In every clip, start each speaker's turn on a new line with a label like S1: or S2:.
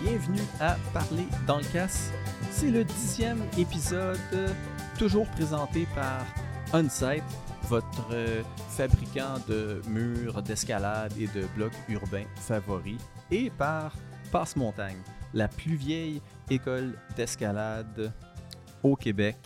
S1: bienvenue à Parler dans le casse. C'est le dixième épisode, euh, toujours présenté par Unsite, votre euh, fabricant de murs, d'escalade et de blocs urbains favoris, et par Passe Montagne, la plus vieille école d'escalade au Québec,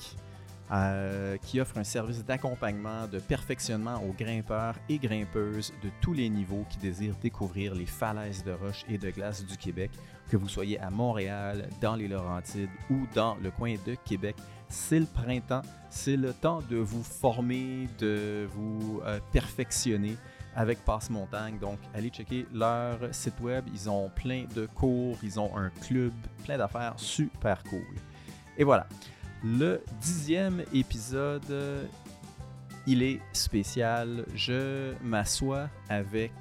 S1: euh, qui offre un service d'accompagnement, de perfectionnement aux grimpeurs et grimpeuses de tous les niveaux qui désirent découvrir les falaises de roches et de glace du Québec. Que vous soyez à Montréal, dans les Laurentides ou dans le coin de Québec, c'est le printemps, c'est le temps de vous former, de vous euh, perfectionner avec Passe Montagne. Donc, allez checker leur site web. Ils ont plein de cours, ils ont un club, plein d'affaires super cool. Et voilà. Le dixième épisode, euh, il est spécial. Je m'assois avec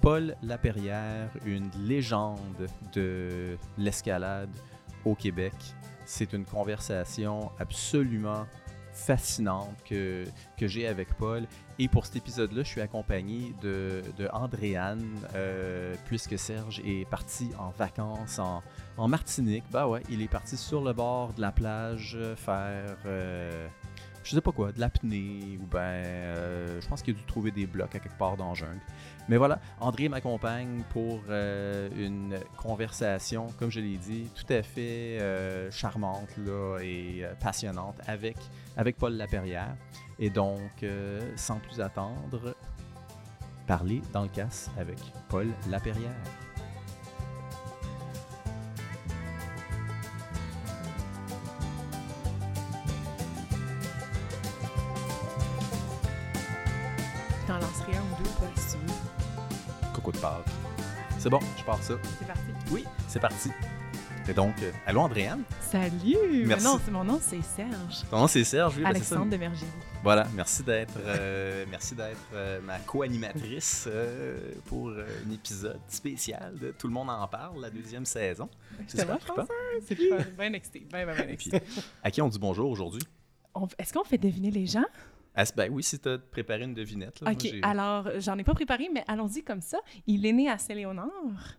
S1: Paul Laperrière, une légende de l'escalade au Québec. C'est une conversation absolument fascinante que, que j'ai avec Paul. Et pour cet épisode-là, je suis accompagné de, de Andréane, euh, puisque Serge est parti en vacances en, en Martinique. Bah ouais, il est parti sur le bord de la plage euh, faire, euh, je sais pas quoi, de l'apnée, ou ben, euh, je pense qu'il a dû trouver des blocs à quelque part dans la jungle. Mais voilà, André m'accompagne pour euh, une conversation, comme je l'ai dit, tout à fait euh, charmante là, et euh, passionnante avec, avec Paul Laperrière. Et donc, euh, sans plus attendre, parler dans le casse avec Paul Laperrière.
S2: Je t'en lancerai un ou deux, Paul, si tu veux.
S1: Coco de Pâques. C'est bon, je pars ça.
S2: C'est parti.
S1: Oui, c'est parti. Et donc, euh, allô Andréane. Merci.
S2: Salut! Mais Non, c'est mon nom, c'est Serge.
S1: Ton nom c'est Serge, oui, ben, c'est ça.
S2: Alexandre de Mergerie.
S1: Voilà, merci d'être euh, merci d'être euh, ma co-animatrice euh, pour euh, un épisode spécial de Tout le monde en parle, la deuxième saison. C'est
S2: J'étais
S1: super
S2: vraiment chanceuse, C'est le fun. Bien excité. Bien, bien, bien
S1: Et puis,
S2: excité.
S1: à qui on dit bonjour aujourd'hui?
S2: On- Est-ce qu'on fait deviner les gens?
S1: Ah, c'est- ben oui, si t'as préparé une devinette. Là, moi,
S2: OK,
S1: j'ai-
S2: alors, j'en ai pas préparé, mais allons-y comme ça. Il est né à Saint-Léonard.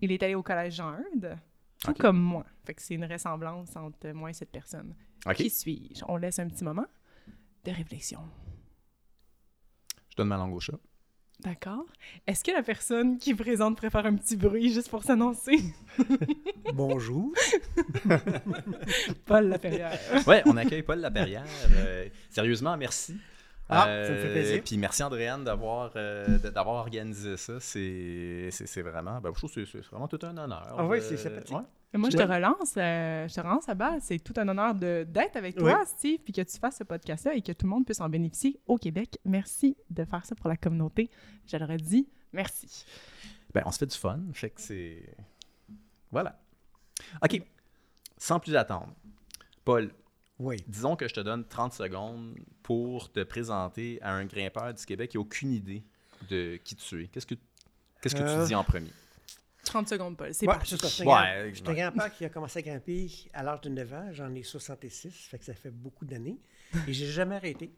S2: Il est allé au collège jean eudes tout
S1: Ok.
S2: comme moi. Fait que c'est une ressemblance entre moi et cette personne.
S1: OK,
S2: Qui suis-je? On laisse un petit moment de réflexion.
S1: je donne ma langue au chat.
S2: D'accord. Est-ce que la personne qui présente préfère un petit bruit juste pour s'annoncer?
S3: Bonjour.
S2: Paul Laferrière.
S1: Ouais, on accueille Paul Laperrière. Euh, sérieusement, merci. Euh,
S3: Ah, ça me fait plaisir.
S1: Puis merci Andréane d'avoir euh, de- d'avoir organisé ça. C'est c'est- c'est vraiment, ben, je trouve que c'est- c'est vraiment tout un honneur.
S3: Ah ouais,
S1: de-
S3: c'est sympathique.
S1: ouais.
S2: Mais moi, je te
S3: Ouais.
S2: relance, euh, je te relance à balle. C'est tout un honneur de- d'être avec toi, Steve, puis que tu fasses ce podcast-là et que tout le monde puisse en bénéficier au Québec. Merci de faire ça pour la communauté. Je leur ai dit merci.
S1: Ben, on se fait du fun. Fait que c'est. Voilà. OK. Sans plus attendre, Paul,
S3: Oui.
S1: disons que je te donne 30 secondes pour te présenter à un grimpeur du Québec qui n'a aucune idée de qui tu es. Qu'est-ce que, qu'est-ce que
S3: Euh,
S1: tu dis en premier?
S2: 30 secondes, Paul. C'est
S3: Ouais,
S2: parti.
S3: c'est ça. C'est un grand-
S1: Ouais,
S3: c'est un grand-père qui a commencé à grimper à l'âge de 9 ans. J'en ai 66, fait que ça fait beaucoup d'années. Et j'ai jamais arrêté.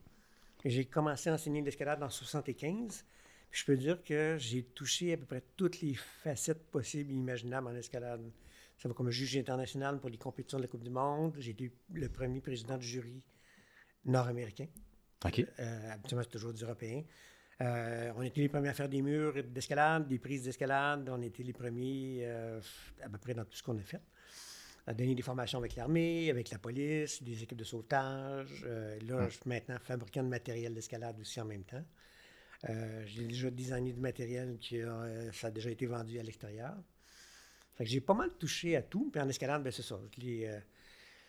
S3: J'ai commencé à enseigner l'escalade en 75. Puis Je peux dire que j'ai touché à peu près toutes les facettes possibles et imaginables en escalade. Ça va comme juge international pour les compétitions de la Coupe du Monde. J'ai été le premier président du jury nord-américain.
S1: OK.
S3: Euh, habituellement, c'est toujours des Européens. Euh, on était les premiers à faire des murs d'escalade, des prises d'escalade. On était les premiers euh, à peu près dans tout ce qu'on a fait. À donner des formations avec l'armée, avec la police, des équipes de sauvetage. Euh, là, je suis maintenant fabricant de matériel d'escalade aussi en même temps. Euh, j'ai déjà designé du matériel qui a, euh, ça a déjà été vendu à l'extérieur. Fait que j'ai pas mal touché à tout. Puis en escalade, ben c'est ça. Je l'ai, euh,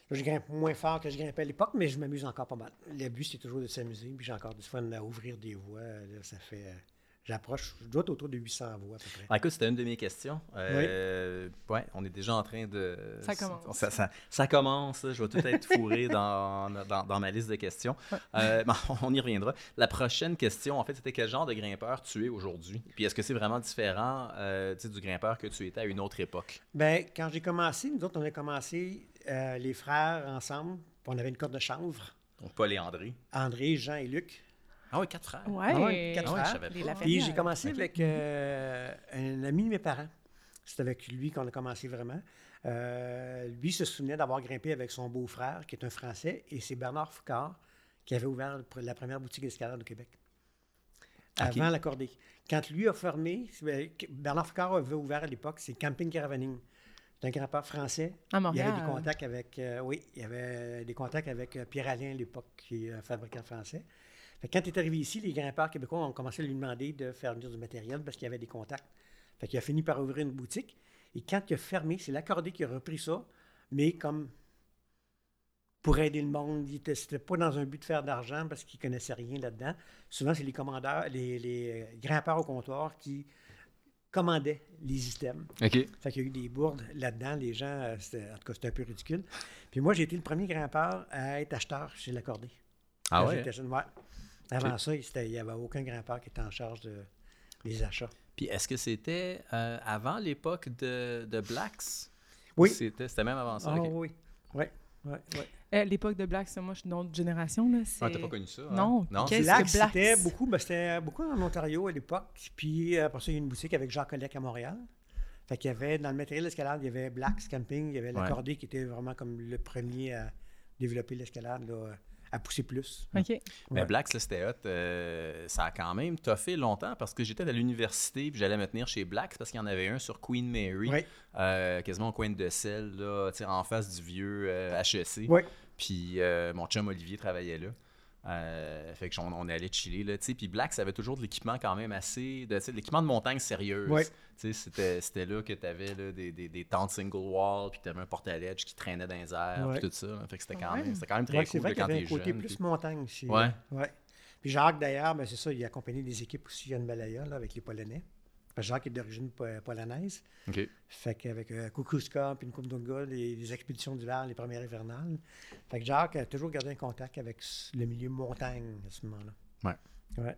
S3: Là, je grimpe moins fort que je grimpais à l'époque, mais je m'amuse encore pas mal. Le but, c'est toujours de s'amuser, puis j'ai encore du fun à ouvrir des voies. Là, ça fait... euh, J'approche, je dois être autour de 800 voies à peu près.
S1: Ah, écoute, c'était une de mes questions. Euh, Ouais, on est déjà en train de.
S2: Ça commence.
S1: Ça, ça- ça commence. Je vais tout être fourré dans, dans- dans ma liste de questions. Euh, ben, on y reviendra. La prochaine question, en fait, c'était quel genre de grimpeur tu es aujourd'hui? Puis est-ce que c'est vraiment différent euh, tu sais, du grimpeur que tu étais à une autre époque?
S3: Ben, quand j'ai commencé, nous autres, on a commencé euh, les frères ensemble, puis on avait une corde de chanvre,
S1: Donc, Paul et André.
S3: André, Jean et Luc.
S1: Ah oui, quatre frères.
S2: Ouais.
S3: Ah ouais, quatre
S1: Ah ouais,
S3: frères.
S1: je savais
S2: Les
S1: pas.
S2: Laferrière.
S3: Puis j'ai commencé avec euh, un ami de mes parents. C'est avec lui qu'on a commencé vraiment. Euh, lui se souvenait d'avoir grimpé avec son beau-frère, qui est un Français, et c'est Bernard Foucard qui avait ouvert le pr- la première boutique d'escalade au Québec.
S1: OK.
S3: Avant l'accordé. Quand lui a fermé, c'est- ben, que- Bernard Foucard avait ouvert à l'époque, c'est Camping Caravaning. C'est un grimpeur français.
S2: À
S3: Il y
S2: Montréal.
S3: avait des contacts avec, euh, oui, il y avait des contacts avec euh, Pierre Alain à l'époque, qui est un fabricant français. Fait que quand il est arrivé ici, les grimpeurs québécois ont commencé à lui demander de faire venir du matériel parce qu'il y avait des contacts. Fait qu'il a fini par ouvrir une boutique. Et quand il a fermé, c'est l'accordé qui a repris ça, mais comme pour aider le monde. Il était- C'était pas dans un but de faire d'argent parce qu'il connaissait rien là-dedans. Souvent, c'est les commandeurs, les, les grimpeurs au comptoir qui commandaient les items.
S1: OK.
S3: Fait qu'il y a eu des bourdes là-dedans. Les gens, euh, c'était- en tout cas, c'était un peu ridicule. Puis moi, j'ai été le premier grimpeur à être acheteur chez l'accordé.
S1: Ah
S3: Quand
S1: ouais?
S3: j'étais jeune, ouais. Avant ça, il c'était- il n'y avait aucun grimpeur qui était en charge de- des achats.
S1: Puis est-ce que c'était euh, avant l'époque de, de Blacks?
S3: Oui.
S1: Ou C'était c'était même avant ça.
S3: Ah
S1: OK.
S2: Oh,
S3: oui. Oui, oui, oui.
S2: Euh, L'époque de Black, c'est moi, je suis d'une autre génération. Là, c'est...
S1: Ah, t'as pas connu ça? hein?
S2: Non,
S1: Non,
S2: qu'est-ce-
S1: c'est-
S3: Lac,
S2: que Black's?
S3: c'était beaucoup, ben, c'était beaucoup en Ontario à l'époque. Puis euh, après ça, il y a eu une boutique avec Jean Collec à Montréal. Fait qu'il y avait, dans le matériel d'escalade, il y avait Black's Camping, il y avait
S1: Ouais.
S3: l'accordé qui était vraiment comme le premier à développer l'escalade, là, à pousser plus.
S2: OK.
S1: Mais
S3: Ouais.
S1: Blacks, là, c'était hot. euh, ça a quand même toffé longtemps parce que j'étais à l'université puis j'allais me tenir chez Blacks parce qu'il y en avait un sur Queen Mary,
S3: Ouais.
S1: euh, quasiment au coin de sel, là, tu sais, en face du vieux euh, HEC.
S3: Ouais.
S1: Puis euh, mon chum Olivier travaillait là. Euh, fait que j'en- on, allait chiller là, tu sais. Puis Blacks avait toujours de l'équipement quand même assez, de, tu sais, de l'équipement de montagne sérieux.
S3: Ouais.
S1: Tu sais, c'était, c'était là que t'avais là, des, des, des tentes single wall, puis t'avais un portaledge qui traînait dans les airs,
S3: Ouais.
S1: puis tout ça. là. Fait que c'était quand
S2: Ouais.
S1: même, c'était quand même très
S3: Ouais, c'est
S1: cool
S3: vrai
S1: là,
S3: qu'il y
S1: quand
S3: avait
S1: t'es
S3: un côté
S1: jeune.
S3: plus
S1: puis-
S3: montagne. chez-
S1: Ouais.
S3: ouais. Puis Jacques, d'ailleurs, ben, c'est ça, il accompagnait des équipes aussi à Malaya, là, avec les Polonais. Parce que Jacques est d'origine po- polonaise.
S1: OK.
S3: Fait qu'avec euh, Kukuska puis une Coupe d'Onga, les, les expéditions d'hiver, les premières hivernales. Fait que Jacques a toujours gardé un contact avec s- le milieu montagne à ce moment-là. Ouais.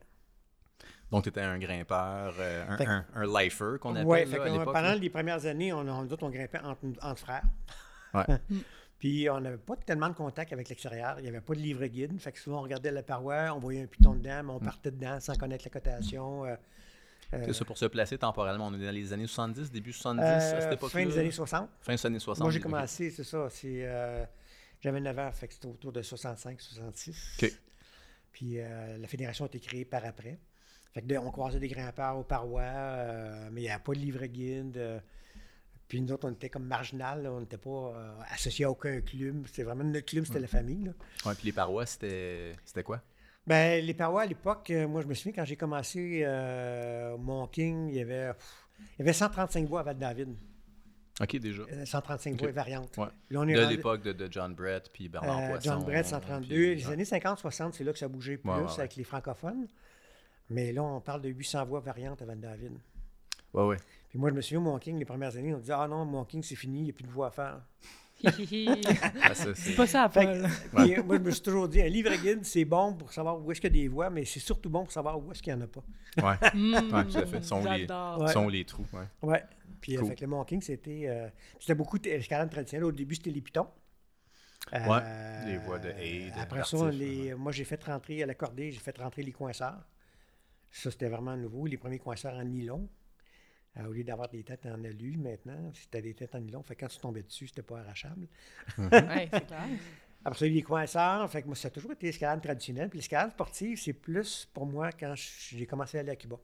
S1: Donc, tu étais un grimpeur, euh, un,
S3: Fait que-
S1: un- un lifer qu'on appelle
S3: Ouais,
S1: là,
S3: fait
S1: à
S3: que, euh,
S1: l'époque.
S3: pendant
S1: là.
S3: les premières années, on, on, nous autres, on grimpait entre, entre frères.
S1: Ouais.
S3: Puis on n'avait pas tellement de contact avec l'extérieur. Il n'y avait pas de livre guide. Fait que souvent, on regardait la paroi, on voyait un piton dedans, mais
S1: Mm.
S3: on partait dedans sans connaître la cotation. euh, euh,
S1: C'est ça, pour se placer temporellement, on est dans les années 70, début 70, à cette
S3: euh,
S1: époque-là.
S3: fin des années 60.
S1: Fin des années 60.
S3: Moi, j'ai
S1: ok.
S3: commencé, c'est ça. c'est, euh, J'avais 9 ans, fait que c'était autour de 65, 66.
S1: OK.
S3: Puis euh, la fédération a été créée par après. Fait que de- on croisait des grimpeurs aux parois, euh, mais il n'y avait pas de livre guide. euh. puis nous autres, on était comme marginal, là, on n'était pas euh, associés à aucun club. C'était vraiment notre club,
S1: Mm.
S3: c'était la famille. là.
S1: Ouais, puis les parois, c'était c'était quoi?
S3: Ben, les parois à l'époque, euh, moi je me souviens quand j'ai commencé euh, mon King, il y avait pff, il y avait 135 voix à Val-David.
S1: OK, déjà.
S3: Euh, 135
S1: Ok.
S3: voix variantes.
S1: Ouais.
S3: Là, on est
S1: De
S3: rendu-
S1: l'époque de, de John Brett, puis Bernard
S3: Euh,
S1: Ah, Poisson.
S3: John Brett, 132.
S1: puis-
S3: les années 50-60, c'est là que ça bougeait plus
S1: Ouais, ouais, ouais.
S3: avec les francophones. Mais là, on parle de 800 voix variantes à Van David.
S1: Ouais, ouais.
S3: Puis moi, je me souviens, mon King, les premières années, on disait Ah non, mon King, c'est fini, il n'y a plus de voix à faire.
S1: Ah, ça,
S2: C'est
S1: c'est-
S2: pas ça à
S3: Fait
S2: Paul.
S3: que- Puis, euh, moi, je me suis toujours dit Un livre à guide, c'est bon pour savoir où est-ce qu'il y a des voix, mais c'est surtout bon pour savoir où est-ce qu'il n'y en a pas.
S1: ouais.
S2: Mm,
S1: Ouais, tout à fait. Sont les-
S2: j'adore.
S3: Ouais.
S1: Sont les trous, ouais.
S3: Ouais. Puis, euh,
S1: Cool.
S3: fait que le Mon King, c'était euh, c'était beaucoup de- escalade traditionnelle. Au début, c'était les pitons. Euh,
S1: Ouais, les voix de Hay, de
S3: Après ça,
S1: Tartif,
S3: les- moi, j'ai fait rentrer à l'accordé, j'ai fait rentrer les coinceurs. Ça, c'était vraiment nouveau. Les premiers coinceurs en nylon. Euh, au lieu d'avoir des têtes en alu maintenant, c'était des têtes en nylon. Fait que quand tu tombais dessus, c'était pas arrachable.
S2: Ouais, c'est clair.
S3: Après ça, il y a les coinceurs. Fait que moi, ça a toujours été l'escalade traditionnelle. Puis l'escalade sportive, c'est plus pour moi quand je- j'ai commencé à aller à Cuba.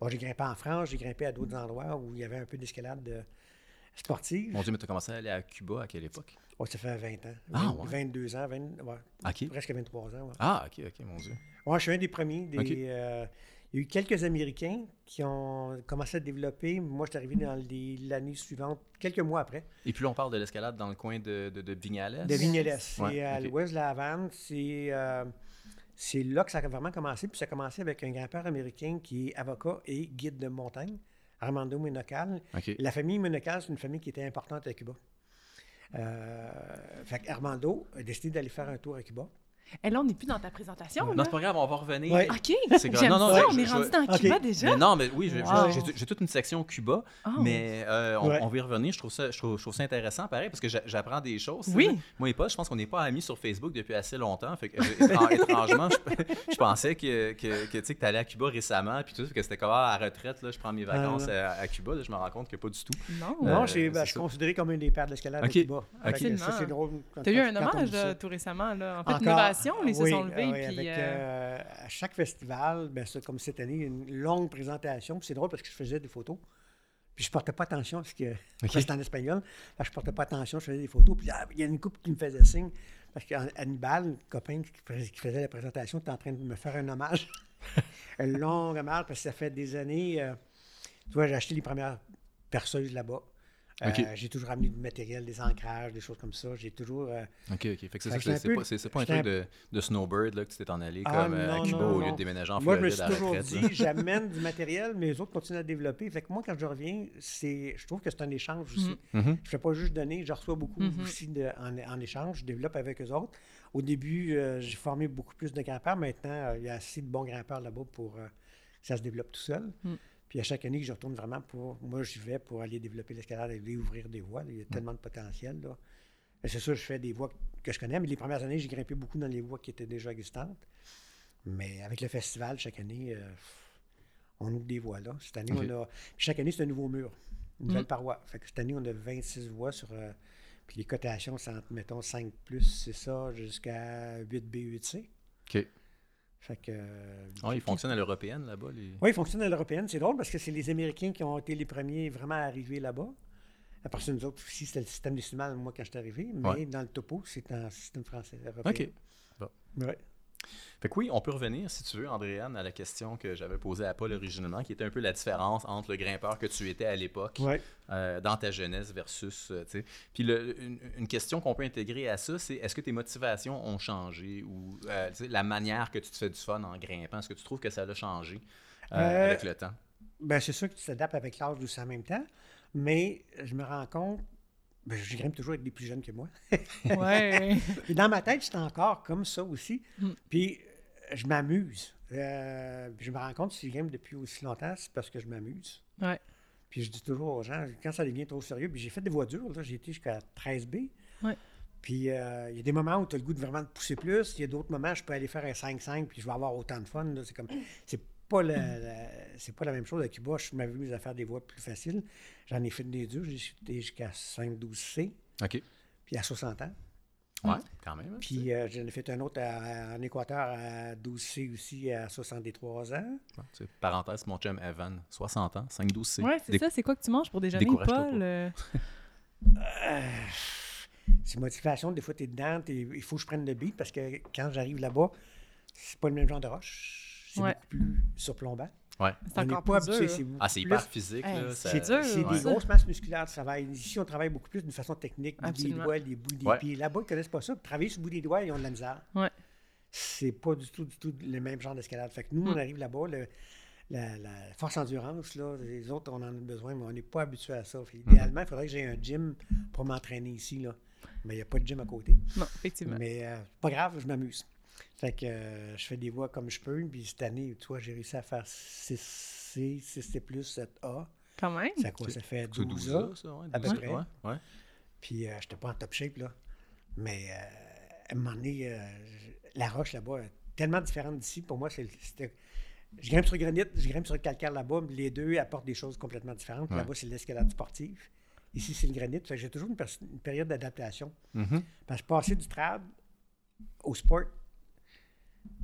S3: Bon, j'ai grimpé en France, j'ai grimpé à d'autres endroits où il y avait un peu d'escalade euh, sportive.
S1: Mon Dieu, mais t'as commencé à aller à Cuba à quelle époque?
S3: Ouais, ça fait 20 ans.
S1: Ah,
S3: 20
S1: ouais.
S3: 22 ans, 20 ouais,
S1: OK.
S3: presque 23 ans. ouais.
S1: Ah, OK, OK, mon Dieu.
S3: Ouais, je suis un des premiers. des,
S1: Ok.
S3: euh, il y a eu quelques Américains qui ont commencé à développer. Moi, je suis arrivé dans les- l'année suivante, quelques mois après,
S1: Et puis là, on parle de l'escalade dans le coin de, de, de Vignales.
S3: de Vignales. C'est euh,
S1: Ouais,
S3: à
S1: ok.
S3: l'ouest de la Havane. C'est euh, c'est là que ça a vraiment commencé. Puis ça a commencé avec un grimpeur américain qui est avocat et guide de montagne, Armando Menocal.
S1: OK.
S3: La famille Menocal, c'est une famille qui était importante à Cuba. Euh, fait Armando a décidé d'aller faire un tour à Cuba.
S2: Et Eh, là, on n'est plus dans ta présentation.
S1: Dans
S2: là.
S1: ce programme, on va revenir.
S3: Ouais.
S2: OK.
S1: C'est
S2: J'aime
S1: comme-
S2: ça.
S1: non, non, ouais,
S2: on
S1: je-
S2: est
S1: je-
S2: rendu dans
S3: ok.
S2: Cuba
S1: Mais
S2: déjà.
S1: non, mais oui, je- je-
S2: Wow.
S1: j'ai j'ai toute une section Cuba,
S3: Ah
S2: Oh.
S1: mais euh, on,
S3: Ouais.
S1: on va y revenir. Je trouve ça, je trouve, je trouve ça intéressant, pareil, parce que j'a- j'apprends des choses. tu sais,
S2: Oui.
S1: là. Moi et pas, je pense qu'on n'est pas amis sur Facebook depuis assez longtemps. Fait que, euh, étran- étrangement, je, je pensais que, que, que, tu sais, que tu allais à Cuba récemment, puis tout, que c'était comme ah, à la retraite, là, je prends mes vacances
S3: ouais.
S1: à, à Cuba, là, je me rends compte que pas du tout.
S2: Non.
S1: Euh,
S3: non, je suis-
S1: c'est
S3: ben, je suis
S1: ça.
S3: considéré comme un des pères de l'escalade
S1: Ok.
S3: à Cuba. Fait que
S2: Ok.
S3: ça, c'est drôle. quand-
S2: T'as eu un
S3: quand on
S2: hommage
S3: dit ça.
S2: là, tout récemment, là. En fait,
S3: Encore-
S2: Innovation, ils se
S3: oui, ah
S2: sont levés.
S3: oui,
S2: puis,
S3: avec,
S2: euh,
S3: euh, à chaque festival, ben, ça, comme cette année, une longue présentation. Puis C'est drôle parce que je faisais des photos. Puis je portais pas attention parce que
S1: Ok.
S3: c'était en espagnol. ben, Je je portais pas attention, je faisais des photos. Puis ah, il y a une couple qui me faisait signe. Parce qu'Annibal, le copain qui fais- qui faisait la présentation, était en train de me faire un hommage. un long hommage parce que ça fait des années. euh, tu vois, j'ai acheté les premières perceuses là-bas. Euh,
S1: Ok.
S3: J'ai toujours ramené du matériel, des ancrages, des choses comme ça. J'ai toujours. euh,
S1: Ok, ok. Fait que c'est ça,
S3: Fait que j'étais
S1: c'est
S3: un
S1: c'est
S3: peu-
S1: pas, c'est- c'est pas un
S3: j'étais
S1: truc de, de snowbird là, que tu t'es en allé
S3: Ah,
S1: comme euh,
S3: non,
S1: à Cuba
S3: non,
S1: au lieu
S3: non.
S1: de déménager en
S3: Moi, je me
S1: Floride
S3: suis
S1: à la
S3: toujours
S1: retraite. là.
S3: dit, j'amène du matériel, mais les autres continuent à développer. Fait que moi, quand je reviens, c'est, je trouve que c'est un échange aussi.
S1: Mhm.
S3: Je ne fais pas juste donner, je reçois beaucoup
S2: Mhm.
S3: aussi de- en, en échange. Je développe avec eux autres. Au début, euh, j'ai formé beaucoup plus de grimpeurs. Maintenant, euh, il y a assez de bons grimpeurs là-bas pour euh, que ça se développe tout seul.
S2: Mm.
S3: Puis à chaque année que je retourne vraiment pour. Moi, j'y vais pour aller développer l'escalade, aller ouvrir des voies. là. Il y a tellement de potentiel. là. Et C'est sûr, je fais des voies que je connais, mais les premières années, j'ai grimpé beaucoup dans les voies qui étaient déjà existantes. Mais avec le festival, chaque année, euh, on ouvre des voies là. Cette année,
S1: Ok.
S3: on a. Chaque année, c'est un nouveau mur, une nouvelle
S2: Mm.
S3: paroi. Fait que cette année, on a 26 voies sur. euh, puis les cotations, c'est entre, mettons, 5 plus, c'est ça, jusqu'à 8B, 8C.
S1: Ok.
S3: Fait que. euh,
S1: Ouais, ils fonctionnent à l'européenne là-bas. Les...
S3: oui, ils fonctionnent à l'européenne. C'est drôle parce que c'est les Américains qui ont été les premiers vraiment à arriver là-bas. Après ça, nous autres aussi, c'était le système décimal, moi, quand je suis arrivé. Mais
S1: Ouais.
S3: dans le topo, c'est un système français européen.
S1: Ok.
S3: Ouais.
S1: Fait que oui, on peut revenir, si tu veux, Andréane, à la question que j'avais posée à Paul originellement, qui était un peu la différence entre le grimpeur que tu étais à l'époque
S3: Ouais.
S1: euh, dans ta jeunesse versus. euh, tu sais. Puis le- une, une question qu'on peut intégrer à ça, c'est est-ce que tes motivations ont changé ou euh, tu sais, la manière que tu te fais du fun en grimpant, est-ce que tu trouves que ça l'a changé euh,
S3: Euh,
S1: avec le temps?
S3: Ben, c'est sûr que tu t'adaptes avec l'âge aussi en même temps. Mais je me rends compte, ben, je grimpe toujours avec des plus jeunes que moi.
S2: Ouais.
S3: Puis dans ma tête, c'est encore comme ça aussi.
S2: Mm.
S3: Puis euh, je m'amuse. Euh, puis je me rends compte, si je game depuis aussi longtemps, c'est parce que je m'amuse.
S2: Ouais.
S3: Puis je dis toujours aux gens, quand ça devient trop sérieux, puis j'ai fait des voies dures, là, j'ai été jusqu'à 13B.
S2: Ouais.
S3: Puis euh, il y a des moments où tu as le goût de vraiment de pousser plus. Il y a d'autres moments, je peux aller faire un 5-5, puis je vais avoir autant de fun. là. C'est comme, c'est pas la, la- c'est pas la même chose à Cuba. Je m'amuse à faire des voies plus faciles. J'en ai fait des dures, j'ai chuté jusqu'à 5-12C,
S1: OK.
S3: puis à 60 ans.
S1: Ouais, quand même. hein, tu sais.
S3: Puis euh, j'en ai fait un autre à- à- en Équateur à 12C aussi à 63 ans.
S1: Ouais, tu sais, Parenthèse, mon chum Evan, 60 ans, 5-12 C.
S2: Ouais, c'est
S1: Des-
S2: ça. C'est quoi que tu manges pour déjeuner,
S1: Décourage-toi pas.
S2: Paul? euh?
S3: C'est motivation, des fois tu es dedans, t'es- il faut que je prenne le beat parce que quand j'arrive là-bas, c'est pas le même genre de roche. C'est
S2: Ouais.
S3: beaucoup plus surplombant.
S1: Ouais.
S2: C'est
S3: On n'est
S2: encore
S3: pas
S2: plus
S3: habitué,
S2: dur.
S3: c'est beaucoup
S1: Ah, c'est
S3: plus-
S1: hyper physique.
S2: Hey,
S1: là,
S3: C'est
S1: ça-
S3: c'est
S2: ouais.
S3: des grosses masses musculaires de travail. Ici, on travaille beaucoup plus d'une façon technique, des
S2: Absolument.
S3: doigts, des bouts des
S1: Ouais.
S3: pieds. Là-bas, ils connaissent pas ça. Travailler sur le bout des doigts, ils ont de la misère.
S2: Ouais.
S3: C'est pas du tout, du tout le même genre d'escalade. Fait que nous,
S2: Mm.
S3: on arrive là-bas, le- la, la force endurance, là, les autres, on en a besoin, mais on n'est pas habitué à ça. Fait
S2: Hmm.
S3: idéalement, il faudrait que j'ai un gym pour m'entraîner ici, là. Mais il n'y a pas de gym à côté.
S2: Non, effectivement.
S3: Mais euh, pas grave, je m'amuse. Fait que euh, je fais des voix comme je peux. Puis cette année, tu vois, j'ai réussi à faire 6C, 6C+, 7A.
S2: Quand même.
S3: Ça, quoi, ça fait
S1: C'est
S3: 12
S1: 12
S3: ans.
S1: ans, ça, ouais,
S3: à
S1: 12
S3: peu
S1: ans,
S3: près.
S1: ouais, ouais.
S3: Puis euh, j'étais pas en top shape, là. Mais euh, à un moment donné, euh, je- la roche là-bas est tellement différente d'ici. Pour moi, c'est- c'était. Je grimpe sur le granit, je grimpe sur le calcaire là-bas, mais les deux apportent des choses complètement différentes.
S1: Ouais.
S3: Là-bas, c'est l'escalade sportive. Ici, c'est le granit. Fait que j'ai toujours une, pers- une période d'adaptation.
S1: Mhm.
S3: Parce que passer du trad au sport,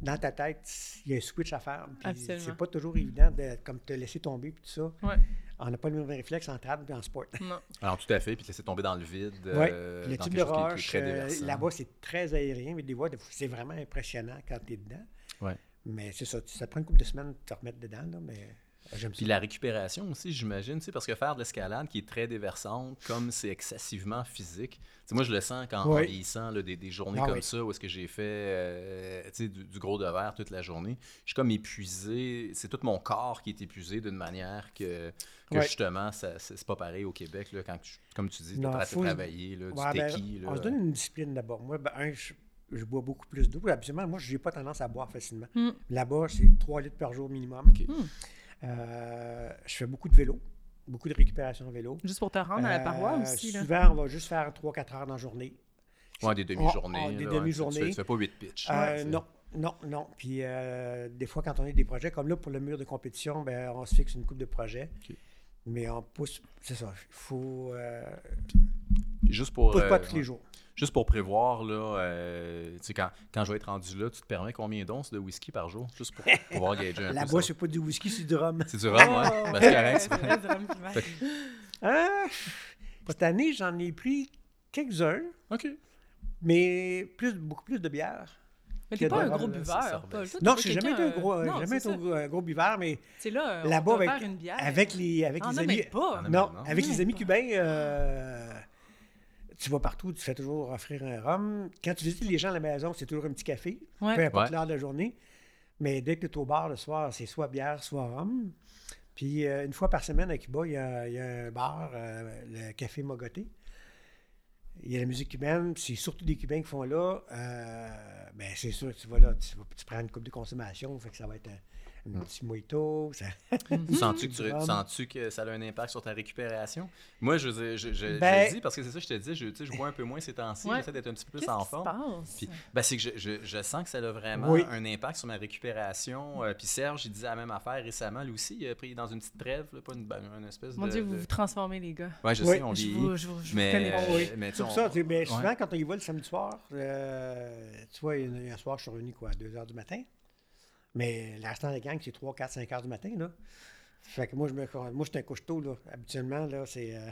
S3: dans ta tête, il y a un switch à faire. puis
S2: Absolument.
S3: C'est pas toujours évident de comme te laisser tomber puis tout ça.
S2: Ouais.
S3: On n'a pas le même réflexe en trad et en sport.
S2: Non.
S1: Alors, tout à fait, puis te laisser tomber dans le vide.
S3: Oui,
S1: euh,
S3: le
S1: dans
S3: type de
S1: quelque chose qui est- qui est
S3: roche,
S1: très
S3: euh,
S1: déversant.
S3: là-bas, c'est très aérien, mais des fois, des fois, c'est vraiment impressionnant quand tu es dedans.
S1: Ouais.
S3: Mais c'est ça, tu- ça prend une couple de semaines de te remettre dedans, là, mais euh, j'aime ça.
S1: Puis la récupération aussi, j'imagine, tu sais, parce que faire de l'escalade qui est très déversante, comme c'est excessivement physique. Tu sais, moi, je le sens quand en
S3: Oui.
S1: vieillissant, là, des, des journées
S3: Ah
S1: comme
S3: oui.
S1: ça, où est-ce que j'ai fait euh, tu sais, du, du gros de verre toute la journée. Je suis comme épuisé. C'est tout mon corps qui est épuisé d'une manière que, que
S3: Ouais.
S1: justement, ça- c'est c'est pas pareil au Québec. Là, quand tu- comme tu dis, tu
S3: Non,
S1: as
S3: faut-
S1: travailler, là,
S3: Ouais,
S1: du
S3: ben,
S1: tequila.
S3: on se donne une discipline d'abord. Moi, ben, un, je- je bois beaucoup plus d'eau. Habituellement, moi, je n'ai pas tendance à boire facilement.
S2: Mm.
S3: Là-bas, c'est 3 litres par jour minimum.
S2: Hmm.
S4: OK.
S3: Euh, je fais beaucoup de vélo, beaucoup de récupération en vélo.
S2: Juste pour te rendre à la paroi
S3: Euh,
S2: aussi. Là.
S3: Souvent, on va juste faire 3-4 heures dans la journée.
S1: Ouais, des demi-journées.
S3: Ah, ah, des
S1: là, ouais.
S3: demi-journées.
S1: Tu, tu fais pas 8 pitches.
S3: Euh,
S1: tu sais.
S3: non, non, non. Puis euh, des fois, quand on a des projets comme là pour le mur de compétition, ben, on se fixe une coupe de projets.
S1: OK.
S3: Mais on pousse, c'est ça, il faut. euh,
S1: Puis Juste pour,
S3: pousse pas
S1: euh,
S3: tous
S1: ouais.
S3: les jours.
S1: juste pour prévoir, là, euh, tu sais, quand, quand je vais être rendu là, tu te permets combien d'onces de whisky par jour? Juste pour pouvoir gager un peu.
S3: Là-bas,
S1: ça.
S3: c'est pas du whisky, c'est du rhum.
S1: C'est du rhum, ouais. Ben, c'est correct,
S2: C'est
S1: c'est-
S2: vrai, du rhum qui marche.
S3: Ah, cette année, j'en ai pris quelques-uns,
S1: OK.
S3: mais plus, beaucoup plus de bière.
S2: Mais t'es pas un
S3: Quel
S2: gros
S1: drôle, là, ça
S2: buveur.
S1: sort
S2: Paul.
S1: bien.
S2: Toi, t'es
S3: Non,
S2: pas
S3: j'ai jamais été
S2: quelqu'un,
S3: un gros,
S2: euh,
S3: euh,
S2: non,
S3: jamais
S2: c'est
S3: été un
S2: ça.
S3: gros- un gros buvard, mais
S2: C'est là, on va
S3: Là-bas, avec-
S2: faire une bière.
S3: avec les, avec
S2: Ah,
S3: les
S2: non,
S3: amis.
S2: mais pas.
S1: Ah,
S3: Non,
S1: non.
S3: avec les
S2: Non,
S3: amis
S2: pas.
S3: cubains, euh, tu vas partout, tu fais toujours offrir un rhum. Quand tu visites les gens à la maison, c'est toujours un petit café, peu
S2: Ouais.
S3: importe
S1: Ouais.
S3: l'heure de la journée. Mais dès que tu es au bar le soir, c'est soit bière, soit rhum. Puis euh, une fois par semaine à Cuba, il y a, il y a un bar, euh, le Café Mogoté. Il y a la musique cubaine, puis c'est surtout des Cubains qui font là. Euh, ben, c'est sûr que tu vas là, tu, vas- tu prends une coupe de consommation, fait que ça va être euh, un, un petit mojito. ça- Mmh.
S1: Sens-tu que, tu-
S3: Vraiment.
S1: sens-tu que ça a un impact sur ta récupération? Moi, je, veux dire, je, je- je
S3: Ben-
S1: le dis parce que c'est ça que je te dis. Je, tu sais, je bois un peu moins ces temps-ci.
S2: Ouais.
S1: J'essaie d'être un petit peu plus
S2: Qu'est-ce
S1: en
S2: qui se
S1: forme.
S2: passe?
S1: Puis, ben, c'est que je, je- je sens que ça a vraiment
S3: Oui.
S1: un impact sur ma récupération. Euh, puis Serge, il disait la même affaire récemment. Lui aussi, il a pris dans une petite trêve, là, pas une, ben, une espèce
S2: Mon
S1: de.
S2: Dieu,
S1: de-
S2: vous vous transformez, les gars.
S1: Ouais, je
S3: Oui.
S1: sais, on
S2: Je
S1: vit.
S2: vous, je vous, je vous
S1: Mais,
S2: connais.
S1: euh, mais tu sais,
S3: C'est pour
S1: on-
S3: ça, tu sais, ben,
S1: ouais.
S3: souvent, quand on y va le samedi soir, euh, tu vois, il y en a eu un soir, je suis revenu, quoi, à 2 h du matin. Mais le restant de la gang, c'est 3, 4, 5 h du matin, là. Fait que moi, je me moi, je suis un couche-tôt, là. Habituellement, là, c'est... euh,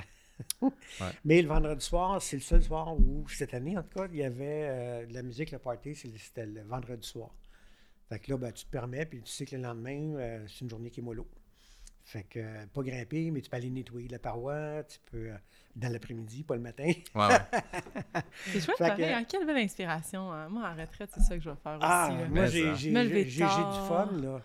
S3: Mais le vendredi soir, c'est le seul soir où, cette année, en tout cas, il y avait euh, de la musique, le party, c'est- c'était le vendredi soir. Fait que là, ben, tu te permets, puis tu sais que le lendemain, euh, c'est une journée qui est mollo. Fait que, euh, pas grimper, mais tu peux aller nettoyer la paroi, tu peux, euh, dans l'après-midi, pas le matin.
S1: Ouais, ouais.
S2: C'est chouette,
S3: Fait que-
S2: pareil. hein, Quelle belle inspiration. hein. Moi, en retraite, c'est ça que je vais faire
S3: Ah,
S2: aussi. là.
S3: moi,
S1: Mais
S3: j'ai
S1: ça.
S3: j'ai-
S2: Me lever
S3: j'ai- j'ai du
S2: tard.
S3: fun, là.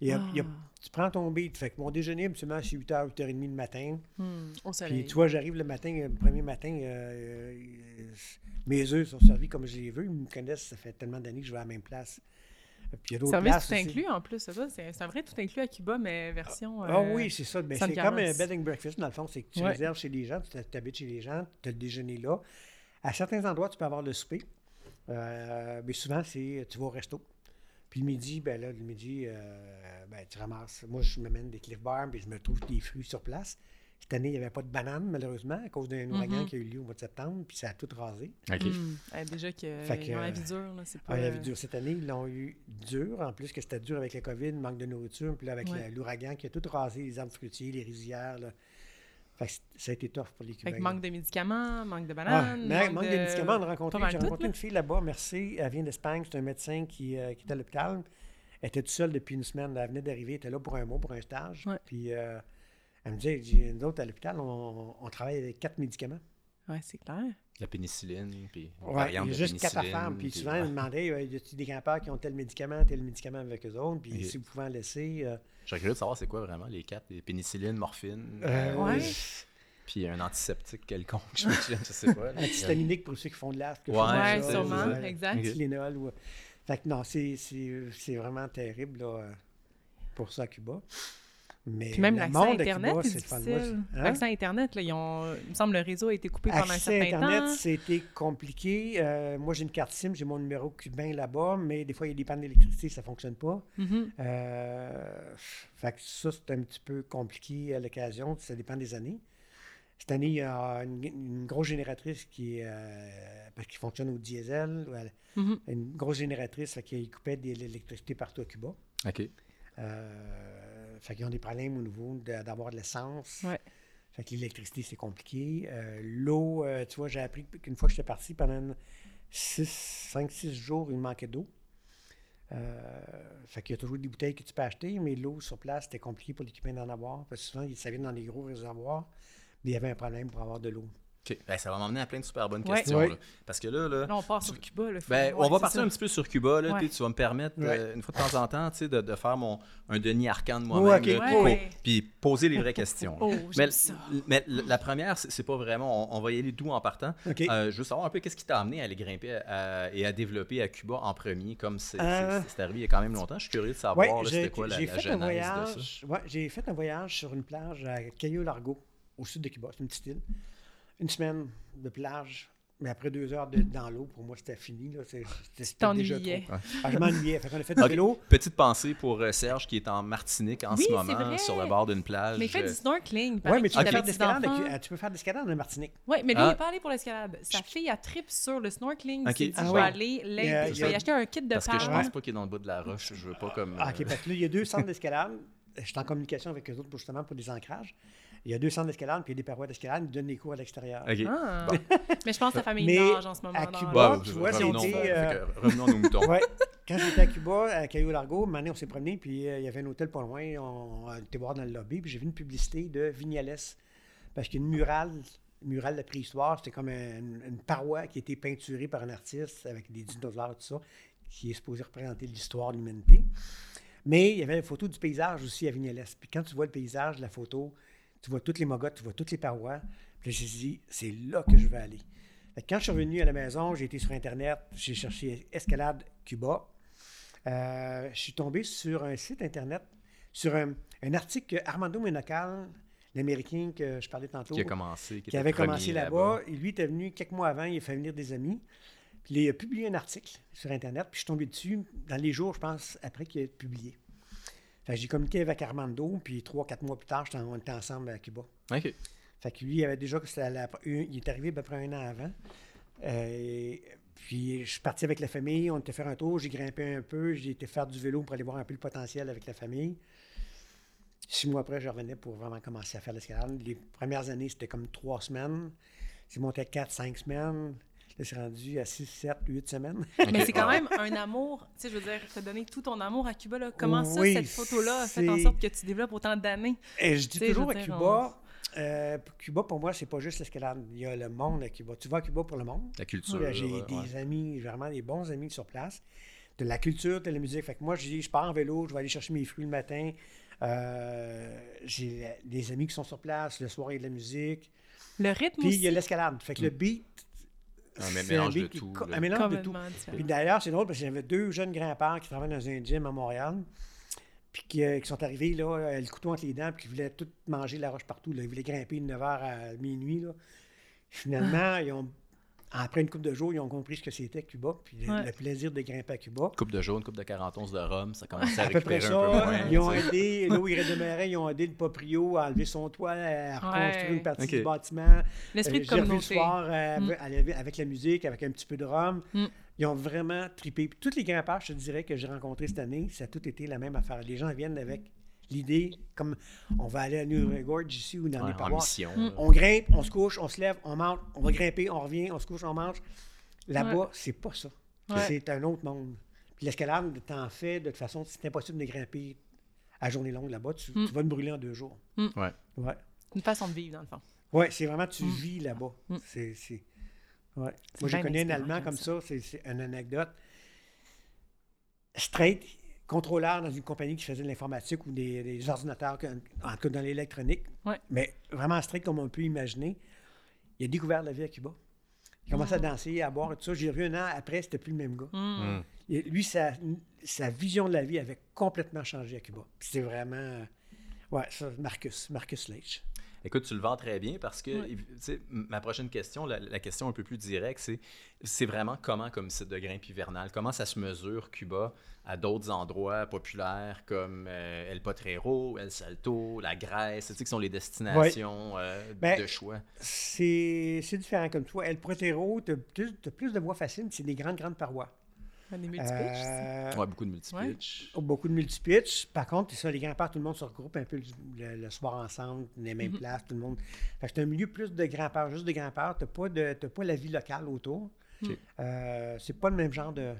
S3: Il y a- il y a-
S2: Ah.
S3: tu prends ton beat. Fait que mon déjeuner, absolument, c'est 8h, 8h30 le matin.
S2: Hum, au
S3: Puis,
S2: soleil.
S3: tu vois, j'arrive le matin, euh, le premier matin, euh, euh, mes œufs sont servis comme je les veux. Ils me connaissent, ça fait tellement d'années que je vais à la même place. Puis, il y a d'autres
S2: Service
S3: places.
S2: tout
S3: aussi.
S2: inclus, en plus. ça va, C'est c'est un vrai tout inclus à Cuba, mais version...
S3: Ah
S2: euh,
S3: oui, c'est ça. Mais
S2: San
S3: c'est comme un
S2: Carlos.
S3: bed and breakfast, dans le fond. C'est que tu
S2: Ouais.
S3: réserves chez les gens, tu t'habites chez les gens, tu as le déjeuner là. À certains endroits, tu peux avoir le souper. Euh, mais souvent, c'est tu vas au resto. Puis le midi, ben là, le midi, euh, ben, tu ramasses. Moi, je m'amène des cliff bars, puis je me trouve des fruits sur place. Cette année, il n'y avait pas de bananes, malheureusement, à cause d'un ouragan
S2: Mm-hmm.
S3: qui a eu lieu au mois de septembre, puis ça a tout rasé.
S1: OK.
S2: hum. Eh, déjà
S3: Fait que,
S2: qu'ils ont la vie dure, là, c'est pas...
S3: Ah, il avait
S2: euh,
S3: dur cette année, ils l'ont eu dur, en plus que c'était dur avec le COVID, le manque de nourriture, puis là, avec
S2: Ouais.
S3: la- l'ouragan qui a tout rasé, les arbres fruitiers, les rizières. là. Fait que c- ça a été tough pour les
S2: Fait
S3: Cubains.
S2: que manque de médicaments, manque de
S3: Ah,
S2: bananes,
S3: man- manque de médicaments, on a
S2: pas
S3: rencontré,
S2: mal
S3: j'ai
S2: tout,
S3: rencontré
S2: là.
S3: une fille là-bas, merci, elle vient d'Espagne, c'est un médecin qui, euh, qui était à l'hôpital. Elle était toute seule depuis une semaine, elle venait d'arriver, elle était là pour un mois, pour un stage.
S2: Ouais.
S3: Puis euh, elle me disait, elle dit, nous autres à l'hôpital, on, on travaille avec quatre médicaments.
S2: Ouais, c'est clair.
S1: La pénicilline, puis la
S3: Ouais, il y
S1: variante
S3: a
S1: de
S3: juste quatre
S1: pénicilline,
S3: affaires. Puis souvent,
S1: ouais.
S3: ils me demandaient euh, y a-t-il des campeurs qui ont tel médicament, tel médicament avec eux autres Puis
S1: Ok.
S3: si vous pouvez en laisser. euh,
S1: J'aurais curieux de savoir c'est quoi vraiment les quatre les pénicillines, morphine,
S3: euh,
S1: euh,
S2: Ouais.
S1: puis un antiseptique quelconque, je je sais pas. là.
S3: Antihistaminique pour ceux qui font de l'asthme. quelque
S1: Ouais,
S3: chose comme
S1: Ouais,
S3: ça,
S1: sûrement,
S3: euh,
S2: exact.
S1: Ok.
S3: Tylenol ou- Fait que non, c'est- c'est c'est vraiment terrible là, euh, pour ça à Cuba. Mais
S2: Puis même
S3: le
S2: l'accès à
S3: monde à
S2: Internet
S3: Cuba,
S2: est
S3: c'est le fun. Moi,
S2: difficile.
S3: c'est- hein?
S2: L'accès à Internet, là, ils ont... il me semble que le réseau a été coupé pendant un
S3: Accès à
S2: certain
S3: Internet,
S2: temps.
S3: c'était compliqué. Euh, moi, j'ai une carte SIM, j'ai mon numéro cubain là-bas, mais des fois, il y a des pannes d'électricité, ça ne fonctionne pas.
S2: Mhm.
S3: Euh, fait que ça, c'est un petit peu compliqué à l'occasion. Ça dépend des années. Cette année, il y a une, une grosse génératrice qui, est, euh, parce qu'il fonctionne au diesel. ou à la-
S2: Mhm.
S3: Une grosse génératrice fait qui coupait de l'électricité partout à Cuba.
S1: OK.
S3: Euh, fait qu'ils ont des problèmes au niveau de- d'avoir de l'essence.
S2: Ouais.
S3: Fait que l'électricité, c'est compliqué. Euh, L'eau, euh, tu vois, j'ai appris qu'une fois que j'étais parti, pendant 5-6 jours, il manquait d'eau. Euh, fait qu'il y a toujours des bouteilles que tu peux acheter, mais l'eau sur place, c'était compliqué pour l'équipement d'en avoir. Parce que souvent, ils- ça vient dans des gros réservoirs, mais il y avait un problème pour avoir de l'eau.
S1: OK. Ben, ça va m'emmener à plein de super bonnes
S2: Ouais.
S1: questions.
S3: Oui.
S1: là. Parce que là, là,
S2: Là, on part sur Cuba. Là,
S1: ben,
S2: Fait-
S1: on
S2: ouais,
S1: va
S2: c'est
S1: partir
S2: ça.
S1: un petit peu sur Cuba. Là,
S2: Ouais.
S1: puis Tu vas me permettre,
S3: Ouais.
S1: euh, une fois de temps en temps, tu sais, de, de faire mon, un Denis Arcan de
S3: Ouais,
S1: moi-même.
S3: ok.
S1: là,
S2: Ouais.
S1: puis pour-
S2: Ouais.
S1: Puis poser les vraies questions. là.
S2: Oh,
S1: mais,
S2: j'aime ça.
S1: mais l- la première, c'est c'est pas vraiment. On, on va y aller d'où en partant.
S3: OK.
S1: Euh, je veux savoir un peu qu'est-ce qui t'a amené à aller grimper à- à- et à développer à Cuba en premier, comme c'est
S3: Euh.
S1: c'est- c'est arrivé il y a quand même longtemps. Je suis curieux de
S3: Ouais,
S1: savoir là,
S3: j'ai
S1: c'était quoi la,
S3: j'ai
S1: la
S3: fait un
S1: genèse de ça.
S3: voyage. ouais, j'ai fait un voyage sur une plage à Cayo Largo, au sud de Cuba. C'est une petite île. Une semaine de plage, mais après deux heures de- dans l'eau, pour moi, c'était fini. là. C'est- C'était c'était déjà trop.
S2: T'ennuyais.
S3: Ah, je m'ennuyais. Fait qu'on a fait du
S1: Ok.
S3: vélo.
S1: Petite pensée pour euh, Serge qui est en Martinique en
S2: Oui,
S1: ce
S2: c'est
S1: moment
S2: vrai.
S1: sur le bord d'une plage.
S2: Mais fais
S1: Euh,
S2: du snorkeling.
S3: Oui,
S2: paraît
S3: mais tu
S2: qu'il
S3: peux, faire
S2: avait
S3: de
S2: des
S3: l'escalade
S2: enfants.
S3: avec- euh, tu peux faire de l'escalade en Martinique.
S2: Oui, mais lui, il
S1: Ah.
S2: est pas allé pour l'escalade. Sa fille, a trip sur le snorkeling.
S1: Ok.
S2: Il s'est dit,
S3: Ah
S2: je
S3: ouais.
S2: vais aller l'aide.
S3: Il y a- il
S2: je
S3: y a-
S2: vais y acheter un kit de
S1: Parce que je
S2: palme.
S1: pense pas qu'il est dans le bout de la roche. Je veux pas comme.
S3: Ah, OK,
S1: euh,
S3: parce que là, il y a deux centres d'escalade. Je suis en communication avec eux autres pour, justement pour des ancrages. Il y a deux centres d'escalade, puis il y a des parois d'escalade, ils donnent des cours à l'extérieur.
S1: euh, ok.
S2: Ah.
S1: Bon.
S2: Mais je pense que la famille
S3: Mais
S2: nage en ce moment.
S3: à
S2: dans-
S1: Ouais,
S3: Cuba, Bon,
S1: ouais,
S3: tu
S1: je-
S3: vois,
S1: revenons,
S3: c'était,
S1: fait
S3: euh,
S1: que revenons à nos moutons.
S3: Ouais. Quand j'étais à Cuba, à Cayo Largo, Mané, on s'est promené, puis euh, il y avait un hôtel pas loin. On, on était voir dans le lobby, puis j'ai vu une publicité de Vignales. Parce qu'il y a une murale, une murale de la préhistoire, c'était comme un- une paroi qui a été peinturée par un artiste avec des dinosaures et tout ça, qui est supposé représenter l'histoire de l'humanité. Mais il y avait la photo du paysage aussi à Vignales. Puis quand tu vois le paysage, la photo, tu vois toutes les mogotes, tu vois toutes les parois. Puis là, je me suis dit, c'est là que je veux aller. Fait que quand je suis revenu à la maison, j'ai été sur Internet, j'ai cherché Escalade Cuba. Euh, je suis tombé sur un site Internet, sur un, un article que Armando Menocal, l'Américain que je parlais tantôt,
S1: Qui a commencé.
S3: qui
S1: était
S3: avait
S1: premier
S3: commencé là-bas. Et lui était venu quelques mois avant, il a fait venir des amis. Puis il a publié un article sur Internet, puis je suis tombé dessus dans les jours, je pense, après qu'il ait publié. Fait que j'ai communiqué avec Armando, puis trois, quatre mois plus tard, j'étais en- on était ensemble à Cuba.
S1: OK.
S3: Fait que lui, il avait déjà. c'était la- il est arrivé à peu près un an avant. Euh, puis je suis parti avec la famille, on était faire un tour, j'ai grimpé un peu, j'ai été faire du vélo pour aller voir un peu le potentiel avec la famille. Six mois après, je revenais pour vraiment commencer à faire l'escalade. Les premières années, c'était comme trois semaines. J'ai monté à quatre, cinq semaines. Là, je suis rendu à six, sept, huit semaines.
S2: Mais
S1: Ok.
S2: c'est quand même un amour. Tu sais, je veux dire, t'as donné tout ton amour à Cuba. Là. Comment
S3: Oui,
S2: ça, cette photo-là a fait
S3: c'est-
S2: en sorte que tu développes autant d'années?
S3: Et je dis
S2: Tu sais,
S3: toujours
S2: je
S3: à
S2: veux dire,
S3: Cuba, euh, Cuba, pour moi, c'est pas juste l'escalade. Il y a le monde à Cuba. Tu vas à Cuba pour le monde.
S1: La culture.
S3: Là, J'ai
S1: ouais,
S3: des
S1: ouais.
S3: amis, vraiment des bons amis sur place, de la culture, de la musique. Fait que moi, je dis, je pars en vélo, je vais aller chercher mes fruits le matin. Euh, j'ai la- des amis qui sont sur place, le soir, il y a de la musique.
S2: Le rythme
S3: Puis il
S2: aussi,
S3: y a l'escalade. Fait que le beat,
S1: Mm. Un
S3: c'est
S1: mélange de
S3: qui est
S1: tout,
S3: co-
S1: là.
S3: Un mélange de tout.
S2: complètement différent.
S3: Puis d'ailleurs, c'est drôle parce que j'avais deux jeunes grands-parents qui travaillent dans un gym à Montréal, puis qui, euh, qui sont arrivés, là, euh, le couteau entre les dents, puis qui voulaient tout manger de la roche partout. là. Ils voulaient grimper de 9h à minuit. Là.
S2: Ah.
S3: Finalement, ils ont, après une couple de jours, ils ont compris ce que c'était Cuba, puis le,
S2: Ouais.
S3: le plaisir de grimper à Cuba.
S1: Coupe de jaune, coupe de 41 de rhum, ça commence à
S3: À peu près
S1: récupérer
S3: ça,
S1: un peu moins. hein,
S3: ils ont
S1: tu sais.
S3: aidé, là où ils redémarraient, ils ont aidé le Paprio à enlever son toit, à reconstruire
S2: Ouais.
S3: une partie
S1: Ok.
S3: du bâtiment.
S2: L'esprit de
S3: Euh, j'ai revu le
S2: communauté.
S3: soir euh, avec, avec la musique, avec un petit peu de rhum.
S2: Mm.
S3: Ils ont vraiment trippé. Puis toutes les grands-pères, je te dirais, que j'ai rencontrés cette année, ça a tout été la même affaire. Les gens viennent avec l'idée, comme on va aller à New Gorge ici ou dans
S1: Ouais,
S3: les
S1: en
S3: parois.
S1: mission.
S2: Mm.
S1: là.
S3: On grimpe, on se couche, on se lève, on mange, on va grimper, on revient, on se couche, on mange. Là-bas, c'est pas ça.
S2: Ouais.
S3: C'est un autre monde. Puis l'escalade, t'en fais, de toute façon, c'est impossible de grimper à journée longue là-bas. Tu,
S2: Mm.
S3: tu vas te brûler en deux jours.
S1: Ouais.
S3: Ouais.
S2: Une façon de vivre, dans le fond.
S3: Oui, c'est vraiment, tu vis là-bas. C'est, c'est- ouais. Moi, je
S2: bien
S3: connais un
S2: inspirant,
S3: Allemand
S2: j'aime
S3: comme
S2: ça.
S3: ça, c'est, c'est une anecdote. Straight, contrôleur dans une compagnie qui faisait de l'informatique ou des, des ordinateurs, que- en tout cas dans l'électronique.
S2: Ouais.
S3: Mais vraiment straight comme on peut imaginer. Il a découvert la vie à Cuba. Il commence à danser, à boire et tout ça. J'ai revu un an après, c'était plus le même gars.
S2: Hmm.
S1: Mm.
S3: Et Lui, sa, sa vision de la vie avait complètement changé à Cuba. Puis c'est vraiment. Ouais, ça, Marcus, Marcus Leitch.
S1: Écoute, tu le vends très bien parce que tu sais, m- ma prochaine question, la, la question un peu plus directe, c'est c'est vraiment comment comme site de grimpe hivernal, comment ça se mesure Cuba à d'autres endroits populaires comme euh, El Potrero, El Salto, la Grèce, tu sais, qui sont les destinations euh,
S3: Ben,
S1: de choix.
S3: C'est c'est différent comme toi. El Protero, tu as, plus de voies faciles, c'est des grandes, grandes parois.
S1: Hmm.
S2: On est multi-pitch, ça.
S3: Euh,
S1: Ouais, beaucoup de multipitch.
S3: Beaucoup de multi-pitch. Par contre, c'est ça, les grands-pères, tout le monde se regroupe un peu le, le- le soir ensemble, les mêmes places, tout le monde. Fait que c'est un milieu plus de grands-pères, juste de grands-pères. Tu n'as pas, de- t'as pas la vie locale autour.
S1: Ok.
S3: Euh, c'est pas le même genre de,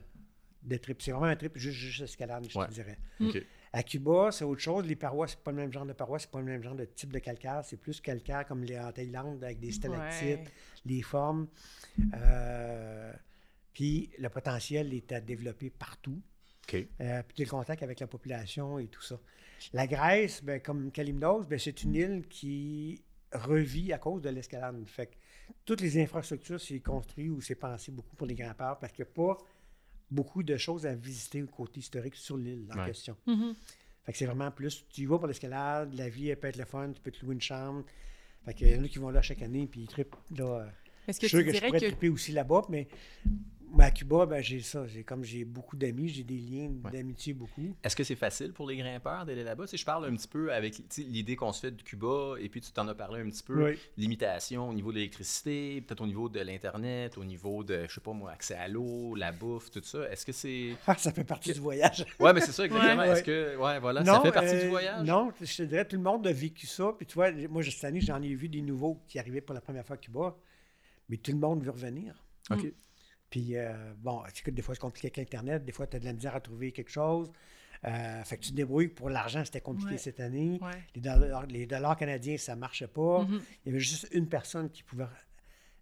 S3: de trip. C'est vraiment un trip juste, juste escalade, je
S1: Ouais.
S3: te dirais.
S1: OK.
S3: À Cuba, c'est autre chose. Les parois, c'est pas le même genre de parois, c'est pas le même genre de type de calcaire. C'est plus calcaire comme les en Thaïlande avec des stalactites,
S2: Ouais.
S3: les formes. Euh, puis le potentiel est à développer partout.
S1: OK.
S3: Euh, puis le contact avec la population et tout ça. La Grèce, ben, comme Kalymnos, ben, c'est une île qui revit à cause de l'escalade. Fait que toutes les infrastructures, c'est construit ou c'est pensé beaucoup pour les grimpeurs parce qu'il n'y a pas beaucoup de choses à visiter au côté historique sur l'île en
S1: Ouais.
S3: question.
S2: Mhm.
S3: Fait que c'est vraiment plus, tu y vas pour l'escalade, la vie, elle peut être le fun, tu peux te louer une chambre. Fait qu'il y en a qui vont là chaque année, puis ils trippent là. euh,
S2: Est-ce
S3: je
S2: que
S3: suis sûr
S2: tu
S3: que je
S2: dirais
S3: pourrais
S2: que.
S3: triper aussi là-bas, mais, mais à Cuba, ben, j'ai ça. J'ai, comme j'ai beaucoup d'amis, j'ai des liens
S1: Ouais.
S3: d'amitié beaucoup.
S1: Est-ce que c'est facile pour les grimpeurs d'aller là-bas? Tu sais, je parle un petit peu avec tu sais, l'idée qu'on se fait de Cuba, et puis tu t'en as parlé un petit peu,
S3: Oui.
S1: limitation au niveau de l'électricité, peut-être au niveau de l'Internet, au niveau de, je sais pas moi, accès à l'eau, la bouffe, tout ça. Est-ce que c'est...
S3: Ah, ça fait partie du voyage.
S1: Ouais, mais c'est ça exactement.
S3: Ouais.
S1: Est-ce que... Ouais, voilà, ça fait partie
S3: euh,
S1: du voyage?
S3: Non, je te dirais, tout le monde a vécu ça. Puis tu vois, moi, cette année, j'en ai vu des nouveaux qui arrivaient pour la première fois à Cuba, mais tout le monde veut revenir.
S2: Hmm.
S1: OK.
S3: Puis, euh, bon, écoute, des fois, c'est compliqué avec l'Internet. Des fois, tu as de la misère à trouver quelque chose. Euh, fait que tu te débrouilles. Pour l'argent, c'était compliqué
S2: Ouais.
S3: cette année.
S2: Ouais.
S3: Les, dollars, les dollars canadiens, ça ne marchait pas.
S2: Mhm.
S3: Il y avait juste une personne qui pouvait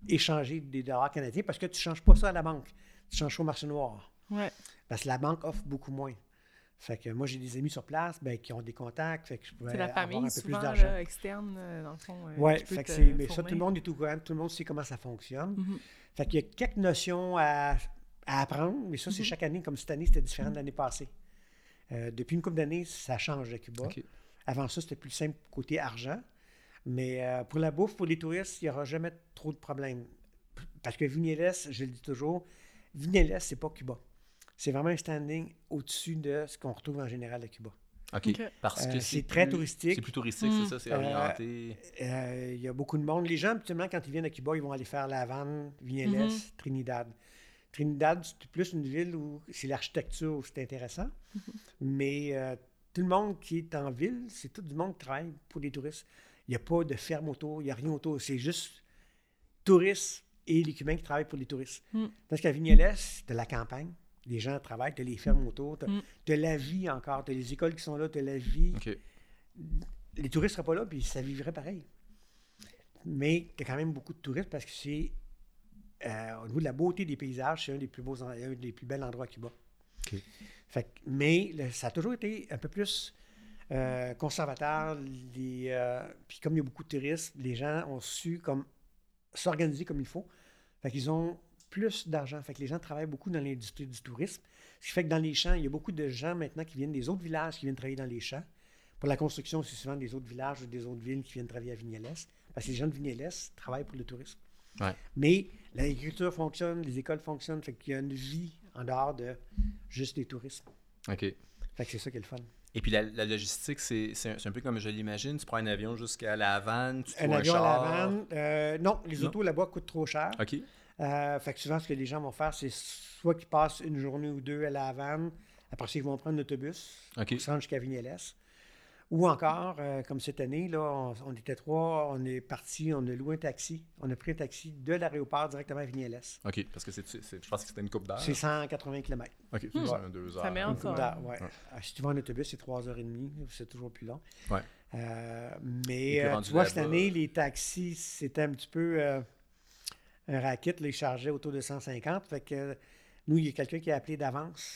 S3: échanger des dollars canadiens parce que tu ne changes pas ça à la banque. Tu changes ça au marché noir.
S2: Ouais.
S3: Parce que la banque offre beaucoup moins. Fait que moi, j'ai des amis sur place ben, qui ont des contacts. Fait que je pouvais
S2: C'est la
S3: avoir un
S2: famille,
S3: peu plus
S2: souvent,
S3: d'argent.
S2: là, externe, euh, dans le fond. euh,
S3: Oui,
S2: qui peut
S3: fait que
S2: te
S3: c'est- mais ça,
S2: fournir.
S3: tout le monde est au courant, tout le monde sait comment ça fonctionne.
S2: Mhm.
S3: Fait qu'il y a quelques notions à, à apprendre, mais ça, c'est
S2: Mhm.
S3: chaque année. Comme cette année, c'était différent de l'année passée. Euh, depuis une couple d'années, ça change de Cuba.
S1: OK.
S3: Avant ça, c'était plus simple côté argent. Mais euh, pour la bouffe, pour les touristes, il n'y aura jamais trop de problèmes. P- Parce que Vignales, je le dis toujours, Vignales, c'est pas Cuba. C'est vraiment un standing au-dessus de ce qu'on retrouve en général à Cuba.
S1: OK.
S2: OK.
S1: Parce
S3: Euh,
S1: que
S3: c'est très
S1: plus-
S3: touristique.
S1: C'est plus touristique,
S2: Mm.
S1: c'est ça, c'est
S3: Euh,
S1: orienté.
S3: Euh, Il y a beaucoup de monde. Les gens, habituellement, quand ils viennent à Cuba, ils vont aller faire La Havane, Vignales,
S2: Mhm.
S3: Trinidad. Trinidad, c'est plus une ville où c'est l'architecture, où c'est intéressant.
S2: Mhm.
S3: Mais euh, tout le monde qui est en ville, c'est tout du monde qui travaille pour les touristes. Il n'y a pas de ferme autour, il n'y a rien autour. C'est juste touristes et les Cubains qui travaillent pour les touristes.
S2: Mm.
S3: Parce qu'à Vignales, de la campagne. Les gens travaillent, tu les fermes autour, tu
S2: Mm.
S3: la vie encore, tu les écoles qui sont là, tu la vie
S1: OK.
S3: les touristes seraient pas là, puis ça vivrait pareil. Mais tu as quand même beaucoup de touristes parce que c'est, euh, au niveau de la beauté des paysages, c'est un des plus beaux, en- un des plus bels endroits à Cuba.
S1: OK.
S3: Fait que- mais le- ça a toujours été un peu plus euh, conservateur. les, euh, puis comme il y a beaucoup de touristes, les gens ont su comme s'organiser comme il faut. Fait qu'ils ont plus d'argent. Fait que les gens travaillent beaucoup dans l'industrie du tourisme. Ce qui fait que dans les champs, il y a beaucoup de gens maintenant qui viennent des autres villages qui viennent travailler dans les champs. Pour la construction, c'est souvent des autres villages ou des autres villes qui viennent travailler à Vignales. Parce que les gens de Vignales travaillent pour le tourisme.
S1: Ouais.
S3: Mais l'agriculture fonctionne, les écoles fonctionnent, fait qu'il y a une vie en dehors de juste des touristes.
S1: OK.
S3: Fait que c'est ça qui est le fun.
S1: Et puis la, la logistique, c'est c'est un, c'est un peu comme je l'imagine. Tu prends un avion jusqu'à La Havane, tu
S3: Un
S1: trouves
S3: avion
S1: char.
S3: à la vanne, euh, non, les
S1: Non.
S3: autos là-bas coûtent trop cher.
S1: OK.
S3: Euh, fait que souvent, ce que les gens vont faire, c'est soit qu'ils passent une journée ou deux à la Havane, après ça, ils vont prendre l'autobus
S1: OK.
S3: pour se rendre jusqu'à Vignales. Ou encore, euh, comme cette année, là, on, on était trois, on est parti, on a loué un taxi. On a pris un taxi de l'aéroport directement à Vignales.
S1: OK. Parce que c'est, c'est- je pense que c'était une coupe d'heure.
S3: C'est 180 km.
S1: OK. C'est un deux heures.
S2: Ça met en-
S3: Une coupe
S2: Ouais.
S3: d'heure, ouais.
S1: Ouais.
S3: Ah, Si tu vas en autobus, c'est 3h30, c'est toujours plus long.
S1: Ouais.
S3: Euh,
S1: Et puis
S3: mais euh,
S1: rendu
S3: tu vois, cette
S1: là-bas-
S3: année, les taxis, c'était un petit peu euh, un racket, les chargeaient autour de 150. Fait que euh, nous, il y a quelqu'un qui a appelé d'avance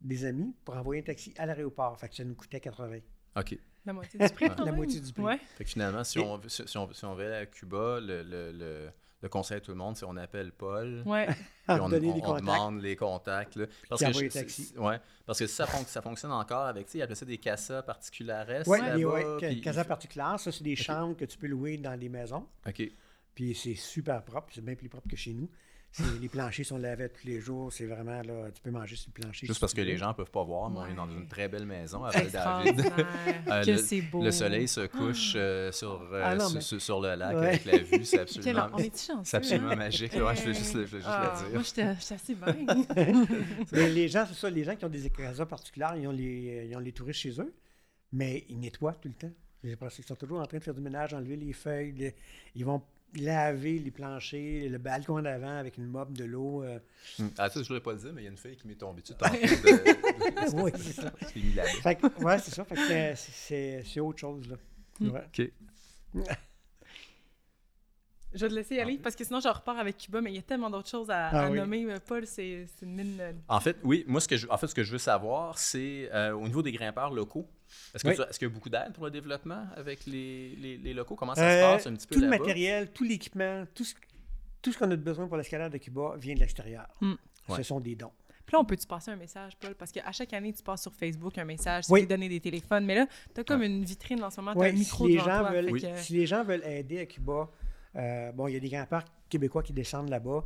S3: des amis pour envoyer un taxi à l'aéroport. Fait que ça nous coûtait 80.
S1: OK.
S2: La moitié du prix.
S1: Ouais.
S2: quand
S3: La
S2: même.
S3: moitié du prix.
S2: Ouais.
S1: Fait que finalement, si,
S3: Et-
S1: on, veut- si, si on, veut- si on veut aller à Cuba, le, le, le, le conseil à tout le monde, c'est on appelle Paul.
S2: Ouais.
S3: À
S1: puis on,
S3: donner
S1: on-
S3: Ah, des
S1: on
S3: contacts.
S1: demande les contacts. là. Parce,
S3: qui
S1: que
S3: envoie
S1: je-
S3: les taxis.
S1: c'est- ouais, parce que ça, fon- ça fonctionne encore avec, tu sais, ils appellent ça des casas particulares.
S3: Oui,
S1: là-bas,
S3: les ouais, ca-
S1: puis-
S3: casas particulières, ça, c'est des chambres que tu peux louer dans des maisons.
S1: OK.
S3: Puis c'est super propre, c'est bien plus propre que chez nous. C'est- les planchers sont lavés tous les jours, c'est vraiment là, tu peux manger sur le plancher.
S1: Juste
S3: si
S1: parce
S3: tu
S1: que
S3: veux.
S1: les gens ne peuvent pas voir, mais on est
S2: Ouais.
S1: dans une très belle maison à Val-David.
S2: Extraordinaire.
S1: ben, Euh,
S2: que c'est beau.
S1: Le soleil se couche euh, sur, euh,
S3: Oh. Ah non,
S1: sur-
S3: mais-
S1: sur, sur le lac
S3: Ouais.
S1: avec la vue. C'est
S2: Quel-
S1: absolument,
S2: on est chanceux.
S1: c'est absolument
S2: hein?
S1: magique. Ouais, je voulais juste, le- je voulais juste
S2: Ah,
S1: le
S2: Moi,
S1: dire.
S2: j'étais j'étais assez bonne.
S3: Mais les gens, c'est ça, les gens qui ont des casas particulières, ils ont les, ils ont les touristes chez eux, mais ils nettoient tout le temps. J'ai l'impression qu'ils sont toujours en train de faire du ménage, enlever les feuilles. les- ils vont laver les planchers, le balcon d'avant avec une mop de l'eau. euh,
S1: Ah, ça, je ne l'ai pas le dire, mais il y a une fille qui m'est tombée dessus. tantôt de-
S3: oui, c'est ça.
S1: Je l'ai mis là-bas.
S3: Fait que, ouais, c'est ça. Fait que c'est- c'est c'est autre chose, là.
S2: Mm.
S3: Ouais.
S1: OK.
S2: Je vais te laisser y aller parce que sinon je repars avec Cuba, mais il y a tellement d'autres choses à,
S3: Ah
S2: à
S3: oui.
S2: nommer. mais Paul, c'est c'est une mine. euh,
S1: En fait, oui, moi, ce que je, en fait, ce que je veux savoir, c'est euh, au niveau des grimpeurs locaux. Est-ce que
S3: Oui.
S1: tu- est-ce qu'il y a beaucoup d'aide pour le développement avec les, les- les locaux? Comment ça
S3: Euh,
S1: se passe un petit peu
S3: Tout le
S1: là-bas?
S3: matériel, tout l'équipement, tout ce, tout ce qu'on a besoin pour l'escalade de Cuba vient de l'extérieur.
S2: Mm.
S1: Ouais.
S3: Ce sont des dons.
S2: Puis là, on peut-tu passer un message, Paul? Parce qu'à chaque année, tu passes sur Facebook un message, tu
S3: Oui.
S2: peux donner des téléphones. Mais là, tu as comme une vitrine en ce moment, tu as
S3: Ouais,
S2: un micro
S3: si, les
S2: devant
S3: gens
S2: toi.
S3: veulent,
S2: fait
S1: Ah. Oui.
S2: que-
S3: si les gens veulent aider à Cuba, euh, bon, il y a des grands parcs québécois qui descendent là-bas.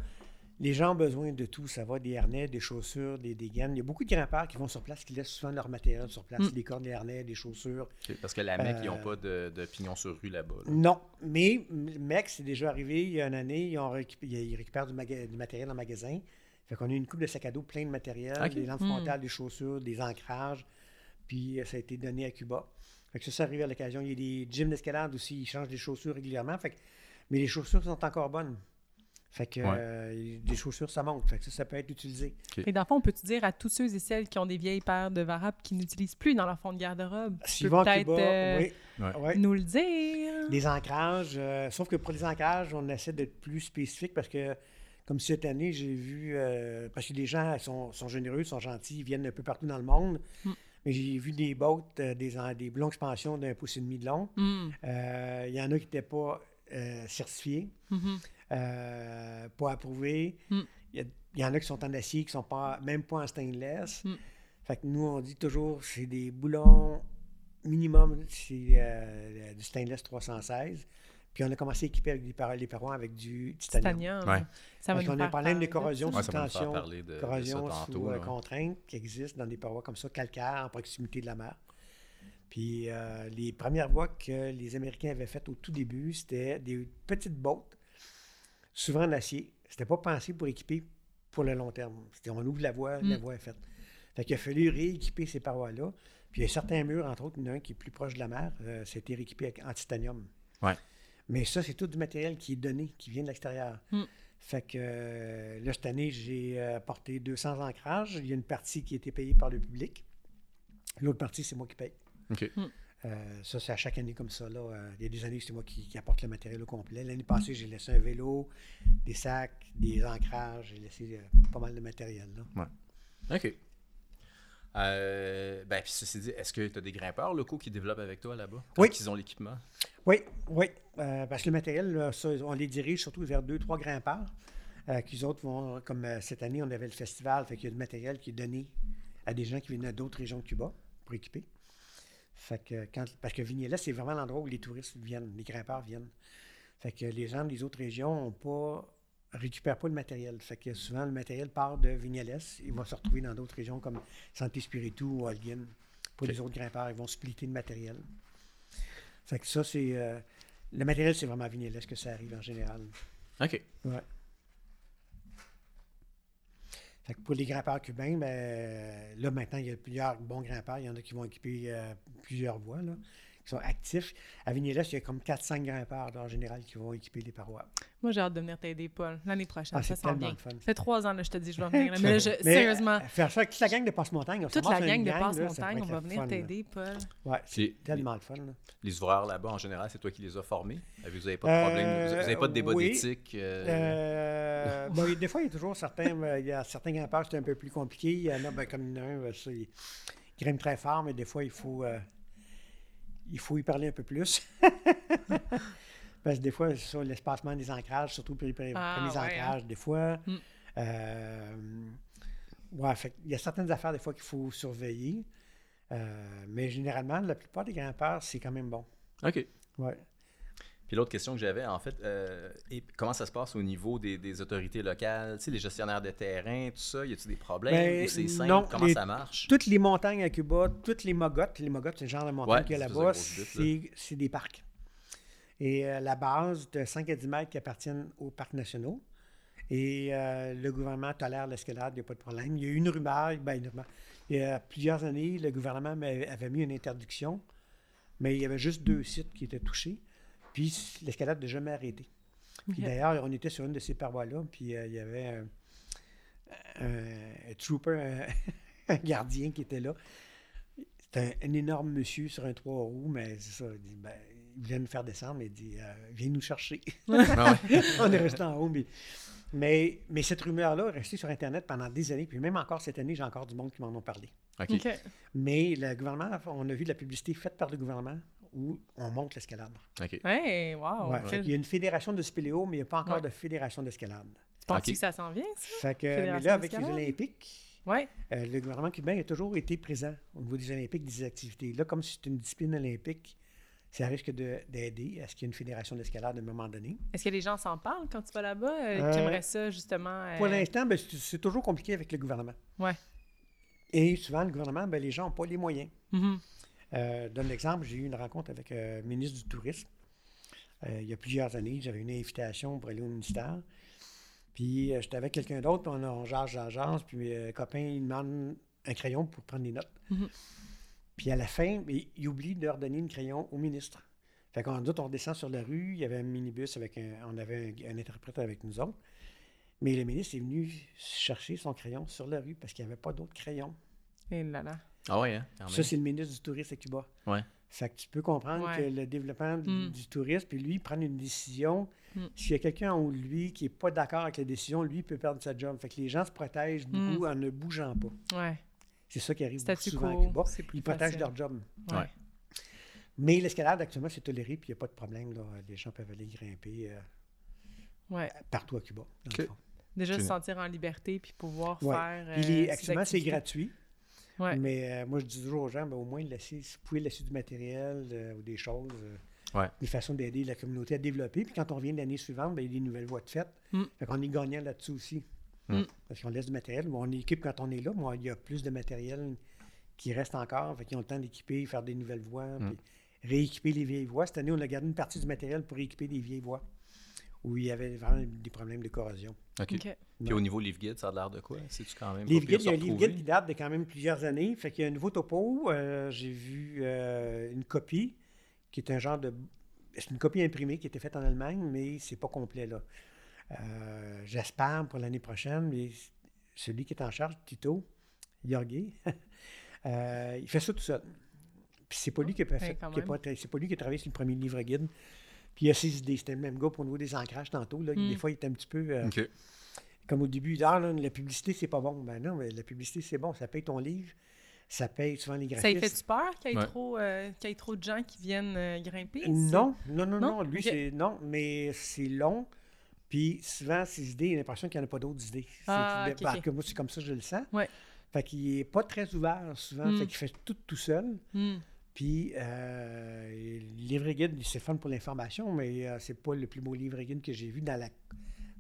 S3: Les gens ont besoin de tout. Ça va des harnais, des chaussures, des, des gaines. Il y a beaucoup de grands parcs qui vont sur place, qui laissent souvent leur matériel sur place.
S2: Mm.
S3: Des cordes, des harnais, des chaussures.
S1: OK, Parce que la MEC, ils n'ont
S3: Euh,
S1: pas de, de pignon sur rue là-bas. là.
S3: Non, mais M- mec, c'est déjà arrivé il y a une année, ils, ont récu- ils- ils récupèrent du, maga- du matériel en magasin. Fait qu'on a eu une coupe de sacs à dos plein de matériel,
S1: Ok.
S3: des lampes
S2: Hmm.
S3: frontales, des chaussures, des ancrages, puis euh, ça a été donné à Cuba. Fait que ça, ça arrive à l'occasion. Il y a des gyms d'escalade aussi, ils changent des chaussures régulièrement. Fait que- mais les chaussures sont encore bonnes. Fait que
S1: Ouais.
S3: euh, des chaussures, ça monte. Fait que ça, ça peut être utilisé.
S2: Fait que dans le fond, on peut-tu dire à tous ceux et celles qui ont des vieilles paires de varapes qu'ils n'utilisent plus dans leur fond de garde-robe, tu
S3: S'ils
S2: peux
S3: vont à
S2: peut-être
S3: Cuba,
S2: euh,
S3: oui.
S1: Ouais.
S3: ouais.
S2: nous le dire.
S3: Des ancrages. euh, sauf que pour les ancrages, on essaie d'être plus spécifique parce que, comme cette année, j'ai vu. euh, parce que les gens sont, sont généreux, sont gentils, ils viennent un peu partout dans le monde.
S2: Mm.
S3: Mais j'ai vu des bottes, euh, des, en- des longues expansions d'un pouce et demi de long.
S2: Mm,
S3: Euh, Il y en a qui n'étaient pas euh, certifiés,
S2: mhm.
S3: euh, pas approuvés.
S2: Mm.
S3: Il y a- il y en a qui sont en acier, qui ne sont pas, même pas en stainless.
S2: Mm.
S3: Fait que nous, on dit toujours, c'est des boulons minimum, c'est euh, du stainless 316. Puis on a commencé à équiper avec des parois, les parois avec du titanium.
S2: Titanium.
S1: Ouais.
S2: Ça va
S3: Parce
S2: nous
S3: qu'on a un
S2: faire
S3: problème de
S2: parler
S3: corrosion
S2: ça.
S1: Ouais,
S3: sous
S1: ça va nous faire
S3: tension,
S1: parler de, de
S3: corrosion
S1: ça
S3: sous
S1: tantôt.
S3: euh,
S1: là.
S3: contrainte qui existe dans des parois comme ça, calcaires, en proximité de la mer. Puis euh, les premières voies que les Américains avaient faites au tout début, c'était des petites bottes, souvent en acier. C'était pas pensé pour équiper pour le long terme. C'était on ouvre la voie, la
S2: Mm.
S3: voie est faite. Fait qu'il a fallu rééquiper ces parois-là. Puis il y a certains murs, entre autres, il y en a un qui est plus proche de la mer, euh, c'était rééquipé avec- en titanium.
S1: Ouais.
S3: Mais ça, c'est tout du matériel qui est donné, qui vient de l'extérieur.
S2: Mm.
S3: Fait que euh, là, cette année, j'ai euh, apporté 200 ancrages. Il y a une partie qui a été payée par le public. L'autre partie, c'est moi qui paye.
S1: OK.
S3: Euh, ça, c'est à chaque année comme ça. Là. Euh, Il y a des années que c'est moi qui, qui apporte le matériel au complet. L'année passée, j'ai laissé un vélo, des sacs, des ancrages. J'ai laissé euh, pas mal de matériel. Là.
S1: OK. Euh, ben, puis ceci dit, est-ce que tu as des grimpeurs locaux qui développent avec toi là-bas?
S3: Oui.
S1: Ils ont l'équipement.
S3: Oui, oui. euh, parce que le matériel, là, ça, on les dirige surtout vers deux, trois grimpeurs. Euh, qu'ils autres vont, comme euh, cette année, on avait le festival, fait qu'il y a du matériel qui est donné à des gens qui viennent d'autres régions de Cuba pour équiper. Fait que quand, parce que Vignelas, c'est vraiment l'endroit où les touristes viennent, les grimpeurs viennent. Fait que les gens des autres régions ont pas récupèrent pas le matériel. Fait que souvent, le matériel part de Vignelas, il va se retrouver dans d'autres régions comme Santé Spiritu ou Holguin. Pour les autres grimpeurs, ils vont splitter le matériel. Fait que ça, c'est. euh, le matériel, c'est vraiment à Vignelas que ça arrive en général.
S1: OK.
S3: Ouais. Fait que pour les grimpeurs cubains, ben, euh, là maintenant, il y a plusieurs bons grimpeurs. Il y en a qui vont équiper euh, plusieurs voies, là, qui sont actifs. À Vignelas, il y a comme 4-5 grimpeurs là, en général qui vont équiper les parois.
S2: Moi, j'ai hâte de venir t'aider, Paul, l'année prochaine.
S3: Ah,
S2: ça
S3: c'est
S2: sent
S3: tellement
S2: bien.
S3: le fun.
S2: Ça fait trois ans, là, je te dis, je vais venir. là. Mais là, je-
S3: Mais,
S2: sérieusement,
S3: euh, Faire ça avec toute la gang de Passe-Montagne. on se
S2: toute
S3: ramasse
S2: la gang
S3: une
S2: de
S3: là, ça
S2: Passe-Montagne,
S3: pourrait
S2: on
S3: être
S2: va
S3: le fun,
S2: venir
S3: là.
S2: t'aider, Paul.
S3: Ouais, c'est
S1: Puis-
S3: tellement le fun. là.
S1: Les ouvreurs là-bas, en général, c'est toi qui les as formés? Vous n'avez pas de problème?
S3: Euh,
S1: vous n'avez pas de débat
S3: oui.
S1: d'éthique? euh,
S3: Euh, bon, il- des fois, il y a toujours certains, euh, il y a certains grimpeurs, c'est un peu plus compliqué. Il y en a, ben, comme il y en a un, euh, c'est- il grimpe très fort, mais des fois, il faut, euh, il faut y parler un peu plus. Parce que des fois, sur l'espacement des ancrages, surtout pour les premiers
S2: Ah,
S3: premiers
S2: ouais, hein.
S3: ancrages, des fois.
S2: Mm.
S3: euh, ouais, fait qu'il y a certaines affaires, des fois, qu'il faut surveiller. Euh, mais généralement, la plupart des grimpeurs, c'est quand même bon.
S1: OK.
S3: Ouais.
S1: Puis l'autre question que j'avais, en fait, euh, et comment ça se passe au niveau des, des autorités locales? Tu sais, les gestionnaires de terrain, tout ça, y a-t-il des problèmes?
S3: Ben,
S1: ou c'est simple?
S3: non,
S1: comment
S3: les-
S1: ça marche?
S3: Toutes les montagnes à Cuba, toutes les mogotes, les mogotes, c'est le genre de montagne
S1: Ouais,
S3: qu'il y a
S1: c'est
S3: là-bas,
S1: ça, c'est la grosse
S3: c'est c'est des parcs. Et euh, la base de 5 à 10 mètres qui appartiennent aux parcs nationaux. Et euh, le gouvernement tolère l'escalade, il n'y a pas de problème. Il y a eu une rumeur, ben, une rumeur. Il y a plusieurs années, le gouvernement m'avait- avait mis une interdiction, mais il y avait juste deux sites qui étaient touchés. Puis l'escalade n'a jamais arrêté. Puis d'ailleurs, on était sur une de ces parois-là, puis euh, il y avait un, un- un trooper, un, un gardien qui était là. C'était un, un énorme monsieur sur un trois roues, mais c'est ça, il dit, ben, il voulait nous faire descendre, mais il dit, euh, viens nous chercher.
S1: Ah ouais.
S3: on est resté en haut, mais... Mais, mais cette rumeur-là est restée sur Internet pendant des années, puis même encore cette année, j'ai encore du monde qui m'en ont parlé.
S1: OK.
S2: OK.
S3: Mais le gouvernement, on a vu de la publicité faite par le gouvernement où on monte l'escalade.
S1: OK.
S2: Hey, wow.
S3: Ouais.
S2: Quel-
S3: Il y a une fédération de spéléo, mais il n'y a pas encore
S2: Oh, Ouais.
S3: de fédération d'escalade.
S2: Penses-tu
S1: Ok.
S2: que ça s'en vient, ça?
S3: Fait que, mais
S2: Fédération
S3: là, avec les
S2: d'escalade.
S3: Olympiques,
S2: Oui.
S3: euh, le gouvernement cubain a toujours été présent au niveau des Olympiques, des activités. Là, comme c'est une discipline olympique, ça risque de- d'aider à ce qu'il y ait une fédération d'escalade à un moment donné.
S2: Est-ce que les gens s'en parlent quand tu vas là-bas? euh,
S3: Euh,
S2: qui aimeraient ça, justement?
S3: Pour
S2: euh,
S3: l'instant, ben, c'est c'est toujours compliqué avec le gouvernement.
S2: Ouais.
S3: Et souvent, le gouvernement, ben, les gens n'ont pas les moyens.
S2: mhm.
S3: Euh, donne l'exemple, j'ai eu une rencontre avec euh, le ministre du Tourisme euh, il y a plusieurs années. J'avais une invitation pour aller au ministère. Puis euh, j'étais avec quelqu'un d'autre, puis on, on jase, jase, jase, puis euh, mes copains, ils demandent un crayon pour prendre des notes.
S2: Mhm.
S3: Puis à la fin, il, il oublie de leur donner un crayon au ministre. Fait qu'en doute, on descend sur la rue, il y avait un minibus avec un, on avait un, un interprète avec nous autres. Mais le ministre est venu chercher son crayon sur la rue parce qu'il n'y avait pas d'autre crayon.
S2: Et là là.
S1: Ah ouais, hein, quand
S3: Ça,
S1: même.
S3: c'est le ministre du Tourisme à Cuba.
S1: Ouais.
S3: Fait que tu peux comprendre
S2: Ouais.
S3: que le développement du,
S2: Mm.
S3: du tourisme, puis lui, prendre une décision.
S2: Mm.
S3: S'il y a quelqu'un ou lui qui n'est pas d'accord avec la décision, lui il peut perdre sa job. Fait que les gens se protègent beaucoup en ne bougeant pas.
S2: Ouais.
S3: C'est ça qui arrive
S2: Hmm. Statu
S3: beaucoup souvent
S2: quo,
S3: à Cuba.
S2: c'est plus
S3: Ils protègent
S2: facile.
S3: leur job.
S2: Ouais.
S1: Ouais.
S3: Mais l'escalade, actuellement, c'est toléré, puis il n'y a pas de problème. là. Les gens peuvent aller grimper euh,
S2: ouais.
S3: partout à Cuba. dans le
S1: Que-
S3: fond.
S2: Déjà se
S1: Génial.
S2: sentir en liberté puis pouvoir
S3: Ouais.
S2: faire. euh,
S3: Puis les-
S2: ses
S3: actuellement, c'est
S2: activités.
S3: gratuit.
S2: Ouais.
S3: Mais euh, moi, je dis toujours aux gens, ben, au moins, laisser, si vous pouvez laisser du matériel euh, ou des choses, euh,
S1: Ouais.
S3: des façons d'aider la communauté à développer. Puis quand on revient l'année suivante, ben, il y a des nouvelles voies de fête.
S2: Mm.
S3: Fait qu'on est gagnant là-dessus aussi.
S1: Mm.
S3: Parce qu'on laisse du matériel. ou On équipe quand on est là. Moi, il y a plus de matériel qui reste encore. Fait qu'ils ont le temps d'équiper, faire des nouvelles voies,
S1: Mm.
S3: puis rééquiper les vieilles voies. Cette année, on a gardé une partie du matériel pour rééquiper des vieilles voies où il y avait vraiment des problèmes de corrosion.
S1: OK.
S2: OK.
S1: Puis au niveau livre guide, ça a l'air de quoi? C'est-tu quand même...
S3: Livre
S1: pas pire
S3: guide, il y a un
S1: se
S3: livre
S1: retrouver?
S3: guide qui date de quand même plusieurs années. Fait qu'il y a un nouveau topo. euh, J'ai vu euh, une copie qui est un genre de. C'est une copie imprimée qui était faite en Allemagne, mais c'est pas complet là. Euh, J'espère pour l'année prochaine, mais celui qui est en charge, Tito Yorgé, euh, il fait ça tout seul. Puis c'est pas lui qui a pas
S2: Ouais,
S3: fait-
S2: Ah, ben, quand
S3: qui a
S2: même.
S3: pas tra- c'est pas lui qui a travaillé sur le premier livre guide. Puis il a ses idées. C'était le même gars pour le niveau des ancrages tantôt. Là.
S2: Mm.
S3: Des fois, il était un petit peu. euh,
S1: OK.
S3: comme au début, ah, là, la publicité, c'est pas bon. Ben non, mais la publicité, c'est bon. Ça paye ton livre, ça paye souvent les
S2: Ça y fait
S3: graphistes.
S2: tu peur qu'il y, ait
S1: Ouais.
S2: trop, euh, qu'il y ait trop de gens qui viennent euh, grimper?
S3: Non, non, non, non.
S2: Non?
S3: Lui,
S2: Ok.
S3: c'est non, mais c'est long. Puis souvent, ses idées, il a l'impression qu'il n'y en a pas d'autres idées. C'est-
S2: Ah,
S3: ben,
S2: ok,
S3: parce
S2: ok.
S3: que moi, c'est comme ça que je le sens.
S2: Ouais.
S3: Fait qu'il n'est pas très ouvert souvent.
S2: Mm.
S3: Fait qu'il fait tout tout seul.
S2: Hmm.
S3: Puis, euh, livre guide, c'est fun pour l'information, mais euh, c'est pas le plus beau livre guide que j'ai vu dans la,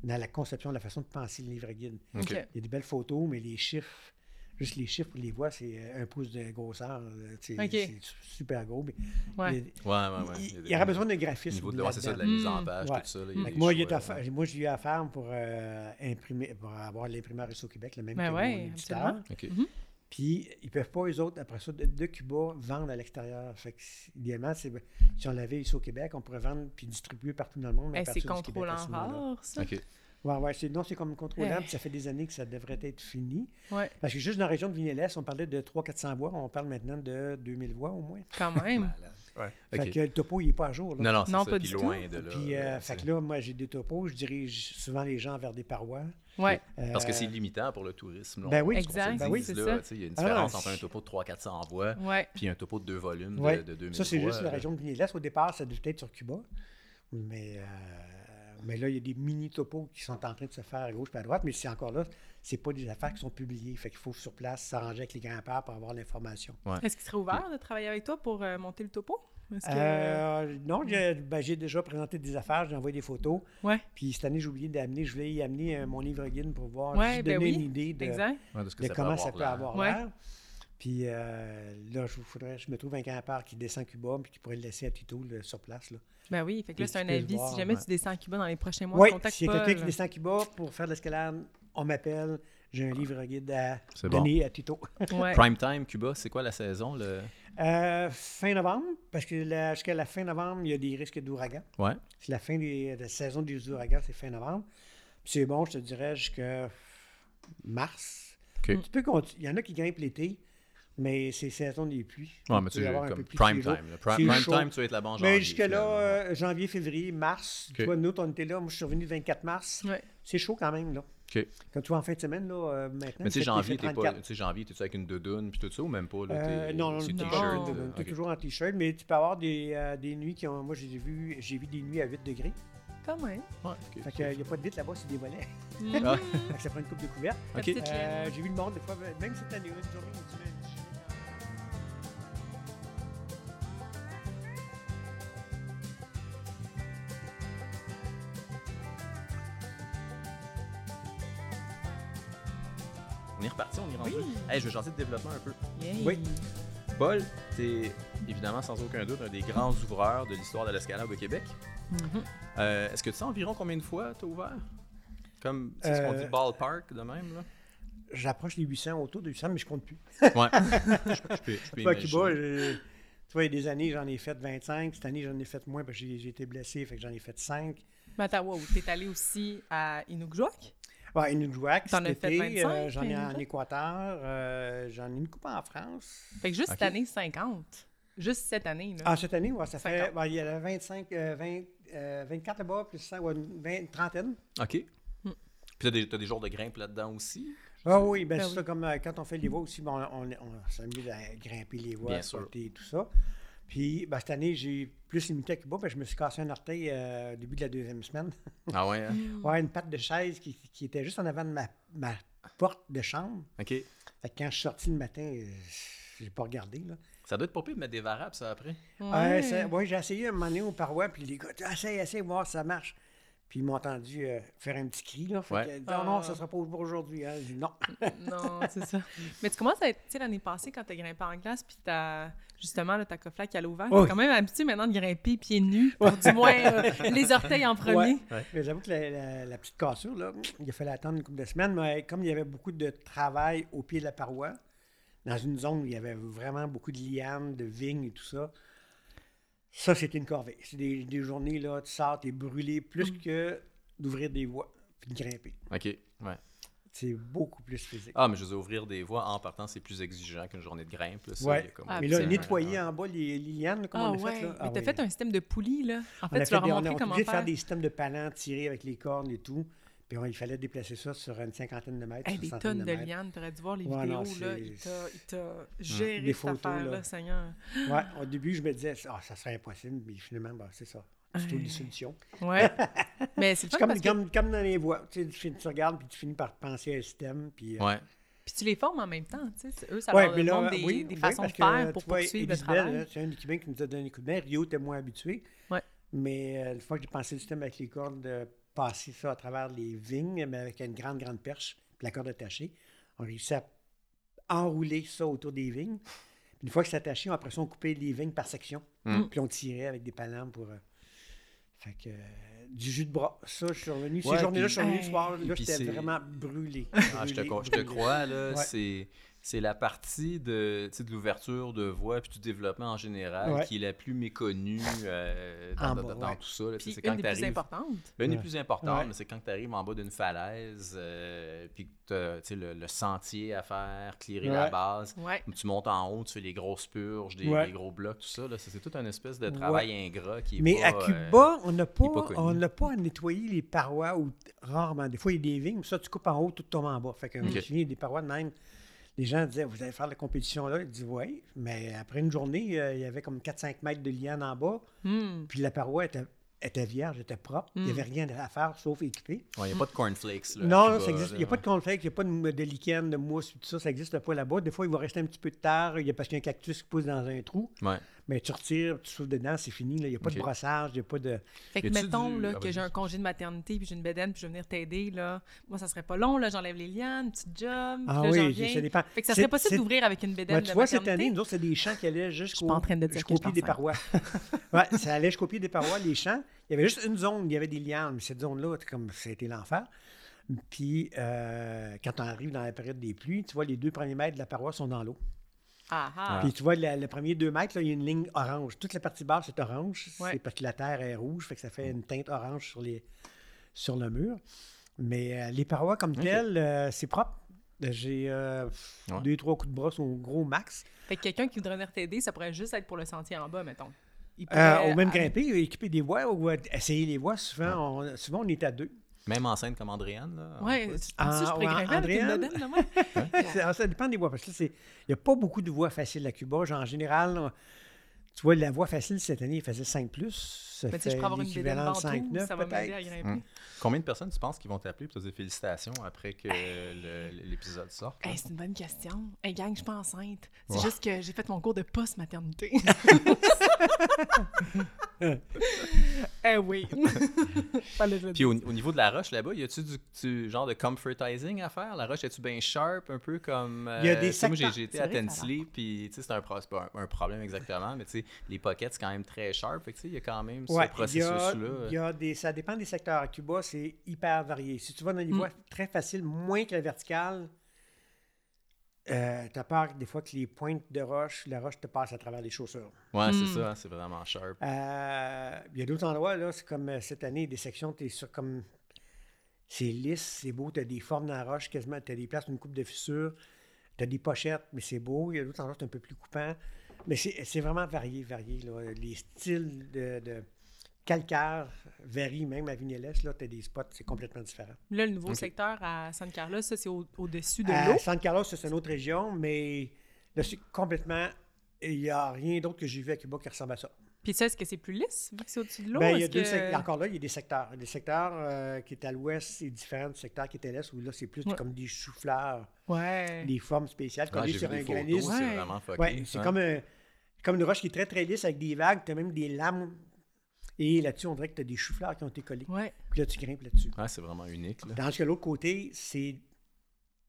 S3: dans la conception, la façon de penser le livre guide.
S1: OK.
S2: OK.
S3: Il y a des belles photos, mais les chiffres, juste les chiffres, les voix, c'est euh, un pouce de grosseur. là, tu sais,
S2: Ok.
S3: C'est su- super gros. mais
S2: Ouais. Eh,
S3: il,
S1: Ouais, ouais, ouais.
S3: il-
S1: y a des-
S3: il y aura besoin d'un
S1: au
S3: graphisme.
S1: niveau de... ouais, c'est ça, de la
S3: là-dedans.
S1: mise
S2: Mm.
S1: en page,
S3: Ouais.
S1: tout ça. là, il y a
S3: Fait que
S1: des euh,
S3: moi, j'ai
S1: choix,
S3: affaire-
S1: ouais.
S3: moi, j'ai eu affaire pour, euh, imprimer, pour avoir l'imprimeur ici au Québec, le même
S2: Ben
S3: que
S2: ouais,
S3: mon éditeur.
S2: absolument. Mm-hmm.
S1: OK.
S3: Puis, ils peuvent pas, eux autres, après ça, de, de Cuba, vendre à l'extérieur. Fait que, c'est- idéalement, c'est- si on l'avait ici au Québec, on pourrait vendre puis distribuer partout dans le monde. à
S2: Hey, Ben, c'est
S3: partir du Québec à
S2: contrôlant
S3: ce moment-là.
S2: rare, ça.
S1: OK.
S3: Ouais, ouais, c'est, non, c'est comme contrôlant,
S2: Hey.
S3: puis ça fait des années que ça devrait être fini.
S2: Ouais,
S3: Parce que juste dans la région de Vignelès, on parlait de 300-400 voix, on parle maintenant de 2000 voix au moins.
S2: quand même.
S3: Fait
S1: OK.
S3: que le topo, il n'est pas à jour. Là.
S1: Non, non, c'est
S2: Mm. Non,
S1: ça.
S2: pas
S1: Puis
S2: du
S1: loin de là.
S3: Puis, euh,
S1: là,
S3: fait
S1: c'est-
S3: que là, moi, j'ai des topos, je dirige souvent les gens vers des parois.
S2: ouais.
S3: Euh,
S1: Parce que c'est limitant pour le tourisme. là,
S3: Ben
S1: on-
S3: oui,
S1: on se
S2: Exact,
S1: le
S2: ben
S1: dise,
S2: oui, c'est
S1: là,
S2: ça.
S1: tu sais, Il y a une
S3: Ah,
S1: différence
S3: non,
S1: entre un topo de 300-400 voix
S2: Ouais.
S1: puis un topo de deux euh, volumes
S3: Ouais.
S1: de, de 2000
S3: ça, c'est
S1: voix,
S3: juste
S1: là.
S3: la région de Vignelès. Au départ, ça devait être sur Cuba. Mais, euh, mais là, il y a des mini-topos qui sont en train de se faire à gauche et à droite. Mais c'est encore là, c'est pas des affaires qui sont publiées. Fait qu'il faut sur place s'arranger avec les grands-pères pour avoir l'information.
S2: Est-ce qu'il serait ouvert de travailler avec toi pour euh, monter le topo? Est-ce que...
S3: Euh, non, j'ai ben, j'ai déjà présenté des affaires, j'ai envoyé des photos.
S2: Ouais,
S3: Puis cette année, j'ai oublié d'amener, je voulais y amener euh, mon livre guide pour voir,
S2: Ouais,
S3: juste
S2: ben
S3: donner
S2: oui,
S3: une idée de,
S2: exact.
S1: Ouais, de ce que
S3: de
S1: ça peut
S3: comment ça peut
S1: là.
S3: avoir
S2: Ouais.
S3: l'air. Puis euh, là, je, vous faudrait, je me trouve un campeur qui descend Cuba puis qui pourrait le laisser à Tito là, sur place. Là.
S2: Ben oui, fait que là,
S3: Puis
S2: c'est
S3: tu
S2: un
S3: peux le
S2: avis.
S3: voir,
S2: si jamais
S3: ouais.
S2: tu descends à Cuba dans les prochains mois,
S3: Oui,
S2: contacte
S3: s'il y a
S2: pas. euh,
S3: quelqu'un qui
S2: là.
S3: descend Cuba pour faire de l'escalade, on m'appelle, j'ai un livre guide à
S1: Ah. C'est
S3: donner à Tito.
S2: Ouais.
S1: Prime time, Cuba, c'est quoi la saison? Le...
S3: Euh, fin novembre, parce que la- jusqu'à la fin novembre, il y a des risques d'ouragan.
S1: Ouais.
S3: C'est la fin des, de la saison des ouragans, c'est fin novembre. Puis c'est bon, je te dirais, jusqu'à mars.
S1: OK.
S3: Tu peux conti- Il y en a qui grimpent l'été, mais c'est saison des pluies.
S1: Ouais,
S3: Donc,
S1: mais
S3: il peut
S1: tu
S3: y avoir un peu
S1: comme
S3: plus tous les
S1: prime
S3: jours.
S1: time. là. Prime,
S3: C'est
S1: prime
S3: chaud.
S1: time, tu vas être là-bas en janvier.
S3: Mais jusque-là,
S1: finalement.
S3: euh, janvier, février, mars,
S1: OK.
S3: tu vois, nous, autres, on était là. Moi, je suis revenu le 24 mars.
S2: Ouais.
S3: C'est chaud quand même, là.
S1: OK.
S3: Quand tu vas en fin de semaine, là, euh, maintenant.
S1: Mais tu sais,
S3: cet été,
S1: janvier,
S3: il fait
S1: t'es pas.
S3: 34.
S1: Tu sais, janvier, t'es-tu avec une doudoune puis tout ça ou même pas? Là,
S3: Euh,
S1: t'es-
S3: non, non,
S1: c'est
S3: non,
S1: t-shirt,
S3: non,
S1: euh,
S3: t'es
S1: ok.
S3: toujours en t-shirt, mais tu peux avoir des, euh, des nuits qui ont. Moi, j'ai vu, j'ai vu des nuits à 8 degrés.
S2: Quand même.
S1: Ouais, ok.
S3: Fait euh, qu'il n'y a pas de vitre là-bas, c'est des volets.
S1: Ah.
S3: Fait que ça prend une coupe de couverte.
S2: La
S1: Ok.
S2: petite laine.
S3: Euh, j'ai vu le monde des fois, même cette année, une journée où tu mets une chemise en-
S1: On est reparti, on est rendu.
S2: Oui.
S1: Hey, je vais changer de développement un peu.
S2: Yay.
S3: Oui.
S1: Paul, t'es évidemment sans aucun doute un des grands ouvreurs de l'histoire de l'escalade au Québec.
S2: Mhm.
S1: Euh, Est-ce que tu sais environ combien de fois t'as ouvert? Comme, c'est ce qu'on dit
S3: Euh,
S1: ballpark de même, là?
S3: J'approche les 800, autour de 800, mais je compte plus.
S1: Ouais. je, je peux, je peux
S3: Tu vois, à
S1: imaginer.
S3: Cuba, je- tu vois, il y a des années, j'en ai fait 25. Cette année, j'en ai fait moins parce que j'ai j'ai été blessé, fait que j'en ai fait 5.
S2: Mais attends, wow, t'es allé aussi à Inukjuak?
S3: Ouais, une Nouak,
S2: T'en
S3: cet
S2: as fait
S3: été,
S2: 25,
S3: euh, j'en ai en
S2: Inukjuak?
S3: Équateur, euh, j'en ai une coupe en France.
S2: Fait que juste cette
S1: Ok.
S2: année, 50. Juste cette année, là.
S3: Ah, cette année, ouais, ça fait,
S2: 50.
S3: ouais, il y en a 25, euh, 20, euh, 24 là-bas, plus 100, ouais, une vingt- une trentaine.
S1: OK. Hmm. Puis t'as des, t'as des jours de grimpe là-dedans aussi?
S3: Ah oui, ben,
S2: Ben
S3: c'est
S2: oui.
S3: ça, comme euh, quand on fait les voies aussi, bon, on, on s'amuse à grimper les voies,
S1: Bien
S3: à
S1: sûr.
S3: sauter et tout ça. Puis, ben, cette année, j'ai plus limité à Cuba, ben, je me suis cassé un orteil euh, au début de la deuxième semaine.
S1: Ah ouais? hein?
S3: Ouais, une patte de chaise qui, qui était juste en avant de ma, ma porte de chambre.
S1: OK.
S3: Fait que quand je suis sorti le matin, euh, j'ai pas regardé, là.
S1: Ça doit être pas pire de mettre des varapes, ça, après.
S3: Ah, Ouais, ça- ouais, j'ai essayé un moment donné au parois, puis les gars, Ah, essaye, essaye, voir si ça marche. Puis ils m'ont entendu euh, faire un petit cri, là. Fait
S1: Ouais.
S3: que, non, non,
S2: Ah.
S3: ça sera pas pour aujourd'hui. hein. J'ai dit, non.
S2: Non, c'est ça. Mais tu commences à être, tu sais, l'année passée, quand t'as grimpé en glace, puis t'as, justement, là, ta coflaque qui allait ouvert, t'es
S3: Oui.
S2: quand même habitué maintenant de grimper pieds nus, ou du moins euh, les orteils en premier. Ah,
S3: Ouais. Mais j'avoue que la, la- la petite cassure, là, il a fallu attendre une couple de semaines, mais comme il y avait beaucoup de travail au pied de la paroi, dans une zone où il y avait vraiment beaucoup de lianes, de vignes et tout ça, ça, c'était une corvée. C'est des, des journées, là, tu sors, t'es brûlé plus que d'ouvrir des voies puis de grimper.
S1: OK. Ouais.
S3: C'est beaucoup plus physique.
S1: Ah, mais je veux dire, ouvrir des voies en partant, c'est plus exigeant qu'une journée de grimpe. Là, ça,
S3: Ouais.
S1: il y a comme-
S2: Ah,
S3: mais
S1: c'est
S3: là,
S1: un-
S3: nettoyer en bas les, les lianes, là, comme
S2: Ah
S3: on a
S2: ouais,
S3: fait, là.
S2: mais t'as fait un système de poulies, là. En
S3: On a
S2: fait, tu leur
S3: des-
S2: as
S3: on a- on
S2: montré
S3: est
S2: comment
S3: obligé de
S2: faire.
S3: faire des systèmes de palans tirés avec les cornes et tout. Puis on- il fallait déplacer ça sur une cinquantaine de mètres.
S2: Hey,
S3: sur
S2: des
S3: une centaine
S2: tonnes de
S3: mètres.
S2: lianes, t'aurais dû voir les
S3: Ouais,
S2: vidéos,
S3: non,
S2: là.
S3: c'est- Hum.
S2: Il t'a, il t'a géré
S3: Des
S2: cette
S3: photos,
S2: affaire-là,
S3: là.
S2: Seigneur.
S3: Ouais, au début, je me disais, ah, ça serait impossible, mais finalement, bah, c'est ça. C'est
S2: Ouais.
S3: une solution.
S2: Ouais. Mais c'est le
S3: C'est
S2: fun
S3: comme,
S2: parce que...
S3: comme, comme dans les voies. Tu, sais, tu finis- tu regardes, puis tu finis par penser à un système. Puis, euh,
S1: Ouais.
S2: Puis tu les formes en même temps, tu sais. c'est- Eux, ça
S3: ouais,
S2: leur
S3: mais là,
S2: demande des,
S3: oui,
S2: des
S3: oui,
S2: façons de
S3: parce que,
S2: faire pour
S3: tu vois,
S2: poursuivre le
S3: Elisabeth,
S2: travail.
S3: là, C'est un équipement qui nous a donné un coup de main. Rio était moins habitué.
S2: Ouais.
S3: Mais euh, une fois que j'ai pensé le système avec les cordes, de passer ça à travers les vignes, mais avec une grande, grande perche, puis la corde attachée, on réussit à enrouler ça autour des vignes. Puis une fois que c'est attaché, on- après ça, on coupait les vignes par section.
S1: Mm.
S3: Puis on tirait avec des palans pour. euh, fait que. euh, Du jus de bras. Ça, je suis revenu.
S1: Ouais,
S3: Ces journées-là,
S1: puis-
S3: je suis revenu
S2: Hey.
S3: le soir. Là,
S1: Puis
S3: j'étais
S1: c'est-
S3: vraiment brûlé.
S1: Ah, je te,
S3: brûlé,
S1: con- je te
S3: brûlé.
S1: crois, là,
S3: Ouais.
S1: c'est, c'est la partie de, tu sais, de l'ouverture de voie puis du développement en général
S3: Ouais.
S1: qui est la plus méconnue euh, dans,
S3: En
S1: dans-
S3: bas,
S1: dans
S3: ouais.
S1: tout ça. là. Tu sais,
S2: Puis
S1: c'est quand
S2: une des plus
S1: t'arrives-
S2: importantes.
S1: Ben, une des
S3: Ouais.
S1: plus importantes,
S3: Ouais.
S1: mais c'est quand tu arrives en bas d'une falaise, euh, puis que t'as, tu sais, le, le sentier à faire, clearer la
S3: Ouais.
S1: base.
S2: Ouais.
S1: Tu montes en haut, tu fais les grosses purges, des,
S3: Ouais.
S1: des gros blocs, tout ça. là. C'est, c'est tout un espèce de travail ingrat qui est
S3: Mais
S1: pas,
S3: à
S1: euh,
S3: Cuba, on n'a pas,
S1: pas connu.
S3: on n'a pas à nettoyer les parois ou rarement. Des fois, il y a des vignes, mais ça, tu coupes en haut, tout tombe en bas. Fait que je
S1: Ok.
S3: me souviens, des parois de même. Les gens disaient, vous allez faire la compétition là. Ils disaient, oui. Mais après une journée, euh, il y avait comme 4-5 mètres de liane en bas.
S2: Hmm.
S3: Puis la paroi était, était vierge, était propre. Il n'y avait rien à faire sauf équiper.
S1: euh, ouais, y a pas de cornflakes. là, à
S3: Non,
S1: Hmm. Cuba,
S3: ça existe.
S1: là,
S3: Il n'y a pas
S1: ouais.
S3: de conflit, il n'y a pas de, de lichen, de mousse, tout ça. Ça n'existe pas là-bas. Des fois, il va rester un petit peu de terre il y a, parce qu'il y a un cactus qui pousse dans un trou.
S1: Ouais.
S3: Mais tu retires, tu souffles dedans, c'est fini. là. Il n'y a pas
S1: Ok.
S3: de brossage, il n'y a pas de.
S2: Fait que
S1: Y a-tu
S2: mettons
S1: du-
S2: là,
S1: Ah,
S2: que
S1: vas-y.
S2: j'ai un congé de maternité, puis j'ai une bédaine, puis je vais venir t'aider. là. Moi, ça serait pas long. là, J'enlève les lianes, petit job, puis
S3: Ah
S2: là,
S3: oui,
S2: j'en
S3: j'ai-
S2: viens.
S3: ça dépend.
S2: Fait que ça
S3: C'est-
S2: serait possible
S3: c'est-
S2: d'ouvrir avec une bédaine
S3: Ouais,
S2: de
S3: tu vois, cette
S2: maternité.
S3: année, nous autres, c'est des champs qui allaient
S2: suis
S3: jusqu'au
S2: pas en train de dire
S3: jusqu'au
S2: que je
S3: pied des
S2: pense, hein.
S3: parois. ouais, ça allait jusqu'au pied des parois, les champs. Il y avait juste une zone, il y avait des lianes, mais cette zone-là, c'est comme ça a été l'enfer. Puis, euh, quand on arrive dans la période des pluies, tu vois, les deux premiers mètres de la paroi sont dans l'eau.
S2: Ah, ah.
S3: Puis tu vois, la- le premier 2 mètres, là, il y a une ligne orange. Toute la partie basse est orange.
S2: Ouais.
S3: C'est parce que la terre est rouge, fait que ça fait une teinte orange sur, les, sur le mur. Mais euh, les parois comme telles, euh, c'est propre. J'ai euh, pff,
S1: Ouais.
S3: deux, trois coups de brosse au gros max.
S2: Fait que quelqu'un qui voudrait venir t'aider, ça pourrait juste être pour le sentier en bas, mettons. Il
S3: Euh,
S2: pourrait-
S3: au même
S2: ah,
S3: grimper, équiper des voies ou euh, essayer les voies, souvent, on, souvent on est à deux.
S1: Même en scène comme Andréane, là.
S2: Ouais,
S1: on peut-
S2: tu penses-tu que je pourrais
S3: Ah, ouais,
S2: grimper avec une
S3: Andréane?
S2: bedaine, là, moi?
S3: Ça, ça dépend des voies. Parce que là, c'est- il n'y a pas beaucoup de voies faciles à Cuba. Genre, en général, on- tu vois, la voie facile cette année, il faisait 5 plus. Ça
S2: Mais tu sais,
S3: fait
S2: je pourrais avoir une bédaine
S3: l'équivalent de
S2: partout,
S3: 5,9
S2: ça va m'aider à
S3: peut-être.
S2: grimper.
S1: Mm. Combien de personnes tu penses qui vont t'appeler pour te dire félicitations après que le- l'épisode sorte? là?
S2: Hey, c'est une bonne question. Hey, gang, je suis pas enceinte. C'est juste que j'ai fait mon cours de post-maternité. eh oui. Fallait que je le
S1: Puis au, au niveau de la roche là-bas, y a-tu du, du genre de comfortizing à faire? La roche, est-tu bien sharp, un peu comme.
S3: Y a
S1: euh,
S3: des
S1: tu sais, Moi, j'ai-
S3: secteurs.
S1: j'ai été
S2: C'est
S1: à
S2: vrai que ça a
S1: Tensley, puis tu sais, c'est un, pro- c'est pas un, un problème exactement, mais tu sais, les pockets, c'est quand même très sharp. Fait que tu sais, il y a quand même
S3: Ouais,
S1: ce
S3: il y a-
S1: processus-là.
S3: il y a des- ça dépend des secteurs. À Cuba, c'est hyper varié. Si tu vas dans
S2: Hmm.
S3: les voies très faciles, moins que la verticale, euh, tu as peur des fois que les pointes de roche, la roche te passe à travers les chaussures.
S1: Ouais, c'est ça, hein, c'est vraiment sharp.
S3: Euh, Il y a d'autres endroits, là, c'est comme euh, cette année, des sections, tu es sur comme. C'est lisse, c'est beau, tu as des formes dans la roche quasiment, tu as des places, une coupe de fissures, tu as des pochettes, mais c'est beau. Il y a d'autres endroits, c'est un peu plus coupant. Mais c'est c'est vraiment varié, varié. là. Les styles de, de calcaire varient même à Vinales, là, tu as des spots, c'est complètement différent.
S2: Là, le nouveau secteur à San Carlos, ça, c'est au- au-dessus de
S3: À
S2: l'eau.
S3: San Carlos, c'est une autre région, mais là, c'est complètement. Il n'y a rien d'autre que j'ai vu à Cuba qui ressemble à ça.
S2: Puis ça, est-ce que c'est plus lisse, vu que c'est au-dessus de l'eau?
S3: Ben, il y a
S2: Est-ce
S3: deux
S2: que-
S3: sec- Encore là, il y a des secteurs. Il y a Des secteurs euh, qui est à l'ouest, c'est différent du secteur qui est à l'est, où là, c'est plus
S2: Ouais.
S3: comme des souffleurs,
S2: Ouais.
S3: des formes spéciales
S1: Ouais,
S3: collées
S1: j'ai
S3: sur
S1: vu
S3: un
S1: des photos,
S3: granit.
S2: Ouais.
S1: c'est vraiment fucké.
S3: Ouais, c'est
S1: hein.
S3: comme, un- comme une roche qui est très, très lisse avec des vagues. Tu as même des lames. Et là-dessus, on dirait que tu as des choux-fleurs qui ont été collés.
S2: Ouais.
S3: Puis là, tu grimpes là-dessus.
S1: Ouais, c'est vraiment unique. Là.
S3: Tandis que l'autre côté, c'est.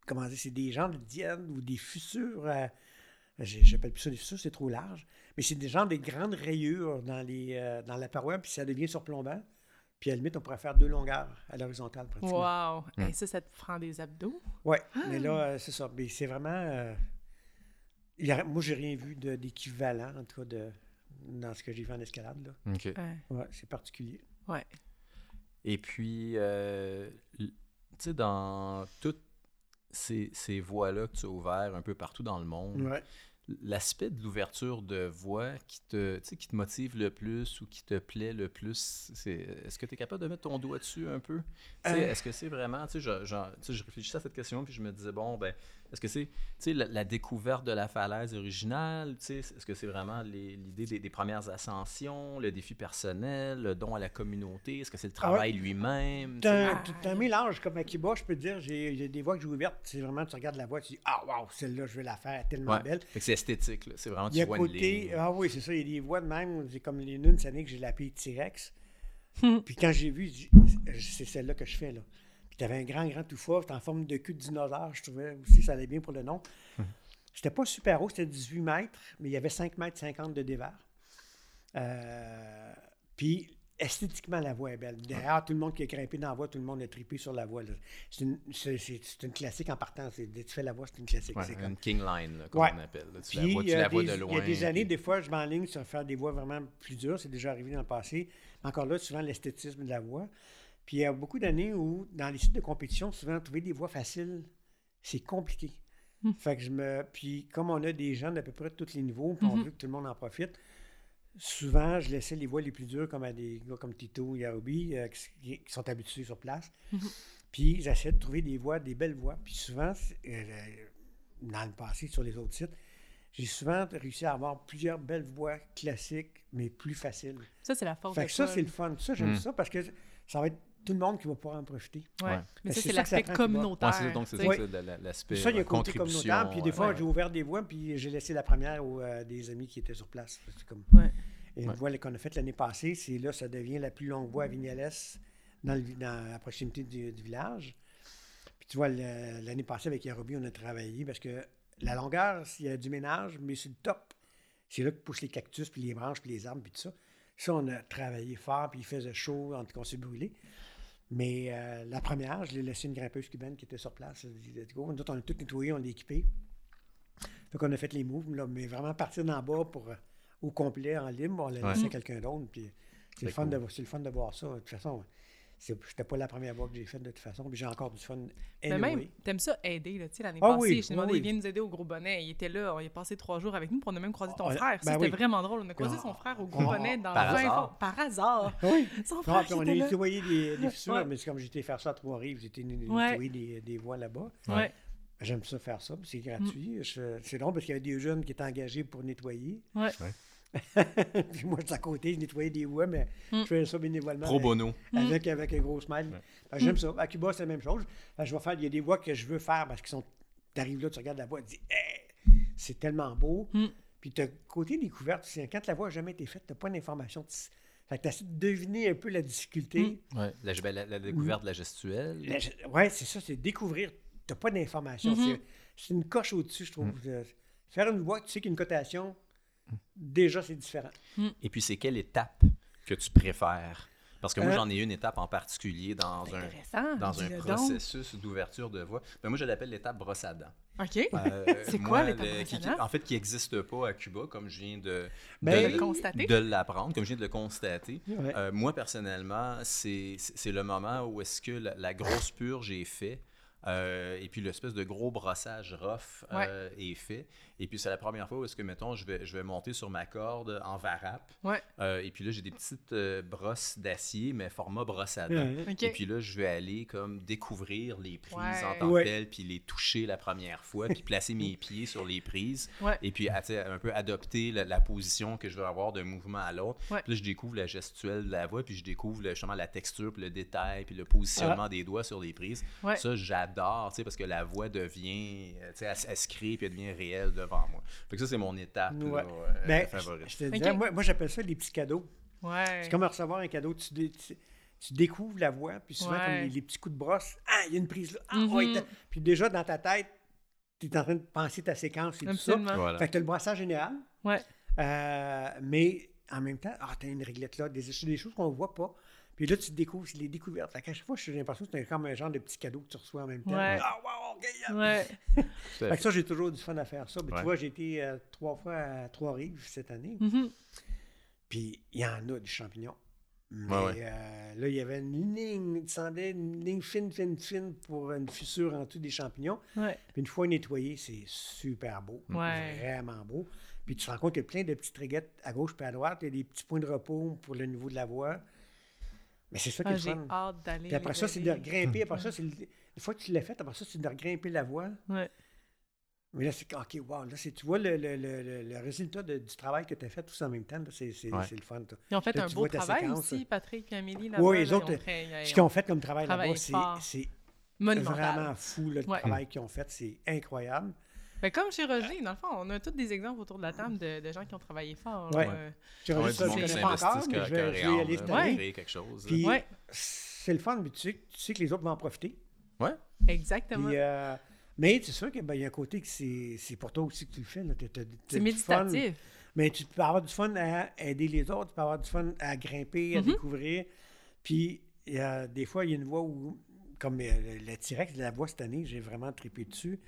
S3: Comment dire, c'est des gens de diènes ou des fissures. euh, j'ai- J'appelle plus ça des fissures, c'est trop large. Mais c'est des gens des grandes rayures dans, les, euh, dans la paroi, puis ça devient surplombant. Puis à la limite, on pourrait faire deux longueurs à l'horizontale, pratiquement.
S2: Wow.
S1: Mm.
S2: Et ça, ça te prend des abdos?
S3: Ouais, mais là, euh, c'est ça. Mais c'est vraiment. euh, il y a- moi, j'ai rien vu de- d'équivalent, en tout cas, de, dans ce que j'ai vu en escalade. Là.
S1: OK.
S2: Ouais.
S3: Ouais, c'est particulier.
S2: Ouais.
S1: Et puis, euh, l- tu sais, dans toutes ces, ces voies-là que tu as ouvertes un peu partout dans le monde,
S3: Ouais.
S1: l'aspect de l'ouverture de voix qui te, tu sais, qui te motive le plus ou qui te plaît le plus, c'est- est-ce que tu es capable de mettre ton doigt dessus un peu? Tu sais,
S3: Euh.
S1: Est-ce que c'est vraiment, tu sais, je, je- tu sais, je réfléchissais à cette question puis je me disais, bon, ben, est-ce que c'est tu sais, la, la découverte de la falaise originale? tu sais, Est-ce que c'est vraiment les- l'idée des, des premières ascensions, le défi personnel, le don à la communauté? Est-ce que c'est le
S3: Ah ouais.
S1: travail lui-même? tu
S3: C'est
S1: sais?
S3: un, t'as un mélange comme à Kiba, je peux te dire, j'ai j'ai des voix que j'ai ouvertes, c'est vraiment, tu regardes la voix, tu dis, ah, waouh, celle-là, je vais la faire, elle est tellement
S1: Ouais.
S3: belle.
S1: Fait que C'est esthétique, là. c'est vraiment,
S3: Il y
S1: tu
S3: a
S1: vois une
S3: côté,
S1: ligne.
S3: ah oui, c'est ça, il y a des voix de même, j'ai comme les nunes, cette année que j'ai l'appelé T-Rex. Puis quand j'ai vu, j'ai dit, c'est celle-là que je fais, là. Puis t'avais un grand, grand tout fort, en forme de cul de dinosaure, je trouvais aussi, ça allait bien pour le nom. C'était pas super haut, c'était 18 mètres, mais il y avait 5 mètres 50 de dévers. Euh, puis esthétiquement, la voix est belle. Derrière, tout le monde qui a grimpé dans la voie, tout le monde a trippé sur la voie. là. C'est une, c'est- c'est- c'est une classique en partant. c'est- Dès que tu fais la voix, c'est une classique.
S1: Ouais,
S3: c'est comme-
S1: une king line, là, comme
S3: Ouais.
S1: on appelle. là. Tu
S3: Puis,
S1: la vois, tu
S3: il y a
S1: la vois
S3: des-
S1: de loin.
S3: Il y a des années,
S1: puis-
S3: des fois, je m'enligne sur faire des voix vraiment plus dures. C'est déjà arrivé dans le passé. Mais encore là, souvent, l'esthétisme de la voix. Puis il y a beaucoup d'années où, dans les sites de compétition, souvent, trouver des voix faciles, c'est compliqué. Fait que je me... Puis comme on a des gens d'à peu près tous les niveaux, puis on veut que tout le monde en profite, souvent, je laissais les voix les plus dures comme à des gars comme Tito, Yaobi, euh, qui, s- qui- qui sont habitués sur place. Puis j'essaie de trouver des voix, des belles voix. Puis souvent, c'est- euh, dans le passé, sur les autres sites, j'ai souvent réussi à avoir plusieurs belles voix classiques, mais plus faciles.
S2: Ça, c'est la force
S3: Fait
S2: de
S3: que ça,
S2: Paul.
S3: c'est le fun. Ça, j'aime
S1: Mm.
S3: ça parce que ça va être tout le monde qui va pouvoir en profiter.
S1: Ouais.
S2: Ouais. Mais ça,
S3: Ben, C'est
S2: c'est
S3: ça que ça
S2: l'aspect
S3: prend, tu vois.
S2: communautaire.
S1: Ouais, c'est ça, donc c'est
S2: tu sais.
S1: ça, c'est la- la- l'aspect
S3: ça, il y a
S1: euh,
S3: côté
S1: contribution. euh,
S3: communautaire. Puis des fois,
S1: ouais.
S3: j'ai ouvert des voies, puis j'ai laissé la première aux euh, des amis qui étaient sur place. C'est comme...
S2: Ouais.
S3: Et une
S1: Ouais.
S3: voie qu'on a faite l'année passée, c'est là, ça devient la plus longue voie à Vignales, dans, le vi- dans la proximité du, du village. Puis tu vois, le- l'année passée, avec Yarobi, on a travaillé parce que la longueur, il y a du ménage, mais sur le top, c'est là que poussent les cactus, puis les branches, puis les arbres, puis tout ça. Ça, on a travaillé fort, puis il faisait chaud, en tout cas, on s'est brûlé. Mais euh, la première, je l'ai laissé une grimpeuse cubaine qui était sur place. Elle dit, Let's go. Nous autres, on a tout nettoyé, on l'a équipé. Fait qu'on a fait les moves, là, mais vraiment partir d'en bas pour, euh, au complet, en libre, on l'a
S1: Ouais.
S3: laissé à
S2: Mm.
S3: quelqu'un d'autre. Puis c'est
S1: C'est
S3: le, fun
S1: cool.
S3: de, vo- c'est le fun de voir ça. De toute façon, c'est- c'était pas la première fois que j'ai faite, de toute façon. Puis j'ai encore du fun.
S2: Mais
S3: anyway.
S2: même, t'aimes ça aider, là, tu sais, l'année
S3: Ah
S2: passée,
S3: oui,
S2: je t'ai demandé,
S3: oui,
S2: il vient nous aider au gros bonnet, il était là, on y a passé trois jours avec nous, puis on a même croisé ton
S3: Ah,
S2: frère, ça,
S3: ben
S2: c'était
S3: oui.
S2: vraiment drôle, on a croisé
S3: Ah,
S2: son frère au gros
S3: ah,
S2: bonnet dans
S1: par
S2: 20
S1: hasard.
S2: fois- par hasard,
S3: Oui.
S2: son
S3: Non,
S2: frère
S3: Ah, puis
S2: qui
S3: on a
S2: était là.
S3: nettoyé des, des fissures,
S2: Ouais.
S3: mais c'est comme j'étais faire ça à Trois-Rives, j'étais
S2: Ouais.
S3: nettoyé des, des voies là-bas.
S2: Ouais,
S3: J'aime ça faire ça, puis c'est gratuit.
S2: Mm.
S3: Je- C'est drôle parce qu'il y avait des jeunes qui étaient engagés pour nettoyer.
S2: ouais.
S3: puis moi, j'étais à côté, je nettoyais des voies, mais
S2: Mm.
S3: je faisais ça bénévolement.
S1: Pro
S3: avec-
S1: bono.
S3: Avec, avec un gros smile. Fait que J'aime ça. À Cuba, c'est la même chose. Fait que je vais faire, il y a des voies que je veux faire parce qu'ils sont. T'arrives là, tu regardes la voie, tu dis, Hey, c'est tellement beau.
S2: Mm.
S3: Puis t'as côté découverte, c'est quand la voie n'a jamais été faite, t'as pas d'informations. Tu- Fait que t'essaies de deviner un peu la difficulté.
S2: Mm.
S1: La, ben, la- la découverte de la gestuelle.
S3: La- je- Ouais, c'est ça, c'est découvrir. T'as pas d'informations.
S2: Mhm.
S3: C'est- C'est une coche au-dessus, je trouve.
S1: Mm.
S3: Euh, Faire une voix, tu sais qu'une cotation, déjà, c'est différent.
S1: Et puis, c'est quelle étape que tu préfères? Parce que moi,
S3: Euh,
S1: j'en ai une étape en particulier dans un,
S2: Intéressant,
S1: dans un
S2: dis-le donc.
S1: processus d'ouverture de voix. Ben, moi, je l'appelle l'étape brosse à dents.
S2: OK,
S1: Euh,
S2: C'est
S1: moi,
S2: quoi l'étape
S1: le- qui- qui-
S2: nationale?
S1: En fait, qui n'existe pas à Cuba, comme je viens de,
S3: Ben,
S1: de,
S2: le constater.
S1: de l'apprendre, comme je viens de le constater.
S3: Ouais.
S1: Euh, moi, personnellement, c'est c'est- c'est le moment où est-ce que la, la grosse purge est faite. euh, et puis l'espèce de gros brossage rough euh, est fait. Et puis c'est la première fois où est-ce que, mettons, je vais, je vais monter sur ma corde en varap.
S2: Ouais.
S1: Euh, et puis là, j'ai des petites euh, brosses d'acier, mais format brosse à dents.
S3: Ouais.
S2: OK.
S1: Et puis là, je vais aller comme découvrir les prises en
S2: Ouais.
S1: tant
S3: Ouais.
S1: que telles, puis les toucher la première fois, puis placer mes pieds sur les prises,
S2: Ouais.
S1: et puis à- tu sais, un peu adopter la, la position que je veux avoir d'un mouvement à l'autre.
S2: Ouais.
S1: Puis là, je découvre la gestuelle de la voix, puis je découvre le- justement la texture, puis le détail, puis le positionnement des doigts sur les prises.
S2: Ah. Ouais.
S1: Ça, j'adore, tu sais, parce que la voix devient, euh, tu sais, elle, s- elle se crée, puis elle devient réelle devant moi. Fait que ça, c'est mon étape là,
S3: Ouais.
S1: euh,
S3: Ben,
S1: favorite.
S3: je te dirais,
S2: Ok.
S3: moi, moi, j'appelle ça les petits cadeaux.
S2: ouais.
S3: C'est comme recevoir un cadeau. Tu, dé- tu- tu découvres la voix, puis souvent,
S2: Ouais.
S3: comme les, les petits coups de brosse, ah, il y a une prise là. Ah,
S2: Mhm.
S3: ouais, t'as- Puis déjà, dans ta tête, tu es en train de penser ta séquence et tout ça.
S2: Absolument.
S1: Voilà.
S3: Fait que tu le brassage général.
S2: Ouais.
S3: Euh, mais en même temps, ah, t'as une réglette là, des, des choses qu'on voit pas. Puis là, tu te découvres, c'est les découvertes. Fait qu'à chaque fois, j'ai l'impression que c'est comme un genre de petit cadeau que tu reçois en même temps.
S2: Ouais.
S3: Ah, wow, ok, yeah.
S2: Ouais.
S1: Tout à
S3: Fait
S1: fait.
S3: que ça, j'ai toujours du fun à faire ça. Mais
S1: Ouais.
S3: tu vois, j'ai été euh, trois fois à Trois-Rives cette année.
S2: Mhm.
S3: Puis il y en a du champignon. Mais
S1: Ouais, ouais.
S3: euh, là, il y avait une ligne, il semblait une ligne fine, fine, fine pour une fissure en dessous des champignons.
S2: Ouais.
S3: Puis une fois nettoyé, c'est super beau.
S1: Mm.
S2: Ouais.
S3: Vraiment beau. Puis tu te rends compte qu'il y a plein de petites riguettes à gauche puis à droite. Il y a des petits points de repos pour le niveau de la voie. Mais c'est ça qui
S2: Ah,
S3: est le
S2: j'ai
S3: fun.
S2: hâte Mm. d'aller.
S3: Puis après ça, c'est de
S2: d'aller.
S3: regrimper. Après ça, c'est le- une fois que tu l'as fait, après ça, c'est de regrimper la voie.
S2: Ouais.
S3: Mais là, c'est OK, wow. Là, c'est- tu vois le, le- le- le- le résultat de- du travail que tu as fait tous en même temps. là, C'est c'est-
S1: Ouais.
S3: c'est le fun. toi.
S2: Ils ont fait
S3: Là,
S2: un
S3: tu
S2: beau
S3: vois ta
S2: travail
S3: séquence.
S2: aussi, Patrick et Amélie. là
S3: Oui, les autres, euh, Ce qu'ils ont fait comme travail
S2: Travail
S3: là-bas,
S2: fort.
S3: c'est- c'est
S2: euh, monumental.
S3: vraiment fou. là, le
S2: Ouais.
S3: travail qu'ils ont fait, c'est incroyable.
S2: Ben, comme chez Roger, dans le fond, on a tous des exemples autour de la table de, de gens qui ont travaillé fort. là.
S3: Ouais.
S2: Euh,
S3: Tu
S1: Ouais,
S3: vois,
S1: du
S3: ça, je
S1: monde qui
S3: connais pas encore,
S1: s'investisse
S3: mais
S1: que-
S3: je vais,
S1: que
S3: je vais y aller
S1: Réal,
S3: cette
S1: là, pour
S2: Ouais.
S3: année.
S1: créer quelque chose. là.
S3: Puis
S2: Ouais.
S3: c'est le fun, mais tu sais, tu sais que les autres vont en profiter.
S1: Ouais.
S2: Exactement.
S3: Puis, euh, mais c'est sûr qu'il y a un côté que c'est c'est pour toi aussi que tu le fais. là. T'as- t'as- t'as
S2: c'est
S3: du fun.
S2: méditatif.
S3: Mais tu peux avoir du fun à aider les autres, tu peux avoir du fun à grimper, à
S2: Mhm.
S3: découvrir. Puis il y a- des fois, il y a une voix où, comme euh, le T-Rex, la voix cette année, j'ai vraiment trippé dessus.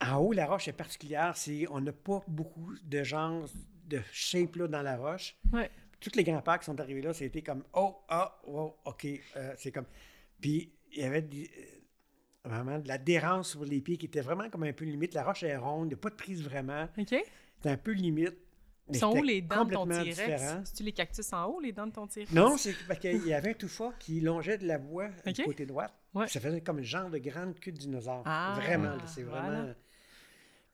S3: En haut, la roche est particulière, c'est on n'a pas beaucoup de genres de shape là, dans la roche.
S2: Ouais.
S3: Tous les grands pères qui sont arrivés là, c'était comme oh, ah, wow, OK. euh, c'est comme. Puis il y avait des- euh, vraiment de la dérance sur les pieds qui était vraiment comme un peu limite. La roche est ronde, il n'y a pas de prise vraiment.
S2: OK?
S3: C'est un peu limite. mais
S2: sont où
S3: c'était
S2: les dents de ton
S3: complètement différent.
S2: T-Rex? C'est-tu les cactus en haut, les dents de ton T-Rex?
S3: Non, c'est parce qu'il y avait un touffa qui longeait de la voie
S2: Ok.
S3: du côté droit.
S2: Ouais.
S3: Ça faisait comme un genre de grande queue de dinosaure.
S2: Ah,
S3: vraiment, là, c'est
S2: voilà.
S3: vraiment.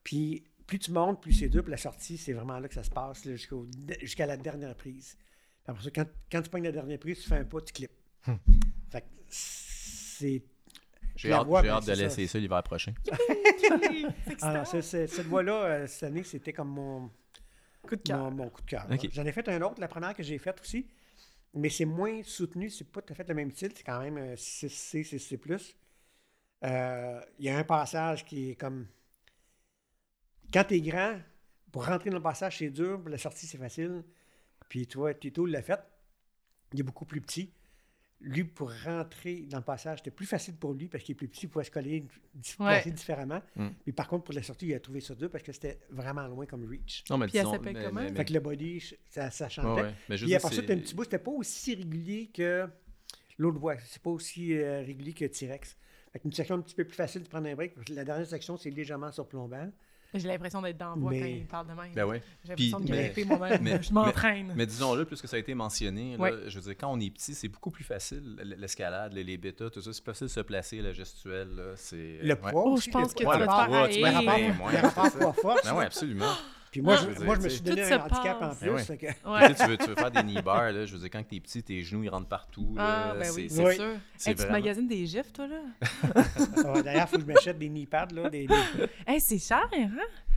S3: Puis plus tu montes, plus c'est dur. Puis la sortie, c'est vraiment là que ça se passe, là, jusqu'au- jusqu'à la dernière prise. Puis Après ça, quand, quand tu pognes la dernière prise, tu fais un pas, tu clips. Fait que c'est.
S1: J'ai
S3: la
S1: hâte,
S3: voix,
S1: j'ai
S3: ben,
S1: hâte de
S3: c'est ça.
S1: laisser ça l'hiver prochain.
S2: c'est
S3: Ah, non,
S2: excitant.
S3: c'est- c'est- cette voie-là, euh, cette année, c'était comme mon.
S2: Coup de
S3: mon,
S2: cœur.
S3: mon coup de cœur.
S1: Ok.
S3: là. J'en ai fait un autre, la première que j'ai faite aussi, mais c'est moins soutenu, c'est pas tout à fait le même style, c'est quand même euh, 6C, 6C. Euh, Il y a un passage qui est comme. Quand t'es grand, pour rentrer dans le passage, c'est dur, pour la sortie, c'est facile. Puis toi, Tito l'a fait. Il est beaucoup plus petit. lui, pour rentrer dans le passage, c'était plus facile pour lui parce qu'il est plus petit, il pouvait se coller di-
S2: Ouais.
S3: passer différemment.
S1: Mm.
S3: Mais par contre, pour la sortie, il a trouvé ça dur parce que c'était vraiment loin comme reach.
S1: Non, mais
S2: Puis elle
S1: disons-
S2: s'appelle
S1: mais-
S2: comment?
S1: mais- mais-
S3: Fait que le body, ch- ça, ça changeait.
S1: Ouais, ouais. Mais je veux
S3: Puis
S1: dire,
S3: après ça,
S1: c'est-
S3: t'as un petit bout, c'était pas aussi régulier que l'autre voie. C'est pas aussi euh, régulier que T-Rex. Fait qu'une section un petit peu plus facile de prendre un break. parce que La dernière section, c'est légèrement
S1: Euh,
S3: surplombant.
S2: J'ai l'impression d'être dans le bois
S3: Mais-
S2: quand il parle de même.
S1: Ben ouais.
S2: J'ai l'impression
S1: Puis-
S2: de
S3: mais-
S2: grimper moi-même.
S1: mais-
S2: je m'entraîne.
S1: Mais disons-le, puisque ça a été mentionné, là,
S2: Ouais.
S1: je veux dire, quand on est petit, c'est beaucoup plus facile, l- l'escalade, les, les bêtas, tout ça, c'est plus facile de se placer, la gestuelle, là, c'est... euh,
S3: Le
S1: ouais.
S3: poids
S2: Oh,
S3: aussi,
S2: je
S3: le
S2: pense que tu
S3: poids.
S1: Ouais,
S2: vas
S1: le
S2: te
S1: poids,
S2: faire
S1: tu vas
S2: hailler.
S1: te faire-
S3: Le rapport poids-force.
S1: Ben ouais, absolument.
S3: Puis moi,
S1: Je veux
S3: je,
S1: dire,
S3: moi, je me
S1: tu
S3: suis
S1: sais.
S3: donné
S2: Tout
S3: un
S2: se
S3: handicap
S2: passe.
S3: en
S1: Ben
S3: plus.
S1: ouais.
S3: fait que-
S2: Ouais.
S1: Tu sais, tu veux, tu veux faire des knee bars, là, je veux dire, quand t'es petit, tes genoux, ils rentrent partout, là,
S2: Ah, ben
S1: c'est-
S2: oui,
S1: c'est-
S2: c'est
S3: Oui.
S2: sûr.
S1: c'est
S2: Hey, tu
S1: vraiment-
S2: magasines des gifs, toi, là?
S3: Ah, D'ailleurs, il faut que je m'achète des knee pads. Là, des, des-
S2: Hey, c'est cher, hein?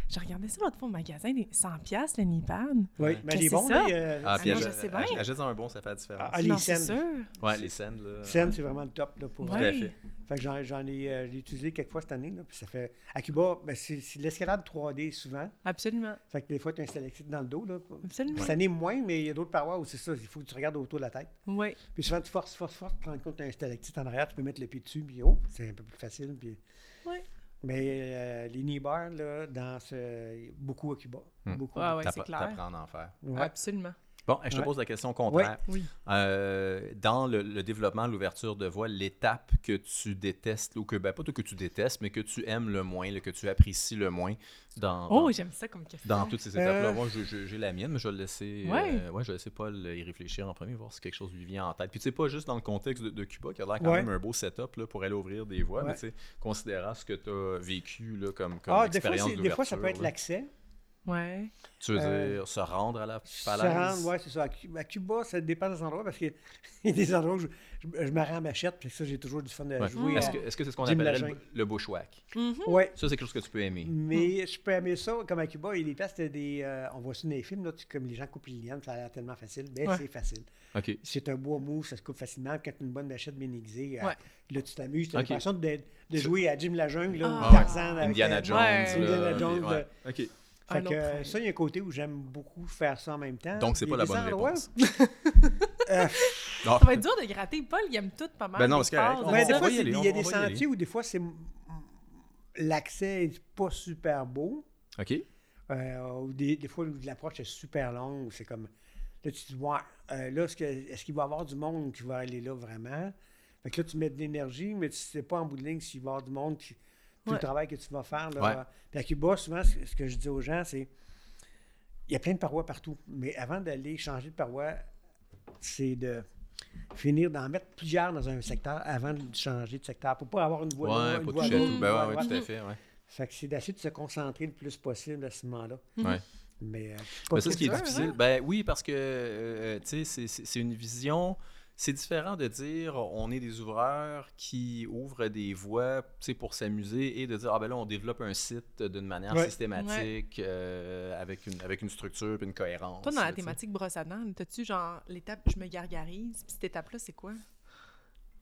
S2: Je regardais ça l'autre fois au magasin, des 100$ piastres, le Nipan.
S3: Oui, mais
S2: Qu'est-ce
S3: les
S2: que
S3: bons,
S2: c'est ça?
S3: là, euh,
S1: Ah,
S2: Ah,
S1: puis
S2: non,
S1: achète-
S2: je sais bien.
S1: ach- achète-en un bon, ça fait la différence.
S3: Ah, les
S2: non, c'est
S3: scènes.
S2: sûr.
S1: ouais, les scènes, là.
S3: Sen, c'est vraiment le top là, pour.
S1: Tout à
S2: Ouais.
S1: fait.
S3: Fait que j'en, j'en ai, euh, je l'ai utilisé quelques fois cette année. Là, puis ça fait... À Cuba, ben, c'est, c'est de l'escalade 3D souvent.
S2: Absolument,
S3: Fait que des fois, tu as un stalactite dans le dos. Là.
S2: absolument.
S3: Cette année, moins, mais il y a d'autres parois où c'est ça. Il faut que tu regardes autour de la tête.
S2: Oui.
S3: Puis souvent, tu forces, forces, forces, tu te rends compte que tu as un stalactite en arrière, tu peux mettre le pied dessus, puis oh, c'est un peu plus facile. Puis...
S2: Ouais.
S3: Mais euh, les knee bars, là, dans ce... beaucoup à Cuba.
S1: Hmm.
S3: Beaucoup.
S2: Ah ouais,
S1: T'appre-
S2: c'est clair.
S1: T'apprends à en faire.
S3: Ouais.
S2: Absolument.
S1: Bon, je te
S3: Ouais.
S1: pose la question contraire.
S2: Oui.
S1: Euh, dans le, le développement, l'ouverture de voie, l'étape que tu détestes, ou que, ben, pas tout que tu détestes, mais que tu aimes le moins, là, que tu apprécies le moins dans,
S2: Oh, j'aime ça comme question.
S1: dans toutes ces étapes-là.
S3: Euh.
S1: Moi, je- je- j'ai la mienne, mais je vais le laisser,
S2: Ouais.
S1: euh, ouais, je vais laisser Paul y réfléchir en premier, voir si quelque chose lui vient en tête. Puis, tu sais, pas juste dans le contexte de, de Cuba, qui a l'air quand
S3: Ouais.
S1: même un beau setup là, pour aller ouvrir des voies, mais
S3: Ouais.
S1: tu sais, considérant ce que tu as vécu là, comme, comme
S3: Ah, des fois,
S1: expérience
S3: c'est- des fois, ça
S1: d'ouverture,
S3: peut être
S1: là.
S3: l'accès.
S2: Ouais.
S1: Tu veux
S3: Euh,
S1: dire, se rendre à la
S3: Se
S1: falaise?
S3: rendre, ouais, c'est ça. À Cu- à Cuba, ça dépend des endroits parce qu'il y a des endroits où je, je- je me rends à machette, puis ça, j'ai toujours du fun de
S1: Ouais.
S3: jouer.
S1: Est-ce
S3: à-
S1: que est-ce que c'est ce qu'on
S3: Jim
S1: appellerait le,
S3: Laching.
S1: bu- le bushwhack?
S2: Mhm.
S3: Ouais.
S1: Ça, c'est quelque chose que tu peux aimer.
S3: Mais je peux aimer ça, comme à Cuba, il y a des places, c'était des. euh, on voit ça dans les films, là, tu- comme les gens coupent les lianes, ça a l'air tellement facile. Ben,
S2: Ouais.
S3: c'est facile.
S1: OK.
S3: C'est un bois mou, ça se coupe facilement. Quand tu une bonne machette bien aiguisée, euh,
S2: Ouais.
S3: là, tu t'amuses. Tu as
S1: Ok.
S3: l'impression de, de jouer à Jim la jungle, là,
S2: Ah.
S3: ou Tarzan avec,
S1: Indiana
S3: euh,
S1: Jones.
S2: Ouais.
S1: là,
S3: Indiana
S1: puis-
S3: Jones,
S1: ouais. OK.
S3: Fait
S2: Un
S3: que,
S2: autre
S3: euh,
S2: rêve.
S3: ça, il y a un côté où j'aime beaucoup faire ça en même
S2: Euh,
S3: temps.
S1: Donc, c'est
S3: Il y
S1: pas
S3: a
S1: la
S3: des
S1: bonne
S3: endroits-
S1: réponse. Ah.
S3: Euh,
S1: Non.
S2: Ça va être dur de gratter. Paul, il aime tout pas mal.
S1: Ben non,
S2: les
S1: c'est correct.
S2: phases,
S1: On-
S3: Ben,
S1: on
S3: des
S2: ça.
S1: va
S3: fois,
S1: y
S3: c'est-
S1: aller,
S3: il
S1: on-
S3: y a
S1: on
S3: des
S1: va y aller.
S3: sentiers où des fois, c'est l'accès est pas super beau.
S1: OK.
S3: euh, ou des, des fois, où l'approche est super longue. où C'est comme, là, tu te dis, ouais, euh, là, est-ce que- est-ce qu'il va y avoir du monde qui va aller là vraiment? Fait que là, tu mets de l'énergie, mais tu sais pas en bout de ligne s'il va y avoir du monde, qui- tout
S2: Ouais.
S3: le travail que tu vas faire. Là,
S1: Ouais.
S3: Puis à Cuba, souvent, ce ce que je dis aux gens, c'est, il y a plein de parois partout, mais avant d'aller changer de paroi, c'est de finir d'en mettre plusieurs dans un secteur avant de changer de secteur pour pas avoir une voie
S1: Ouais,
S3: là, une
S1: pas
S3: voie
S1: toucher
S3: là,
S1: à
S2: droite,
S1: tout.
S3: une
S1: Ben
S3: voie
S1: ouais,
S3: à
S1: ouais, tout à
S3: droite.
S1: fait, ouais.
S3: Fait que c'est d'essayer de se concentrer le plus possible à ce moment-là.
S1: Mhm. Ouais.
S3: Mais, euh, c'est pas
S1: Mais ça, ce qui est
S2: dur, hein?
S1: difficile, ben oui, parce que, euh, tu sais, c'est- c'est c'est une vision... C'est différent de dire on est des ouvreurs qui ouvrent des voies tu sais, pour s'amuser et de dire ah ben là on développe un site d'une manière
S3: Ouais.
S1: systématique euh, avec une avec une structure puis une cohérence.
S2: Toi, dans la
S1: là, tu sais.
S2: thématique brosse à dents, t'as-tu genre l'étape je me gargarise? Puis cette étape-là, c'est quoi?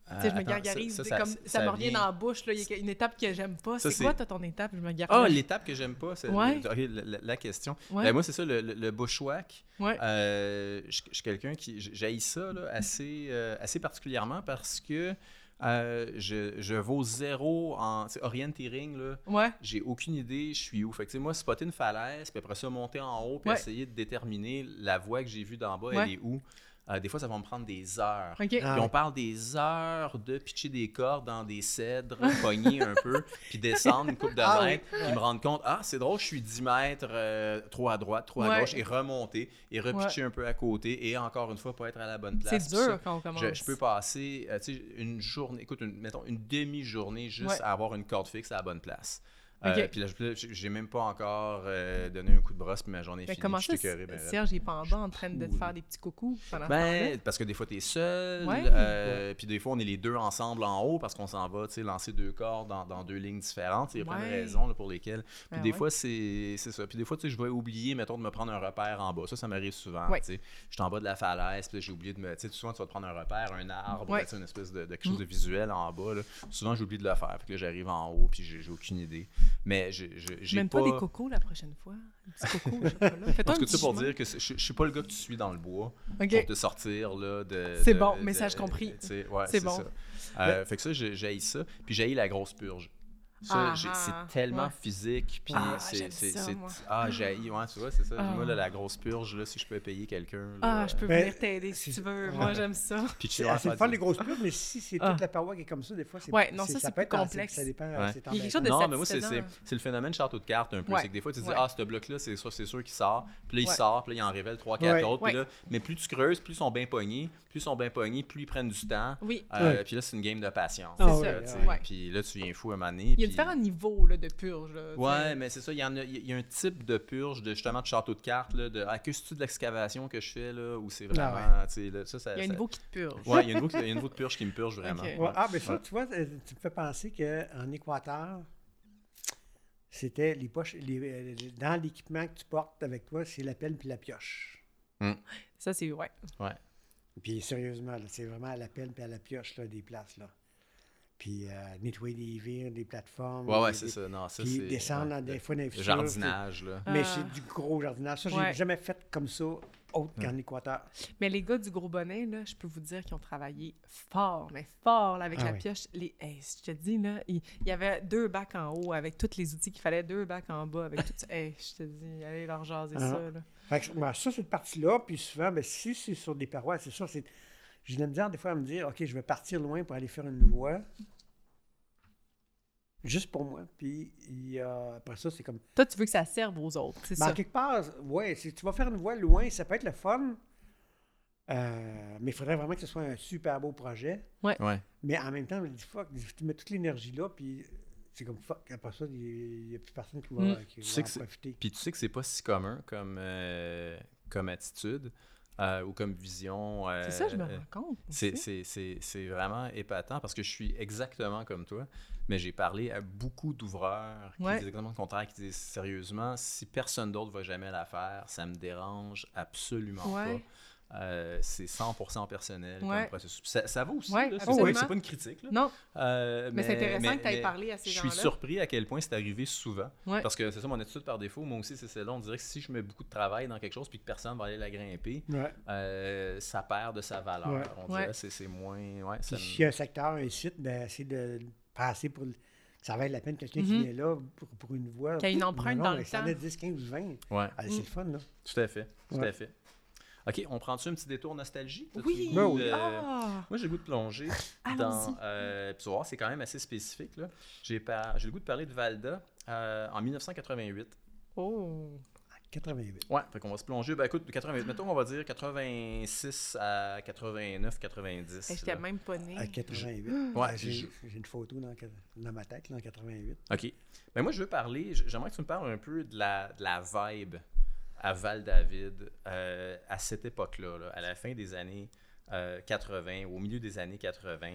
S2: Tu sais, je
S1: Ah, Euh, Attends,
S2: me
S1: ça-
S2: gargarise.
S1: ça,
S2: c'est
S1: ça-
S2: comme, ça, me revient
S1: vient-
S2: dans la bouche. Là. Il y a une étape que j'aime pas.
S1: Ça,
S2: C'est quoi,
S1: c'est-
S2: toi, ton étape? Je me
S1: Ah,
S2: gargarise.
S1: l'étape que j'aime pas, c'est
S2: Ouais.
S1: ok, la, la- la question.
S2: Ouais.
S1: Ben, moi, c'est ça, le, le, le bushwhack.
S2: Ouais.
S1: Euh, je je suis quelqu'un qui. J'haïs ça là, assez, euh, assez particulièrement parce que euh, je, je vaux zéro en. tu sais, orienteering, là.
S2: ouais.
S1: J'ai aucune idée, je suis où. Fait que, tu sais, moi, spotter une falaise, puis après ça, monter en haut, puis
S2: Ouais.
S1: essayer de déterminer la voie que j'ai vue d'en bas,
S2: Ouais.
S1: elle est où. Euh, des fois, ça va me prendre des heures.
S2: OK.
S3: Ah,
S1: Puis on parle des heures de pitcher des cordes dans des cèdres, pogner un peu, puis descendre une coupe de
S3: Ah oui,
S1: mètres, puis me rendre compte, ah, c'est drôle, je suis 10 mètres, euh, trop à droite, trop à
S2: Ouais.
S1: gauche, et remonter, et repitcher un peu à côté, et encore une fois, pas être à la bonne place.
S2: C'est
S1: puis ça.
S2: dur quand on commence. Ben,
S1: Je, je peux passer euh, tu sais, une journée, écoute, une- mettons une demi-journée juste
S2: Ouais.
S1: à avoir une corde fixe à la bonne place. Euh,
S2: Ok.
S1: Puis là, je- j'ai- j'ai même pas encore euh, donné un coup de brosse, puis ma journée est
S2: Mais
S1: finie.
S2: comment
S1: puis
S2: ça,
S1: je suis écoeuré, ben,
S2: Serge est pendant en train de te
S1: Ouh.
S2: faire des petits coucous pendant
S1: ben, parce que des fois, tu es seul.
S2: Ouais.
S1: euh, Puis des fois, on est les deux ensemble en haut parce qu'on s'en va tu sais, lancer deux cordes dans, dans deux lignes différentes. Il y a plein de
S2: Ouais.
S1: raisons là, pour lesquelles. Puis
S2: Ben
S1: des
S2: ouais.
S1: fois, c'est c'est ça. Puis des fois, tu sais, je vais oublier, mettons, de me prendre un repère en bas. Ça, ça m'arrive souvent.
S2: Ouais.
S1: tu sais. Je suis en bas de la falaise, puis là, j'ai oublié de me. Tu sais, souvent, tu vas te prendre un repère, un arbre,
S2: Ouais. Mm.
S1: tu sais, une espèce de, de quelque chose de visuel en bas. là. Souvent, j'oublie de le faire. Puis que là, j'arrive en haut, puis j'ai j'ai aucune idée. Mais je- je- j'ai
S2: Même
S1: pas.
S2: pas des cocos la prochaine fois. Des cocos au chocolat.
S1: En
S2: Fais-toi un
S1: tout cas,
S2: petit
S1: ça pour
S2: chemin.
S1: dire que c'est- je, je suis pas le gars que tu suis dans le bois
S2: OK.
S1: pour te sortir là, de.
S2: C'est
S1: de-
S2: bon,
S1: de-
S2: message
S1: de-
S2: compris.
S1: tu sais, ouais,
S2: C'est
S1: c'est
S2: bon. Ben
S1: bon. fait que ça, j'ai j'ai ça. Puis j'ai la grosse purge. Ça,
S2: Ah,
S1: j'ai-
S2: ah,
S1: c'est tellement
S2: ouais.
S1: physique. Puis
S2: Ah,
S1: c'est.
S2: j'aime
S1: c'est-
S2: ça,
S1: c'est-
S2: moi.
S1: Ah, j'ai ouais, tu vois, c'est ça.
S2: Ah.
S1: Moi, là, la grosse purge, là, si je peux payer quelqu'un.
S2: Ah,
S1: là,
S2: je peux
S3: Mais-
S2: venir t'aider si tu
S3: Ben, c'est-
S2: veux.
S3: Ouais.
S2: Moi, j'aime ça.
S1: Puis tu
S3: C'est
S1: vas
S3: assez le
S1: faire
S3: fun,
S1: du-
S3: les grosses pubs, mais si c'est
S2: Ah.
S3: toute la paroi qui est comme ça, des fois, c'est
S2: Ouais, non,
S3: c'est-
S2: ça, c'est
S3: peut
S2: plus
S3: être assez-
S2: complexe.
S3: Ça dépend.
S1: Ouais.
S3: c'est
S2: Il y a quelque chose de
S1: Non, mais moi, c'est
S2: satisfaisant.
S1: c'est- c'est le phénomène château de cartes un peu.
S2: Ouais.
S1: C'est que des fois, tu te dis,
S2: Ouais.
S1: ah, ce bloc-là, c'est sûr, c'est sûr qu'il sort. Puis là, il
S2: Ouais.
S1: sort, puis là, il en révèle 3-4
S3: Ouais.
S1: autres. Puis
S2: Ouais.
S1: là, mais plus tu creuses, plus ils sont bien pognés. Plus ils sont bien pognés, plus ils prennent du temps.
S2: Oui.
S1: Euh,
S3: Ouais.
S1: Puis là, c'est une game de patience.
S2: C'est
S3: Ah
S2: ça.
S3: ouais,
S1: tu sais.
S3: ouais.
S1: Puis là, tu viens fou à un moment donné,
S2: Il y a
S1: puis-
S2: différents niveaux là, de purge. là, tu sais.
S1: Ouais, mais c'est ça, il y, en a, il y a un type de purge, de, justement, de château de cartes, là, de ah, que c'est-tu de l'excavation que je fais, là, ou c'est vraiment. tu sais, là, ça, ça-
S2: Ah Il y a un
S1: ça-
S2: niveau qui te purge.
S1: Ouais, il y a un niveau qui- il y a un niveau de purge qui me purge vraiment.
S2: Ok.
S3: Ouais, Ah, mais ça, tu vois, euh, tu me fais penser qu'en Équateur, c'était les poches. les- euh, les- dans l'équipement que tu portes avec toi, c'est la pelle puis la pioche.
S2: Ça, c'est. Ouais.
S3: Puis sérieusement, là, c'est vraiment à la pelle puis à la pioche là, des places. là. Puis euh, nettoyer des vires, des plateformes.
S1: Ouais, ouais,
S3: des-
S1: c'est ça. Non, ça,
S3: Puis
S1: c'est-
S3: descendre
S1: ouais,
S3: dans des
S1: le-
S3: fois dans les
S1: le
S3: fissures,
S1: jardinage, là.
S3: c'est- Mais
S2: Ah.
S3: c'est du gros jardinage. Ça, j'ai
S2: Ouais.
S3: jamais fait comme ça autre qu'en Équateur.
S2: Mais les gars du Gros Bonnet, là, je peux vous dire qu'ils ont travaillé fort, mais fort, là, avec
S3: Ah
S2: la
S3: oui.
S2: pioche. Les, hey, je te dis, là, il, il y avait deux bacs en haut avec tous les outils qu'il fallait, deux bacs en bas avec tout ça. Hey, je te dis, allez leur jaser
S3: Ah.
S2: ça, là.
S3: Fait que, ben, ça, cette partie-là, puis souvent, ben, si c'est sur des parois, c'est sûr, c'est... J'ai de la misère des fois à me dire, OK, je vais partir loin pour aller faire une voie, juste pour moi. Puis il y a- après ça, c'est comme...
S2: Toi, tu veux que ça serve aux autres, c'est
S3: Ben, en
S2: ça.
S3: quelque part, ouais, si tu vas faire une voie loin, ça peut être le fun, euh, mais il faudrait vraiment que ce soit un super beau projet.
S1: Ouais.
S3: Mais en même temps, je me dis, fuck, tu mets toute l'énergie là, puis c'est comme, fuck, après ça, il n'y a plus personne qui va,
S2: Mm.
S3: qui
S1: Tu
S3: va
S1: sais que
S3: en
S1: c'est-
S3: profiter.
S1: Puis tu sais que c'est pas si commun comme, euh, comme attitude euh, ou comme vision. euh,
S2: C'est ça, je me
S1: euh,
S2: rends compte.
S1: c'est-
S2: aussi.
S1: C'est c'est- c'est vraiment épatant parce que je suis exactement comme toi, mais j'ai parlé à beaucoup d'ouvreurs qui
S2: Ouais.
S1: disent exactement le contraire, qui disent sérieusement, si personne d'autre va jamais la faire, ça me dérange absolument
S2: Ouais.
S1: pas. Euh, c'est 100% personnel
S2: Ouais,
S1: comme processus. Puis Ça, ça vaut aussi,
S2: Ouais,
S1: là, c'est
S2: absolument.
S1: pas- c'est pas une critique. là.
S2: Non,
S1: Euh,
S2: mais, c'est intéressant
S1: mais-
S2: que tu ailles
S1: mais-
S2: parler à ces
S1: je
S2: gens-là.
S1: suis surpris à quel point c'est arrivé souvent.
S2: Ouais.
S1: Parce que c'est ça mon attitude par défaut. Moi aussi, c'est celle-là. On dirait que si je mets beaucoup de travail dans quelque chose puis que personne va aller la grimper,
S3: Ouais.
S1: euh, ça perd de sa valeur.
S3: Ouais.
S1: On dirait
S2: Ouais.
S1: que c'est- c'est moins. Ouais, ça
S3: Puis
S1: me-
S3: s'il y a un secteur, un site, ben, essayer de le passer pour. le- Ça va être la peine quelqu'un
S2: Mhm.
S3: qui vient là pour, pour une voix.
S2: Qu'il y a une empreinte dans le
S3: Ça en
S2: temps.
S3: a 10, 15 ou 20.
S1: Ouais,
S3: Ah,
S2: Mm.
S3: c'est le fun, là.
S1: tout à fait. Tout
S3: Ouais.
S1: à fait. OK, on prend-tu un petit détour nostalgie? T'as-tu
S2: Oui,
S1: le goût
S3: Ben
S1: de-
S2: ah,
S1: euh, Moi, j'ai le goût de plonger
S2: allons-y.
S1: dans. euh, puis tu vas voir, c'est quand même assez spécifique. là. J'ai par- j'ai le goût de parler de Valda euh, en 1988.
S2: Oh,
S3: Ah, 88.
S1: Ouais, fait qu'on va se plonger. Ben écoute, de 80, mettons, on va dire 86 à 89, 90.
S2: Hey, j'étais
S1: là.
S2: même pas née.
S3: Ah, 88.
S1: Ouais,
S3: Ah,
S1: je-
S3: j'ai j'ai une photo dans, dans ma tête, là, en 88.
S1: OK. Ben moi, je veux parler, j- j'aimerais que tu me parles un peu de la, de la vibe à Val-David euh, à cette époque-là, là, à la fin des années euh, 80, au milieu des années 80.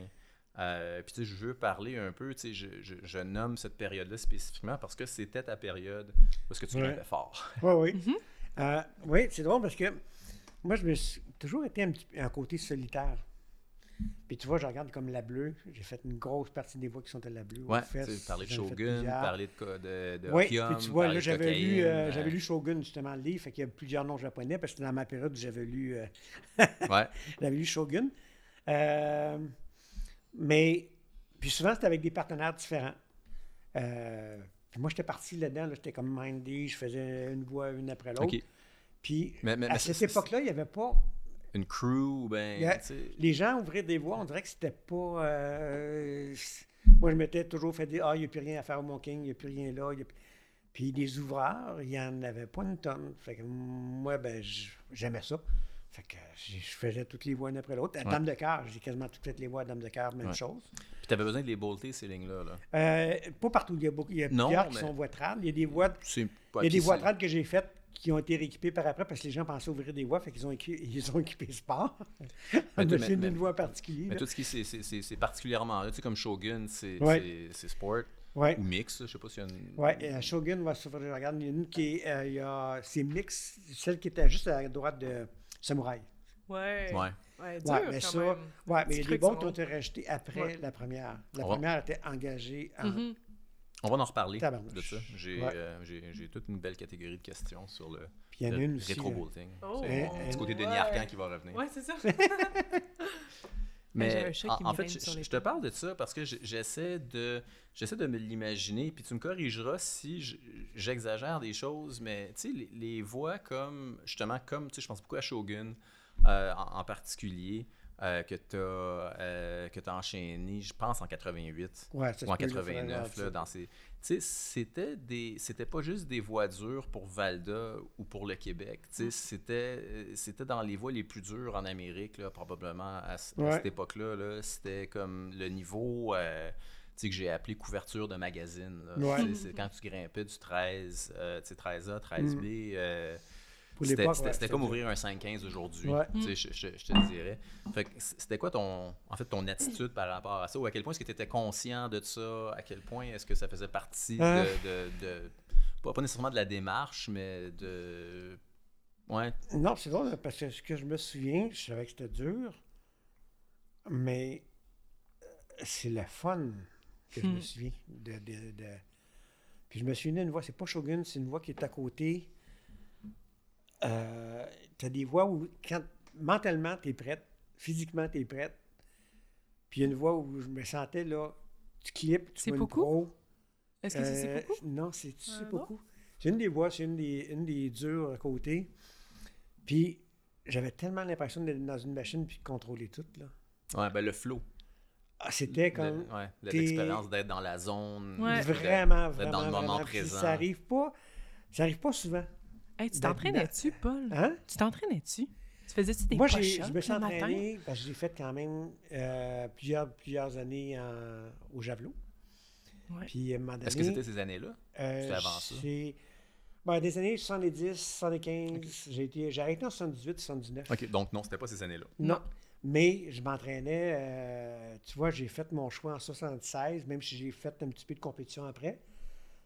S1: Euh, Puis tu sais, je veux parler un peu, tu sais, je, je- je nomme cette période-là spécifiquement parce que c'était ta période où est-ce que tu
S3: Ouais.
S1: grimpais fort.
S3: Oui, oui. Euh, oui, c'est drôle parce que moi, je me suis toujours été un, petit, un côté solitaire. Puis tu vois, je regarde comme la bleue. J'ai fait une grosse partie des voix qui sont à la bleue. aux
S1: Ouais,
S3: fesses,
S1: tu sais, parler de
S3: j'en ai fait
S1: Shogun,
S3: plusieurs.
S1: parler de, co- de, de
S3: Oui,
S1: opium,
S3: puis tu vois,
S1: parler
S3: là,
S1: de
S3: j'avais lu,
S1: cocaïne,
S3: euh,
S1: euh,
S3: j'avais lu Shogun, justement, le livre, fait qu'il y a plusieurs noms japonais, parce que c'était dans ma période où j'avais lu, euh,
S1: Ouais.
S3: j'avais lu Shogun. Euh, mais, puis souvent, c'était avec des partenaires différents. Euh, puis moi, j'étais parti là-dedans, là, j'étais comme Mindy, je faisais une voix une après l'autre.
S1: OK.
S3: Puis,
S1: Mais- mais-
S3: à
S1: mais
S3: cette
S1: c'est-
S3: époque-là, il n'y avait pas...
S1: une crew, ben,
S3: Yeah.
S1: tu sais.
S3: Les gens ouvraient des voies, on dirait que c'était pas... euh, c- moi, je m'étais toujours fait dire, ah, il n'y a plus rien à faire au Mont-King, il n'y a plus rien là, il y a plus- Puis des ouvreurs, il n'y en avait pas une tonne. Fait que moi, ben, j- j'aimais ça. Fait que j- je faisais toutes les voies une après l'autre. À
S1: Ouais.
S3: Dame de Cœur, j'ai quasiment toutes fait les voies à Dame de Cœur, même
S1: Ouais.
S3: chose.
S1: Puis t'avais besoin de les bolter, ces lignes-là. Là.
S3: Euh, pas partout, il y a, beaucoup, il y a
S1: Non,
S3: plusieurs qui
S1: mais-
S3: sont voies trades. Il y a des voies,
S1: C'est
S3: il y a des voies trades que j'ai faites qui ont été rééquipées par après parce que les gens pensaient ouvrir des voies, fait qu'ils ont, équi- ils ont équipé sport.
S1: Mais
S3: On
S1: toi,
S3: a
S1: mais-
S3: fait
S1: mais-
S3: une voie particulière.
S1: Mais tout ce qui c'est- c'est c'est- c'est particulièrement là, tu sais, comme Shogun, c'est
S3: Ouais.
S1: c'est- c'est sport
S3: Ouais.
S1: ou mix, là, je sais pas s'il y a une.
S3: Oui, Shogun va s'ouvrir. Je Regarde, il y en a une qui est, euh, il y a, c'est mix, celle qui était juste à la droite de Samouraï.
S2: Ouais.
S1: Ouais.
S2: Ouais, dur,
S3: Ouais, mais
S2: quand
S3: ça,
S2: même.
S3: ouais, mais
S2: Petit
S3: les
S2: truc,
S3: bons
S2: ça,
S3: qui ont
S2: ouais.
S3: été rachetés après
S2: Ouais.
S3: la première. La
S1: Ouais.
S3: première était engagée en,
S2: Mhm.
S1: On va en reparler
S3: Tabarnouche.
S1: de ça. J'ai
S3: Ouais.
S1: euh, j'ai- j'ai toute une belle catégorie de questions sur le,
S3: Puis il y en a
S1: le
S3: une aussi. euh,
S1: rétro-bolting.
S2: Oh.
S1: C'est
S3: Euh,
S1: mon
S3: euh,
S1: petit côté Denis
S2: ouais.
S1: Arcan qui va revenir.
S2: Ouais, c'est ça.
S1: Mais
S2: Ben, J'ai un chat qui
S1: en, en
S2: me
S1: fait,
S2: règne sur
S1: je,
S2: les
S1: je te parle de ça parce que j- j'essaie de j'essaie de me l'imaginer, puis tu me corrigeras si j- j'exagère des choses, mais tu sais, les, les voix comme, justement, comme, tu sais, je pense beaucoup à Shogun euh, en, en particulier, euh, que tu as, enchaîné, je pense, en 88
S3: Ouais, ça
S1: ou en
S3: se peut, là, faudrait voir
S1: 89,
S3: ça.
S1: là, dans ces... Tu sais, c'était des... C'était pas juste des voix dures pour Valda ou pour le Québec. Tu sais,
S3: Mm.
S1: c'était... euh, C'était dans les voix les plus dures en Amérique, là, probablement, à, c- à
S3: Ouais.
S1: cette époque-là. là. C'était comme le niveau... euh, tu sais, que j'ai appelé couverture de magazine. là.
S3: Ouais.
S1: Tu sais, C'est quand tu grimpais du 13, euh, tu sais, 13A,
S3: Mm.
S1: 13B, euh,
S3: Pour
S1: c'était
S3: l'époque,
S1: c'était-
S3: ouais,
S1: c'était
S3: c'était
S1: comme
S3: dur.
S1: ouvrir un 5-15 aujourd'hui.
S3: Ouais.
S1: Tu sais, Je, je- je te dirais. Fait que c- c'était quoi ton, en fait, ton attitude par rapport à ça? Ou à quel point est-ce que tu étais conscient de ça? À quel point est-ce que ça faisait partie de.
S3: Euh.
S1: de- de- pas, pas nécessairement de la démarche, mais de. Ouais.
S3: Non, c'est drôle, parce que ce que je me souviens, je savais que c'était dur, mais euh, c'est le fun que je me
S2: Hmm.
S3: souviens. De, de- de- Puis je me souviens d'une voix, c'est pas Shogun, c'est une voix qui est à côté. Euh, t'as des voix où, quand mentalement, t'es prête, physiquement, t'es prête. Puis il y a une voix où je me sentais, là, tu clips, tu
S2: C'est
S3: vois une
S2: beaucoup?
S3: pro.
S2: Est-ce que c'est
S3: Euh,
S2: c'est beaucoup?
S3: Non, c'est c'est
S2: Un
S3: beaucoup. C'est une des voix, c'est une des, une des dures à côté. Puis j'avais tellement l'impression d'être dans une machine puis de contrôler tout. Là.
S1: Ouais, ben le flow.
S3: Ah, C'était comme
S1: Le- ouais, le-
S3: t'es-
S1: L'expérience d'être dans la zone.
S2: Ouais.
S1: de-
S3: vraiment,
S1: d'être
S3: vraiment.
S1: dans le moment
S3: vraiment. Puis
S1: présent.
S3: Ça arrive pas. Ça arrive pas souvent.
S2: Hey, tu
S3: Ben,
S2: t'entraînais-tu, Paul?
S3: Hein?
S2: Tu t'entraînais-tu? Tu faisais-tu des
S3: Moi, j'ai-
S2: push-ups
S3: je me suis
S2: le matin?
S3: entraîné parce que j'ai fait quand même euh, plusieurs, plusieurs années en- au javelot.
S2: Ouais.
S3: Puis à un moment donné.
S1: Est-ce que c'était ces années-là?
S3: Euh,
S1: C'était avant ça?
S3: j'ai- ben, des années 70, 75, j'ai été- j'ai arrêté en 78, 79.
S1: Ok, donc non, c'était pas ces années-là.
S3: Non. Mais je m'entraînais, euh, tu vois, j'ai fait mon choix en 76, même si j'ai fait un petit peu de compétition après.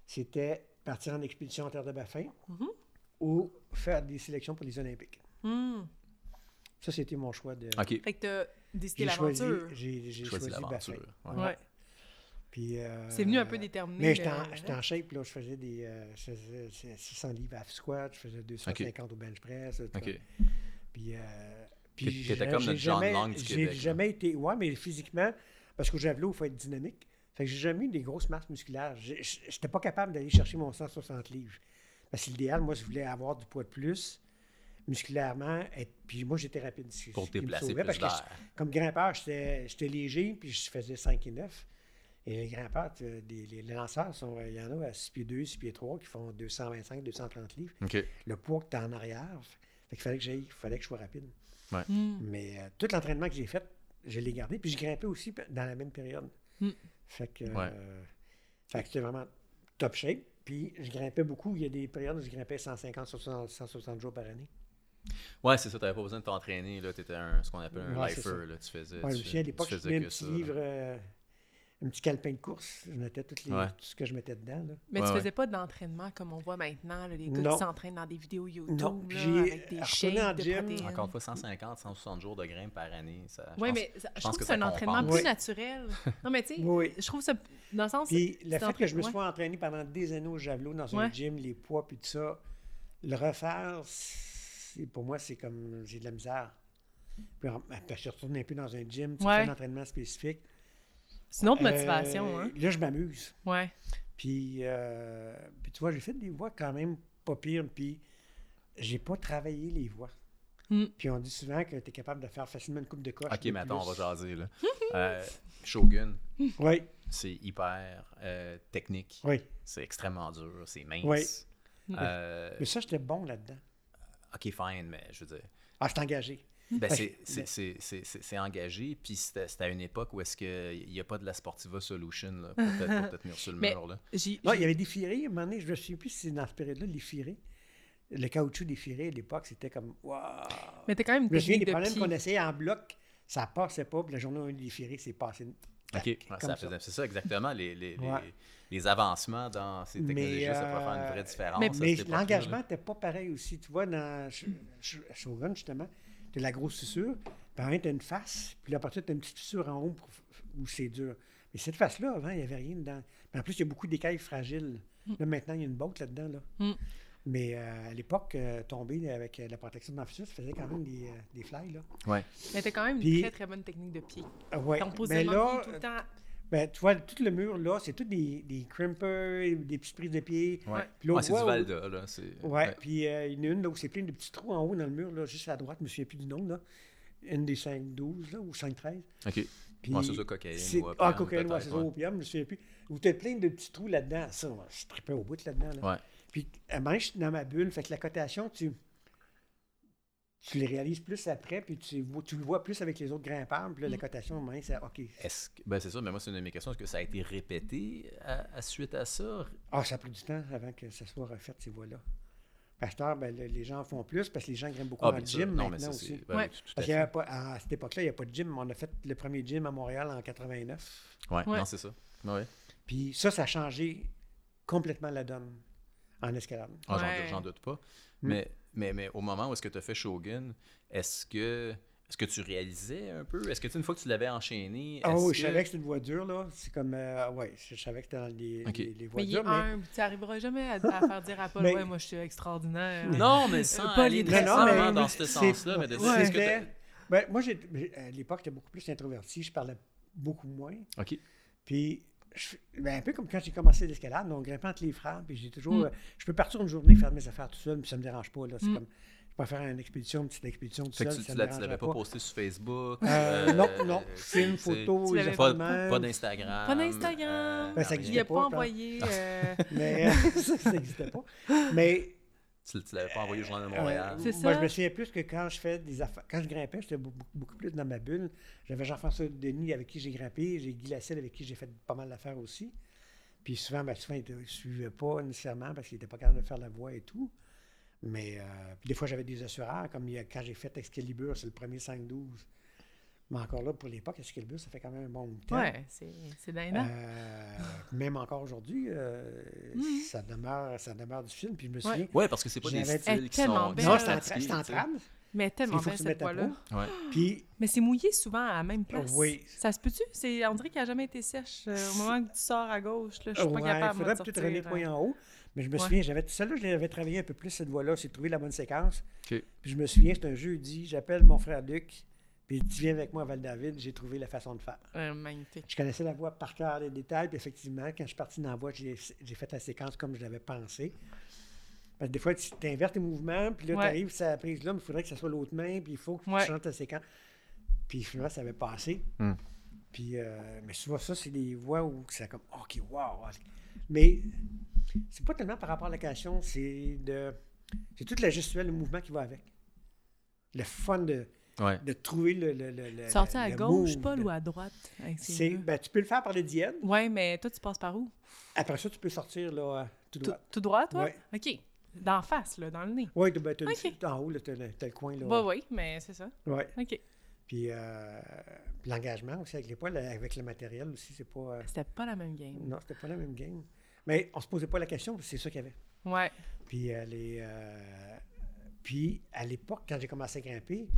S3: C'était partir en expédition en terre de baffin
S2: Mhm.
S3: ou faire des sélections pour les Olympiques.
S2: Hmm.
S3: Ça, c'était mon choix de.
S1: Ok.
S2: Fait que t'as décidé
S3: J'ai choisi,
S2: l'aventure.
S3: j'ai, j'ai
S1: Choisis
S3: choisi
S1: l'aventure.
S3: baffin.
S1: Ouais.
S2: Ouais.
S3: Puis, euh,
S2: C'est venu un peu euh, déterminé. hein?
S3: Mais
S2: le-
S3: j'étais en, j'étais en shape, là, je faisais des euh, je faisais 600 livres à squat, je faisais 250 au bench press. tout
S1: Ok.
S3: Puis, euh,
S1: T'étais
S3: puis j'ai-
S1: comme notre
S3: j'ai
S1: John
S3: jamais-
S1: Lang du
S3: J'ai
S1: Québec, là.
S3: jamais été. Ouais, mais physiquement, parce qu'au javelot, il faut être dynamique. Fait que j'ai jamais eu des grosses masses musculaires. J'ai- j- J'étais pas capable d'aller chercher mon 160 livres. Parce que l'idéal, moi, je voulais avoir du poids de plus musculairement. être- puis moi, j'étais rapide. C'est
S1: Pour
S3: ce qui me
S1: déplacer
S3: sauvait,
S1: plus
S3: parce que
S1: d'air.
S3: je- Comme grimpeur, j'étais j'étais léger, puis je faisais 5 et 9. Et les grimpeurs, tu- des- les, les lanceurs, sont- il y en a à 6 pieds 2, 6 pieds 3 qui font 225, 230 livres
S1: Ok.
S3: le poids que tu en arrière. Fait qu'il fallait que j'aille, fallait que je sois rapide.
S1: Ouais.
S2: Hmm.
S3: Mais euh, tout l'entraînement que j'ai fait, je l'ai gardé. Puis je grimpais aussi p- dans la même période.
S2: Mm.
S3: Fait que,
S1: Ouais.
S3: euh, fait que c'était vraiment top shape. Puis je grimpais beaucoup. Il y a des périodes où je grimpais 150, 160, 160 jours par année.
S1: Ouais, c'est ça, t'avais pas besoin de t'entraîner, là, t'étais un, ce qu'on appelle un
S3: Ouais, c'est ça.
S1: lifer, là, tu faisais,
S3: Ouais, je
S1: tu,
S3: me souviens, à
S1: tu
S3: l'époque, je
S1: faisais
S3: tenais un
S1: que
S3: petit
S1: ça, là.
S3: livre, euh, un petit calepin de course. Je notais toutes les,
S1: Ouais.
S3: tout ce que je mettais dedans. là.
S2: Mais
S1: Ouais,
S2: tu
S1: ouais.
S2: faisais pas d'entraînement comme on voit maintenant, là, les gars
S3: Non.
S2: qui s'entraînent dans des vidéos YouTube
S3: Non,
S2: là,
S3: j'ai
S2: avec des
S3: retourné
S2: shakes
S3: en
S2: de
S3: gym.
S2: protéines.
S1: Encore une fois, 150, 160 jours de grimpe par année, ça, je
S2: Oui,
S1: pense-
S2: mais ça- je,
S1: pense
S2: trouve
S1: que
S2: que
S1: ça
S2: c'est un entraînement
S1: compense.
S2: plus
S3: Oui.
S2: naturel. Non, mais tu sais,
S3: Oui.
S2: je trouve ça dans le sens.
S3: Puis
S2: tu
S3: le fait que je me
S2: t'entraînes-
S3: sois entraîné pendant des années au javelot dans un
S2: Ouais.
S3: gym, les poids puis tout ça, le refaire, c'est- pour moi, c'est comme j'ai de la misère. Puis en- ben, parce que je retourne un peu dans un gym, tu
S2: Ouais.
S3: fais un entraînement spécifique.
S2: C'est une autre motivation,
S3: Euh,
S2: hein.
S3: Là, je m'amuse.
S2: Ouais.
S3: Puis, euh, puis tu vois, j'ai fait des voix quand même pas pires, puis j'ai pas travaillé les voix.
S2: Mm.
S3: Puis on dit souvent que tu es capable de faire facilement une coupe de coche.
S1: Ok, mais attends, on va
S3: genre.
S1: jaser, là. Euh, Shogun,
S3: Oui,
S1: c'est hyper euh, technique,
S3: oui.
S1: c'est extrêmement dur, c'est mince.
S3: Ouais.
S1: Euh,
S3: Mais ça, j'étais bon là-dedans.
S1: ok, fine, mais je veux dire,
S3: Ah, c'est engagé.
S1: ben,
S3: Ouais,
S1: c'est- c'est-
S3: mais-
S1: c'est c'est- c'est- c'est engagé, puis c'était c'était à une époque où est-ce qu'il n'y a pas de la Sportiva Solution, là, pour te pour te tenir sur le
S2: Mais-
S1: mur, là.
S2: J'ai-
S3: Non, il y avait des firés. À un moment donné, je me souviens plus si c'est dans cette période-là, les firés. Le caoutchouc des firés à l'époque, c'était comme waouh.
S2: Mais t'as quand même une
S3: Je me souviens
S2: technique
S3: des
S2: de
S3: problèmes
S2: pied.
S3: qu'on essayait en bloc, ça passait pas, puis la journée où on a eu des firés, c'est passé.
S1: Ok, ouais, ça
S3: comme ça.
S1: faisait- c'est ça exactement, les, les, les-
S3: Ouais.
S1: les avancements dans ces
S3: Mais,
S1: technologies-là, ça pourrait faire une
S3: euh,
S1: vraie différence.
S2: mais-
S1: à cette
S3: Mais
S1: époque-là, là.
S3: l'engagement n'était pas pareil aussi. Tu vois, dans Sh- Sh- Shogun, justement, tu la grosse sussure, puis avant, tu as une face, puis là, à partir, tu as une petite fissure en haut pour- où c'est dur. Mais cette face-là, avant, il n'y avait rien dedans. Mais en plus, il y a beaucoup d'écailles fragiles. Là, maintenant, il y a une botte là-dedans. Là.
S2: Mm.
S3: Mais euh, à l'époque, euh, tomber avec euh, la protection de l'amphissure, ça faisait quand même des, euh, des fly. Là.
S2: Mais t'as quand même une
S3: Puis-
S2: très, très bonne technique de pied.
S3: Ah ouais.
S2: Ton
S3: Mais
S2: positionnement
S3: là,
S2: tout le temps.
S3: ben, tu vois, tout le mur, là, c'est tout des, des crimpers, des petites prises de pied.
S1: Ouais.
S3: Puis là, on
S1: Ah, c'est
S3: voit
S1: du
S3: au-
S1: Valda, là. c'est-
S3: Ouais, puis euh, il y en a une là, où c'est plein de petits trous en haut dans le mur, là, juste à droite, je me souviens plus du nom. Là. Une des 5-12 là, ou 5-13.
S1: OK. Ouais,
S3: Puis
S1: c'est ça, cocaïne.
S3: c'est-
S1: ou opium,
S3: Ah, cocaïne, ouais,
S1: peut-être,
S3: c'est ça, opium, je me souviens plus. Ou peut-être plein de petits trous là-dedans. Ça, moi, je tripais au bout là-dedans. là.
S1: Ouais.
S3: Puis, à un moment, je suis dans ma bulle. Fait que la cotation, tu, tu les réalises plus après, puis tu, vois- tu le vois plus avec les autres grimpeurs. Puis là,
S1: Mm.
S3: la cotation, à un moment, c'est OK.
S1: Est-ce que- ben, c'est ça, mais moi, c'est une de mes questions. Est-ce que ça a été répété à, à suite à ça?
S3: Ah, ça a pris du temps avant que ça soit refait, ces voies-là. Pasteur, ben, le- les gens font plus parce que les gens grimpent beaucoup
S1: Ah,
S3: dans
S1: bien
S3: le
S1: sûr.
S3: gym
S1: Non, mais
S3: maintenant
S1: ça,
S3: aussi.
S1: c'est. ben
S2: Ouais.
S1: oui, tout- tout à
S3: Parce qu'il y
S1: fait.
S3: avait pas, à cette époque-là, il n'y a pas de gym. On a fait le premier gym à Montréal en 89.
S1: Ouais,
S2: Ouais.
S1: non, c'est ça. Ouais.
S3: Puis ça, ça a changé complètement la donne en escalade.
S1: Ah, j'en-
S2: Ouais.
S1: J'en doute pas.
S3: Mm.
S1: Mais, mais, mais au moment où est-ce que tu as fait Shogun, est-ce que, est que tu réalisais un peu? Est-ce que, tu sais, une fois que tu l'avais enchaîné,
S3: Ah
S1: est-ce
S3: oui,
S1: que...
S3: je savais que c'était une voie dure, là. C'est comme. euh, ouais, je savais que c'était dans les,
S1: Ok.
S3: les- les voies
S2: Mais il est
S3: dures. Mais...
S2: humble. Tu n'arriveras jamais à, à faire dire à Paul,
S3: Mais-
S2: ouais, moi, je suis extraordinaire.
S1: Non, mais sans
S2: Paul, il
S1: aller
S2: est
S3: très
S1: nécessairement
S3: fort.
S1: dans ce
S3: C'est-
S1: sens-là, mais de dire,
S3: Ouais.
S1: est-ce que t'as-
S3: Ben, moi, j'ai- j'ai- à l'époque, j'étais beaucoup plus introverti. Je parlais beaucoup moins.
S1: OK.
S3: Puis, je- ben, un peu comme quand j'ai commencé l'escalade, on grimpait entre les frappes, puis j'ai toujours.
S2: Mm.
S3: euh, je peux partir une journée, faire mes affaires tout seul, puis ça me dérange pas. Là. C'est
S2: Mm.
S3: comme. Je peux faire une expédition, une petite expédition tout
S1: Fait
S3: seul.
S1: que tu, tu
S3: ça me
S1: l'as- tu
S3: dérangerait
S1: l'avais pas
S3: pas.
S1: posté sur Facebook?
S3: Euh,
S1: euh,
S3: non, non.
S1: euh,
S3: C'est une
S1: c'est-
S3: photo,
S2: Tu
S3: les
S2: l'avais
S3: affaires
S1: Pas,
S3: de
S1: pas
S3: même.
S1: d'Instagram.
S2: Pas d'Instagram.
S1: euh,
S3: Ben, ça
S1: rien.
S2: Il
S3: existait
S2: n'a
S3: pas,
S2: pas
S3: je
S2: envoyé. euh,
S3: Mais ça, ça n'existait pas. Mais
S1: Tu, tu l'avais pas envoyé au Journal de Montréal.
S3: Euh,
S2: C'est
S3: Moi,
S2: ça.
S3: je me souviens plus que quand je fais des affaires. Quand je grimpais, j'étais beaucoup, beaucoup plus dans ma bulle. J'avais Jean-François Denis avec qui j'ai grimpé, j'ai Guy Lasselle avec qui j'ai fait pas mal d'affaires aussi. Puis souvent, ben, souvent il ne suivait pas nécessairement parce qu'il n'était pas capable de faire la voix et tout. Mais euh, puis des fois, j'avais des assureurs, comme il y a- quand j'ai fait Excalibur, c'est le premier 5-12. Mais encore là, pour l'époque, Excalibur, ça fait quand même un bon bout de temps.
S2: ouais, hein? c'est c'est dingue.
S3: Hein? Euh, même encore aujourd'hui, euh, ça, demeure, ça demeure du film. Puis je me
S2: Mm-hmm. Ouais. Ben, euh,
S3: souviens.
S1: Ouais, parce que c'est pas des
S3: J'avais-
S2: Elle est
S1: styles qui
S2: tellement
S1: sont... qui
S2: belle.
S1: sont
S3: Non, c'est en, tra-
S1: pratiqués,
S3: c'est en
S1: tu sais.
S3: trame.
S2: Mais tellement
S3: Il faut
S2: belle
S3: que tu
S2: cette
S3: mettes à
S2: voix-là.
S3: peau.
S1: Ouais.
S3: Puis
S2: Mais c'est mouillé souvent à la même place.
S3: Oui.
S2: Ça se peut-tu? C'est- On dirait qu'elle n'a jamais été sèche. euh, au moment que tu sors à gauche, là, je suis pas
S3: Ouais,
S2: capable moi,
S3: faudrait
S2: de sortir.
S3: peut-être relever le
S2: euh,
S3: point en haut. Mais je me
S2: Ouais.
S3: souviens, j'avais celle-là, je l'avais travaillé un peu plus, cette voie-là, c'est de trouver la bonne séquence.
S1: OK.
S3: Puis je me souviens, c'est un jeudi, j'appelle mon frère Luc, puis tu viens avec moi à Val-David, j'ai trouvé la façon de faire.
S2: euh, magnifique.
S3: Je connaissais la voie par cœur, les détails, puis effectivement, quand je suis parti dans la voie, j'ai j'ai fait la séquence comme je l'avais pensé. Parce que des fois, tu inverses tes mouvements, puis là,
S2: Ouais.
S3: tu arrives sur la prise là, mais il faudrait que ça soit l'autre main, puis il faut que
S2: Ouais.
S3: tu changes ta séquence. Puis finalement, ça avait passé.
S1: Hmm.
S3: Puis, euh, mais souvent, ça, c'est des voies où c'est comme, OK, wow! Mais c'est pas tellement par rapport à la question, c'est de. C'est toute la gestuelle, le mouvement qui va avec. Le fun de,
S1: Ouais.
S3: de trouver le. le, le, le-
S2: Sortir à
S3: Euh, le
S2: gauche,
S3: move.
S2: Paul, ou à droite? avec ses
S3: C'est-
S2: yeux?
S3: ben, tu peux le faire par le diède.
S2: Ouais, mais toi, tu passes par où?
S3: Après ça, tu peux sortir là, euh, tout
S2: Tout,
S3: droit.
S2: tout droit, toi?
S3: Ouais.
S2: OK. D'en face, là, dans le nez.
S3: Oui, ben, t'as
S2: Ok.
S3: le- en haut, tu as, le coin. Là,
S2: Bah oui, mais c'est ça.
S3: Ouais.
S2: OK.
S3: Puis euh, puis l'engagement aussi avec les poils, avec le matériel aussi, c'est pas. euh,
S2: C'était pas la même game.
S3: non, c'était pas la même game. Mais on se posait pas la question, c'est ça qu'il y avait.
S2: Ouais.
S3: Puis, euh, les, euh, puis à l'époque, quand j'ai commencé à grimper,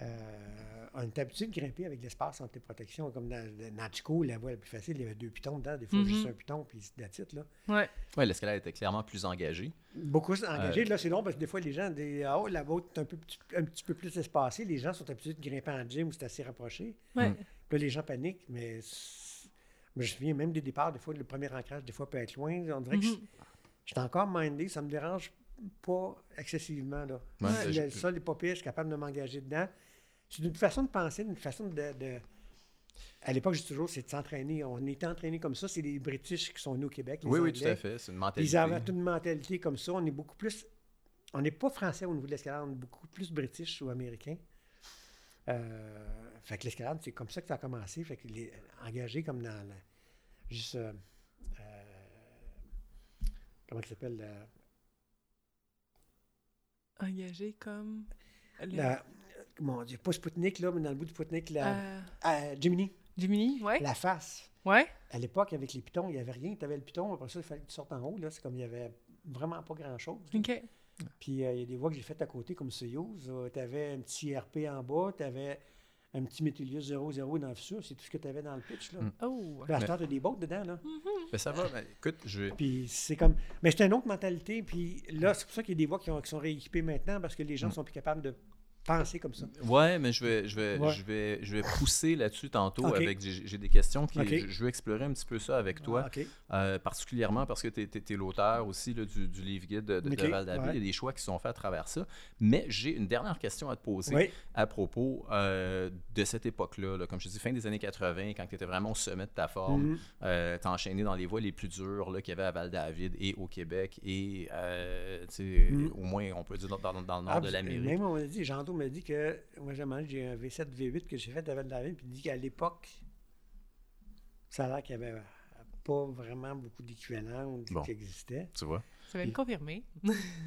S3: euh, on était habitué de grimper avec l'espace entre les protections. Comme dans, dans Chico, la voie la plus facile, il y avait deux pitons dedans, des fois
S2: Mhm.
S3: juste un piton, puis c'est la titre, là.
S2: Ouais.
S1: Ouais, l'escalade était clairement plus engagée.
S3: Beaucoup engagés.
S1: Euh,
S3: Là, c'est long parce que des fois, les gens disent Ah, oh, la vôtre est un, peu, petit- un petit peu plus espacée. Les gens sont habitués de grimper en gym où c'est assez rapproché.
S2: Ouais.
S3: Puis là, les gens paniquent, mais c'est- mais je me souviens même des départs. Des fois, le premier ancrage, des fois, peut être loin. On dirait que je-
S2: Mhm.
S3: je suis encore mindé. Ça me dérange pas excessivement. Là.
S1: Ouais,
S3: Si
S1: je-
S3: le sol n'est pas pire, je suis capable de m'engager dedans. C'est une façon de penser, une façon de. de- à l'époque, je dis toujours, c'est de s'entraîner. On était entraîné comme ça. C'est les British qui sont nés au Québec. les
S1: Oui, oui,
S3: Anglais.
S1: tout à fait. C'est une
S3: Ils
S1: mentalité.
S3: avaient toute une mentalité comme ça. On est beaucoup plus. On n'est pas français au niveau de l'escalade, on est beaucoup plus british ou américain. Euh, fait que l'escalade, c'est comme ça que ça a commencé. Fait que les engagés comme dans la- juste euh, euh, comment il s'appelle la-
S2: Engagé comme... le-
S3: la- mon Dieu, pas Spoutnik là, mais dans le bout du Spoutnik, la
S2: euh,
S3: euh, Jiminy,
S2: Jiminy, ouais.
S3: la face.
S2: Ouais.
S3: À l'époque, avec les pitons, il n'y avait rien. Tu avais le piton, après ça, il fallait que tu sortes en haut. Là. C'est comme il n'y avait vraiment pas grand-chose. là.
S2: OK.
S3: euh, Puis euh, il y a des voies que j'ai faites à côté, comme Soyuz. tu avais un petit RP en bas, tu avais un petit Metilius 00 dans la fissure, c'est tout ce que tu avais dans le pitch. Là.
S1: Mm.
S2: Oh!
S3: Puis à cette heure, t'as des bottes dedans. Là.
S1: Mais ça va, mais écoute, je.
S3: Puis c'est comme. Mais c'est une autre mentalité. Puis là, c'est pour ça qu'il y a des voies qui, ont- qui sont rééquipées maintenant parce que les gens
S1: Mm.
S3: sont plus capables de penser comme ça.
S1: Ouais, mais je vais, je vais,
S3: Ouais.
S1: je vais, je vais pousser là-dessus tantôt.
S3: Ok.
S1: avec J'ai j'ai des questions. Qui,
S3: Ok.
S1: je, je veux explorer un petit peu ça avec toi,
S3: Ah, OK.
S1: euh, particulièrement parce que tu es, l'auteur aussi là, du, du livre guide de, de, de
S3: Ok,
S1: Val d'Abbé.
S3: ouais.
S1: Il y a des choix qui sont faits à travers ça. Mais j'ai une dernière question à te poser
S3: Oui.
S1: à propos euh, de cette époque-là. là. Comme je te dis, fin des années 80, quand tu étais vraiment au sommet de ta forme,
S3: Mhm.
S1: euh, t'as enchaîné dans les voies les plus dures là, qu'il y avait à Val-David et au Québec et euh, tu sais,
S3: Mm.
S1: au moins, on peut dire, dans, dans- dans le nord
S3: Ah,
S1: de
S3: puis,
S1: l'Amérique.
S3: Même on m'a dit, Jando m'a dit que moi j'ai mangé, j'ai un V7, V8 que j'ai fait avec la ville, puis il dit qu'à l'époque, ça a l'air qu'il n'y avait pas vraiment beaucoup d'équivalents ou qui-
S1: Bon.
S3: qui existaient.
S1: Tu vois?
S2: Ça va être confirmé.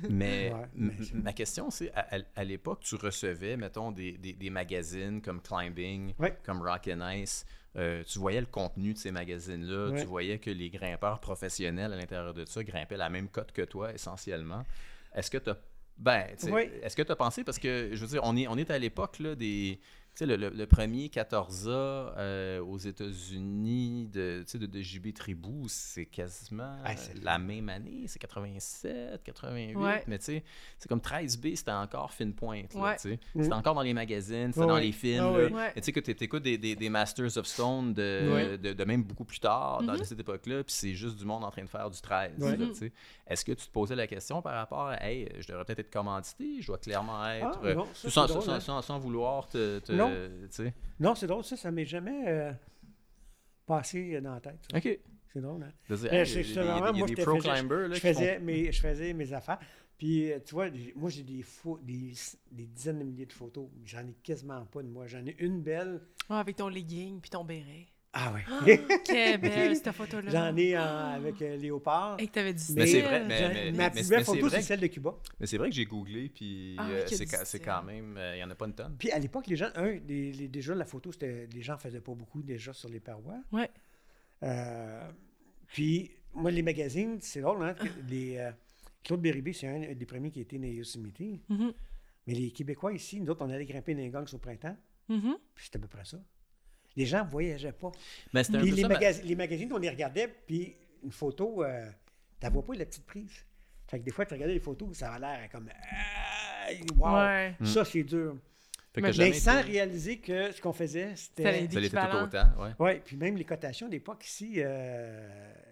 S1: Mais
S3: Ouais,
S1: m-
S3: mais c'est-
S1: ma question, c'est à, à- à l'époque, tu recevais, mettons, des, des- des magazines comme Climbing,
S3: Ouais.
S1: comme Rock and Ice. Euh, tu voyais le contenu de ces magazines-là.
S3: Ouais.
S1: Tu voyais que les grimpeurs professionnels à l'intérieur de ça grimpaient la même cote que toi, essentiellement. Est-ce que tu as. Ben, tu sais,
S3: Ouais.
S1: est-ce que tu as pensé, parce que, je veux dire, on est, on est à l'époque là, des. Tu sais, le, le- le premier 14A euh, aux États-Unis de, tu sais, de, de JB Tribou, c'est quasiment
S3: Ah, c'est-
S1: la même année, c'est 87, 88,
S2: Ouais.
S1: mais tu sais, c'est comme 13B, c'était encore fine pointe. là,
S2: Ouais.
S1: tu sais.
S3: Mm.
S1: C'était encore dans les magazines, c'était
S3: Ouais,
S1: dans
S3: ouais.
S1: les films.
S3: Ah,
S1: là.
S3: ouais.
S2: Ouais.
S1: Et Tu sais, que tu écoutes des, des- des Masters of Stone de,
S3: Ouais.
S1: de, de même beaucoup plus tard, dans
S2: Mhm.
S1: cette époque-là, puis c'est juste du monde en train de faire du 13.
S3: Ouais.
S1: là,
S2: Mhm.
S1: tu sais. Est-ce que tu te posais la question par rapport à, hey, je devrais peut-être être commandité, je dois clairement
S3: Ah,
S1: être. euh,
S3: non,
S1: sans,
S3: ça, c'est
S1: sans-
S3: drôle, hein.
S1: sans- sans vouloir te. te-
S3: Non.
S1: tu sais.
S3: Non, c'est drôle, ça, ça m'est jamais euh, passé dans la tête. ça.
S1: Ok.
S3: C'est drôle, hein?
S1: De dire,
S3: Ben,
S1: hey,
S3: c'est-
S1: il y a-
S3: c'est
S1: il y a des-
S3: vraiment-
S1: il y a
S3: moi,
S1: des
S3: je te
S1: pro
S3: faisais-
S1: climbers. là,
S3: je
S1: qui font-
S3: faisais, mes, je faisais mes affaires. Puis, euh, tu vois, j'ai- moi, j'ai des, pho- des, des dizaines de milliers de photos. J'en ai quasiment pas de moi. J'en ai une belle.
S2: Ah, avec ton legging puis ton béret.
S3: Ah
S2: Ah,
S3: oui.
S2: Quelle belle, cette photo-là. Ah.
S3: J'en ai en- avec euh, Léopard.
S2: Et que t'avais dit
S1: Mais c'est
S2: style.
S1: vrai, mais-
S3: j'en-
S1: mais-
S3: ma
S1: mais-
S3: plus
S1: mais
S3: belle
S1: c'est
S3: photo,
S1: vrai
S3: c'est
S1: que-
S3: celle de Cuba.
S1: Mais c'est vrai que j'ai googlé, puis
S2: Ah,
S1: euh,
S2: qu'il y a
S1: c'est
S2: du
S1: ca- c'est
S2: style.
S1: quand même. euh, Il n'y en a pas une tonne.
S3: Puis à l'époque, les gens, un, les- les- déjà la photo, c'était les gens faisaient pas beaucoup déjà sur les parois.
S2: Ouais.
S3: Euh, puis moi, les magazines, c'est drôle, hein?
S1: Ah.
S3: que Les, euh, Claude Béribé, c'est un des premiers qui était né à Yosemite.
S2: Mhm,
S3: Mais les Québécois ici, nous autres, on allait grimper dans les gangs au printemps,
S2: mhm.
S3: puis c'était à peu près ça. Les gens voyageaient pas.
S1: Mais c'était un
S3: Puis
S1: peu
S3: les,
S1: ça, ben ma-
S3: magasi- les magazines, on les regardait, puis une photo, euh, t'as vois pas la petite prise. Fait que des fois, tu regardais les photos, ça a l'air comme. Aïe, wow!
S2: Ouais.
S3: Ça, c'est dur.
S1: fait que
S2: mais-
S1: t'as jamais
S3: Mais sans
S1: été-
S3: réaliser que ce qu'on faisait,
S2: C'était
S3: c'était.
S2: les-
S1: Ça l'était tout
S2: L'équivalent.
S1: autant, ouais.
S3: Oui, puis même les cotations d'époque ici,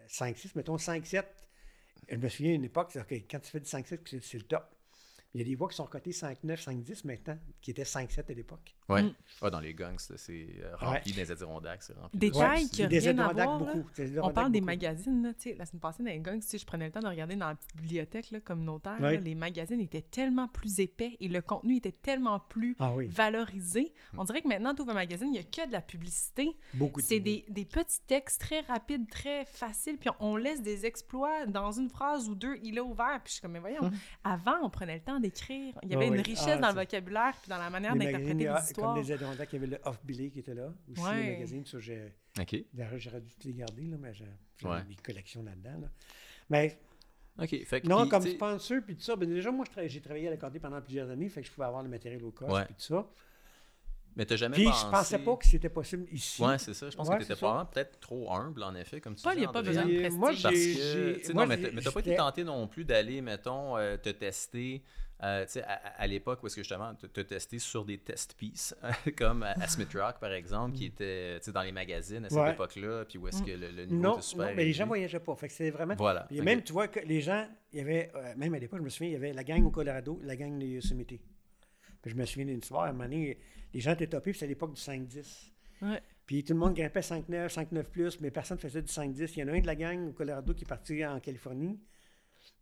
S3: 5-6, mettons 5-7. Je me souviens une époque, c'est- ok, quand tu fais du 5-7, c'est- c'est le top. Il y a des voix qui sont cotées 5-9, 5-10 maintenant, qui étaient 5-7 à l'époque.
S1: Ouais.
S2: Mm.
S1: Ah, dans les gangs, là, c'est euh, rempli dans les Adirondacks. C'est rempli
S2: Des
S1: de-
S2: tailles
S3: Ouais,
S2: qui a
S3: des
S2: rien à
S3: Adirondacks
S2: voir, là.
S3: beaucoup. des
S2: On
S3: Adirondacks
S2: parle des
S3: beaucoup.
S2: magazines, là, tu sais, la semaine passée dans les gangs, tu sais, je prenais le temps de regarder dans la petite bibliothèque là, communautaire,
S3: Ouais.
S2: là, les magazines étaient tellement plus épais et le contenu était tellement plus
S3: Ah oui,
S2: valorisé. On dirait que maintenant, tout un magazine, il n'y a que de la publicité.
S3: beaucoup de
S2: C'est des, des petits textes très rapides, très faciles, puis on, on laisse des exploits dans une phrase ou deux, il a ouvert, puis je suis comme, mais voyons, avant, on prenait le temps d'écrire. Il y avait
S3: Hum. Ouais,
S2: une
S3: ouais.
S2: richesse
S3: Ah,
S2: dans le
S3: c'est-
S2: vocabulaire, puis dans la manière
S3: des
S2: d'interpréter
S3: magazines, il y a-
S2: les histoires.
S3: Comme les Adirondacks, il y avait le Off Billy qui était là. Aussi,
S2: Ouais.
S3: le magazine, ça, j'ai-
S1: OK.
S3: d'ailleurs, j'aurais dû te les garder, là, mais j'ai j'ai
S1: Ouais.
S3: des collections là-dedans. là. Mais
S1: OK. Fait que,
S3: Non,
S1: puis,
S3: comme
S1: tu sais,
S3: sponsor, puis tout ça. Ben déjà, moi, je tra- j'ai travaillé à l'accordé pendant plusieurs années, fait que je pouvais avoir le matériel au cost,
S1: Ouais.
S3: puis tout ça.
S1: Mais t'as jamais
S3: Puis
S1: pensé...
S3: je pensais pas que c'était possible ici.
S1: Ouais, c'est ça. Je pense
S3: Ouais,
S1: que t'étais
S3: c'est ça.
S1: probablement peut-être trop humble, en effet, comme tu
S2: Paul,
S1: dis,
S2: il a pas
S1: Andréane.
S2: besoin de
S3: Et moi,
S2: prestige.
S1: Parce
S3: j'ai-
S1: que,
S3: j'ai-
S1: tu sais,
S3: moi,
S1: non, mais
S3: j'ai-
S1: t'as- mais t'as pas été
S3: j'étais-
S1: tenté non plus d'aller, mettons, euh, te tester, euh, tu sais, à, à- à l'époque où est-ce que justement, te, te tester sur des test pieces, comme à, à Smith Rock, par exemple, qui était, tu sais, dans les magazines à cette
S3: Ouais. Mm.
S1: époque-là, puis où est-ce que le, le niveau
S3: Non,
S1: était super
S3: non, mais les
S1: élevé.
S3: gens voyageaient pas. Fait que c'était vraiment.
S1: Voilà.
S3: Et
S1: OK.
S3: même, tu vois, que les gens, il y avait, euh, même à l'époque, je me souviens, il y avait la gang au Colorado, la gang de Yosemite. Puis je me souviens d'une soirée, à un moment donné, les gens étaient topés, puis c'était à l'époque du 5-10.
S2: Ouais.
S3: Puis tout le monde grimpait 5-9, 5-9 plus, mais personne ne faisait du 5-10. Il y en a un de la gang au Colorado qui est parti en Californie.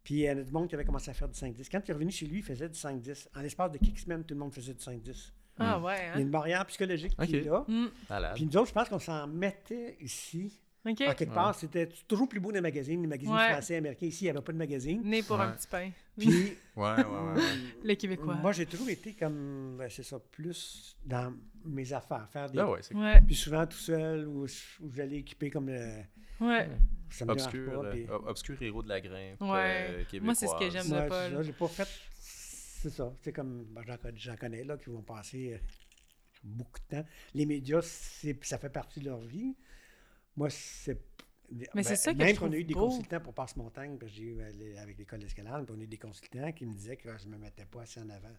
S3: Puis il y en a du monde qui avait commencé à faire du 5-10. Quand il est revenu chez lui, il faisait du 5-10. En l'espace de quelques semaines, tout le monde faisait du 5-10.
S2: Ah ouais,
S3: Il y a
S2: hein?
S3: une barrière psychologique qui est
S1: Ok.
S3: là.
S2: Mm.
S1: Malade.
S3: Puis nous autres, je pense qu'on s'en mettait ici.
S2: OK.
S3: En quelque part, c'était toujours plus beau des magazines, les magazines
S2: Ouais.
S3: français, américains. Ici, il n'y avait pas de magazine.
S2: Né pour un
S1: Ouais.
S2: petit pain.
S3: Puis,
S1: Ouais, ouais, ouais, ouais.
S2: Le Québécois.
S3: moi, j'ai toujours été comme, ben, c'est ça, plus dans mes affaires. Faire des.
S1: Ah ouais, c'est
S2: Ouais,
S3: Puis souvent tout seul, ou je- ou j'allais équiper comme le.
S2: ouais.
S3: Ça me dérange
S1: Obscur,
S3: pas,
S1: euh,
S3: puis-
S1: ob- obscur héros de la grimpe
S2: Ouais.
S1: euh,
S2: Moi, c'est ce que
S1: québécoise.
S2: j'aime de
S3: Ouais,
S2: Paul.
S3: c'est ça, J'ai pas fait. C'est ça. C'est comme. ben, j'en con- j'en connais là qui vont passer. euh, beaucoup de temps. Les médias, c'est- ça fait partie de leur vie. Moi, c'est. ben,
S2: Mais c'est ça que
S3: Même
S2: je
S3: qu'on a eu
S2: trouve
S3: des
S2: beau.
S3: consultants pour Passe-Montagne, parce que j'ai eu euh, les- avec l'école d'escalade, puis on a eu des consultants qui me disaient que ah, je ne me mettais pas assez en avant.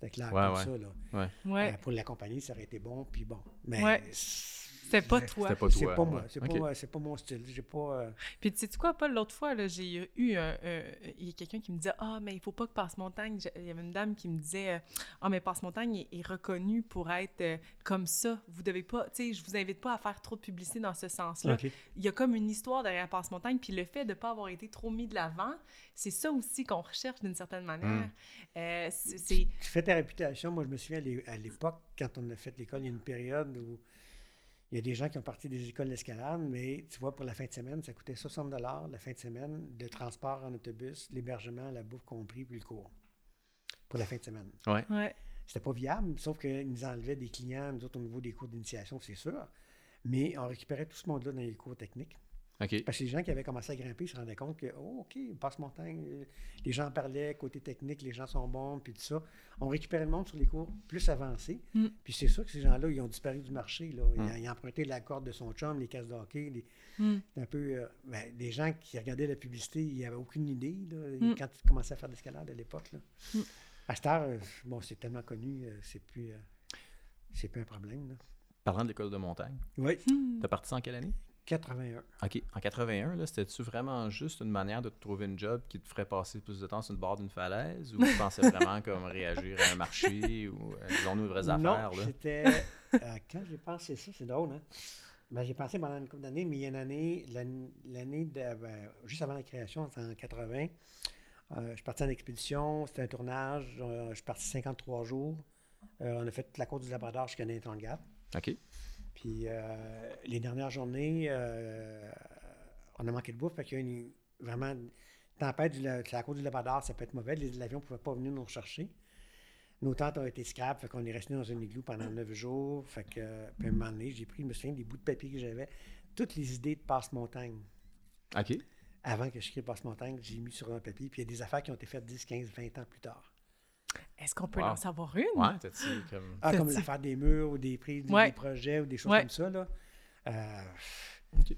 S3: Fait que là,
S1: Ouais,
S3: comme
S1: ouais.
S3: ça, là,
S2: Ouais.
S3: euh, pour la compagnie, ça aurait été bon, puis bon. Mais
S2: Ouais.
S3: c'est
S2: C'était pas toi.
S1: C'était pas
S3: C'est
S1: toi.
S3: pas moi.
S1: ouais.
S3: C'est
S1: Ok.
S3: pas, c'est pas mon style. J'ai pas. euh,
S2: Puis tu sais quoi, Paul, l'autre fois, là, j'ai eu un... un- Il y a quelqu'un qui me disait « Ah, mais il faut pas que Passe-Montagne... » J'ai- Il y avait une dame qui me disait euh, « Ah, mais Passe-Montagne est, est reconnu pour être euh, comme ça. Vous devez pas... » Tu sais, je vous invite pas à faire trop de publicité dans ce sens-là. Il y a comme une histoire derrière Passe-Montagne, puis le fait de pas avoir été trop mis de l'avant, c'est ça aussi qu'on recherche d'une certaine manière.
S1: Hmm.
S2: Euh, c'est- c'est...
S3: Tu fais ta réputation. Moi, je me souviens à l'é- à l'époque, quand on a fait l'école, il y a une période où il y a des gens qui ont parti des écoles d'escalade, mais tu vois, pour la fin de semaine, ça coûtait 60 la fin de semaine, le transport en autobus, l'hébergement, la bouffe compris, puis le cours. Pour la fin de semaine.
S2: Ouais.
S3: C'était pas viable, sauf qu'ils nous enlevaient des clients, nous autres, au niveau des cours d'initiation, c'est sûr. Mais on récupérait tout ce monde-là dans les cours techniques.
S1: OK.
S3: Parce que les gens qui avaient commencé à grimper ils se rendaient compte que, oh, OK, passe-montagne, euh, les gens parlaient, côté technique, les gens sont bons, puis tout ça. On récupérait le monde sur les cours plus avancés.
S2: Mm.
S3: Puis c'est sûr que ces gens-là, ils ont disparu du marché. Là. Ils,
S1: Mm.
S3: ont- ils ont emprunté la corde de son chum, les cases de hockey. les-
S2: Mm.
S3: un peu, euh, ben, les gens qui regardaient la publicité, ils n'avaient aucune idée là,
S2: Mm.
S3: quand ils commençaient à faire de l'escalade à l'époque. là.
S2: Mm.
S3: À cette heure, euh, bon, c'est tellement connu, euh, c'est plus, euh, c'est plus un problème. là.
S1: Parlant de l'école de montagne,
S3: Oui,
S2: Mm.
S1: t'as parti ça en quelle année?
S3: 81.
S1: OK. En 81, là, c'était-tu vraiment juste une manière de te trouver une job qui te ferait passer plus de temps sur une barre d'une falaise ou tu pensais vraiment comme réagir à un marché ou euh, disons-nous les vraies affaires?
S3: non,
S1: Là?
S3: c'était... euh, quand j'ai pensé ça, c'est drôle, hein? Ben, j'ai pensé pendant une couple d'années, mais il y a une année, l'an- l'année de- ben, juste avant la création, c'était en 80, euh, je suis parti en expédition, c'était un tournage, euh, je suis parti 53 jours. Euh, on a fait toute la côte du Labrador jusqu'à Nintongat.
S1: OK.
S3: Puis euh, les dernières journées, euh, on a manqué de bouffe parce qu'il y a une, vraiment une tempête du la, la côte du Labrador, ça peut être mauvais. Les avions ne pouvaient pas venir nous rechercher. Nos tentes ont été scrap, fait qu'on est resté dans un igloo pendant neuf jours. Fait que, puis à un moment donné, j'ai pris, je me souviens, des bouts de papier que j'avais, toutes les idées de passe-montagne.
S1: OK.
S3: Avant que je crée passe-montagne, j'ai mis sur un papier. Puis il y a des affaires qui ont été faites 10, 15, 20 ans plus tard.
S2: Est-ce qu'on peut
S1: Wow.
S2: en savoir une?
S1: Ouais, t'as-tu comme.
S3: Ah, comme
S2: Petit.
S3: l'affaire des murs ou des prises, des-
S2: Ouais.
S3: des projets ou des choses
S2: Ouais.
S3: comme ça, là. Euh,
S1: OK.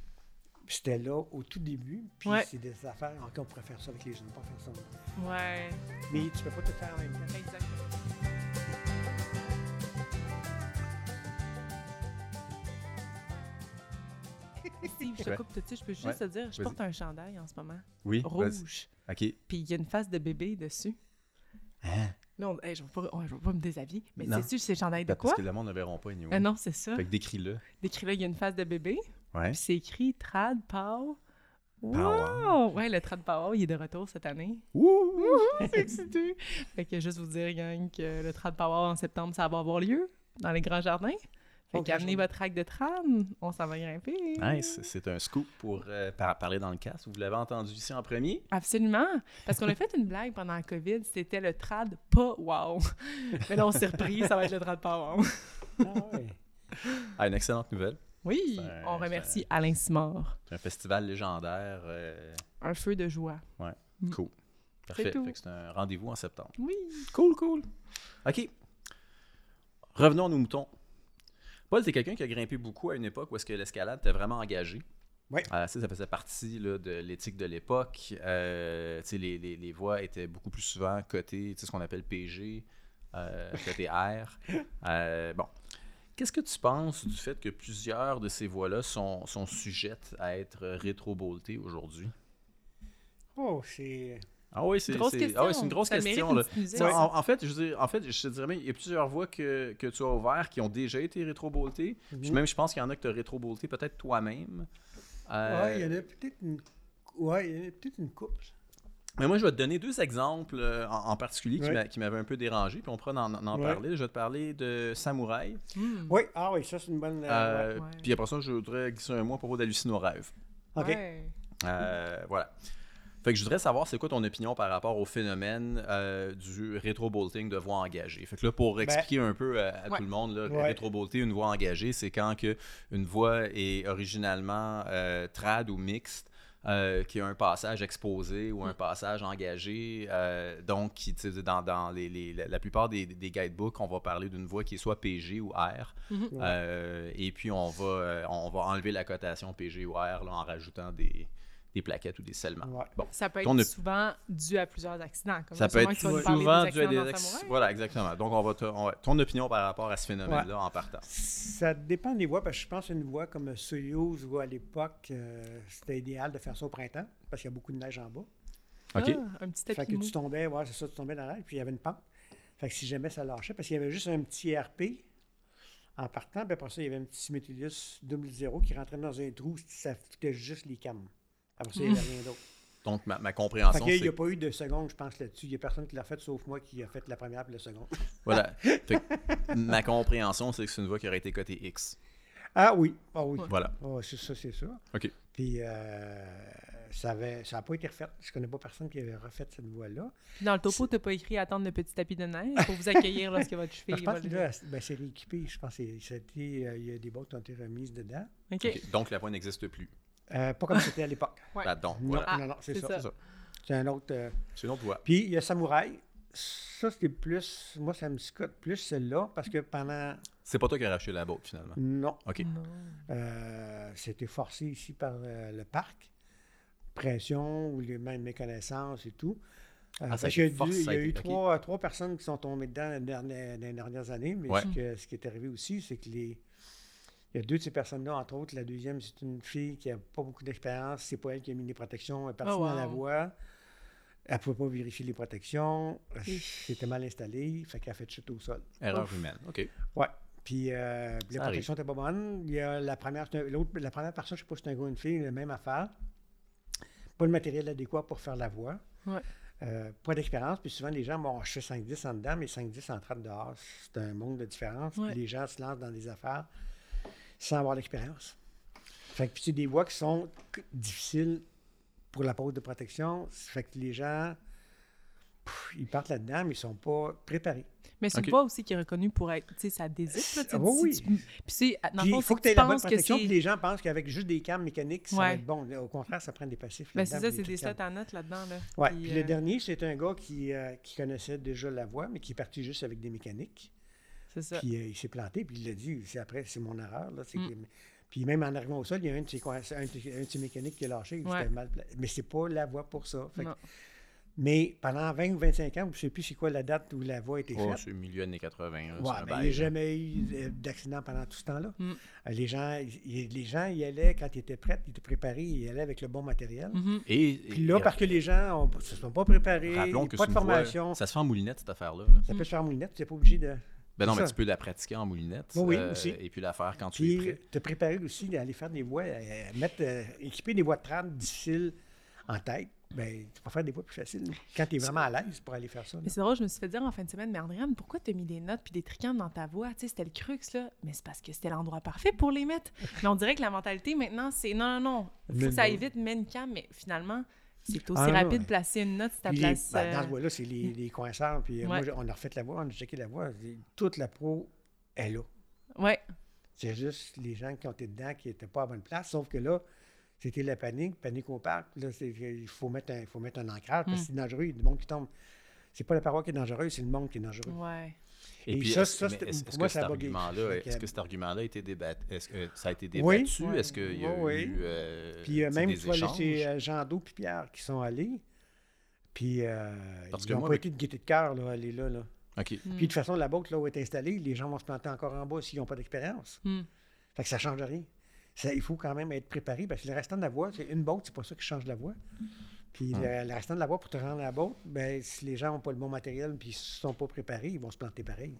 S3: J'étais là au tout début, puis
S2: Ouais.
S3: c'est des affaires, encore on pourrait faire ça avec les jeunes, pas faire ça.
S2: Ouais,
S3: Mais tu peux pas tout faire en même temps.
S2: exactement. Steve, je te
S1: Ouais.
S2: coupe tout de suite. Je peux juste
S1: Ouais,
S2: te dire, je
S1: vas-y.
S2: porte un chandail en ce moment,
S1: Oui. vas-y.
S2: rouge,
S1: OK.
S2: puis il y a une face de bébé dessus. Là, on- hey, je ne vais, pas- on- je vais pas me déshabiller, mais
S1: Hein? Non.
S2: sais-tu c'est chandail de
S1: Ben, Parce
S2: quoi?
S1: que le monde ne verront pas anyway.
S2: Ah non, c'est ça.
S1: Fait que décris-le.
S2: Décris-là, il y a une face de bébé,
S1: Ouais.
S2: puis c'est écrit Trad Pow.
S1: Pow
S2: Wow! Ouais, le Trad Pow, il est de retour cette année.
S1: Ouh!
S2: C'est excité. Fait que juste vous dire, gang, que le Trad Power en septembre, ça va avoir lieu dans les grands jardins. Fait
S3: Ok,
S2: qu'amenez
S3: je-
S2: votre rack de tram, on s'en va grimper.
S1: Nice. C'est un scoop pour euh, par- parler dans le casque. Vous l'avez entendu ici en premier?
S2: Absolument. Parce qu'on a fait une blague pendant la COVID, c'était le trad pas wow. Mais là, on s'est repris, ça va être le trad pas wow.
S3: Ah, ouais.
S1: Ah, une excellente nouvelle.
S2: Oui,
S1: Ben,
S2: on remercie Alain Simard.
S1: C'est un festival légendaire. euh,
S2: Un feu de joie.
S1: Cool. Parfait.
S2: tout.
S1: Fait que c'est un rendez-vous en septembre.
S2: Oui.
S1: Cool, cool. OK. Revenons à nos moutons. Paul, t'es quelqu'un qui a grimpé beaucoup à une époque où est-ce que l'escalade était vraiment engagée.
S3: Ouais.
S1: Euh, ça, ça faisait partie là, de l'éthique de l'époque. Euh, tu sais, les, les, les voies étaient beaucoup plus souvent cotées, tu sais, ce qu'on appelle PG, euh, côté R. Euh, bon. Qu'est-ce que tu penses du fait que plusieurs de ces voies-là sont, sont sujettes à être rétro-boltées aujourd'hui?
S3: Oh, c'est.
S1: Ah oui, c'est
S2: Grosse
S1: c'est-
S2: question.
S1: ah oui, c'est une grosse
S2: Ça mérite
S1: question.
S2: une
S1: là.
S2: petite musette.
S1: Ça, en, en fait, je veux dire- en fait, je te dirais, même, il y a plusieurs voies que, que tu as ouvertes qui ont déjà été rétro-boltées. Puis
S3: Mhm.
S1: Même, je pense qu'il y en a que tu as rétro-bolté peut-être toi-même. Euh,
S3: Ouais, il y en a peut-être une. Ouais, il y en a peut-être une coupe.
S1: Mais moi, je vais te donner deux exemples euh, en, en particulier qui
S3: Ouais.
S1: m'a- qui m'avaient un peu dérangé, puis on pourra en, en
S3: Ouais.
S1: parler. Je vais te parler de Samouraï.
S2: Mm.
S3: Oui, ah oui, ça c'est une bonne. euh,
S1: Euh,
S2: ouais. Ouais.
S1: Puis après ça, je voudrais glisser un mot à propos d'Hallucinorêve.
S3: ouais. OK.
S2: Ouais.
S1: Euh, voilà. Fait que je voudrais savoir c'est quoi ton opinion par rapport au phénomène euh, du rétro-bolting de voix engagée. Fait que là, pour expliquer un peu à, à
S2: Ouais.
S1: tout le monde, là,
S3: Ouais.
S1: rétro-bolter une voix engagée, c'est quand que une voix est originalement euh, trad ou mixte, euh, qui a un passage exposé ou un passage engagé. euh, donc, qui, tu sais, dans, dans les, les- la la plupart des, des guidebooks, on va parler d'une voix qui est soit PG ou R.
S2: Mhm.
S1: Euh, et puis, on va, euh, on va enlever la cotation PG ou R là, en rajoutant des, des plaquettes ou des scellements.
S3: Ouais.
S1: Bon.
S2: Ça peut être
S1: On a-
S2: souvent dû à plusieurs accidents. Comme
S1: Ça
S2: là,
S1: peut
S2: sûrement
S1: être
S2: que tu vas nous parler
S1: souvent dû à
S2: accidents
S1: des
S2: dans
S1: ex-
S2: Samouraï.
S1: Voilà, exactement. Donc, on va te- on va- ton opinion par rapport à ce phénomène-là en partant.
S3: Ça dépend des voix, parce que je pense qu'une voix comme Soyuz ou à l'époque, euh, c'était idéal de faire ça au printemps, parce qu'il y a beaucoup de neige en bas.
S1: OK.
S2: Ah, un petit
S3: Fait
S2: tapis
S3: que
S2: mou.
S3: tu tombais, ouais, c'est ça, tu tombais dans l'air, puis il y avait une pente. Fait que si jamais ça lâchait, parce qu'il y avait juste un petit RP en partant, puis après ça, il y avait un petit Metellus double zéro qui rentrait dans un trou, ça foutait juste les cams. Après ça, il n'y avait rien d'autre.
S1: Donc, ma, ma
S3: Fait
S1: compréhension,
S3: que, il n'y
S1: Ah, c'est
S3: a pas eu de seconde, je pense, là-dessus. Il n'y a personne qui l'a fait, sauf moi qui a fait la première puis la seconde.
S1: voilà. Fait que ma compréhension, c'est que c'est une voix qui aurait été cotée X.
S3: Ah oui, ah oui.
S1: Voilà.
S3: Ah, c'est ça, c'est sûr.
S1: OK.
S3: Puis euh, ça n'a ça a pas été refait. Je connais pas personne qui avait refait cette voie-là.
S2: Puis Dans le topo, tu n'as pas écrit attendre le petit tapis de neige pour vous accueillir lorsque votre cheville
S3: Ben, je
S2: va
S3: pense que
S2: le-
S3: là, c'est- ben, c'est rééquipé. Je pense que ça a été, euh, il y a des boîtes qui ont été remises dedans.
S2: OK.
S1: OK. Donc, la voix n'existe plus
S3: Euh, pas comme c'était à l'époque.
S2: Ouais.
S1: là-dedans.
S3: Non,
S1: Voilà.
S2: Ah,
S3: non, non, c'est
S2: c'est
S3: ça.
S2: ça.
S1: C'est ça.
S3: C'est un autre. euh,
S1: C'est une autre voix.
S3: Puis il y a Samouraï. Ça, c'était plus. Moi, ça me scotte plus celle-là parce que pendant.
S1: C'est pas toi qui as racheté la botte, finalement.
S3: Non.
S1: OK.
S2: Non.
S3: Euh, c'était forcé ici par euh, le parc. Pression ou les mêmes méconnaissances et tout. Euh,
S1: Ah, ça a
S3: fait qu'il y a
S1: été forcé,
S3: dû- il y a
S1: ça a
S3: eu
S1: été- ok.
S3: trois, trois personnes qui sont tombées dedans la dernière- dans les dernières années, mais
S1: Ouais.
S3: ce, que- ce qui est arrivé aussi, c'est que les. Il y a deux de ces personnes-là, entre autres. La deuxième, c'est une fille qui n'a pas beaucoup d'expérience. C'est pas elle qui a mis les protections. Elle est partie
S2: Oh,
S3: dans la
S2: wow.
S3: voie. Elle ne pouvait pas vérifier les protections.
S2: Ish.
S3: C'était mal installé. Fait qu'elle a fait chute au sol.
S1: Erreur humaine. OK.
S3: Ouais. Puis euh, puis la
S1: Ça
S3: protection n'était pas bonne. Il y a la première, c'est un- l'autre, la première personne, je ne sais pas si c'est un gars ou une fille, la même affaire. Pas le matériel adéquat pour faire la voie.
S2: Ouais.
S3: Euh, pas d'expérience. Puis souvent, les gens, bon, je fais 5-10 en dedans, mais 5-10 en 30 dehors. C'est un monde de différence. Puis
S2: Ouais.
S3: Les gens se lancent dans des affaires sans avoir l'expérience. Fait que puis c'est des voies qui sont c- difficiles pour la pose de protection. Fait que les gens, pff, ils partent là-dedans, mais ils ne sont pas préparés.
S2: Mais c'est
S1: OK.
S2: une voix aussi qui est reconnue pour être, tu sais, ça désite, là, tu sais,
S3: Ah, oui,
S2: si
S3: oui.
S2: tu- Puis c'est, ah, dans
S3: Puis,
S2: le fond,
S3: il
S2: c'est
S3: faut que
S2: que
S3: tu aies
S2: tu
S3: la bonne
S2: penses que
S3: protection,
S2: c'est...
S3: puis les gens pensent qu'avec juste des câbles mécaniques, ça va
S2: Ouais.
S3: être bon. Au contraire, ça prend des passifs.
S2: Ben, c'est
S3: là-dedans,
S2: ça, c'est
S3: puis
S2: des
S3: câbles.
S2: slots à notes là-dedans, là.
S3: Ouais.
S2: Puis,
S3: Puis
S2: euh,
S3: le dernier, c'est un gars qui, euh, qui connaissait déjà la voie, mais qui est parti juste avec des mécaniques.
S2: C'est ça.
S3: Puis euh, il s'est planté, puis il l'a dit. C'est après, c'est mon erreur. Là, c'est
S2: Mm.
S3: que- Puis même en arrivant au sol, il y a un de ses, coin- un de ses- un de ses mécaniques qui a lâché. il dit,
S2: Ouais.
S3: C'était mal pla- Mais c'est pas la voie pour ça. Fait que-
S2: Non.
S3: mais pendant 20 ou 25 ans, je ne sais plus c'est quoi la date où la voie a été
S1: Oh,
S3: faite.
S1: c'est milieu années 80. là,
S3: Ouais, ben,
S1: c'est un
S3: mais il n'y a
S1: bail, là.
S3: jamais eu euh, d'accident pendant tout ce temps-là.
S2: Mm.
S3: Euh, Les gens, y- les gens y allaient quand ils étaient prêts, ils étaient préparés, ils allaient avec le bon matériel.
S2: Mhm.
S1: Et, et-
S3: Puis là,
S1: et-
S3: parce que les gens ne se sont pas préparés,
S1: rappelons que
S3: pas
S1: c'est une
S3: de
S1: voix-
S3: formation, ça,
S1: ça se fait en moulinette, cette affaire-là. là.
S2: Mm.
S3: peut se faire en moulinette, tu n'es pas obligé de.
S1: Ben non,
S3: C'est
S1: mais
S3: ça.
S1: tu peux la pratiquer en moulinette. euh,
S3: Oui, oui, aussi.
S1: Et puis la faire quand tu es
S3: Puis
S1: prêt.
S3: te préparer aussi d'aller faire des voies, euh, mettre, euh, équiper des voies de tram difficiles en tête. Ben, tu vas faire des voies plus faciles quand tu es vraiment à l'aise pour aller faire ça. là.
S2: Mais c'est drôle, je me suis fait dire en fin de semaine, mais Andréane, pourquoi t'as mis des notes puis des tricantes dans ta voix? Tu sais, c'était le crux, là. Mais c'est parce que c'était l'endroit parfait pour les mettre. Mais on dirait que la mentalité, maintenant, c'est non, non, non, faut
S3: Mais
S2: que ça
S3: non.
S2: aille vite, mets une cam, mais finalement, c'est aussi
S3: Ah, non,
S2: rapide
S3: ouais.
S2: de placer une note si ta
S3: Puis les-
S2: place...
S3: ben, dans
S2: euh,
S3: ce voie-là, c'est les, les coinceurs. Puis euh, moi,
S2: Ouais.
S3: j'ai- on a refait la voie, on a checké la voie. j'ai- Toute la pro est là.
S2: Ouais,
S3: C'est juste les gens qui ont été dedans qui n'étaient pas à bonne place. Sauf que là, c'était la panique, panique au parc. Là, c'est- il faut mettre un, il faut mettre un ancrage
S1: Mm.
S3: parce que c'est dangereux. Il y a du monde qui tombe. C'est pas la paroi qui est dangereuse, c'est le monde qui est dangereux.
S2: ouais.
S1: Mm. Et,
S3: Et
S1: puis,
S3: ça,
S1: est-ce
S3: ça,
S1: mais
S3: c'était-
S1: est-ce-
S3: pour
S1: est-ce
S3: moi,
S1: que
S3: ça
S1: cet
S3: a bugué.
S1: argument-là,
S3: Fait que-
S1: est-ce que cet argument-là a été débattu? Est-ce que ça a été
S3: Oui.
S1: débattu? Est-ce qu'il y a
S3: Oui, oui.
S1: eu euh,
S3: Puis euh,
S1: tu sais,
S3: même,
S1: des
S3: tu vois, là,
S1: échanges?
S3: c'est euh, Jean Do puis Pierre qui sont allés. Puis euh,
S1: Parce que
S3: ils n'ont
S1: moi,
S3: pas
S1: avec-
S3: été de gaieté de cœur, là, aller là. là.
S1: OK.
S2: Mm.
S3: Puis de toute façon, la boîte là, où est installée, les gens vont se planter encore en bas s'ils n'ont pas d'expérience.
S2: Mm.
S3: Fait que ça ne change rien. Ça, il faut quand même être préparé parce que le restant de la voie, c'est une boîte, c'est pas ça qui change la voie. Puis
S1: Hmm.
S3: le, le restant de la voie, pour te rendre à la boîte, ben, si les gens n'ont pas le bon matériel puis ils ne sont pas préparés, ils vont se planter pareil.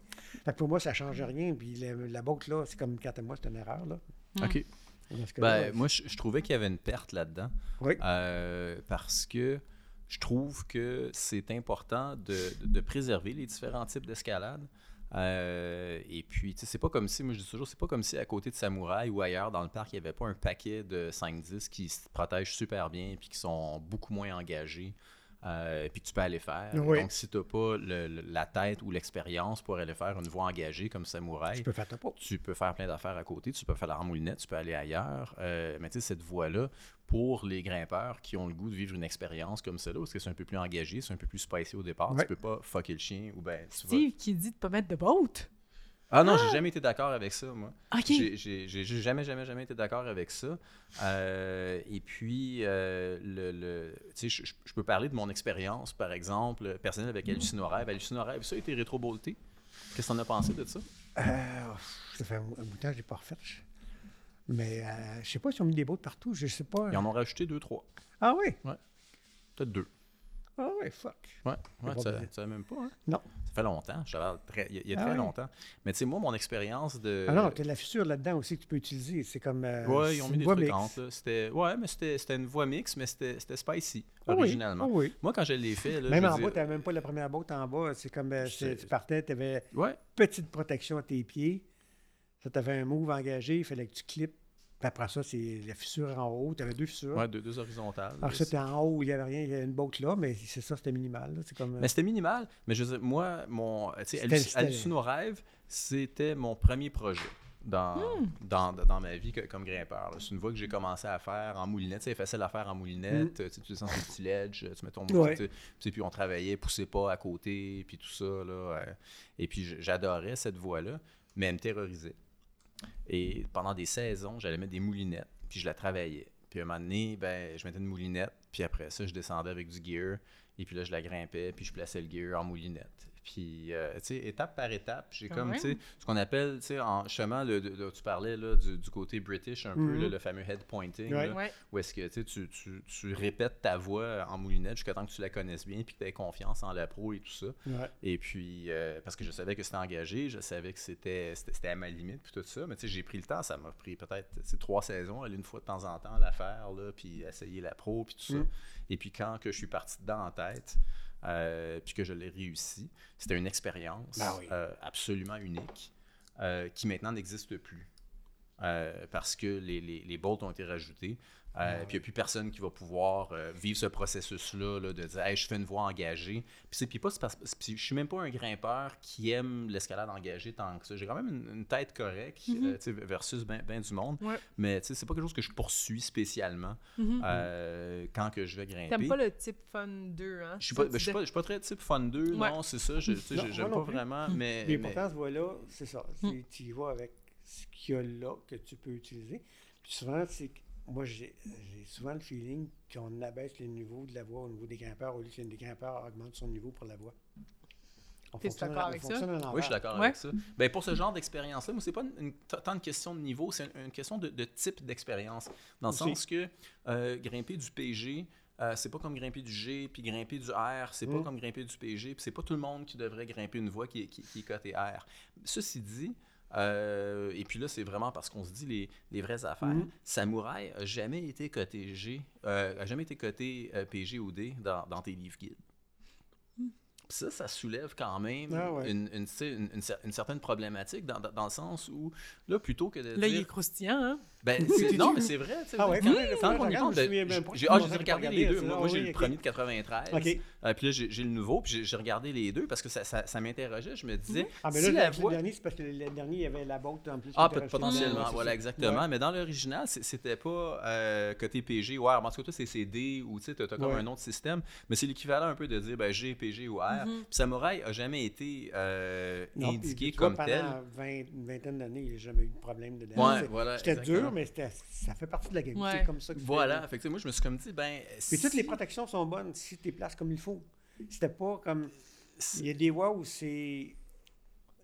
S3: Fait que pour moi, ça ne change rien. Puis le- la boîte, là, c'est comme quand à moi, c'est une erreur. Là.
S1: OK.
S3: Dans ce cas-là, euh,
S1: Ben, moi, je, je trouvais qu'il y avait une perte là-dedans
S3: oui.
S1: euh, parce que je trouve que c'est important de, de- de préserver les différents types d'escalade. Euh, et puis, tu sais, c'est pas comme si, moi je dis toujours, c'est pas comme si à côté de Samouraï ou ailleurs dans le parc, il n'y avait pas un paquet de 5-10 qui se protègent super bien et qui sont beaucoup moins engagés. euh, puis que tu peux aller faire.
S3: Oui.
S1: Donc, si tu n'as pas le- le- la tête ou l'expérience pour aller faire une voie engagée comme samouraï,
S3: Tu peux faire ta peau.
S1: tu peux faire plein d'affaires à côté, tu peux faire la ramoulinette, tu peux aller ailleurs. Euh, mais tu sais, cette voie-là, pour les grimpeurs qui ont le goût de vivre une expérience comme celle-là, parce que c'est un peu plus engagé, c'est un peu plus spicy au départ,
S3: Ouais.
S1: tu peux pas fucker le chien ou ben tu vas-
S2: Steve qui dit de pas mettre de boat.
S1: Ah non, j'ai jamais été d'accord avec ça, moi.
S2: OK.
S1: J'ai- J'ai j'ai- j'ai jamais, jamais, jamais été d'accord avec ça. Euh, et puis, euh, le, le- tu sais, je- je je peux parler de mon expérience, par exemple, personnelle avec Hallucinorêve. Hallucinorêve, ça a été rétro-bolté. Qu'est-ce que t'en as pensé de ça?
S3: Euh, pff, ça fait un, un bout de temps que je l'ai pas refait. Mais euh, je sais pas si on mis des bottes partout, je sais pas.
S1: Ils en ont rajouté deux, trois.
S3: Ah oui,
S1: Peut-être deux.
S3: ah oui, fuck.
S1: Ouais, ouais,
S3: pas
S1: tu
S3: obligé.
S1: tu savais même pas, hein?
S3: Non.
S1: Ça fait longtemps. Je te parle très- il y a, il y a
S3: Ah
S1: très
S3: ouais.
S1: longtemps. Mais tu sais, moi, mon expérience de.
S3: Ah non, t'as de la fissure là-dedans aussi que tu peux utiliser. C'est comme. euh,
S1: Euh, Ouais, ils ont
S3: c'est
S1: mis
S3: une
S1: des
S3: voie
S1: trucs
S3: mixte.
S1: entre, là. C'était, ouais, mais c'était c'était une voix mixte, mais c'était c'était spicy,
S3: Ah oui,
S1: originalement.
S3: ah oui.
S1: Moi, quand je l'ai fait, là,
S3: Même
S1: je veux
S3: en bas,
S1: dire-
S3: t'avais même pas la première botte en bas. C'est comme euh, c'est-
S1: C'est-
S3: tu partais, t'avais
S1: Ouais,
S3: petite protection à tes pieds. Ça t'avait un move engagé, il fallait que tu clips. Puis après ça, c'est la fissure en haut. T'avais deux fissures.
S1: ouais, deux, deux horizontales.
S3: Alors que ça, t'es en haut, il n'y avait rien, il y avait une botte là, mais c'est ça, c'était minimal. là. C'est comme. euh,
S1: Mais c'était minimal. Mais je veux dire, moi, mon, tu sais,
S3: C'était-
S1: Halluc-
S3: c'était-
S1: Hallucino Rêve, c'était mon premier projet dans, dans, dans ma vie que- comme grimpeur. là. C'est une voie que j'ai commencé à faire en moulinette. Tu sais, facile à faire en moulinette. Tu sais, Tu descends sur le petit ledge, euh, tu mets ton moulinette.
S3: Hmm. Ouais.
S1: Tu sais, puis on travaillait, poussez pas à côté, puis tout ça. Là, ouais. Et puis j- j'adorais cette voie-là, mais elle me terrorisait. Et pendant des saisons, j'allais mettre des moulinettes, puis je la travaillais. Puis à un moment donné, ben, je mettais une moulinette, puis après ça, je descendais avec du gear, et puis là, je la grimpais, puis je plaçais le gear en moulinette. Puis, euh, tu sais, étape par étape, j'ai
S2: Quand
S1: comme,
S2: même.
S1: tu sais, ce qu'on appelle, tu sais, en chemin, le, le- tu parlais là, du, du côté british un peu,
S3: Mhm.
S1: là, le fameux head pointing,
S3: Ouais.
S1: là,
S2: Ouais.
S1: où est-ce que tu, sais, tu, tu, tu répètes ta voix en moulinette jusqu'à temps que tu la connaisses bien, puis que tu aies confiance en la pro et tout ça.
S3: ouais.
S1: Et puis, euh, parce que je savais que c'était engagé, je savais que c'était c'était- c'était à ma limite, puis tout ça. Mais tu sais, j'ai pris le temps, ça m'a pris peut-être tu sais, trois saisons, aller une fois de temps en temps, la faire, là, puis essayer la pro, puis tout ça.
S3: Mm.
S1: Et puis, quand que je suis parti dedans en tête, euh, puis que je l'ai réussi, c'était une expérience
S3: Ben oui.
S1: euh, absolument unique euh, qui maintenant n'existe plus. Euh, parce que les, les, les bolts ont été rajoutés. Euh, Puis il n'y a plus personne qui va pouvoir euh, vivre ce processus-là là, de dire Hey, je fais une voie engagée. Puis c'est- puis pas- c'est parce- puis je suis même pas un grimpeur qui aime l'escalade engagée tant que ça. J'ai quand même une, une tête correcte euh, tu sais, versus ben, ben du monde.
S2: Mhm. Ouais.
S1: Mais tu sais, c'est pas quelque chose que je poursuis spécialement
S2: Mhm.
S1: euh, quand que je vais grimper.
S2: T'aimes pas le type fun 2, hein?
S1: Je suis pas,
S2: Ça,
S1: ben,
S2: tu
S1: je suis
S2: dis-
S1: pas, je suis pas très type fun 2,
S2: Ouais.
S1: non, c'est ça. Je, tu sais,
S3: Non,
S1: je- j'aime
S3: moi non
S1: pas
S3: plus. Mhm.
S1: vraiment, mais.
S3: Mais
S1: Euh, mais- Hmm.
S3: pourtant, ce voie-là, c'est ça. C'est- Tu y vas avec ce qu'il y a là que tu peux utiliser. Puis souvent, c'est que moi, j'ai j'ai souvent le feeling qu'on abaisse le niveau de la voix au niveau des grimpeurs au lieu que le grimpeur augmente son niveau pour la voix. On
S2: T'es
S3: fonctionne
S2: d'accord
S3: en- on
S2: avec ça?
S3: fonctionne en
S1: Oui, je suis
S3: envers.
S1: d'accord
S2: Ouais.
S1: avec ça. Ben, pour ce genre d'expérience-là, moi, c'est pas une- une- t- tant une question de niveau, c'est une, une question de, de type d'expérience. Dans le
S3: Aussi.
S1: sens que euh, grimper du PG, euh, c'est pas comme grimper du G, puis grimper du R, c'est pas
S3: Mm.
S1: comme grimper du PG, puis c'est pas tout le monde qui devrait grimper une voie qui, est- qui- qui est cotée R. Ceci dit, euh, et puis là, c'est vraiment parce qu'on se dit les, les vraies affaires.
S3: Mhm.
S1: Samouraï a jamais été coté G, euh, a jamais été coté euh, PG ou D dans, dans tes livres guides. Puis Ça, ça soulève quand même
S3: Ah ouais.
S1: une, une- tu sais, une- une cer- une certaine problématique dans, dans- dans le sens où, là, plutôt que de
S2: Là, il
S1: dire...
S2: est croustillant, hein?
S1: Ben, c'est- non, mais c'est vrai. tu sais,
S3: Ah ouais,
S2: Hmm,
S1: quand-
S3: mais là,
S1: quand
S3: je
S1: on y
S3: regarde,
S1: pense,
S3: je me
S1: ben,
S3: souviens
S1: j'ai-
S3: même pas.
S1: j'ai- ah,
S3: Je
S1: j'ai
S3: me
S1: regardé
S3: rappelle
S1: les
S3: pas
S1: deux.
S3: regarder,
S1: Moi, moi, j'ai
S3: c'est- ah,
S1: le
S3: oui,
S1: premier de 93.
S3: OK.
S1: euh, puis là, j'ai j'ai le nouveau, puis j'ai- j'ai regardé les deux parce que ça, ça- ça m'interrogeait. Je me disais,
S3: Ah, mais
S1: si
S3: là,
S1: la
S3: le-
S1: voix...
S3: le dernier, c'est parce que le le dernier, il y avait la botte en plus.
S1: Ah,
S3: qui
S1: peut-
S3: était rajoutée. Ouais,
S1: potentiellement,
S3: c'est
S1: voilà,
S3: ça.
S1: exactement.
S3: Ouais.
S1: Mais dans l'original, c'est- c'était pas euh, côté PG ou R. En tout cas, toi, c'est CD ou tu sais, t'as t'as comme
S3: Ouais.
S1: un autre système. Mais c'est l'équivalent un peu de dire ben, G, PG ou R. Puis Samouraï a jamais été euh,
S3: Mm-hmm. Non,
S1: indiqué
S3: puis toi,
S1: comme tel.
S3: Pendant 20, une vingtaine d'années, j'ai jamais eu de problème de
S1: Ouais,
S3: C'est-
S1: voilà,
S3: C'était
S1: exactement.
S3: dur, mais c'était- ça fait partie de la game.
S2: Ouais.
S3: C'est comme ça que tu fais.
S1: Voilà, fait que, tu sais, moi, je me suis comme dit, ben.
S3: Puis toutes les
S1: si-
S3: protections sont bonnes si tu les places comme il faut. C'était pas comme.
S1: si-
S3: Il y a des voies où c'est.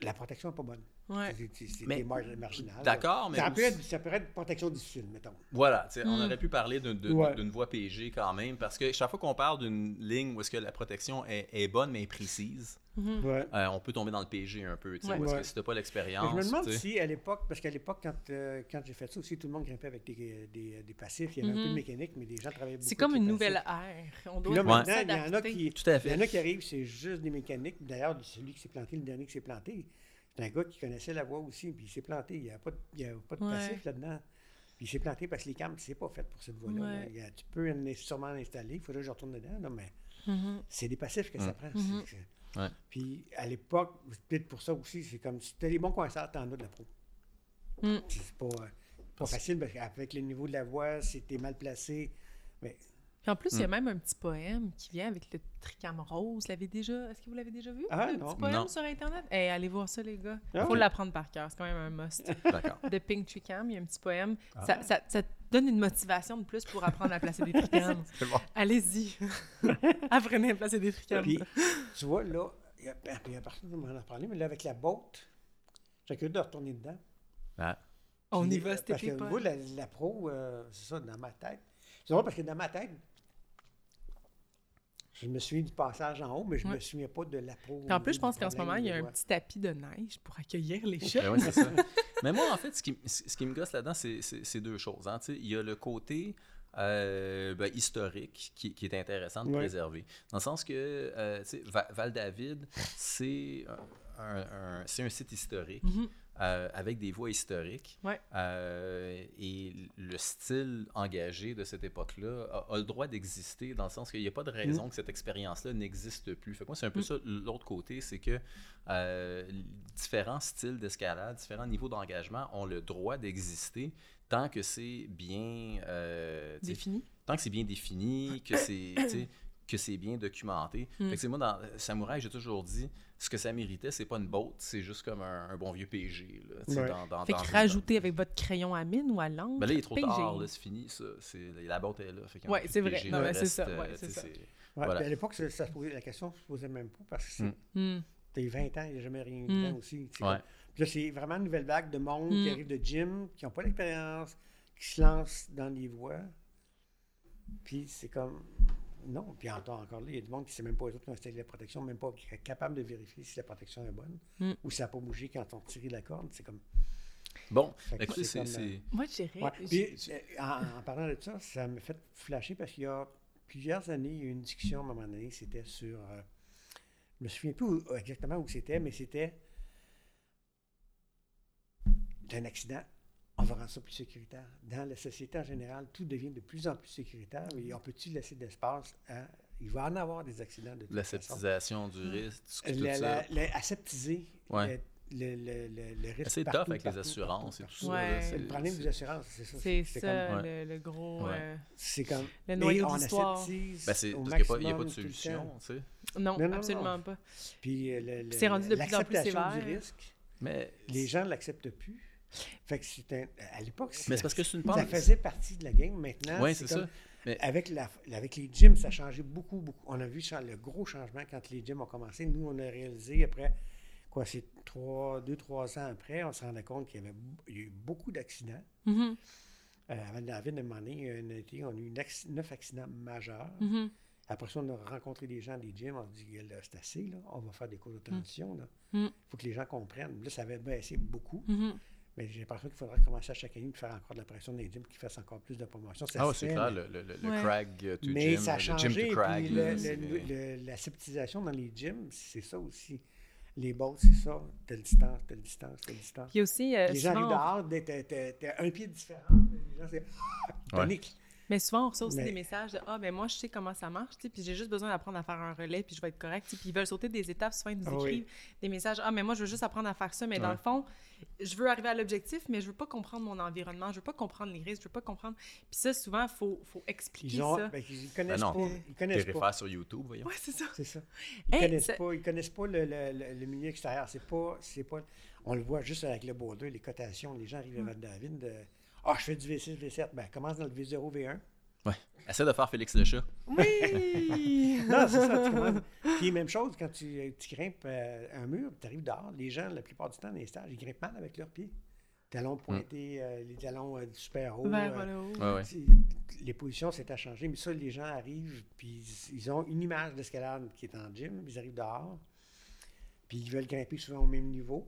S3: La protection n'est pas bonne.
S2: Ouais.
S3: C'est- C'est c'est
S1: Mais-
S3: des marges marginales.
S1: D'accord,
S3: là.
S1: mais
S3: Ça peut,
S1: aussi-
S3: être, ça peut être protection difficile, mettons.
S1: Voilà, tu sais, on aurait pu parler d'une d'une-
S3: Mm. Ouais.
S1: d'une voie PG quand même, parce que chaque fois qu'on parle d'une ligne où est-ce que la protection est, est bonne mais précise,
S3: Ouais.
S1: euh, on peut tomber dans le PG un peu, tu sais,
S2: Ouais.
S1: où est-ce
S3: Ouais.
S1: que si t'as pas
S3: Mais
S1: l'expérience.
S3: je me demande
S1: tu sais.
S3: si à l'époque, parce qu'à l'époque, quand, euh, quand j'ai fait ça aussi, tout le monde grimpait avec des, des, des passifs. Il y avait un peu de
S2: Mhm.
S3: mécanique, mais les gens travaillaient beaucoup.
S2: C'est comme
S3: avec
S2: une
S3: les
S2: nouvelle
S3: passifs.
S2: ère. On
S3: Puis
S2: doit
S3: là,
S1: Ouais.
S3: maintenant, il y en a
S2: s'adapter.
S3: qui,
S1: Tout à fait.
S3: Il y en a qui arrivent, c'est juste des mécaniques. D'ailleurs, celui qui s'est planté, le dernier qui s'est planté, c'est un gars qui connaissait la voie aussi, puis il s'est planté. Il n'y avait pas de, il y avait pas de
S2: Ouais.
S3: passif là-dedans. Puis il s'est planté parce que les cams, c'est pas fait pour cette voie-là. là.
S2: Ouais.
S3: Il y a- Tu peux en- sûrement l'installer. Il faudrait que je retourne dedans, là, mais
S2: Mhm.
S3: C'est des passifs que ça
S1: Mm.
S3: prend.
S2: Mhm.
S3: c'est- c'est-
S1: Ouais.
S3: Puis à l'époque, c'est peut-être pour ça aussi, c'est comme si tu as les bons concerts, t'en as de la pro.
S2: Mm.
S3: Puis C'est pas, euh, pas
S1: Parce-
S3: facile parce qu'avec le niveau de la voix, si t'es mal placé. Mais
S2: Puis en plus,
S1: Hmm.
S2: il y a même un petit poème qui vient avec le tricam rose. L'avez déjà... Est-ce que vous l'avez déjà vu?
S3: Ah,
S2: le
S3: non.
S2: petit poème
S1: Non.
S2: sur Internet? Eh, allez voir ça, les gars.
S3: Ah
S2: faut
S3: oui.
S2: l'apprendre par cœur. C'est quand même un must.
S1: D'accord.
S2: De Pink Tricam, il y a un petit poème.
S1: Ah.
S2: Ça, ça- ça te donne une motivation de plus pour apprendre à placer des tricams.
S1: C'est bon.
S2: Allez-y. Apprenez à placer des tricams.
S3: Puis, tu vois, là, il y a, ben, puis à partir de m'en en parler, mais là, avec la botte, j'ai curieux de retourner dedans.
S1: Ah,
S2: On y
S3: Puis,
S2: va, c'était
S3: Parce que
S2: pas.
S3: moi, la, la pro, euh, c'est ça, dans ma tête. C'est drôle parce que dans ma tête, je me souviens du passage en haut, mais je ne
S2: Ouais.
S3: me souviens pas de la pro.
S2: Puis en plus, je
S3: du
S2: pense qu'en ce
S3: problème
S2: moment, il y a
S3: de
S2: un
S3: voix.
S2: petit tapis de neige pour accueillir les
S1: ben
S2: chats.
S1: oui, c'est ça. Mais moi, en fait, ce qui, ce qui me gosse là-dedans, c'est- c'est c'est deux choses. hein, tu sais. Il y a le côté euh, ben, historique qui, qui est intéressant de
S3: Ouais.
S1: préserver. Dans le sens que euh, tu sais, Va- Val-David, c'est un, un- un- c'est un site historique.
S2: Mhm.
S1: euh, avec des voix historiques.
S2: Ouais.
S1: Euh, et le style engagé de cette époque-là a, a le droit d'exister dans le sens qu'il n'y a pas de raison que cette expérience-là n'existe plus. Fait que moi, c'est un peu
S2: Mm.
S1: ça l'autre côté, c'est que euh, différents styles d'escalade, différents niveaux d'engagement ont le droit d'exister tant que c'est bien euh, tu sais,
S2: Défini.
S1: tant que c'est bien défini, que c'est tu sais, que c'est bien documenté. Fait
S2: Mm.
S1: que, tu sais, moi, dans Samouraï, j'ai toujours dit, ce que ça méritait, c'est pas une botte, c'est juste comme un, un bon vieux PG. Là, tu sais,
S3: Ouais.
S1: dans, dans,
S2: Fait
S1: dans-
S2: que rajoutez avec votre crayon à mine ou à
S1: dans-
S2: l'encre.
S1: Ben là, il est trop
S2: PG.
S1: tard, là, c'est fini, ça. C'est- la botte est là. Fait qu'il y en a
S2: Ouais,
S1: plus de
S2: c'est vrai.
S1: PG,
S2: Non,
S1: le
S2: mais c'est
S1: reste,
S2: ça,
S1: euh,
S2: ouais,
S1: tu sais,
S2: c'est ça.
S3: Ouais,
S1: Voilà.
S3: puis à l'époque, ça, ça se posait, la question se posait même pas parce que c'est-
S1: Mm.
S2: Hmm.
S3: t'as eu 20 ans, il n'y a jamais rien eu
S2: Mm.
S3: dedans aussi. tu sais.
S1: Ouais.
S3: Puis là, c'est vraiment une nouvelle vague de monde
S2: Mm.
S3: qui arrive de gym, qui n'ont pas l'expérience, qui se lancent dans les voies. Puis c'est comme. Non. Puis en- encore là, il y a du monde qui ne sait même pas eux autres qui ont installé la protection, même pas qui est capable de vérifier si la protection est bonne
S2: Mm.
S3: ou si ça n'a pas bougé quand on tiré la corde. C'est comme.
S1: Bon,
S3: Fait que
S1: écoutez,
S3: c'est
S1: c'est...
S3: comme, euh,
S1: c'est-
S2: Moi, j'irais.
S3: Ouais.
S2: j-
S3: Puis, euh, en, en parlant de ça, ça me fait flasher parce qu'il y a plusieurs années, il y a eu une discussion à un moment donné, c'était sur. euh, je me souviens plus où- exactement où c'était, mais c'était. d'un accident. On va rendre ça plus sécuritaire. Dans la société en général, tout devient de plus en plus sécuritaire. Et on peut-tu laisser d'espace à- Il va en avoir des accidents de toute façon. Euh,
S1: l'aseptisation
S2: Hmm.
S1: du risque, tout, tout
S3: La-
S1: ça.
S3: la- la- aseptiser euh,
S1: Ouais.
S3: le, le- le- le risque.
S1: C'est tough
S3: partout,
S1: avec les
S3: partout,
S1: assurances et
S3: partout,
S1: tout ça.
S2: partout.
S1: là,
S2: Ouais.
S3: c'est le problème des assurances, c'est ça.
S2: C'est
S3: c'est
S2: ça,
S1: comme-
S2: le, le gros.
S1: Ouais.
S2: euh,
S3: comme- C'est comme.
S2: le
S3: Mais
S2: noyau
S3: on
S2: de l'histoire.
S3: aseptise
S1: Ben, c'est-
S3: au
S1: parce qu'il n'y a, pas
S3: maximum
S1: de
S3: tout le
S1: solution,
S3: temps.
S1: tu sais.
S2: Non,
S3: Non, non,
S2: absolument
S3: non.
S2: pas.
S3: Puis euh, le- le-
S2: C'est rendu de plus en plus
S3: l'acceptation du
S2: sévère.
S3: risque,
S1: Mais,
S3: les gens ne l'acceptent plus. Fait que c'est un- à l'époque,
S1: mais
S3: c'est-
S1: c'est parce que c'est une
S3: ça
S1: pente.
S3: faisait partie de la game. Maintenant,
S1: Oui, c'est
S3: comme-
S1: ça. Mais-
S3: Avec, la, avec les gyms, ça a changé beaucoup, beaucoup. On a vu ça, le gros changement quand les gyms ont commencé. Nous, on a réalisé après, quoi, c'est trois, deux, trois ans après, on se rendait compte qu'il y avait b- il y a eu beaucoup d'accidents.
S2: Mhm,
S3: Euh, avant David, à un moment donné, un été, on a eu neuf- neuf accidents majeurs.
S2: mhm,
S3: Après ça, on a rencontré des gens des gyms, on a dit, là, c'est assez, là, on va faire des cours de transition. Il
S2: Mm.
S3: faut que les gens comprennent. Là, ça avait baissé beaucoup,
S2: mhm.
S3: mais j'ai l'impression qu'il faudrait commencer à chaque année de faire encore de la pression dans les gyms qui fassent encore plus de promotion. Ça
S1: Ah ouais,
S3: se
S1: c'est
S3: fait,
S1: clair, le,
S3: mais-
S1: le, le, le
S2: Ouais.
S1: crag euh, to
S3: Mais
S1: gym,
S3: ça a
S1: le gym
S3: changé.
S1: to crag.
S3: puis
S1: là,
S3: le-
S1: c'est-
S3: le- le- la septisation dans les gyms, c'est ça aussi. Les bolts, c'est ça. Telle distance, telle distance, telle distance.
S2: Puis aussi, euh,
S3: Les gens
S2: souvent, on-
S3: arrivent dehors, t'es- t'es t'es un pied différent. Les gens, c'est panique.
S2: mais souvent, on reçoit aussi
S3: Mais-
S2: des messages de Ah, ben moi, je sais comment ça marche, tu sais, puis j'ai juste besoin d'apprendre à faire un relais, puis je vais être correct. Tu sais, Puis ils veulent sauter des étapes, souvent, ils nous
S3: Ah oui.
S2: écrivent des messages Ah, mais moi, je veux juste apprendre à faire ça, mais dans
S1: Ouais.
S2: le fond, je veux arriver à l'objectif, mais je veux pas comprendre mon environnement, je veux pas comprendre les risques, je veux pas comprendre. Puis ça, souvent, il faut, faut expliquer
S3: Ils, ont,
S2: ça.
S3: ben, ils connaissent
S1: non,
S3: pas. Ils connaissent pas.
S1: Terrifier sur YouTube, voyons.
S2: Ouais, c'est ça.
S3: C'est ça. Ils
S2: Hey,
S3: connaissent
S2: ça-
S3: pas, ils connaissent pas le, le- le- le milieu extérieur. C'est pas, c'est pas. On le voit juste avec le boulder, les cotations. Les gens
S2: Hmm.
S3: arrivent à Val-David. de, Ah, je fais du V6, V7. Ben, commence dans le V0, V1.
S1: Ouais. Essaie de faire Félix le chat.
S2: Oui! Ben,
S3: Non, c'est ça. Tu commences. Puis, même chose, quand tu, tu grimpes euh, un mur, tu arrives dehors, les gens, la plupart du temps, dans les stages, ils grimpent mal avec leurs pieds. Talons pointés, euh, les talons euh, super hauts.
S2: Vers
S3: euh,
S2: le haut.
S1: Ouais, ouais.
S3: C'est- Les positions, c'est à changer, mais ça, les gens arrivent, puis ils- ils ont une image d'escalade qui est en gym, ils arrivent dehors, puis ils veulent grimper souvent au même niveau.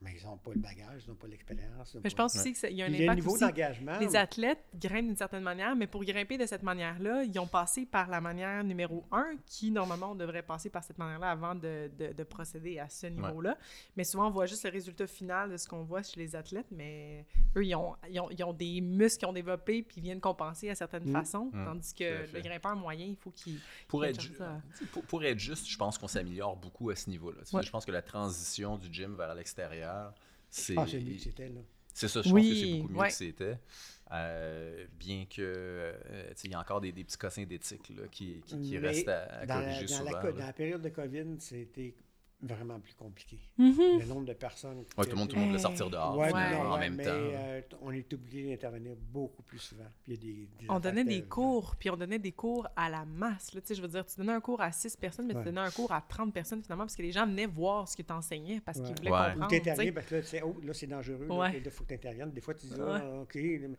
S3: Mais ils n'ont pas le bagage, ils n'ont pas l'expérience. ils ont
S2: Mais je
S3: pas-
S2: pense aussi qu'il y a un
S3: Il y a un
S2: impact
S3: niveau
S2: aussi.
S1: Ah
S3: d'engagement.
S2: Les athlètes grimpent d'une certaine manière, mais pour grimper de cette manière-là, ils ont passé par la manière numéro un, qui normalement on devrait passer par cette manière-là avant de, de- de procéder à ce niveau-là. Mais souvent, on voit juste le résultat final de ce qu'on voit chez les athlètes, mais eux, ils ont, ils ont- ils ont des muscles qu'ils ont développés puis ils viennent compenser à certaines
S3: Mm.
S2: façons,
S1: Mm.
S2: tandis
S1: Tout à
S2: que
S1: fait.
S2: le grimpeur moyen, il faut qu'il.
S1: Pour
S2: Quelque
S1: être,
S2: chose
S1: ju-
S2: à-
S1: tu sais, pour, pour être juste, je pense qu'on s'améliore beaucoup à ce niveau-là. Tu sais,
S2: Ouais.
S1: Je pense que la transition du gym vers l'extérieur, c'est
S3: Ah, c'est lui que c'était, là.
S1: c'est ça. Je pense que
S2: Oui,
S1: c'est beaucoup mieux
S2: ouais.
S1: que c'était. Euh, bien que euh, tu sais, il y a encore des, des petits cossins d'éthique là, qui, qui, qui
S3: Mais
S1: restent à, à
S3: dans,
S1: corriger
S3: dans
S1: souvent.
S3: la, hein.
S1: là.
S3: co- dans la période de COVID, c'était vraiment plus compliqué. Le nombre de personnes. qui
S1: Ouais, tout le monde, tout le monde voulait sortir dehors
S3: Ouais,
S1: finalement,
S3: non,
S1: en
S3: ouais,
S1: même
S3: mais,
S1: temps.
S3: euh, t- on est obligé d'intervenir beaucoup plus souvent. Puis il y a des- euh, des
S2: On
S3: affaires
S2: donnait des
S3: terribles.
S2: cours, puis on donnait des cours à la masse. là. Tu sais, je veux dire, tu donnais un cours à 6 personnes, mais
S3: Ouais.
S2: tu donnais un cours à 30 personnes finalement, parce que les gens venaient voir ce que tu enseignais, parce
S3: Ouais.
S2: qu'ils voulaient
S1: Ouais.
S2: comprendre.
S3: Ou
S2: Ah, tu sais.
S3: t'interviens parce que là, tu sais, oh, là, c'est dangereux.
S2: Ouais.
S3: il faut que tu interviennes. Des fois, tu dis, ah,
S2: Ouais.
S3: OK. mais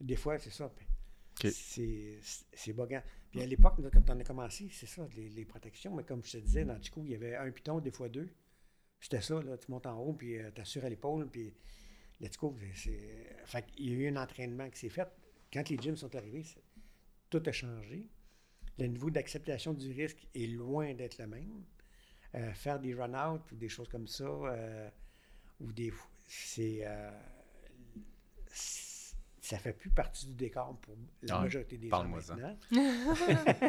S3: Des fois, c'est ça. Puis C'est c'est bogant. Puis à l'époque, nous, quand on a commencé, c'est ça, les, les protections. Mais comme je te disais, dans Chico, il y avait un piton, des fois deux. C'était ça, là. Tu montes en haut, puis tu t'assures à l'épaule, puis let's go. c'est- c'est- Fait qu'il y a eu un entraînement qui s'est fait. Quand les gyms sont arrivés, c'est- tout a changé. Le niveau d'acceptation du risque est loin d'être le même. Euh, faire des run-out ou des choses comme ça, euh, ou des. C'est. euh, c'est- ça fait plus partie du décor pour la
S1: Ah,
S3: majorité des gens
S1: parle-moi-en.
S3: maintenant.
S1: Euh,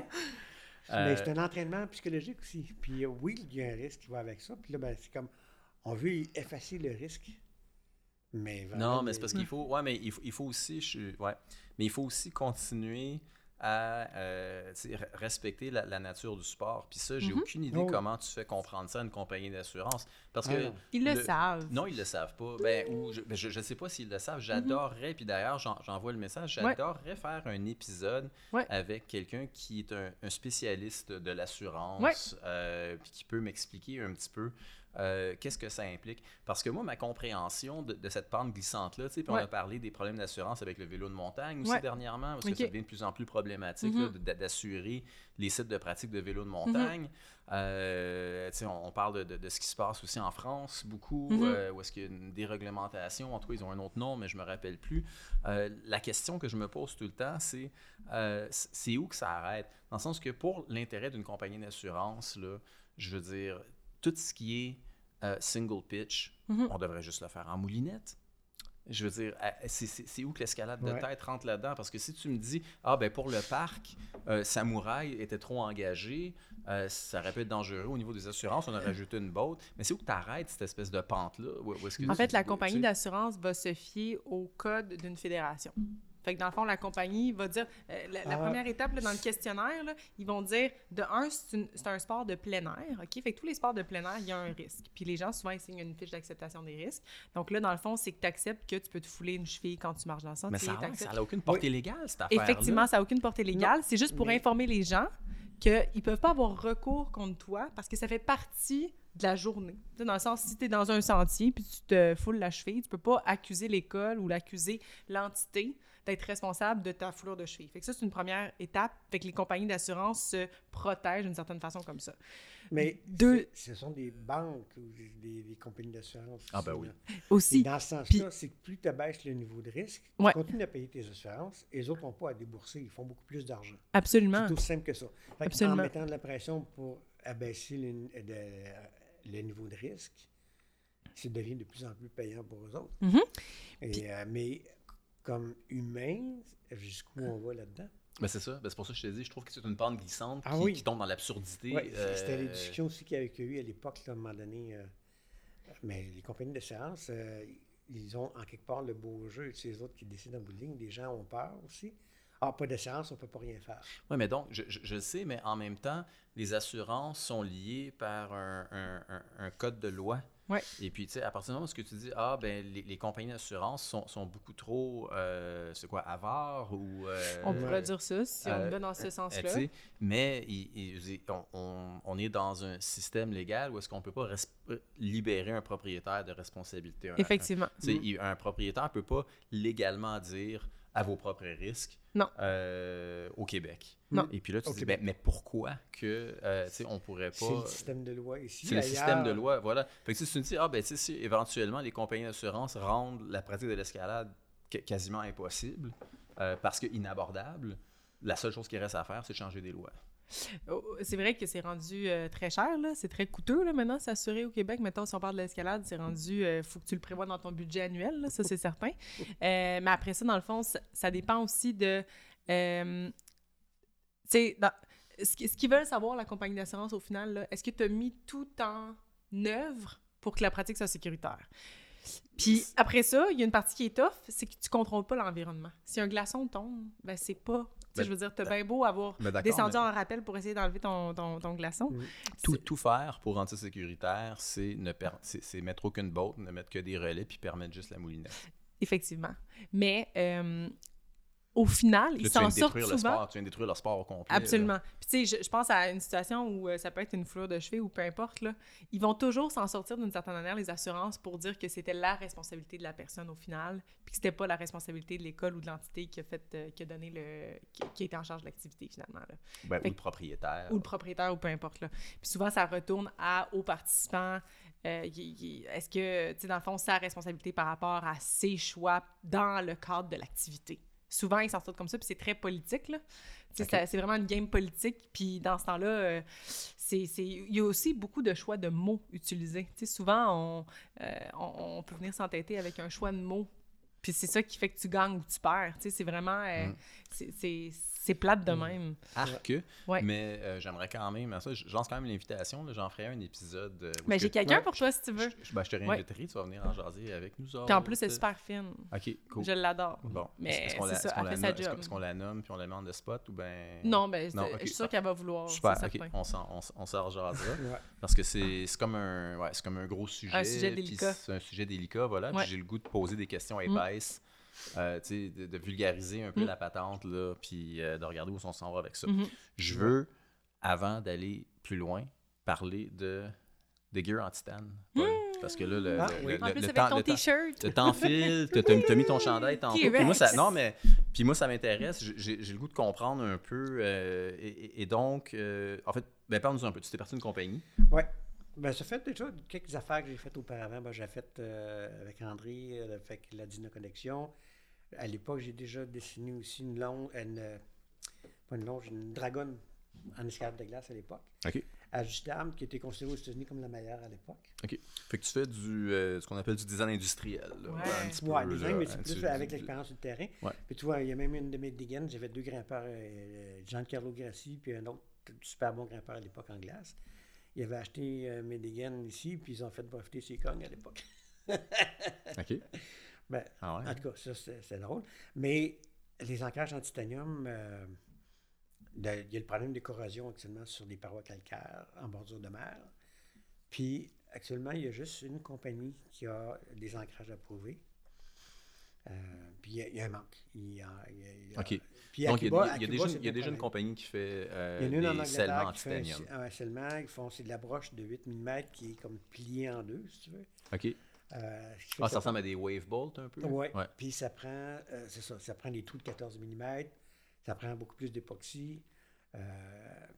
S3: Mais c'est un entraînement psychologique aussi. Puis euh, oui, il y a un risque qui va avec ça. Puis là, ben, c'est comme, on veut effacer le risque. Mais vraiment,
S1: Non, mais c'est
S3: les-
S1: parce qu'il faut. Ouais, mais il faut, il faut aussi. Je, suis- ouais, mais il faut aussi continuer à euh, tu sais, re- respecter la, la nature du sport. Puis ça, j'ai
S2: Mhm.
S1: aucune idée
S3: Oh oui.
S1: comment tu fais comprendre ça à une compagnie d'assurance. Parce
S3: Ah
S1: que.
S3: non.
S2: Ils le,
S1: le-
S2: savent. Mhm.
S1: Non, ils le savent pas. Ben, ou je, ben, je, je sais pas s'ils le savent. J'adorerais, puis d'ailleurs, j'en- j'envoie le message,
S2: Ouais.
S1: j'adorerais faire un épisode
S2: Ouais.
S1: avec quelqu'un qui est un, un spécialiste de l'assurance,
S2: Ouais.
S1: euh, puis qui peut m'expliquer un petit peu euh, qu'est-ce que ça implique. Parce que moi, ma compréhension de, de cette pente glissante-là, tu sais, puis on
S2: Ouais.
S1: a parlé des problèmes d'assurance avec le vélo de montagne aussi
S2: Ouais.
S1: dernièrement, parce
S2: Ok.
S1: que ça devient de plus en plus problématique là,
S2: Mhm.
S1: d- d'assurer les sites de pratique de vélo de montagne. Euh, tu sais, on, on parle de, de- de ce qui se passe aussi en France beaucoup,
S2: Mhm.
S1: euh, où est-ce qu'il y a une déréglementation, en tout cas ils ont un autre nom, mais je me rappelle plus. Euh, la question que je me pose tout le temps, c'est euh, c- c'est où que ça arrête? Dans le sens que pour l'intérêt d'une compagnie d'assurance, là, je veux dire, tout ce qui est euh, single pitch,
S2: Mhm.
S1: on devrait juste le faire en moulinette. Je veux dire, à- c'est- c'est c'est où que l'escalade de
S3: Ouais.
S1: tête rentre là-dedans? Parce que si tu me dis, ah ben pour le parc, euh, Samouraï était trop engagé, euh, ça aurait pu être dangereux au niveau des assurances,
S2: Euh.
S1: on aurait ajouté une boat. Mais c'est où que tu arrêtes cette espèce de pente-là? Où- où est-ce que
S2: En
S1: tu-
S2: fait, la
S1: tu- tu-
S2: compagnie d'assurance va se fier au code d'une fédération. Fait que dans le fond, la compagnie va dire. euh, la, la
S3: Ah.
S2: première étape là, dans le questionnaire, là, ils vont dire de un, c'est une- c'est un sport de plein air. OK? Fait que tous les sports de plein air, il y a un risque. Puis les gens, souvent, ils signent une fiche d'acceptation des risques. Donc là, dans le fond, c'est que tu acceptes que tu peux te fouler une cheville quand tu marches dans le sentier.
S1: Mais ça
S2: t'acceptes-
S1: n'a aucune portée légale, cette affaire
S2: Effectivement, ça n'a aucune portée légale. C'est juste pour
S3: mais-
S2: informer les gens qu'ils ne peuvent pas avoir recours contre toi parce que ça fait partie de la journée. Tu sais, Dans le sens, si tu es dans un sentier puis tu te foules la cheville, tu peux pas accuser l'école ou l'accuser l'entité d'être responsable de ta foulure de cheville. Fait que ça, c'est une première étape. Fait que les compagnies d'assurance se protègent d'une certaine façon comme ça.
S3: Mais
S2: Deux-
S3: c'est- ce sont des banques ou des, des- des compagnies d'assurance.
S1: Ah, ben
S3: aussi,
S1: oui.
S3: là. Et
S2: Aussi,
S3: dans ce
S2: Puis-
S3: sens-là, c'est que plus tu abaisses le niveau de risque,
S2: Ouais.
S3: tu continues à payer tes assurances, et les autres n'ont pas à débourser, ils font beaucoup plus d'argent.
S2: absolument.
S3: C'est aussi simple que ça. Fait que
S2: Ah. Absolument.
S3: en mettant de la pression pour abaisser le, de- le niveau de risque, ça devient de plus en plus payant pour eux autres.
S2: Mhm.
S3: Et, euh, mais comme humain, jusqu'où
S2: Ah.
S3: on va là-dedans?
S1: Ben, c'est ça. Ben, c'est pour ça que je te dis, je trouve que c'est une pente glissante
S3: Ah
S1: qui,
S3: oui.
S1: qui tombe dans l'absurdité.
S3: Ouais, c'est- C'était les
S1: euh,
S3: discussions aussi qu'il y avait qu'il y a eu à l'époque, là, à un moment donné. euh, mais les compagnies d'assurance, euh, ils ont en quelque part le beau jeu. C'est les autres qui décident en bout de ligne. Les gens ont peur aussi. Ah, pas d'assurance, on ne peut pas rien faire.
S1: Oui, mais donc, je, je- je le sais, mais en même temps, les assurances sont liées par un, un- un- un code de loi.
S2: Ouais.
S1: Et puis, tu sais, à partir du moment où ce que tu dis, ah, ben, les, les compagnies d'assurance sont, sont beaucoup trop, euh, c'est quoi, avares ou. euh,
S2: On pourrait dire ça si on
S1: euh,
S2: va dans ce
S1: euh, tu
S2: sens-là.
S1: sais, mais il- il- je veux dire, on, on- on est dans un système légal où est-ce qu'on ne peut pas resp- libérer un propriétaire de responsabilité. Un- un-
S3: Mm.
S2: Effectivement.
S1: tu sais, il- un propriétaire ne peut pas légalement dire à vos propres risques
S2: Non.
S1: euh, au Québec.
S2: Non.
S1: Et puis là, tu
S3: Au
S1: dis,
S3: Québec.
S1: ben, mais pourquoi que, euh, tu sais, on pourrait pas...
S3: C'est le système de loi ici.
S1: C'est le
S3: ailleurs.
S1: système de loi, voilà. Fait que si tu te dis, ah ben tu sais, si éventuellement les compagnies d'assurance rendent la pratique de l'escalade qu- quasiment impossible, euh, parce que inabordable, la seule chose qui reste à faire, c'est de changer des lois.
S2: Oh, C'est vrai que c'est rendu euh, très cher, là. C'est très coûteux, là, maintenant, s'assurer au Québec. Mettons, si on parle de l'escalade, c'est rendu... Il faut que tu le prévois dans ton budget annuel, là, ça, c'est certain. Euh, mais après ça, dans le fond, ça, ça dépend aussi de... euh, tu sais, dans- ce qui- ce qu'ils veulent savoir, la compagnie d'assurance, au final, là, est-ce que tu as mis tout en œuvre pour que la pratique soit sécuritaire? Puis après ça, il y a une partie qui est tough, c'est que tu contrôles pas l'environnement. Si un glaçon tombe, ben c'est pas... tu sais,
S1: Ben,
S2: je veux dire, t'as bien beau avoir
S1: Ben, d'accord,
S2: descendu
S1: mais-
S2: en rappel pour essayer d'enlever ton, ton, ton glaçon.
S3: Mm.
S1: Tout,
S2: C'est-
S1: tout faire pour rendre ça sécuritaire, c'est ne per- c'est c'est mettre aucune botte, ne mettre que des relais, puis permettre juste la moulinette.
S2: Effectivement. Mais euh, au final,
S1: Là,
S2: ils
S1: tu viens
S2: s'en
S1: de
S2: sortent
S1: détruire le
S2: souvent.
S1: sport, tu viens de détruire le sport au complet. là.
S2: Absolument. Puis tu sais, je, je pense à une situation où euh, ça peut être une foulure de cheveux ou peu importe, là. Ils vont toujours s'en sortir d'une certaine manière, les assurances, pour dire que c'était la responsabilité de la personne au final, puis que c'était pas la responsabilité de l'école ou de l'entité qui a fait, euh, qui a donné le... qui, qui était en charge de l'activité, finalement, là.
S1: Ben,
S2: Fait
S1: ou le
S2: que-
S1: propriétaire.
S2: euh, ou le propriétaire ou peu importe là. Puis souvent ça retourne à aux participants. euh, qui- qui- Est-ce que tu sais dans le fond sa responsabilité par rapport à ses choix dans le cadre de l'activité. Souvent ils s'en sortent comme ça puis c'est très politique là. Tu sais,
S1: Ok.
S2: ça- C'est vraiment une game politique puis dans ce temps-là euh, c'est c'est- il y a aussi beaucoup de choix de mots utilisés. Tu sais, souvent on, euh, on, on peut venir s'entêter avec un choix de mots. Puis c'est ça qui fait que tu gagnes ou tu perds. Tu sais, C'est vraiment. euh,
S1: Mm.
S2: c'est- c'est c'est plate de
S3: Mm.
S2: même.
S1: Arc.
S2: Ouais.
S1: Mais euh, j'aimerais quand même, à ça, je je lance quand même l'invitation, là, j'en ferai un épisode. euh, où
S2: Mais
S1: est-ce
S2: j'ai
S1: que-
S2: quelqu'un
S3: Ouais.
S2: pour toi si tu veux.
S1: Je, je- ben, je te réinviterai, tu vas venir en jaser avec nous.
S2: Puis en plus,
S1: Oh, c'est
S2: c'est super fine.
S1: OK, cool. Ben,
S2: Je l'adore.
S1: Bon,
S2: Mais
S1: est-ce qu'on la,
S2: c'est
S1: est-ce
S2: ça,
S1: qu'on
S2: elle
S1: la
S2: fait sa
S1: nomme- est-ce
S2: job.
S1: qu'on- est-ce qu'on la nomme puis on la met en spot ou ben
S2: Non, ben, c'est-
S1: Non,
S2: je
S1: ok,
S2: suis sûre
S1: ça-
S2: qu'elle va vouloir.
S1: Super,
S2: c'est
S1: ok,
S2: certain.
S1: on s'en, on, s- on s'en rejasera.
S3: Ouais.
S1: parce que c'est, c'est, comme un, ouais, c'est comme un gros sujet.
S2: Un sujet
S1: puis
S2: délicat.
S1: C'est un sujet délicat, voilà.
S2: Ouais.
S1: Puis j'ai le goût de poser des questions
S2: Mm.
S1: épaisses, euh, tu sais, de, de vulgariser un peu
S2: Mm.
S1: la patente, là, puis euh, de regarder où on s'en va avec ça.
S2: Mhm.
S1: Je veux, avant d'aller plus loin, parler de, de gear en titane. Paul. Parce que là, le,
S3: Ah,
S1: le-
S3: oui.
S1: le-
S2: Mm. En
S1: le
S2: plus,
S1: temps-
S2: avec ton
S1: le temps-
S2: t-shirt.
S1: tu t'enfiles, t'as t'as- t'as mis ton chandail tantôt. Puis moi, ça,
S2: T-Rex.
S1: non, mais, puis moi, ça m'intéresse. J'ai- J'ai j'ai le goût de comprendre un peu. euh, et- et, et donc, euh, en fait, ben, parle-nous un peu. Tu t'es parti d'une compagnie.
S3: Ben, ça fait déjà quelques affaires que j'ai faites auparavant. Ben, j'ai fait euh, avec André, euh, avec la Dino Connexion. À l'époque, j'ai déjà dessiné aussi une longe, une, euh, pas une longe, une dragonne en escalade de glace à l'époque.
S1: OK.
S3: Ajustable, qui était considérée aux États-Unis comme la meilleure à l'époque.
S1: OK. Fait que tu fais du, euh, ce qu'on appelle du design industriel. là,
S2: Ouais.
S1: un petit peu,
S3: Ouais,
S1: là,
S3: design, mais
S1: hein,
S3: c'est
S1: tu-
S3: plus avec
S1: tu-
S3: l'expérience du terrain.
S1: Ouais.
S3: Puis tu vois, il y a même une de mes dégaines, j'avais deux grimpeurs, euh, Giancarlo Grassi, puis un autre super bon grimpeur à l'époque en glace. Il avait acheté euh, mes dégaines ici, puis ils ont fait breveter ses cognes à l'époque.
S1: OK.
S3: Ben,
S1: Ah ouais.
S3: En tout cas, ça, c'est c'est drôle. Mais les ancrages en titanium, euh, de- il y a le problème de corrosion actuellement sur les parois calcaires en bordure de mer. Puis, actuellement, il y a juste une compagnie qui a des ancrages approuvés. Euh, puis, il y, a- il y a un manque. Il y a- il y a- il y a-
S1: OK.
S3: Puis à
S1: Donc, il y a,
S3: Cuba-
S1: des-
S3: à
S1: il y a
S3: Cuba,
S1: déjà, il
S3: c'est
S1: y a
S3: le même
S1: déjà une
S3: problème.
S1: compagnie qui fait euh,
S3: Il y en a une en
S1: des
S3: Angleterre
S1: scellements en
S3: qui fait un,
S1: titanium.
S3: un scellement, ils font, c'est de la broche de 8 mm qui est comme pliée en deux, si tu veux.
S1: OK.
S3: Euh, ce qui fait
S1: Ah,
S3: que
S1: ça ressemble à des wave bolts un peu.
S3: Oui,
S1: Ouais.
S3: puis ça prend, euh, c'est ça, ça prend des trous de 14 mm, ça prend beaucoup plus d'époxy, euh,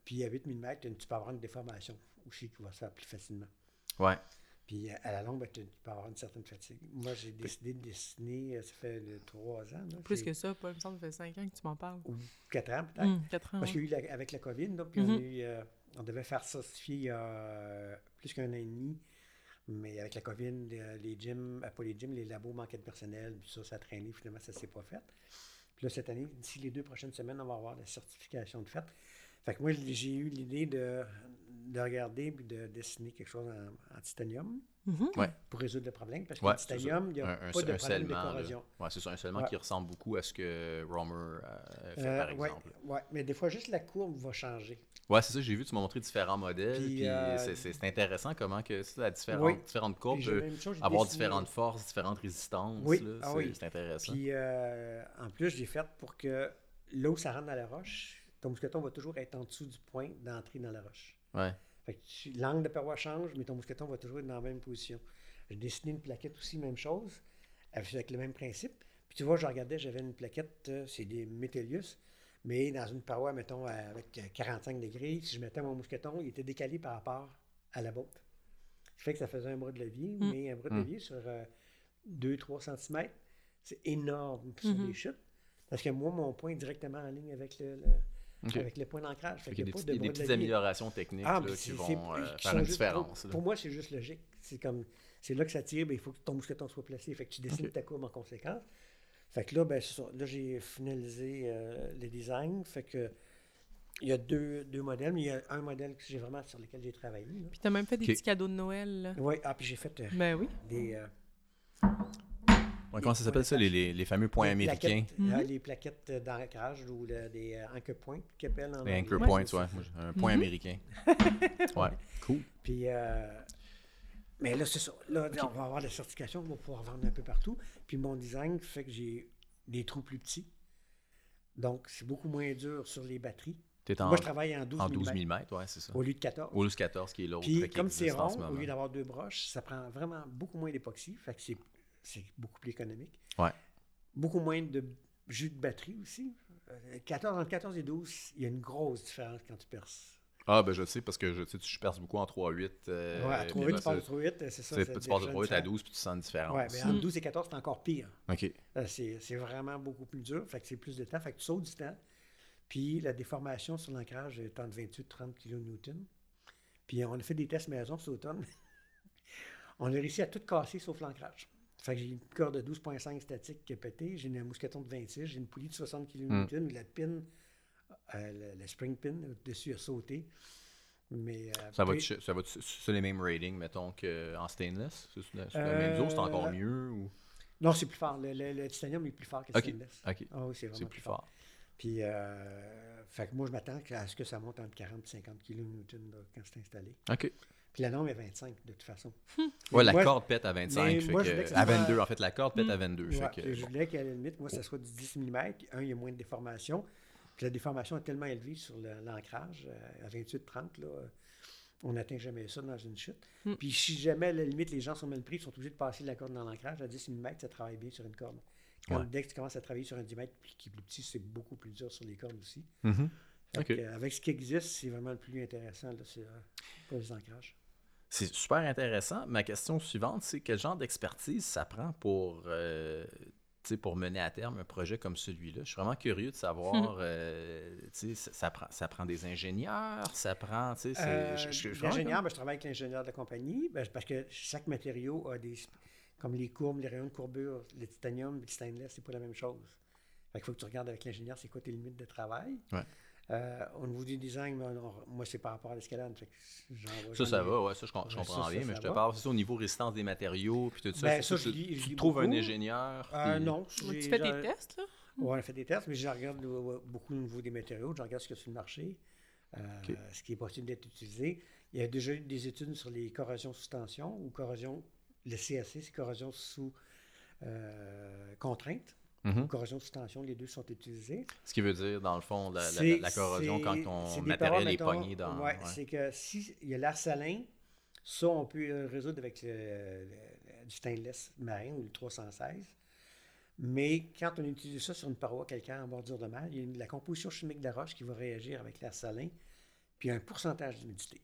S3: puis à 8 mm, tu peux avoir une déformation aussi qui va se faire plus facilement.
S1: Ouais.
S3: Puis euh, à la longue, ben, tu tu peux avoir une certaine fatigue. Moi, j'ai décidé de dessiner, euh, ça fait euh, trois ans. là,
S2: Plus
S3: j'ai-
S2: que ça, Paul, il me semble que ça fait 5 ans que tu m'en parles.
S3: Ou quatre ans peut-être.
S2: Hum, Quatre ans.
S3: Parce
S2: ouais.
S3: qu'il y a eu la- avec la COVID, là, puis on, a
S2: Mhm.
S3: eu, euh, on devait faire certifier il y a euh, plus qu'un an et demi. Mais avec la COVID, euh, les gyms, euh, pas les gyms, les labos manquaient de personnel, puis ça, ça traînait, finalement, ça ne s'est pas fait. Puis là, cette année, d'ici les deux prochaines semaines, on va avoir la certification de fête. Fait que moi, j'ai eu l'idée de, de regarder puis de dessiner quelque chose en, en titanium
S2: Mhm.
S3: pour résoudre le problème. Parce qu'en
S1: Ouais, c'est ça.
S3: titanium, il n'y a
S1: un, un-
S3: pas de
S1: un
S3: problème de
S1: scellement, là.
S3: corrosion.
S1: Ouais, c'est ça, un scellement
S3: Ouais.
S1: qui ressemble beaucoup à ce que Romer euh, fait,
S3: Euh,
S1: par
S3: ouais,
S1: exemple.
S3: ouais, mais des fois, juste la courbe va changer.
S1: Ouais, c'est ça, j'ai vu, tu m'as montré différents modèles,
S3: Puis,
S1: puis,
S3: euh,
S1: c'est- c'est c'est intéressant comment que c'est la différente,
S3: Oui.
S1: différentes
S3: Puis
S1: courbes
S3: j'ai
S1: peuvent
S3: même chose, j'ai
S1: avoir
S3: dessiné-
S1: différentes forces, différentes résistances,
S3: Oui,
S1: là,
S3: ah
S1: c'est
S3: oui.
S1: c'est intéressant.
S3: Puis euh, en plus, j'ai fait pour que l'eau, ça rentre dans la roche. Ton mousqueton va toujours être en dessous du point d'entrée dans la roche.
S1: Ouais.
S3: Fait que tu- l'angle de paroi change, mais ton mousqueton va toujours être dans la même position. J'ai dessiné une plaquette aussi, même chose, avec avec le même principe. Puis Puis tu vois, je regardais, j'avais une plaquette, euh, c'est des Métellius, mais dans une paroi, mettons, à- avec euh, 45 degrés, si je mettais mon mousqueton, il était décalé par rapport à la botte. Ce qui fait que ça faisait un bras de levier,
S2: Mm.
S3: mais un bras de
S1: Mm.
S3: levier sur euh, 2-3 cm, c'est énorme sur
S2: Mhm.
S3: les chutes. Parce que moi, mon point est directement en ligne avec le, le-
S1: OK.
S3: avec le point d'ancrage. Fait
S1: Fait qu'il y a
S3: qu'il
S1: des, petites- il y a
S3: y a pas de
S1: des
S3: bras de
S1: petites
S3: levier.
S1: améliorations techniques
S3: Ah,
S1: là,
S3: mais
S1: qui
S3: c'est-
S1: vont
S3: c'est-
S1: euh,
S3: qui
S1: faire
S3: sont
S1: une
S3: juste-
S1: différence.
S3: Pour,
S1: là.
S3: pour moi, c'est juste logique. C'est comme c'est là que ça tire, ben, il faut que ton mousqueton soit placé. Fait que tu dessines
S1: Ok.
S3: ta courbe en conséquence. Fait que là, ben, c'est ça. là j'ai finalisé euh, les designs. Fait que il y a deux, deux modèles, mais il y a un modèle que j'ai vraiment sur lequel j'ai travaillé.
S2: Puis t'as même fait des
S1: Ok.
S2: petits cadeaux de Noël, là.
S3: Oui, ah, puis j'ai fait euh,
S2: Ben oui.
S3: des euh,
S1: Ouais, comment ça s'appelle ça, les, les- les fameux points
S3: des
S1: américains?
S3: plaquettes, euh, les plaquettes d'ancrage ou le- des euh, anchor points qu'ils appellent en
S1: Les
S3: anglais.
S1: anchor
S2: Ouais,
S1: points,
S3: c'est
S1: ouais.
S3: ça.
S1: Moi, j'ai Un point
S2: Mhm.
S1: américain. Ouais. Cool.
S3: Puis, euh, mais là, c'est ça. Là, on va avoir la certification, on va pouvoir vendre un peu partout. Puis mon design fait que j'ai des trous plus petits. Donc, c'est beaucoup moins dur sur les batteries.
S1: T'es en,
S3: Moi, je travaille en 12
S1: en
S3: 000,
S1: 12 000 mètres, ouais, c'est ça.
S3: au lieu de 14.
S1: Au 14 qui est l'autre.
S3: Puis
S1: fait qu'il
S3: comme
S1: existe
S3: c'est
S1: en ce
S3: rond, au
S1: moment.
S3: lieu d'avoir deux broches, ça prend vraiment beaucoup moins d'époxy. Fait que c'est, c'est beaucoup plus économique.
S1: Ouais.
S3: Beaucoup moins de jus de batterie aussi. Euh, 14, entre 14 et 12, il y a une grosse différence quand tu perces.
S1: Ah, ben je sais, parce que je, tu sais, tu perces beaucoup en 3-8. euh,
S3: ouais, à
S1: puis
S3: 3
S1: après
S3: tu
S1: ça,
S3: passes trop vite, c'est ça.
S1: tu sais,
S3: ça
S1: tu passes de
S3: déjà
S1: 3-8
S3: une
S1: à 12, puis tu sens une différence.
S3: Oui, mais entre 12 et 14, c'est encore pire.
S1: OK.
S3: Euh, C'est c'est vraiment beaucoup plus dur. Fait que c'est plus de temps. Fait que tu sautes du temps. Puis la déformation sur l'ancrage est entre 28 et 30 kN. Puis on a fait des tests maison cet automne. on a réussi à tout casser sauf l'ancrage. Fait que j'ai une corde de 12,5 statique qui a pété. J'ai un mousqueton de 26. J'ai une poulie de 60 kN.
S1: Mm.
S3: La pin, euh, le, le spring pin dessus a sauté. Mais, euh,
S1: Ça va,
S3: puis-
S1: être- ça va être sur- sur les mêmes ratings, mettons, qu'en stainless? C'est sur la, sur la même
S3: Euh,
S1: zone, c'est encore mieux? Ou...
S3: Non, c'est plus fort. Le, le- le titanium est plus fort que le
S1: Ok,
S3: stainless.
S1: ok.
S3: Ah oui, c'est vraiment
S1: C'est plus fort.
S3: Puis, euh, fait que moi, je m'attends à ce que ça monte entre 40 et 50 kN là, quand c'est installé.
S1: OK.
S3: Puis la norme est 25, de toute façon. Mais
S1: Ouais, la
S3: moi, je-
S1: corde pète à 25,
S3: mais
S1: fait
S3: moi, je
S1: que-
S3: voulais que ça
S1: à
S3: soit-
S1: 22, en fait, la corde pète à 22,
S3: ouais,
S1: fait que, Oh.
S3: puis je
S1: bon.
S3: voulais qu'à la limite, moi, ça soit du 10 mm. Un, il y a moins de déformation. Puis la déformation est tellement élevée sur le- l'ancrage, euh, à 28-30, là, euh, on n'atteint jamais ça dans une chute.
S2: Mm.
S3: Puis si jamais, à la limite, les gens sont mal pris, ils sont obligés de passer de la corde dans l'ancrage. À 10 mm, ça travaille bien sur une corde. Quand-
S1: Ouais.
S3: Dès que tu commences à travailler sur un 10 mètres qui est plus petit, c'est beaucoup plus dur sur les cordes aussi.
S1: Mhm.
S3: Fait
S1: OK.
S3: que, euh, avec ce qui existe, c'est vraiment le plus intéressant là, c'est, euh, pour les ancrages.
S1: C'est super intéressant. Ma question suivante, c'est quel genre d'expertise ça prend pour, euh, tu sais, pour mener à terme un projet comme celui-là? Je suis vraiment curieux de savoir, euh, tu sais, ça, ça prend, ça prend des ingénieurs, ça prend, tu sais, c'est-
S3: Euh,
S1: je- je- je- je-
S3: L'ingénieur, ben, je travaille avec l'ingénieur de la compagnie ben, parce que chaque matériau a des. sp- Comme les courbes, les rayons de courbure, le titanium, le stainless, c'est pas la même chose. Il faut que tu regardes avec l'ingénieur c'est quoi tes limites de travail.
S1: Ouais.
S3: Euh, au niveau du design, ben, on- moi, c'est par rapport à l'escalade. fait que j'en-
S1: Ça,
S3: j'en
S1: ça
S3: ai-
S1: va, ouais, ça, je, com- je
S3: Ouais,
S1: comprends
S3: ça, ça,
S1: bien,
S3: ça
S1: mais je te
S3: va.
S1: parle, c'est ça, au niveau résistance des matériaux, puis tout ça.
S3: Ben,
S1: c'est
S3: ça, je
S1: tu,
S3: lis- je
S1: tu
S3: lis
S1: trouves un
S3: beaucoup.
S1: ingénieur.
S3: Euh,
S1: puis-
S3: non.
S2: Tu
S3: j'ai-
S2: fais
S3: j'en-
S2: des tests, là?
S3: Oui, on a fait des tests, mais je regarde euh, beaucoup au niveau des matériaux, je regarde ce qu'il y a sur le marché, euh,
S1: OK.
S3: ce qui est possible d'être utilisé. Il y a déjà eu des études sur les corrosions sous tension ou corrosion, le CAC, c'est corrosion sous euh, contrainte.
S1: Mhm.
S3: Corrosion sous tension, les deux sont utilisés.
S1: Ce qui veut dire, dans le fond, la, la- la-
S3: C'est-
S1: la corrosion
S3: c'est-
S1: quand
S3: c'est
S1: ton
S3: des
S1: matériel
S3: parois,
S1: est
S3: mettons,
S1: pogné dans.
S3: ouais,
S1: ouais.
S3: c'est que s'il y a l'air salin, ça, on peut le résoudre avec le, le- du stainless marin ou le 316. Mais quand on utilise ça sur une paroi calcaire en bordure de mer, il y a une- la composition chimique de la roche qui va réagir avec l'air salin, puis un pourcentage d'humidité.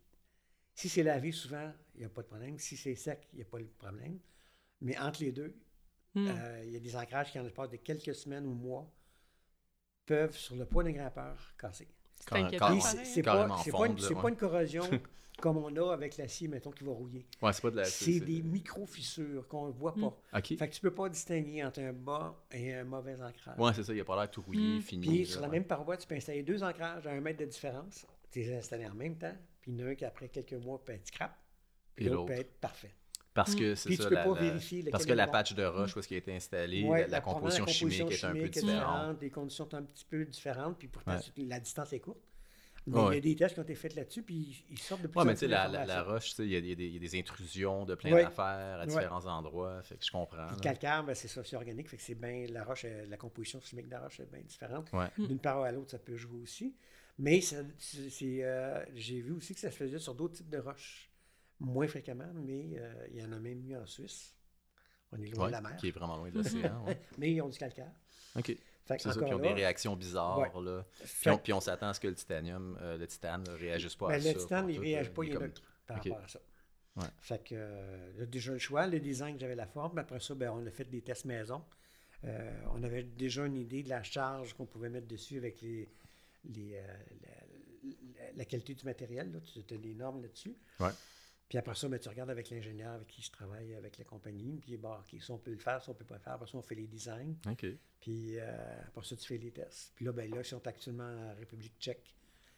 S3: Si c'est lavé souvent, il n'y a pas de problème. Si c'est sec, il n'y a pas de problème. Mais entre les deux,
S2: Hmm.
S1: Mm.
S3: euh, il y a des ancrages qui, en l'espace de quelques semaines ou mois, peuvent, sur le poids d'un grimpeur, casser.
S2: C'est
S1: Quand-
S2: inquiétant,
S1: quand-
S3: Puis
S2: pareil.
S3: c'est- c'est
S1: Ah, carrément
S3: pas, c'est pas une-
S1: fondre,
S3: c'est
S1: ouais.
S3: pas une corrosion comme on a avec l'acier, mettons, qui va rouiller.
S1: Ouais, Ben, c'est Mm. pas de la.
S3: c'est des micro-fissures qu'on ne voit pas.
S1: OK.
S3: Fait que tu peux pas distinguer entre un bon et un mauvais ancrage.
S1: Ouais, c'est ça, il a pas l'air tout rouillé,
S2: Mm.
S1: fini.
S3: Puis
S1: là,
S3: sur la
S1: ouais.
S3: même paroi, tu peux installer deux ancrages à un mètre de différence. Tu les installes en même temps. Puis il y en a un qui, après quelques mois, peut être scrap. Puis
S1: Et
S3: l'autre peut
S1: l'autre.
S3: être parfait.
S1: Parce
S2: Mm.
S1: que c'est
S3: Puis
S1: ça,
S3: tu peux
S1: la-
S3: pas
S1: la-
S3: vérifier lequel
S1: parce que
S3: est
S1: la
S3: bon.
S1: patch de roche où est-ce qui a été installée,
S3: Ouais,
S1: la, la
S3: probablement
S1: composition chimique est un peu
S3: chimique est
S1: différente.
S3: Les conditions sont un petit peu différentes. Puis pourtant,
S1: Ouais.
S3: c'est- la distance est courte. Mais
S1: Ouais,
S3: il y
S1: ouais.
S3: a des tests qui ont été faits là-dessus. Puis ils sortent de plus
S1: Ouais,
S3: en
S1: mais tu
S3: plus
S1: sais, la, la- la
S3: d'informations.
S1: roche, tu sais, il y, a- il y a des- il y a des intrusions de plein
S3: Ouais.
S1: d'affaires à
S3: Ouais.
S1: différents endroits, fait que je comprends.
S3: Puis le
S1: là.
S3: calcaire, ben, c'est ça, c'est organique, fait que c'est bien la roche, euh, la composition chimique de la roche est bien différente.
S1: Ouais.
S3: D'une paroi à l'autre, ça peut jouer aussi. Mais ça- c'est- c'est, euh, j'ai vu aussi que ça se faisait sur d'autres types de roches, moins fréquemment, mais euh, il y en a même eu en Suisse. On est loin
S1: Ouais,
S3: de la mer.
S1: Qui est vraiment loin de l'océan. ouais.
S3: Mais ils ont du calcaire.
S1: OK.
S3: Fait
S1: C'est ça,
S3: encore
S1: qui ont
S3: là,
S1: des réactions bizarres.
S3: Ouais.
S1: Là. Puis,
S3: fait-
S1: on, puis on s'attend à ce que le titanium, euh, le titane, ne réagisse pas à
S3: ben,
S1: ça.
S3: le titane,
S1: pour
S3: il
S1: tout,
S3: ne
S1: euh,
S3: réagit pas,
S1: il est
S3: il est
S1: comme-
S3: neutre par
S1: Ok.
S3: rapport à ça.
S1: Ouais.
S3: Fait que, euh, là, déjà le choix, le design que j'avais la forme. Après ça, ben, on a fait des tests maison. Euh, on avait déjà une idée de la charge qu'on pouvait mettre dessus avec les, les, euh, la, la- la qualité du matériel. Là. Tu as des normes là-dessus.
S1: Ouais.
S3: Puis après ça, ben, tu regardes avec l'ingénieur avec qui je travaille, avec la compagnie. Puis bon, OK, ça, on peut le faire, ça, on peut pas le faire. Après ça, on fait les designs.
S1: OK.
S3: Puis euh, après ça, tu fais les tests. Puis là, ben, là, ils sont actuellement en République tchèque.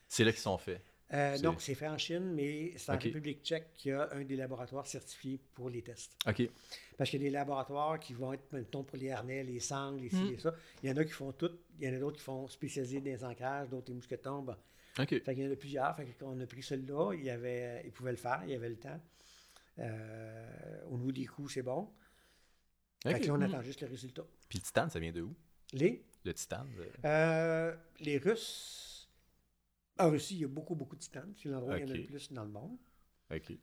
S1: C'est là qu'ils sont faits.
S3: Euh,
S1: C'est-
S3: non, c'est fait en Chine, mais c'est en
S1: Ok.
S3: République tchèque qu'il y a un des laboratoires certifiés pour les tests.
S1: OK.
S3: Parce qu'il y a des laboratoires qui vont être, mettons, pour les harnais, les sangles, les ci,
S2: Mm.
S3: les ça. Il y en a qui font tout. Il y en a d'autres qui font spécialiser dans les ancrages, d'autres les mousquetons. Bon.
S1: OK.
S3: Fait qu'il y en a plusieurs. Fait qu'on a pris celui-là. Il, y avait, euh, il pouvait le faire. Il y avait le temps. Euh, au niveau des coûts, c'est bon. Fait que là, on
S2: Mm.
S3: attend juste le résultat.
S1: Puis le titane, ça vient de où?
S3: Les,
S1: Le titane? le-
S3: euh, les Russes. En Russie, il y a beaucoup, beaucoup de titane. C'est l'endroit où il y en a le
S1: Ok.
S3: plus dans le monde.
S1: OK.
S2: Puis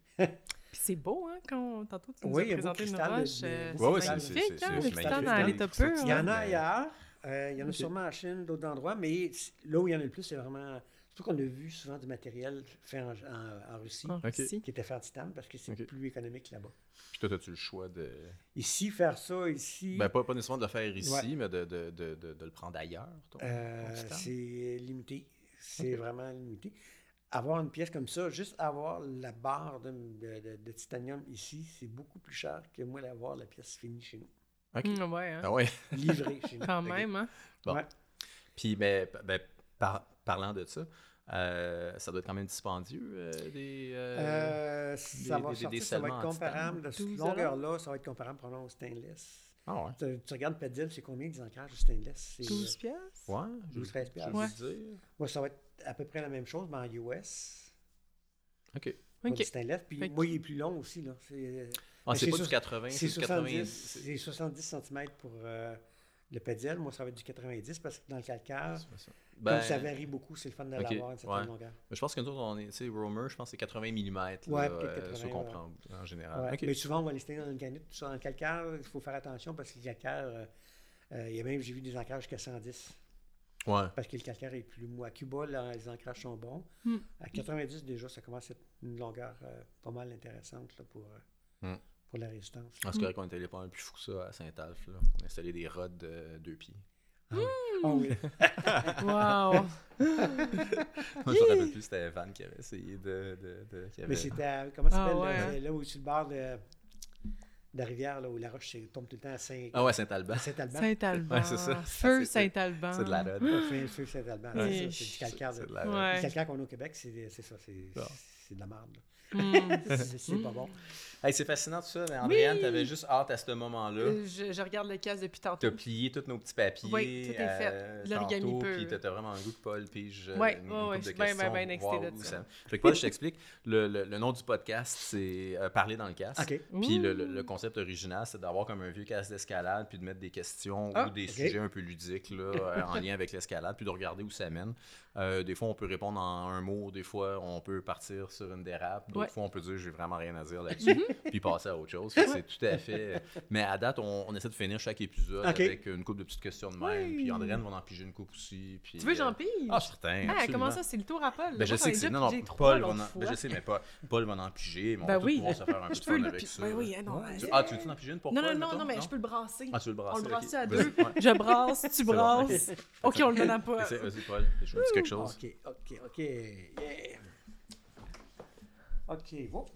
S2: c'est beau, hein, quand tantôt tu nous
S3: Oui,
S2: as
S3: il y a beau
S2: présenté une
S3: cristal de-
S2: roche.
S3: de-
S2: euh,
S3: Ouais, ouais,
S2: c'est
S3: c'est-
S1: c'est-
S2: magnifique,
S1: c'est-
S2: hein,
S1: c'est
S2: le cristal dans hein.
S1: magnifique.
S2: l'état pur.
S3: Il y en a
S1: Ouais.
S3: ailleurs, euh, il y en a
S1: Ok.
S3: sûrement en Chine, d'autres endroits, mais c- là où il y en a le plus, c'est vraiment. C'est pour qu'on a vu souvent du matériel fait en, en- en Russie,
S2: en
S1: Ok.
S2: Russie.
S3: qui était fait en titane, parce que c'est
S1: Ok.
S3: plus économique là-bas.
S1: Puis toi, as-tu le choix de...
S3: Ici, faire ça, ici,
S1: Ben, pas, pas nécessairement de le faire ici,
S3: Ouais.
S1: mais de, de, de, de, de le prendre ailleurs. ton-
S3: euh,
S1: ton titane.
S3: c'est limité. C'est
S1: Ok.
S3: vraiment limité. Avoir une pièce comme ça, juste avoir la barre de, de- de- de titanium ici, c'est beaucoup plus cher que moi d'avoir la pièce finie chez nous,
S1: Ok.
S2: Mm, ouais, hein.
S1: Ah ouais.
S3: livrée chez nous.
S2: Quand
S1: Ok.
S2: même, hein.
S1: Bon.
S3: Ouais.
S1: Puis, ben, p- ben, par- parlant de ça, euh, ça doit être quand même dispendieux, euh, des... euh,
S3: Euh, ça
S1: des-
S3: va
S1: des- des
S3: sortir, ça va
S1: scellements
S3: être
S1: en titane.
S3: comparable. De cette
S2: 12
S3: longueur-là, ça va être comparable probablement au stainless.
S1: Ah ouais.
S3: Tu, tu regardes Pedil, c'est combien des ancrages de stainless? C'est, euh,
S2: 12 piastres.
S1: Ouais, je
S3: Douze, treize
S1: je veux
S2: piastres.
S1: dire.
S3: Moi, ça va être à peu près la même chose, mais en US.
S1: OK.
S3: pour du
S2: OK.
S3: stainless. Puis
S2: Fait que-
S3: moi, il est plus long aussi. Là. C'est,
S1: Ah,
S3: Mais
S1: c'est
S3: c'est
S1: pas
S3: sur-
S1: du 80,
S3: c'est
S1: c'est du 90.
S3: 70, c'est 70 cm pour euh, le Pedil. Moi, ça va être du 90 parce que dans le calcaire,
S1: C'est pas ça. Ben,
S3: comme ça varie beaucoup, c'est le fun de
S1: ok,
S3: l'avoir à une certaine
S1: ouais.
S3: longueur.
S1: mais je pense que nous autres, on est, tu sais, Roamer, je pense que c'est 80 mm, là,
S3: Ouais, peut-être
S1: euh, ceux
S3: 80,
S1: qu'on
S3: ouais.
S1: prend en général.
S3: Ouais,
S1: Ah, OK.
S3: Mais souvent, on va les stainer dans le granit, tout ça. Dans le calcaire, il faut faire attention parce que le calcaire, euh, euh, il y a même, j'ai vu des ancrages jusqu'à 110.
S1: Ouais. ah,
S3: Parce que le calcaire est plus mou. À Cuba, là, les ancrages sont bons.
S2: Hmm.
S3: À 90, déjà, ça commence à être une longueur euh, pas mal intéressante là, pour, euh,
S1: Hmm.
S3: pour la résistance.
S1: Ah,
S2: Hmm.
S1: c'est correct qu'on était les pas plus fou que ça à Saint-Alphe. là. On a installé des rods de deux pieds.
S2: Hmm.
S3: Ah oui.
S1: Moi,
S2: Wow.
S1: je me rappelle plus, c'était Van qui avait essayé de. de, de- qui
S3: Mais
S1: avait-
S3: c'était à- comment
S2: Ah,
S3: ça s'appelle
S2: ouais,
S3: là,
S2: hein.
S3: là où sur le bord de, de la rivière, là, où la roche c'est- tombe tout le temps à Saint-
S1: Ah ouais, Saint-Alban.
S3: à Saint-Alban.
S2: Saint-Alban.
S1: Ouais, c'est ça. C'est-
S2: Feu
S1: c'est-
S2: Saint-Alban.
S1: C'est de la rod.
S3: Saint... Feu, feu Saint-Alban.
S2: Ouais.
S3: c'est ça, C'est du calcaire.
S1: C'est
S3: De...
S1: de la Ah. rod.
S2: Ah. Ouais.
S3: Le calcaire qu'on a au Québec, c'est c'est ça. C'est
S1: Bon.
S3: c'est de la merde. là.
S2: Mm.
S3: C'est c'est pas bon.
S1: Hey, c'est fascinant tout ça, mais Andréane,
S2: Oui.
S1: t'avais juste hâte à ce moment-là.
S2: Euh, Je, je regarde le casque depuis
S1: T'as
S2: tantôt.
S1: plié tous nos petits papiers.
S2: Oui, tout est fait.
S1: euh,
S2: L'origami
S1: tantôt,
S2: peut.
S1: Puis t'as t'as vraiment un goût de Paul Pige. euh,
S2: Ouais,
S1: une-
S2: ouais,
S1: une
S2: ouais,
S1: couple
S2: je
S1: de
S2: suis bien, bien,
S1: questions,
S2: bien
S1: voir
S2: excitée de
S1: où
S2: ça.
S1: Fait que Paul, je t'explique. Le, le- le nom du podcast, c'est euh, Parler dans le casque.
S3: OK.
S1: Puis le,
S2: Ouh.
S1: le- le concept original, c'est d'avoir comme un vieux casque d'escalade, puis de mettre des questions
S2: Ah,
S1: ou des
S3: ok.
S1: sujets un peu ludiques là, euh, en lien avec l'escalade, puis de regarder où ça mène. Euh, des fois, on peut répondre en un mot, des fois, on peut partir sur une dérape, d'autres
S2: Ouais. Mhm.
S1: fois, on peut dire j'ai vraiment rien à dire là-dessus, puis passer à autre chose. Fait que C'est tout à fait. euh, Mais à date, on, on essaie de finir chaque épisode
S3: Ok.
S1: avec une couple de petites questions de même,
S2: Oui.
S1: puis Andréane va en piger une coupe aussi. Puis,
S2: Tu veux,
S1: euh,
S2: j'en pige?
S1: Ah, certain.
S2: Ah,
S1: absolument.
S2: comment ça, c'est le tour à Paul?
S1: Ben, je
S2: Moi,
S1: sais que
S2: j'en ai
S1: c'est.
S2: déjà
S1: Non, non,
S2: pigé trois
S1: Paul va en...
S2: l'autre
S1: ben,
S2: fois.
S1: je sais, mais pas. Paul va en piger, mais on
S2: Ben
S1: va
S2: oui.
S1: tous pouvoir se faire un peu
S2: Je
S1: de
S2: peux
S1: fun
S2: le
S1: avec
S2: pi-
S1: ça.
S2: Ben
S1: là.
S2: oui, hein, non,
S1: Ouais.
S2: hein.
S1: Tu- Ah, tu veux-tu en piger une pour
S2: Non,
S1: Paul,
S2: non, non, non,
S1: mettons?
S2: mais je peux le brasser.
S1: Ah, tu veux le brasser.
S2: On le
S1: ok.
S2: brasse à
S1: Vas-y,
S2: deux.
S1: ouais.
S2: Je brasse, tu
S1: bon,
S2: brasses. OK, on le donne à Paul.
S1: Essaie- Vas-y, Paul, je me dis quelque chose.
S3: OK, OK, OK. Yeah. OK, bon.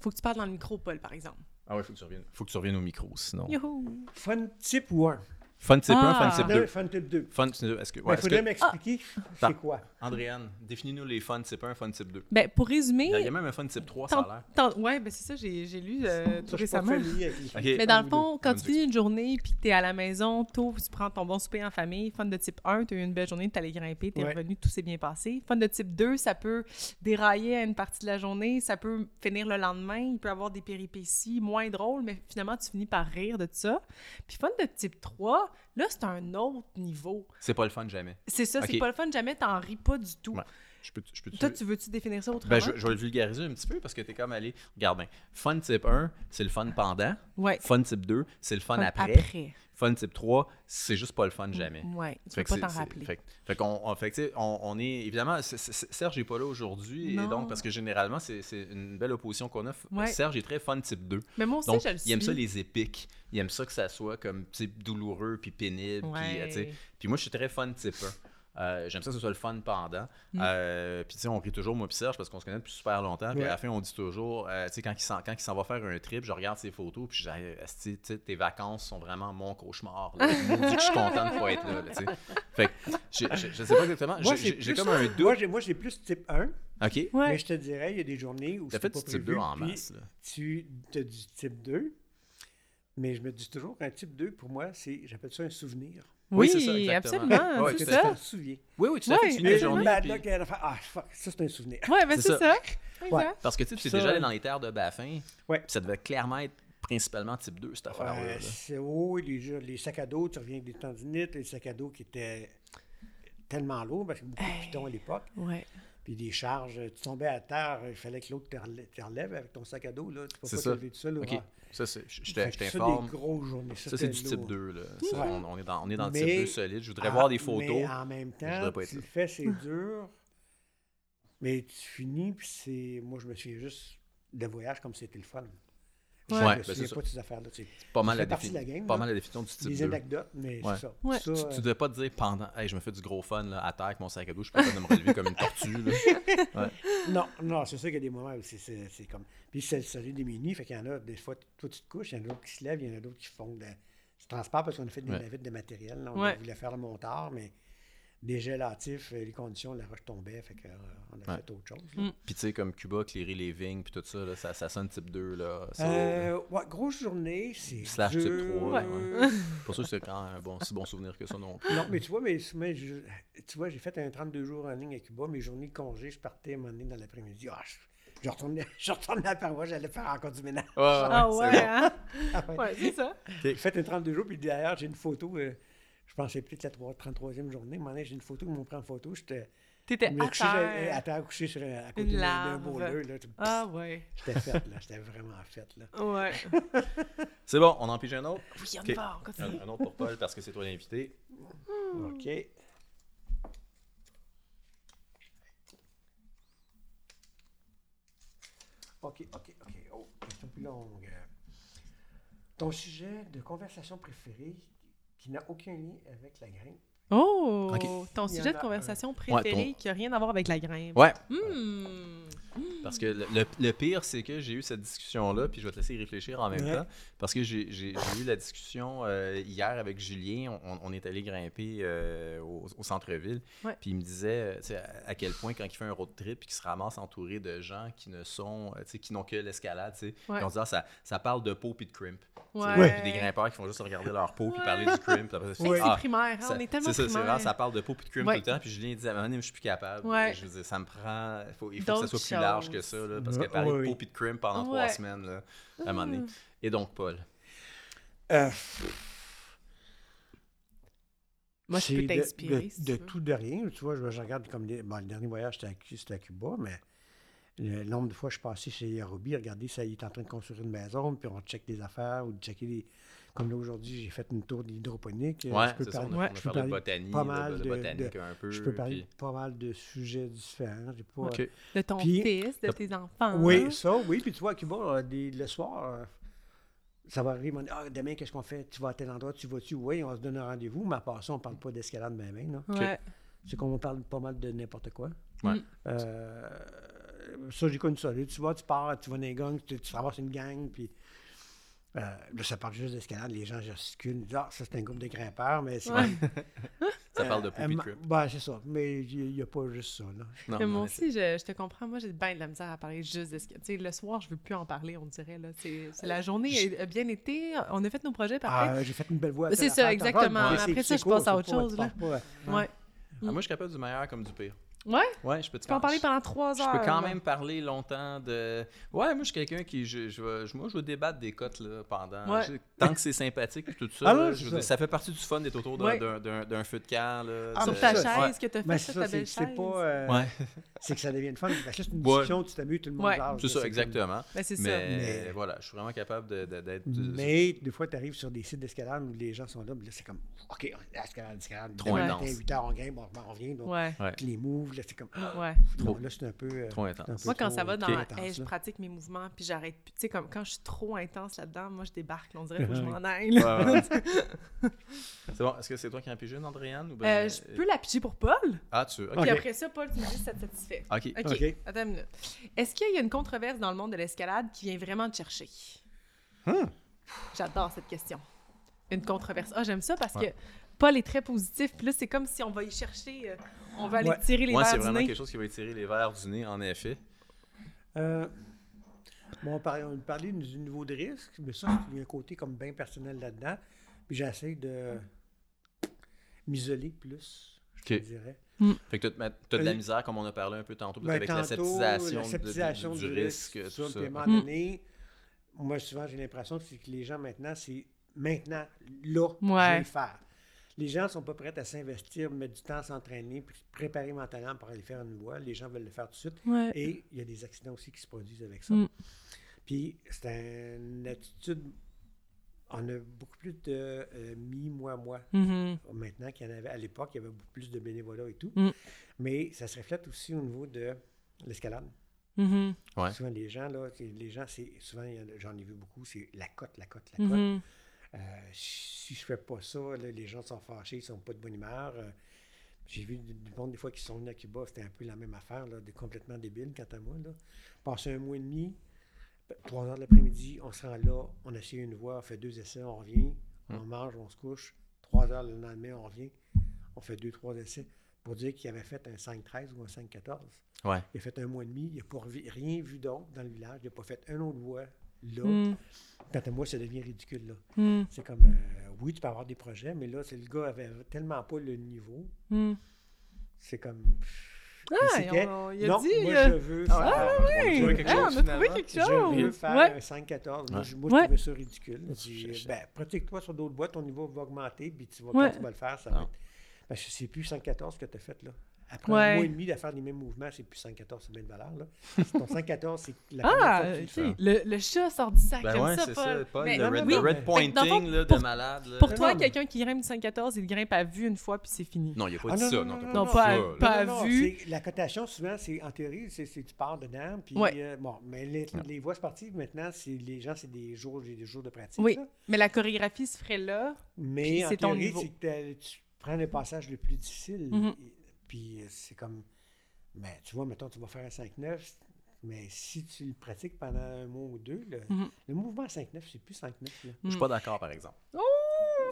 S2: Faut que tu parles dans le micro, Paul, par exemple.
S1: Ah ouais, faut que tu reviennes. Faut que tu reviennes au micro, sinon.
S2: Youhou!
S3: Fun type ou un?
S1: Fun type 1,
S2: Ah.
S1: fun type
S3: Non,
S1: 2.
S3: fun type 2.
S1: Fun type 2, est-ce que.
S3: Il
S1: Ouais, est-ce
S3: faudrait
S1: que... Ah,
S3: m'expliquer
S1: Par-
S3: c'est quoi.
S1: Andréane, définis-nous les fun type 1, fun type 2.
S2: Ben, pour
S1: Il y a- il y
S2: résumer...
S1: a même un fun type 3, ça
S2: tant-
S1: a l'air.
S2: tant- ouais, ben c'est ça, j'ai j'ai lu euh, tout
S3: Ça, je suis pas
S2: récemment.
S3: familier avec les
S1: Ok.
S3: films.
S2: Mais dans
S3: Un
S2: le
S3: ou
S2: fond,
S1: On
S2: quand
S1: nous
S2: tu finis une journée puis que t'es à la maison, tôt, tu prends ton bon souper en famille, fun de type 1, t'as eu une belle journée, t'es allé grimper, t'es
S3: Ouais.
S2: revenu, tout s'est bien passé. Fun de type 2, ça peut dérailler à une partie de la journée, ça peut finir le lendemain, il peut y avoir des péripéties moins drôles, mais finalement, tu finis par rire de ça. Puis fun de type 3, là, c'est un autre niveau.
S1: C'est pas le fun jamais.
S2: C'est ça,
S1: Ok.
S2: c'est pas le fun, jamais t'en ris pas du tout.
S1: Ouais. Je peux, je peux
S2: Toi, tu veux-tu définir ça autrement?
S1: Ben, je, je vais le vulgariser un petit peu parce que tu es comme allé. Regarde, ben, fun type 1, c'est le fun pendant.
S2: Ouais.
S1: Fun type 2, c'est le fun, après. Fun type 3, c'est juste pas le fun jamais.
S2: Ouais, tu
S1: Fait
S2: peux
S1: que
S2: pas t'en
S1: c'est- c'est-
S2: rappeler.
S1: Fait, que- fait qu'on on, fait que, tu sais, on, on est évidemment c'est- c'est- Serge n'est pas là aujourd'hui et
S2: Non.
S1: donc parce que généralement c'est c'est une belle opposition qu'on a. F-
S2: Ouais.
S1: Serge est très fan type 2.
S2: Mais moi aussi,
S1: Donc
S2: je le suis.
S1: il aime ça les épiques, il aime ça que ça soit comme tu sais, douloureux puis pénible puis euh, tu sais.
S2: Ouais.
S1: Puis moi je suis très fan type 1. Euh, J'aime ça que ce soit le fun pendant.
S2: Mm.
S1: Euh, puis tu sais, on rit toujours, moi puis Serge, parce qu'on se connaît depuis super longtemps. Puis
S3: Ouais.
S1: à la fin, on dit toujours, euh, tu sais, quand il s'en- quand il s'en va faire un trip, je regarde ses photos, puis je dis, Hey, esti, tu sais, tes vacances sont vraiment mon cauchemar. là. Maudit que je suis content de pas être là. là, tu sais. fait que je, je, je sais pas exactement. J'ai-
S3: Moi, c'est
S1: J'ai j'ai
S3: plus-
S1: comme un doute.
S3: Moi, j'ai, moi, j'ai plus type 1,
S1: OK.
S2: Ouais.
S3: mais je te dirais, il y a des journées où
S1: T'as
S3: c'est
S1: fait
S3: pas
S1: du type 2
S3: prévu,
S1: en
S3: puis
S1: masse. là.
S3: Tu as du type 2, mais je me dis toujours qu'un type 2, pour moi, c'est, j'appelle ça un souvenir.
S1: Oui,
S2: Oui,
S1: c'est ça, exactement.
S2: absolument,
S1: Ouais,
S2: Ah, c'est
S1: tout
S3: Tu
S1: à fait.
S2: ça.
S3: t'en souviens.
S1: Oui, oui, tu l'as fait
S2: Ouais,
S1: tu finis la
S3: Mais
S1: journée.
S3: bad
S1: puis-
S3: luck, elle a fait, ah, fuck, ça, c'est un souvenir.
S2: Ouais, mais
S1: C'est
S2: c'est
S1: ça.
S2: ça. Exact.
S1: Parce que tu sais, tu es
S3: Ça,
S1: déjà allé
S3: ouais.
S1: dans les terres de Baffin.
S3: Ouais.
S1: puis Ça devait clairement être principalement type 2, cette affaire-là.
S3: Ouais,
S1: là.
S3: Euh, c'est oui, les, jeux- les sacs à dos, tu reviens avec des tendinites, les sacs à dos qui étaient tellement lourds, parce que beaucoup de pitons à l'époque,
S2: Ouais.
S3: puis des charges, euh, tu tombais à terre, il fallait que l'autre te relè- te relève avec ton sac à dos, là, tu peux
S1: C'est
S3: pas te
S1: ça.
S3: lever tout seul.
S1: OK. Ça, c'est- je- je
S3: Fait
S1: te-
S3: que
S1: je
S3: Ça,
S1: t'informe.
S3: des grosses journées.
S1: Ça,
S3: Ça,
S1: c'est
S3: c'était
S1: du type
S3: lourd.
S1: 2. Là. Ça,
S3: Ouais.
S1: on, on est dans, on est dans le
S3: Mais-
S1: type 2 solide. Je voudrais
S3: Ah,
S1: voir des photos.
S3: Mais en même
S1: je
S3: temps,
S1: voudrais pas être
S3: tu
S1: là.
S3: le fais, c'est dur, mais tu finis, puis c'est... Moi, je me souviens juste de voyage comme c'était le fun. Je
S1: Ouais,
S3: me
S1: ben, c'est
S3: souviens
S1: ça.
S3: pas de ces affaires-là. tu sais.
S1: Pas mal,
S3: Ça
S1: la
S3: fait partie
S1: défi-
S3: de la game,
S1: pas
S3: là. euh.
S1: mal la définition du type
S3: Des
S1: 2.
S3: anecdotes, mais
S1: Ouais.
S3: c'est ça.
S2: Ouais.
S3: Ça,
S1: Tu, tu devais pas te dire pendant, hey, je me fais du gros fun là, à terre avec mon sac à dos, je suis pas capable de me relever comme une tortue. là.
S3: Non, non, c'est sûr qu'il y a des moments où c'est- c'est c'est comme. Puis c'est le soleil des mini, fait qu'il y en a, des fois, toi, tu te couches, il y en a d'autres qui se lèvent, il y en a d'autres qui font de. du transport parce qu'on a fait des
S1: Ouais.
S3: navettes de matériel. là. on
S2: Ouais.
S3: voulait faire le montard, mais des gélatifs, euh, les conditions, la roche tombait, fait qu'on a
S1: Ouais.
S3: fait autre chose. là.
S2: Mm.
S1: Puis tu sais, comme Cuba, clearer les vignes, puis tout ça, là, ça, ça sonne type 2. Là. Ça,
S3: Euh, ouais, grosse journée, c'est.
S1: Slash type
S3: dur.
S1: trois, là, ouais. Pour ça, c'est quand même un bon, si bon souvenir que ça non plus.
S3: Non, mais tu vois, mais, mais je- tu vois, j'ai fait un 32 jours en ligne à Cuba, mes journées de congé, je partais à un moment donné dans l'après-midi. Ah, je, je retournais, je retournais à la paroisse, j'allais faire encore du ménage.
S1: Ouais, ouais,
S2: Ah
S1: c'est
S2: ouais,
S1: bon.
S2: hein?
S3: Ah ouais.
S2: Ouais, c'est ça.
S3: J'ai fait un 32 jours, puis derrière, j'ai une photo. euh, je pensais peut-être la trois- 33e journée. mais j'ai une photo, ils m'ont pris en photo. J'étais
S2: T'étais
S3: me
S2: à
S3: couché, j'avais-
S2: terre.
S3: à terre, couché sur un, à côté
S2: Une
S3: d'un- d'un
S2: larve.
S3: bouleux. là, tu-
S2: Ah ouais.
S3: J'étais faite, là. J'étais vraiment faite, là.
S2: Ouais.
S1: C'est bon, on en pige un autre.
S2: Oui,
S1: Ok.
S2: on y va, on
S1: Un,
S2: continue.
S1: un autre pour Paul, parce que c'est toi l'invité.
S2: Hmm.
S3: OK. OK, OK, OK. Oh, question plus longue. Ton sujet de conversation préféré qui n'a aucun lien avec la grimpe.
S2: Oh!
S1: Ok.
S2: Ton
S3: Il y
S2: sujet
S3: en
S2: de
S3: a
S2: conversation
S1: ton-
S2: préféré qui n'a rien à voir avec la grimpe.
S1: Ouais,
S2: Hmm.
S1: Parce que le, le- le pire, c'est que j'ai eu cette discussion-là, puis je vais te laisser y réfléchir en même
S3: Ouais.
S1: temps, parce que j'ai j'ai- j'ai eu la discussion euh, hier avec Julien. On, on est allé grimper euh, au, au centre-ville,
S2: Ouais.
S1: puis il me disait euh, tu sais, à, à quel point, quand il fait un road trip, puis qu'il se ramasse entouré de gens qui ne sont, euh, tu sais, qui n'ont que l'escalade, tu sais,
S2: Ouais.
S1: puis on se dit, Ah, ça, ça parle de peau puis de crimp. tu sais.
S2: Ouais.
S1: Puis des grimpeurs qui font juste regarder leur peau puis
S2: Ouais.
S1: parler du crimp. puis après, ça,
S2: Hey,
S3: Ouais.
S2: C'est
S1: Ah,
S2: primaire, hein?
S1: ça-
S2: on est tellement
S1: c'est ça, c'est
S2: primaire.
S1: vraiment, ça parle de peau puis de crime
S2: Ouais.
S1: tout le temps. Puis Julien dit à un moment donné, je suis plus capable.
S2: Ouais.
S1: Je veux dire, ça me prend. il faut- il faut que ça
S2: D'autres
S1: soit plus large
S2: choses.
S1: que ça, là, parce que
S3: Ouais,
S1: parler
S3: ouais,
S1: de peau
S3: ouais.
S1: puis de crime pendant trois
S2: Ouais.
S1: semaines, là, à un moment donné. Et donc, Paul.
S3: Euh,
S2: Moi, je
S3: C'est
S2: peux
S3: de-
S2: t'inspirer.
S3: De,
S2: si
S3: de
S2: tu veux.
S3: tout, de rien. Tu vois, je, je regarde comme. des- bon, le dernier voyage, c'était à, Cu- c'était à Cuba, mais le nombre de fois que je suis passé chez Yarobi, regardez, ça, il est en train de construire une maison, puis on check des affaires ou de checker des. Comme là, aujourd'hui, j'ai fait une tour d'hydroponique. Euh,
S1: Ouais,
S3: je peux
S1: c'est ça.
S3: parler-
S1: On a, on a
S2: ouais,
S3: je peux
S1: parlé de
S3: parler
S1: botanie,
S3: pas
S1: de-
S3: mal
S1: de,
S3: de-
S1: botanique un peu.
S3: je peux parler
S1: puis-
S3: de pas mal de sujets différents. J'ai pas.
S1: Ok.
S2: De ton
S3: Puis-
S2: fils, de tes enfants. hein.
S3: Oui, ça, oui. Puis tu vois, à Cuba, euh, des- le soir, euh, ça va arriver. on dit, Ah, demain, qu'est-ce qu'on fait? Tu vas à tel endroit, tu vas-tu? Oui, on se donne un rendez-vous, mais à part ça, on parle pas d'escalade, mais même, là.
S2: Ouais.
S3: C'est qu'on parle pas mal de n'importe quoi.
S1: Ouais.
S2: Mm.
S3: Euh, ça, j'ai connu ça. Là, tu vois, tu pars, tu vas dans les gangs, tu, tu ramasses une gang, puis euh, là, ça parle juste d'escalade. Les gens gesticulent, ils disent Ah, ça, c'est un groupe de grimpeurs, mais c'est.
S2: Ouais.
S1: Ça parle de peau
S3: Euh,
S1: puis de
S3: ma-
S1: crime.
S3: ben, c'est ça. Mais il n'y a pas juste ça. Là.
S1: Non, non,
S2: Mais moi
S1: mais
S2: aussi, je, je te comprends. Moi, j'ai bien de la misère à parler juste de ce que- Tu sais, le soir, je veux plus en parler, on dirait. Là. C'est, c'est la journée a bien été. On a fait nos projets parfaits.
S3: Ah, j'ai fait une belle voix. à
S2: C'est
S3: telle
S2: ça,
S3: affaire, t'en parles,
S2: exactement.
S3: mais c'est-
S2: Après
S3: c'est
S2: ça, je
S3: court,
S2: passe à
S3: faut
S2: autre
S3: pas-
S2: chose,
S3: faut pas-
S2: là. ouais.
S1: c'est- Ah, moi, je suis capable du meilleur comme du pire.
S2: Ouais,
S1: Ouais, je peux te
S2: tu peux en parler pendant trois heures.
S1: Je peux quand
S2: là.
S1: même parler longtemps de. Ouais, moi, je suis quelqu'un qui. Je, je, vais- je- moi, je vais débattre des cotes là, pendant.
S2: Ouais.
S1: je- tant que c'est sympathique et tout ça.
S3: Ah
S1: là,
S3: ouais,
S1: je
S3: c'est
S1: veux
S3: ça.
S1: dire, ça fait partie du fun d'être autour d'un,
S2: Ouais.
S1: d'un, d'un- d'un feu de camp. Là,
S3: Ah,
S2: Sur
S1: de-
S3: mais
S2: ta
S3: ça,
S2: chaise que t'as
S3: Mais
S2: fait, ça,
S3: c'est ça,
S2: ta
S3: c'est
S2: belle
S3: que c'est
S2: chaise.
S3: pas. euh,
S1: Ouais,
S3: C'est que ça devient une fun. Parce que c'est une
S1: Ouais.
S3: discussion, tu t'amuses, tout le monde
S2: Ouais.
S3: parle.
S1: c'est
S3: là,
S1: ça,
S3: comme-
S1: exactement.
S2: Ben, c'est ça.
S1: Mais,
S3: Mais-
S1: voilà, je suis vraiment capable de, de- d'être. de-
S3: Mais des fois, tu arrives sur des sites d'escalade où les gens sont là, puis là, c'est comme, OK, escalade, escalade.
S1: Trop
S3: demain
S1: intense.
S3: matin, 8 heures, on gagne, bon, on revient. Donc,
S2: Ouais,
S1: Ouais.
S3: toutes les moves, là, c'est comme, ah,
S2: ouais.
S3: non,
S1: Trop.
S3: là, c'est un peu. euh,
S1: Trop
S3: c'est un peu
S1: intense.
S2: Moi, quand
S3: trop-
S2: ça va dans
S3: trop
S2: la-
S3: intense,
S2: hey, je
S3: là.
S2: pratique mes mouvements, puis j'arrête plus. Tu sais, comme quand je suis trop intense là-dedans, moi, je débarque. là, On dirait faut que je m'en aille. là.
S1: Ouais, ouais. c'est bon, est-ce que c'est toi qui as pigé, Andréane ou ben-
S2: Euh, je peux la piger pour Paul?
S1: Ah, tu.
S2: Puis
S1: Ok.
S2: après ça, Paul, tu me dis si ça te satisfait.
S1: Ok.
S2: OK,
S3: Ok.
S2: attends une minute. Est-ce qu'il y a une controverse dans le monde de l'escalade qui vient vraiment te chercher?
S3: Hein?
S2: J'adore cette question. Une controverse. Ah, j'aime ça parce que Paul est très positif. Puis là, c'est comme si on va y chercher, euh, on va aller
S3: Ouais.
S2: tirer les
S1: Moi, c'est
S2: verres du
S1: vraiment
S2: nez.
S1: quelque chose qui va étirer les verres du nez, en effet.
S3: Euh, bon, on, parlait, on parlait du du niveau de risque, mais ça, il y a un côté comme bien personnel là-dedans. Puis j'essaie de m'isoler plus, je te
S1: OK.
S3: dirais.
S1: Fait que t'as de- t'as de la
S3: Euh,
S1: misère, comme on a parlé un peu tantôt, peut-être
S3: Ben,
S1: avec
S3: tantôt,
S1: l'aseptisation de-
S3: l'aseptisation
S1: du, du risque,
S3: tout
S1: tout
S3: ça.
S1: ça.
S3: Puis à un moment
S2: Mm.
S3: donné, moi, souvent, j'ai l'impression que, c'est que les gens, maintenant, c'est maintenant, là,
S2: Ouais.
S3: je vais le faire. Les gens ne sont pas prêts à s'investir, mettre du temps à s'entraîner, puis se préparer mentalement pour aller faire une voie. Les gens veulent le faire tout de suite.
S2: Ouais.
S3: Et il y a des accidents aussi qui se produisent avec ça.
S2: Mm.
S3: Puis c'est une attitude. On a beaucoup plus de euh, mi, moi, moi
S2: Mhm.
S3: maintenant qu'il y en avait à l'époque, il y avait beaucoup plus de bénévolat et tout.
S2: Mm.
S3: Mais ça se reflète aussi au niveau de l'escalade.
S2: Mhm.
S1: Ouais.
S3: Souvent, les gens, là, c'est- les gens, c'est souvent, il y en a- j'en ai vu beaucoup, c'est la cote, la cote, la cote.
S2: Mhm.
S3: Euh, si je fais pas ça, là, les gens sont fâchés, ils sont pas de bonne humeur. Euh, j'ai vu du du monde des fois qui sont venus à Cuba, c'était un peu la même affaire, là, de complètement débile quant à moi. Là. Passer un mois et demi, p- trois heures de l'après-midi, on se rend là, on essaie une voie, on fait deux essais, on revient, on mange, on se couche. Trois heures le lendemain, on revient, on fait deux, trois essais. Pour dire qu'il avait fait un 5-13 ou un 5-14.
S1: Ouais.
S3: Il a fait un mois et demi, il n'a pas revi- rien vu d'autre dans le village, il n'a pas fait un autre voie là.
S2: Mhm.
S3: Quant à moi, ça devient ridicule là.
S2: Mhm.
S3: C'est comme, euh, oui, tu peux avoir des projets, mais là, c'est le gars avait tellement pas le niveau.
S2: Mhm.
S3: C'est comme.
S2: Ah,
S3: Et c'était,
S2: on- il a
S3: non,
S2: dit,
S3: moi,
S2: euh,
S3: je veux
S1: Ah,
S3: faire,
S1: on a trouvé quelque
S2: Ah,
S1: chose,
S2: on a trouvé
S1: finalement.
S2: quelque
S3: je veux
S2: chose.
S3: faire
S2: Ouais.
S3: un 5-14. Moi,
S1: Ouais.
S3: je, moi, je
S2: Ouais.
S3: trouvais ça ridicule. J'ai dit,
S1: je-
S3: ben, pratique-toi sur d'autres boîtes, ton niveau va augmenter, puis tu vas,
S2: Ouais.
S3: quand tu vas le faire, ça
S1: Non.
S3: va être. Parce que c'est plus 114 que tu as fait, là. Après
S2: Ouais.
S3: un mois et demi de faire les mêmes mouvements, c'est plus 114, c'est même valeur, là. C'est ton 114, c'est la première
S2: Ah,
S3: fois que tu le
S2: ok.
S3: fais.
S2: le, le chat sort du sac
S1: Ben
S2: comme
S1: ouais,
S2: ça,
S1: c'est ça,
S2: Paul.
S1: Paul,
S2: Mais-
S1: le red,
S3: oui,
S1: le
S3: mais-
S1: red
S2: dans
S3: Fait que
S2: le fond,
S1: pointing là, de
S2: pour-
S1: malade. là.
S2: Pour
S3: Non,
S2: toi,
S3: mais-
S2: quelqu'un qui grimpe 514, il grimpe à vue une fois, puis c'est fini.
S1: Non, il a pas
S3: Ah,
S1: dit
S3: non,
S1: ça.
S3: non,
S1: Non,
S3: non,
S1: t'as
S2: non,
S1: dit
S2: pas
S1: ça,
S2: à-
S1: là.
S2: pas à vue.
S3: c'est- La cotation, souvent, c'est en théorie, c'est c'est- tu pars dedans. Puis,
S2: Ouais.
S3: euh, bon, mais les, les voies sportives, maintenant, c'est- les gens, c'est des jours, j'ai des jours de pratique.
S2: Oui,
S3: là.
S2: mais la chorégraphie se ferait là. Puis
S3: Mais en
S2: c'est ton
S3: théorie,
S2: niveau.
S3: c'est que t'as- tu prends le passage le plus difficile.
S2: Mhm.
S3: et- Puis euh, c'est comme, ben, tu vois, mettons, tu vas faire un 5-9, mais si tu le pratiques pendant un mois ou deux, le,
S2: Mhm.
S3: le mouvement 5-9, c'est plus 5-9. là.
S1: Je suis pas d'accord, par exemple.
S2: Oh,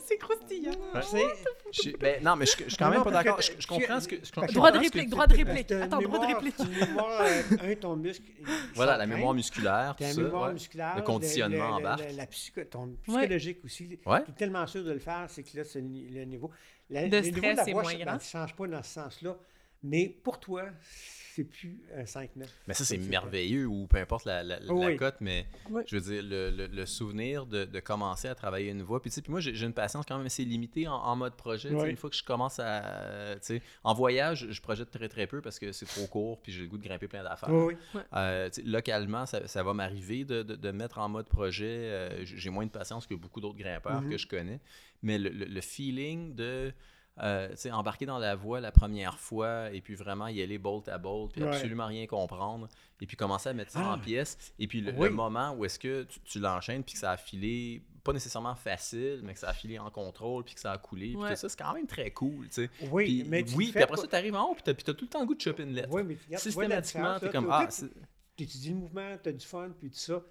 S2: c'est croustillant.
S1: Ouais.
S3: C'est-
S1: Je suis- ben, non, mais je je suis quand
S3: Non,
S1: même
S3: non,
S1: pas
S3: parce que
S1: d'accord. Je
S3: t'as-
S1: je comprends ce que. je comprends
S2: Droit de
S1: ce que
S2: réplique,
S1: tu-
S2: droit de
S3: Ben,
S2: réplique.
S3: c'est une
S2: Attends, droit de
S3: mémoire-
S2: réplique.
S3: c'est une mémoire, euh, un, ton muscle. il
S1: Voilà, la
S3: s'entraîne.
S1: mémoire musculaire, tout
S3: Ta
S1: ça.
S3: mémoire
S1: ouais.
S3: musculaire,
S1: Le conditionnement
S3: le- le-
S1: embarque.
S3: le- La, psycho- ton psychologique aussi.
S1: Ouais.
S3: Tu es tellement sûr de le faire, c'est que là, c'est le le niveau. La-
S2: De
S3: le
S2: stress,
S3: niveau de la
S2: c'est
S3: voix,
S2: moins
S3: ça- ben,
S2: grand.
S3: ça change pas dans ce sens-là. Mais pour toi, c'est plus un 5-9.
S1: Mais ça, c'est
S3: Absolument.
S1: merveilleux, ou peu importe la, la, la
S3: Oui.
S1: cote, mais
S2: Oui.
S1: je veux dire, le, le- le souvenir de, de commencer à travailler une voix. Puis, tu sais, puis moi, j'ai j'ai une patience quand même assez limitée en, en mode projet. Tu sais,
S3: Oui.
S1: Une fois que je commence à. tu sais, En voyage, je projette très, très peu parce que c'est trop court, puis j'ai le goût de grimper plein d'affaires.
S3: Oui, oui.
S1: Euh, tu sais, localement, ça, ça va m'arriver de, de- de mettre en mode projet. euh, j- J'ai moins de patience que beaucoup d'autres grimpeurs
S3: Mhm.
S1: que je connais. Mais le, le- le feeling de euh, tu sais, embarquer dans la voie la première fois et puis vraiment y aller bolt à bolt, puis
S3: Ouais.
S1: absolument rien comprendre, et puis commencer à mettre ça en
S3: Ah.
S1: pièces, et puis le, le
S3: Oui.
S1: moment où est-ce que tu, tu l'enchaînes, puis que ça a filé, pas nécessairement facile, mais que ça a filé en contrôle, puis que ça a coulé, puis
S2: Ouais.
S1: tout ça, c'est quand même très cool. tu sais.
S3: Oui,
S1: Puis-
S3: mais tu
S1: oui,
S3: le
S1: puis
S3: fais
S1: après
S3: pas-
S1: ça, t'arrives en haut, puis t'as puis t'as tout le temps le goût de choper une lettre.
S3: Oui, mais tu regardes, tu vois la
S1: Systématiquement,
S3: différence,
S1: t'es
S3: là,
S1: comme
S3: au
S1: Ah,
S3: début,
S1: c'est-
S3: tu étudies le mouvement, tu as du fun, puis tout ça.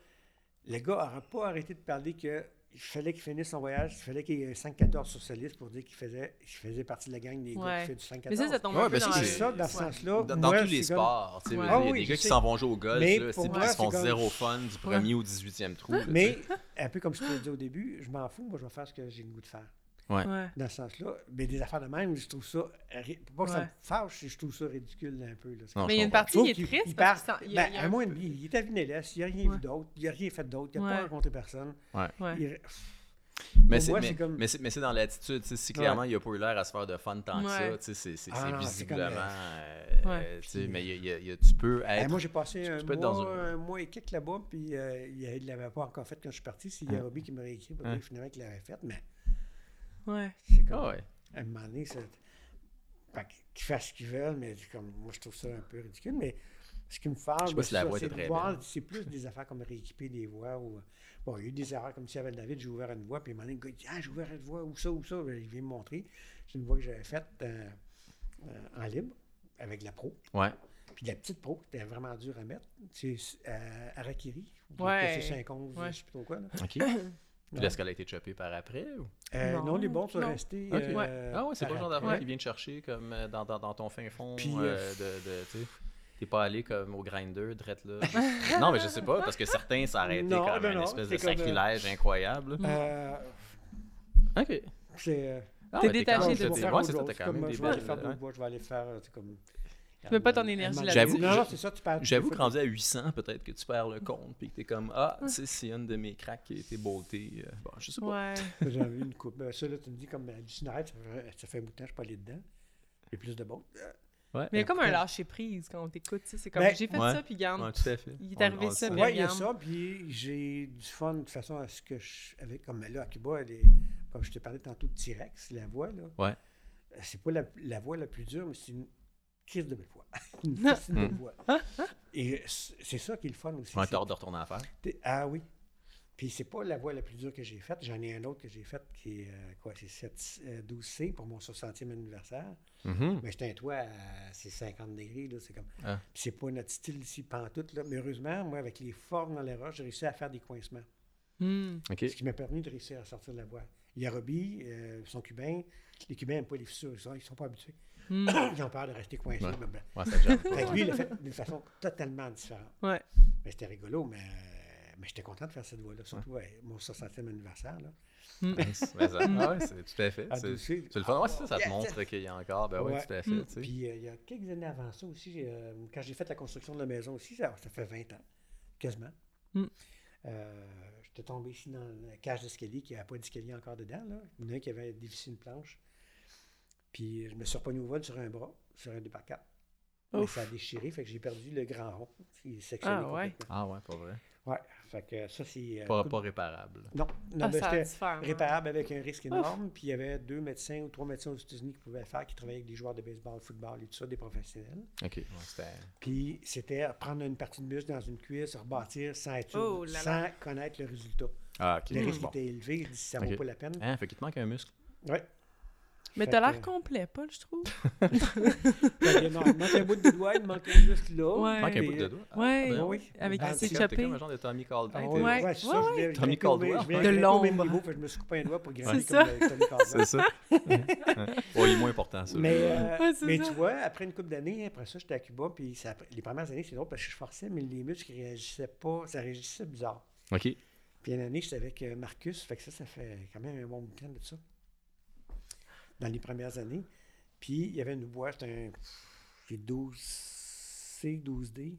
S3: Le gars n'aura pas arrêté de parler que il fallait qu'il finisse son voyage, il fallait qu'il y ait un 5-14 sur sa liste pour dire qu'il faisait, il faisait partie de la gang des gars
S2: Ouais.
S3: qui fait du 5-14.
S2: Mais ça, ça tombe
S1: Ouais,
S2: un peu
S1: ben
S2: dans
S1: c'est-
S2: le-
S1: c'est
S3: ça, dans ce
S2: Ouais.
S3: sens-là.
S1: Dans, dans
S3: moi,
S1: tous les
S3: c'est comme-
S1: sports, tu sais,
S2: Ouais.
S1: il
S2: Ah
S1: y a
S3: oui,
S1: des
S3: je
S1: gars qui
S3: sais.
S1: s'en vont jouer au golf,
S3: Mais
S1: là,
S3: pour
S1: c'est-
S3: moi,
S1: ils se font
S3: c'est comme-
S1: zéro fun du premier au 18e trou. là, tu sais.
S3: Mais un peu comme je te l'ai dit au début, je m'en fous, moi je vais faire ce que j'ai le goût de faire.
S4: Ouais.
S2: Ouais.
S3: dans ce sens-là. Mais des affaires de même, je trouve ça. ri- Pas que ça me
S2: Ouais.
S3: fâche, je trouve ça ridicule un peu. Là.
S4: Non,
S2: Mais
S4: je
S2: il y a
S4: comprends.
S2: une
S3: Je
S2: partie
S3: trouve
S2: qui est
S3: qu'il-
S2: triste.
S3: il
S2: parce
S3: part-
S2: qu'il sent- il y a-
S3: ben,
S2: il y a
S3: à
S2: un
S3: moins
S2: peu-
S3: de vie, il est à Vinélès, il n'a rien
S2: Ouais.
S3: vu d'autre, il n'a rien fait d'autre, il n'a
S2: Ouais.
S3: pas rencontré personne.
S2: Ouais.
S3: Il-
S1: Mais
S3: Pour
S1: c'est
S3: moi,
S1: mais-
S3: c'est comme-
S1: mais c'est- mais c'est dans l'attitude. tu sais, Si
S3: Ouais.
S1: clairement, il a pas eu l'air à se faire de fun tant que ça,
S2: Ouais.
S1: tu sais, c'est c'est-
S3: Ah,
S1: c'est
S3: non, c'est comme,
S1: visiblement.
S2: Ouais.
S1: euh, tu sais, Mais il y a- il y a- il y a- tu peux
S3: Ben,
S1: être.
S3: moi, j'ai passé
S1: tu
S3: un
S1: peux
S3: mois,
S1: être dans
S3: un mois et quelques là-bas, puis euh, il ne l'avait pas encore fait quand je suis parti. C'est
S4: Hein.
S3: Yarobi qui m'aurait écrit, puis
S4: Hein.
S3: finalement, qu'il l'avait fait. Mais
S2: Ouais.
S3: c'est comme,
S1: Ah ouais.
S3: à un moment donné, ça- fait que- qu'ils fassent ce qu'ils veulent, mais c'est comme, moi, je trouve ça un peu ridicule. Mais ce qui me
S1: Je
S3: fâche,
S1: sais pas
S3: ben,
S1: si
S3: c'est
S1: la
S3: ça,
S1: voix
S3: c'est
S1: était
S3: de
S1: très
S3: voir-
S1: belle.
S3: c'est plus des affaires comme rééquiper des voix. Ou, euh, bon, il y a eu des erreurs comme si avec David, j'ai ouvert une voix, puis à un moment donné, le gars, il dit, ah, j'ai ouvert une voix, ou ça, ou ça. Ben, il vient me montrer. C'est une voix que j'avais faite euh, euh, en libre, avec de la pro.
S4: Ouais.
S3: Puis la petite pro, c'était vraiment dur à mettre. C'est euh, Arakiri.
S2: Ouais.
S3: C'est 51,
S2: Ouais.
S3: je sais plus trop quoi. là.
S4: OK.
S1: Puis est-ce qu'elle a été chopée par après? ou-
S3: Euh, non.
S2: Non.
S3: les bons sont
S2: Non.
S3: restés.
S1: Ok.
S3: euh,
S1: Ah ouais, c'est pas
S3: par
S1: le genre
S3: après.
S1: d'affaire qui vient te chercher comme euh, dans, dans, dans ton fin fond.
S3: Puis,
S1: euh,
S3: euh,
S1: de, de, tu sais, T'es pas allé comme au grinder, drette là. juste- non, mais je sais pas, parce que certains, ça aurait été
S3: Non,
S1: comme
S3: non,
S1: une
S3: non,
S1: espèce de
S3: c'est comme, euh,
S1: sacrilège incroyable. là.
S3: Euh,
S1: Ok.
S3: c'est. euh,
S1: Ah,
S2: T'es
S1: mais
S2: détaché
S1: quand même-
S2: de
S1: t'es-
S3: bon,
S2: ça.
S3: faire
S1: Ouais,
S3: autre
S1: c'est ça,
S3: chose,
S1: t'as quand
S3: comme,
S1: même des
S3: Je vais aller
S1: belles-
S3: faire
S1: ouais.
S3: d'autres voix, je vais aller faire. euh, c'est comme, tu
S2: mets pas ton énergie là-dessus.
S1: J'avoue-
S3: Non, non, c'est ça, tu perds.
S1: J'avoue que
S3: des
S1: rendu à 800, peut-être que tu perds le compte, puis que t'es comme Ah, tu sais, c'est une de mes cracks qui a été boltée. euh, bon, je sais pas.
S2: Ouais.
S3: fois, J'en ai vu une coupe. Euh, Ça, là, tu me dis comme hallucinarette, ça fait, ça fait un bout de temps, je peux aller dedans. Il y a plus de bon.
S2: Mais il y a comme un
S3: Écoute.
S2: lâcher prise quand on t'écoute. tu sais, C'est comme
S3: Ben,
S2: j'ai fait
S1: ouais.
S2: ça, puis garde.
S1: Ouais, tout à fait.
S2: Il est arrivé ça,
S1: le
S2: mais-
S1: sait.
S3: Ouais, il y a
S2: William.
S3: ça, puis j'ai du fun de façon à ce que je. Avec, comme là, à Cuba, elle est- comme je te parlais tantôt de T-Rex, la voix, là.
S4: Ouais.
S3: Euh, C'est pas la, la voix la plus dure, mais c'est une crise de belle voix. une crise de belle voix. Et c'est c'est ça qui est le fun aussi.
S1: Ouais,
S3: c'est-
S1: t'as hâte de retourner à faire.
S3: t'es- Ah oui. Puis c'est pas la voix la plus dure que j'ai faite. J'en ai un autre que j'ai faite qui est, euh, quoi, c'est 7, euh, 12C pour mon 60e anniversaire.
S4: Mhm.
S3: Mais c'est un toit, à- c'est 50 degrés, là, c'est comme...
S1: Ah.
S3: Puis c'est pas notre style ici, pantoute, là. Mais heureusement, moi, avec les formes dans les roches, j'ai réussi à faire des coincements.
S2: Hmm.
S4: OK.
S3: Ce qui m'a permis de réussir à sortir de la voie. Yarobi, euh, sont cubains. Les Cubains n'aiment pas les fissures, ils sont, ils sont pas habitués.
S2: Hmm.
S3: Ils ont peur de rester coincés.
S4: Ouais.
S3: ben, ben.
S4: Ouais, ça te gêne.
S3: Fait que lui, il l'a fait d'une façon totalement différente.
S2: Ouais.
S3: Mais c'était rigolo, mais, euh, mais j'étais content de faire cette voie-là, surtout à mon 60e anniversaire. Là.
S1: Mais ça- ah ouais, c'est tout à fait.
S3: À
S1: C'est
S3: 12C.
S1: c'est le fun. Ouais, c'est ça, ça te
S3: Yes.
S1: montre qu'il y a encore. Ben ouais,
S3: Ouais.
S1: tout à fait. tu sais.
S3: Puis euh, il y a quelques années avant ça aussi, euh, quand j'ai fait la construction de la maison aussi, ça, ça fait 20 ans, quasiment.
S2: Mm.
S3: Euh, J'étais tombé ici dans la cage d'escalier, qui n'avait pas d'escalier encore dedans. Là. Il y en a un qui avait dévissé une planche. Puis je me suis repogné au vol sur un bras, sur un 2 par 4 Mais
S2: Ouf.
S3: ça a déchiré, fait que j'ai perdu le grand rond. Il est sectionné
S2: Ah ouais.
S3: complètement.
S1: Ah ouais, pas vrai.
S3: Ouais, fait que ça, c'est... euh,
S1: Pas,
S3: coup de-
S1: pas réparable.
S3: Non, non,
S2: Ah,
S3: ben,
S2: ça a
S3: c'était-
S2: dû se faire, ouais.
S3: réparable avec un risque énorme. Puis il y avait deux médecins ou trois médecins aux États-Unis qui pouvaient le faire, qui travaillaient avec des joueurs de baseball, football et tout ça, des professionnels.
S4: OK.
S1: Ouais, c'était-
S3: Puis c'était prendre une partie de muscle dans une cuisse, rebâtir sans être sûr,
S2: Oh là là.
S3: sans connaître le résultat.
S1: Ah, ok.
S3: Le
S1: bon.
S3: risque était élevé, il dit, ça
S4: Ok.
S3: vaut pas la peine.
S1: Hein, fait qu'il te manque un muscle.
S3: Ouais.
S2: Mais
S3: Fait
S2: t'as
S3: que-
S2: l'air complet, Paul, je trouve.
S3: Fait que non, il manque un bout de doigt, il manque un muscle là.
S2: Ouais.
S1: Il manque un
S3: Et-
S1: bout de doigt. Ah,
S2: Ouais.
S1: ben
S3: oui.
S2: Avec
S3: Ah,
S2: qui s'est
S3: tu-
S1: T'es
S2: échappé.
S1: comme un genre de Tommy Caldwell.
S3: Ah,
S1: t'es-
S2: Ouais.
S3: c'est ça, je voulais- je
S1: Tommy
S3: voulais grimper au-
S1: Caldwell.
S3: je voulais
S2: De
S3: grimper au même
S2: l'ombre.
S3: niveau, fait que je me suis coupé un doigt pour grimper
S2: ça.
S3: comme euh, Tommy Caldwell.
S1: C'est ça. oh, il est moins important, ça.
S3: Mais, euh,
S2: Ouais, c'est
S3: mais
S2: ça.
S3: tu vois, après une couple d'années, après ça, j'étais à Cuba, puis ça- les premières années, c'est drôle parce que je forçais, mais les muscles ne réagissaient pas, ça réagissait bizarre.
S4: OK.
S3: Puis une année, j'étais avec euh, Marcus, fait que ça, ça fait quand même un bon bouquin de ça, dans les premières années. Puis il y avait une boîte, c'était un c'est 12C, 12D.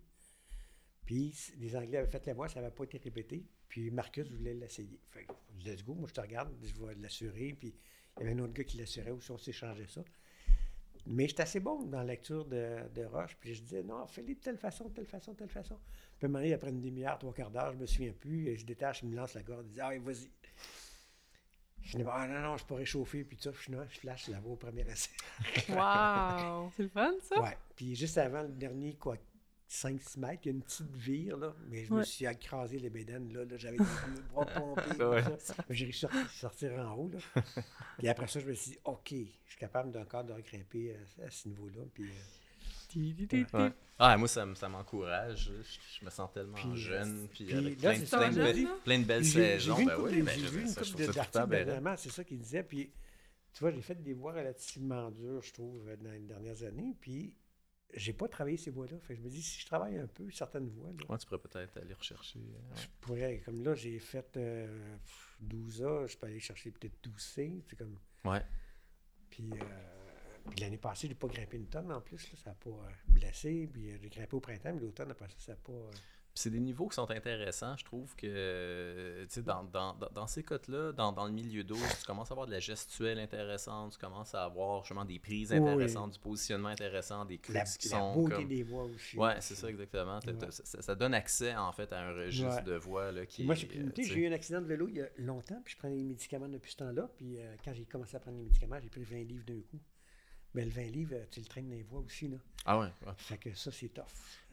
S3: Puis c- les Anglais avaient fait la voix, ça n'avait pas été répété. Puis Marcus voulait l'essayer. Fait que je dis, let's go, moi je te regarde, je vais l'assurer. Puis il y avait un autre gars qui l'assurait aussi, on s'échangeait ça. Mais j'étais assez bon dans la lecture de, de Roche. Puis je disais, non, fais-les de telle façon, de telle façon, de telle façon. Puis à un moment donné, après une demi-heure, trois quarts d'heure, je me souviens plus. et Je détache, il me lance la corde. Il dit, ah, vas-y. Je dis, ah non, non, je suis pas réchauffé. Puis tout ça, Puis finalement, je flash la voix au premier essai.
S2: Wow. C'est le fun, ça?
S3: Ouais. Puis juste avant le dernier, quoi, 5-6 mètres, il y a une petite vire, là. Mais je me
S2: Ouais.
S3: suis écrasé les bédaines, là. là J'avais des bras pompés.
S1: Ouais.
S3: comme ça. Mais J'ai réussi à sorti- sortir en haut, là. Puis après ça, je me suis dit, OK, je suis capable d'encore de grimper à, à ce niveau-là. Puis, euh,
S2: Ti, ti, ti, ti.
S1: Ouais. Ah, moi, ça, me- ça m'encourage. Je, je me sens tellement
S3: Puis, euh,
S1: jeune, puis,
S3: puis
S1: avec
S3: là,
S1: plein, de-
S3: c'est
S1: plein, de
S2: ça,
S1: belles,
S2: jeune, là.
S1: plein de belles
S3: j'ai j'ai
S1: saisons.
S3: vu une
S1: ben
S3: couple
S1: oui,
S3: de-
S1: ben,
S3: j'ai
S1: je-
S3: vu une
S1: ça,
S3: couple
S1: je
S3: de-
S1: trouve ça ben, tout le temps
S3: d'articles,
S1: bien.
S3: dernièrement, c'est ça qu'il disait. euh, Puis, tu vois, j'ai fait des voix relativement dures, je trouve, dans les dernières années. Puis, j'ai pas travaillé ces voies-là. Fait que je me dis, si je travaille un peu certaines voies, là,
S1: Ouais, tu pourrais peut-être aller rechercher. euh,
S3: je pourrais, comme là, j'ai fait euh, 12 A, je peux aller chercher peut-être 12 C, c'est comme...
S1: Ouais. Ouais.
S3: Puis, euh, puis l'année passée, j'ai pas grimpé une tonne en plus, là, ça n'a pas euh, blessé, puis euh, j'ai grimpé au printemps, mais l'automne, après ça, ça n'a pas... euh,
S1: Puis c'est des niveaux qui sont intéressants. Je trouve que euh, tu sais, dans, dans, dans- dans ces cotes-là, dans, dans le milieu d'eau, tu commences à avoir de la gestuelle intéressante, tu commences à avoir justement des prises
S3: Oui.
S1: intéressantes, du positionnement intéressant, des
S3: la,
S1: clics qui
S3: la
S1: sont.
S3: beauté
S1: comme-
S3: des voies aussi.
S1: Ouais, c'est ça exactement. T'as-
S3: Ouais.
S1: t'as- Ça, ça donne accès en fait à un registre
S3: Ouais.
S1: de voix là, qui.
S3: Moi, j'ai,
S1: est,
S3: pu
S1: euh,
S3: lutter.
S1: tu sais-
S3: j'ai eu un accident de vélo il y a longtemps, puis je prenais des médicaments depuis ce temps-là. Puis euh, quand j'ai commencé à prendre les médicaments, j'ai pris 20 livres d'un coup. Mais le 20 livres, euh, tu le traînes dans les voies aussi, là.
S1: Ah ouais. ouais.
S3: Fait que ça, c'est tough.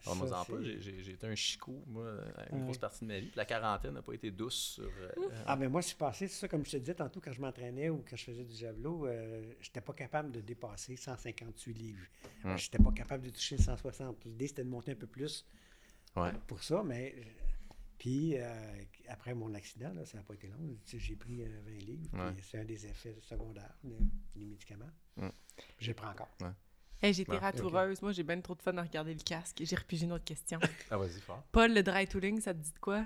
S1: Ah, moi,
S3: Ça,
S1: en pas,
S3: c'est-
S1: j'ai- j'ai j'ai été un chicot, moi, à une
S3: Ouais.
S1: grosse partie de ma vie. Puis la quarantaine n'a pas été douce sur. euh,
S3: Ah, mais moi, c'est passé, c'est ça, comme je te disais tantôt, quand je m'entraînais ou quand je faisais du javelot, euh, j'étais pas capable de dépasser 158 livres.
S1: Hmm.
S3: J'étais pas capable de toucher 160. L'idée, c'était de monter un peu plus
S1: Ouais.
S3: pour ça, mais. euh, Puis, euh, après mon accident, là, ça n'a pas été long. Tu sais, J'ai pris euh, 20 livres. puis
S1: Ouais.
S3: C'est un des effets secondaires de- des médicaments.
S1: Mm.
S3: Je les prends encore.
S2: Hey, J'étais
S1: Ouais,
S2: ratoureuse. Moi, j'ai bien trop de fun à regarder le casque. J'ai repigé une autre question.
S1: Ah, vas-y, fort.
S2: Paul, le dry tooling, ça te dit de quoi?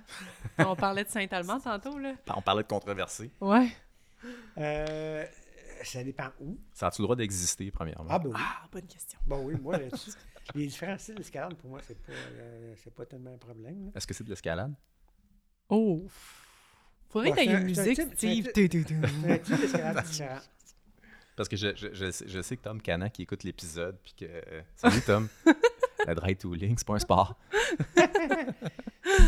S2: On parlait de Saint-Allemand tantôt, là.
S1: On parlait de controversé.
S2: Ouais.
S3: Euh, ça dépend où.
S1: Ça a-tu le droit d'exister, premièrement?
S3: Ah, ben oui.
S2: Ah, bonne question.
S3: Bon, oui, moi, là-dessus, les différents styles d'escalade, pour moi, c'est pas, euh, c'est pas tellement un problème. là.
S1: Est-ce que c'est de l'escalade?
S2: Oh! Faudrait
S3: Ouais,
S2: que t'aies
S3: c'est un-
S2: une
S3: c'est un
S2: musique,
S3: type- c'est un
S2: Steve.
S3: type- C'est un type d'escalade différent.
S1: Parce que je, je- je sais- je sais que Tom Cana qui écoute l'épisode, puis que. euh, Salut, Tom! Le dry tooling, c'est pas un sport.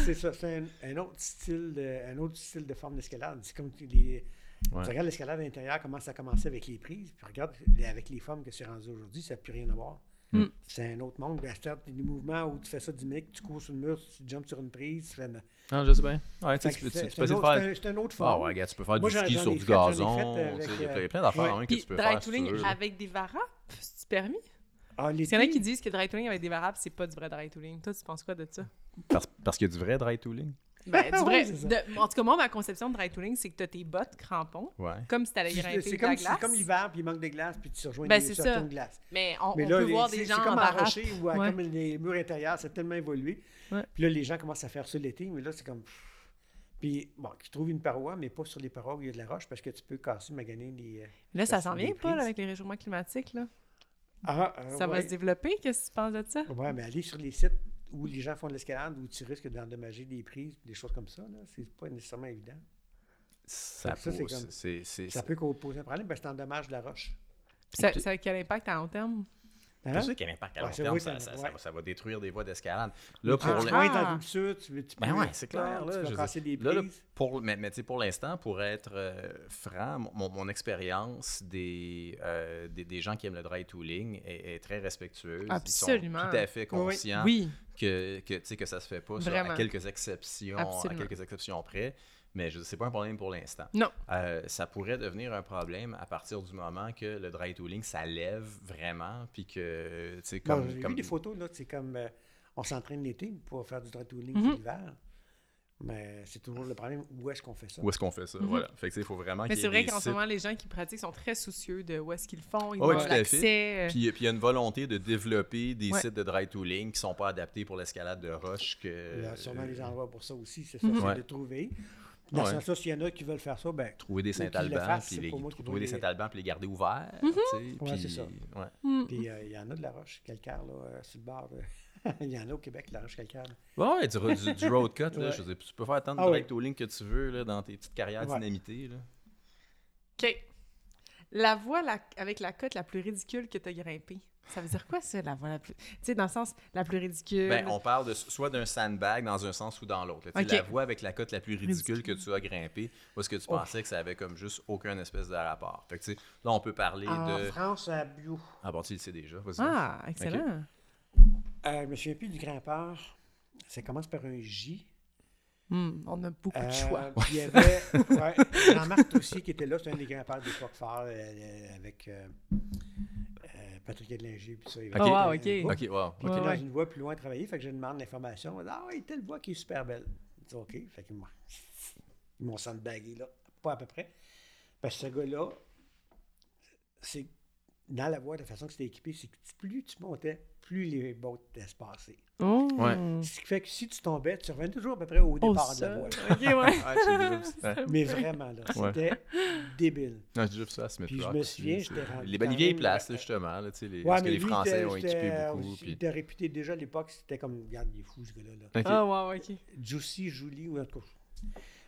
S3: C'est ça, c'est un, un autre style de, un autre style de forme d'escalade. C'est comme tu- les,
S1: Ouais.
S3: tu regardes l'escalade intérieure, comment ça a commencé avec les prises, puis regarde les- avec les formes que c'est rendu aujourd'hui, ça n'a plus rien à voir.
S2: Mm.
S3: C'est un autre monde. Ben, c'est des mouvements où tu fais ça 10 minutes, tu cours sur le mur, tu jumps sur une prise, tu fais une-
S1: Non, je sais bien. Ouais, tu sais,
S3: Fait que
S1: tu peux- tu-
S3: C'est
S1: tu
S3: c'est
S1: peux
S3: un
S1: essayer de
S3: autre-
S1: faire.
S3: c'est un- c'est un autre
S1: Ah,
S3: forme.
S1: ouais, regarde, tu peux faire
S3: Moi,
S1: du
S3: j'en-
S1: ski
S3: j'en
S1: sur
S3: ai
S1: du
S3: fait, j'en ai
S1: gazon.
S3: fait euh,
S1: tu sais,
S3: avec,
S1: Il y a plein- il y a plein
S3: ouais.
S1: d'affaires hein, que
S2: Puis,
S1: tu peux faire.
S2: dry
S1: si tu
S2: tooling
S1: veux.
S2: avec des varapes, c'est permis?
S3: Ah,
S2: Il y en a
S3: l'été,
S2: qui disent que dry tooling avec des varapes, c'est pas du vrai dry tooling. Toi, tu penses quoi de ça?
S1: Parce, parce qu'il y a du vrai dry tooling.
S2: Ben, du
S3: Ouais,
S2: vrai.
S3: c'est ça.
S2: de- en tout cas, moi, ma conception de dry tooling, c'est que t'as tes bottes, crampons,
S1: Ouais.
S2: comme si t'allais
S3: c'est-
S2: grimper
S3: C'est
S2: de
S3: comme,
S2: la
S3: c'est
S2: glace.
S3: comme l'hiver, puis il manque de glace, puis tu rejoins
S2: Ben,
S3: des
S2: c'est
S3: sortons
S2: ça.
S3: de glace.
S2: Mais on,
S3: Mais
S2: on
S3: là,
S2: peut
S3: les-
S2: voir
S3: c'est-
S2: des gens
S3: c'est
S2: en
S3: comme en
S2: varapes.
S3: rocher ou à-
S2: Ouais.
S3: comme les murs intérieurs, c'est tellement évolué.
S2: Ouais.
S3: Puis là, les gens commencent à faire ça l'été, mais là, c'est comme. pff. Puis, bon, qui trouvent une paroi, mais pas sur les parois où il y a de la roche parce que tu peux casser, maganer les. euh,
S2: Là, ça
S3: Parce
S2: s'en
S3: que les
S2: vient pas, là,
S3: prises-
S2: avec les réchauffements climatiques, là.
S3: Ah, euh,
S2: Ça va
S3: ouais.
S2: se développer, qu'est-ce que tu penses de ça?
S3: Ouais, mais aller sur les sites où les gens font de l'escalade, où tu risques d'endommager des prises, des choses comme ça, là, c'est pas nécessairement évident.
S1: Ça,
S3: Ça, c'est
S1: pose-
S3: comme-
S1: c'est- c'est-
S3: Ça
S1: c'est-
S3: peut co- poser un problème parce que t'endommages de la roche.
S2: Ça,
S1: Écoutez-
S2: ça a quel impact à long terme?
S1: C'est
S3: Hein?
S1: sûr qu'il y a un impact à
S3: Ouais,
S1: long
S3: c'est
S1: terme, ça,
S3: vrai, c'est-
S1: ça-
S3: ouais.
S1: ça va- ça va détruire des voies d'escalade. Là,
S3: Tu
S1: pour
S2: le-
S1: le-
S3: te pointes
S2: Ah!
S3: en rupture, tu, tu
S1: Ben
S3: peux-
S1: ouais, c'est clair.
S3: tu
S1: là,
S3: vas
S1: je veux
S3: casser des
S1: dire,
S3: prises.
S1: là, là, pour, mais mais tu sais, pour l'instant, pour être euh, franc, mon, mon- mon expérience des, euh, des, des gens qui aiment le dry tooling est, est très respectueuse.
S2: Absolument.
S1: Ils sont tout à fait conscients
S2: Oui.
S1: que, que, tu sais, que ça se fait pas sur,
S2: Vraiment.
S1: à quelques exceptions,
S2: Absolument.
S1: à quelques exceptions près. Mais je c'est pas un problème pour l'instant.
S2: Non.
S1: Euh, ça pourrait devenir un problème à partir du moment que le dry tooling, ça lève vraiment, puis que, euh, tu sais,
S3: Bon,
S1: comme...
S3: j'ai
S1: comme-
S3: vu des photos, là, c'est comme euh, on s'entraîne l'été pour faire du dry-tooling
S2: Mhm.
S3: l'hiver. Mais c'est toujours le problème, où est-ce qu'on fait ça?
S1: Où est-ce qu'on fait ça?
S2: Mhm.
S1: Voilà. Fait que, tu sais, il faut vraiment
S2: Mais
S1: qu'il y
S2: c'est
S1: ait
S2: vrai
S1: des
S2: qu'en ce
S1: sites
S2: moment, les gens qui pratiquent sont très soucieux de où est-ce qu'ils font, ils
S1: Ah ouais,
S2: ont
S1: tout à fait.
S2: l'accès. euh,
S1: Puis puis il y a une volonté de développer des
S2: Ouais.
S1: sites de dry tooling qui sont pas adaptés pour l'escalade de roche. Que,
S3: Il y a sûrement des endroits pour ça aussi, c'est ça,
S2: Mhm.
S3: c'est
S1: euh, Ouais.
S3: de trouver. Dans
S1: Ouais.
S3: ce sens-là, s'il y en a qui veulent faire ça, ben,
S1: Trouver des
S3: Faut qu'ils le
S1: Saint-Alban,
S3: fassent,
S1: puis
S3: c'est
S1: les,
S3: pas moi qui
S1: trouver
S3: vais
S1: des
S3: les-
S1: Saint-Alban, puis les garder ouverts. tu sais,
S3: Ouais,
S1: puis-
S3: c'est ça.
S1: ouais.
S2: hmm.
S3: puis euh, il y en a de la roche calcaire, là, euh, sur le bord. euh, il y en a au Québec, de la roche calcaire. là.
S1: Ouais, ouais, du, du- du road cut, là,
S3: Ouais.
S1: je veux dire, tu peux faire tant de
S3: Ah
S1: dry
S3: oui.
S1: tooling que tu veux là, dans tes petites carrières
S3: Ouais.
S1: dynamitées. là.
S2: OK. La voie la- avec la cote la plus ridicule que tu as grimpée. Ça veut dire quoi, ça, la voie la plus. Tu sais, dans le sens, la plus ridicule.
S1: Ben, on parle de, soit d'un sandbag dans un sens ou dans l'autre. là. Tu sais,
S2: Ok.
S1: La voie avec la cote la plus ridicule que tu as grimpée, parce que tu pensais que ça avait comme juste aucun espèce de rapport. Fait que, tu sais, là, on peut parler
S3: En
S1: de.
S3: France, à Bio,
S1: Ah, bon, tu le sais déjà. vas-y.
S2: Ah, excellent.
S3: euh, je me souviens plus du grimpeur. Ça commence par un J.
S2: Hmm, on a beaucoup
S3: Euh,
S2: de choix.
S3: puis Il y avait ouais, Jean-Marc aussi qui était là, c'est un des grimpeurs des Focs Forts euh, euh, avec euh, euh, Patrick Edlinger. puis ça, il
S1: Ok.
S2: Oh, wow, ok.
S3: Euh,
S1: Ok, wow.
S3: Puis
S2: Ouais,
S3: dans
S2: ouais.
S3: une voie plus loin travailler, fait que je demande l'information. Ah oui, telle voie qui est super belle. Je dis OK. Fait qu'ils m'ont- ils m'ont sandbagué là, pas à peu près. Parce que ce gars-là, c'est dans la voie, la façon que c'était équipé, c'est que tu- plus tu montais, plus les bottes étaient espacées.
S2: Oh.
S4: Ouais.
S3: Ce qui fait que si tu tombais, tu revenais toujours à peu près au départ de la
S2: sol.
S3: voie.
S2: OK, ouais.
S1: Ouais, j'ai déjà vu ça.
S3: Mais vraiment, là,
S4: Ouais.
S3: c'était débile.
S1: Non, j'ai déjà vu ça, à Smith
S3: Puis je
S1: Rock
S3: me
S1: aussi,
S3: souviens,
S1: c'est-
S3: j'étais rendu
S1: Les bonnes
S3: quand
S1: vieilles
S3: même,
S1: places,
S3: euh,
S1: là, justement. Là, tu sais, les...
S3: Ouais,
S1: parce que
S3: mais
S1: les
S3: lui,
S1: Français
S3: était-
S1: ont équipé
S3: était
S1: beaucoup.
S3: aussi- Il
S1: Puis...
S3: était réputé déjà à l'époque, c'était comme, regarde, il est fou ce gars-là. là.
S1: Ok.
S2: Ah, ouais, ouais, OK.
S3: Juicy, Julie, ou en tout cas.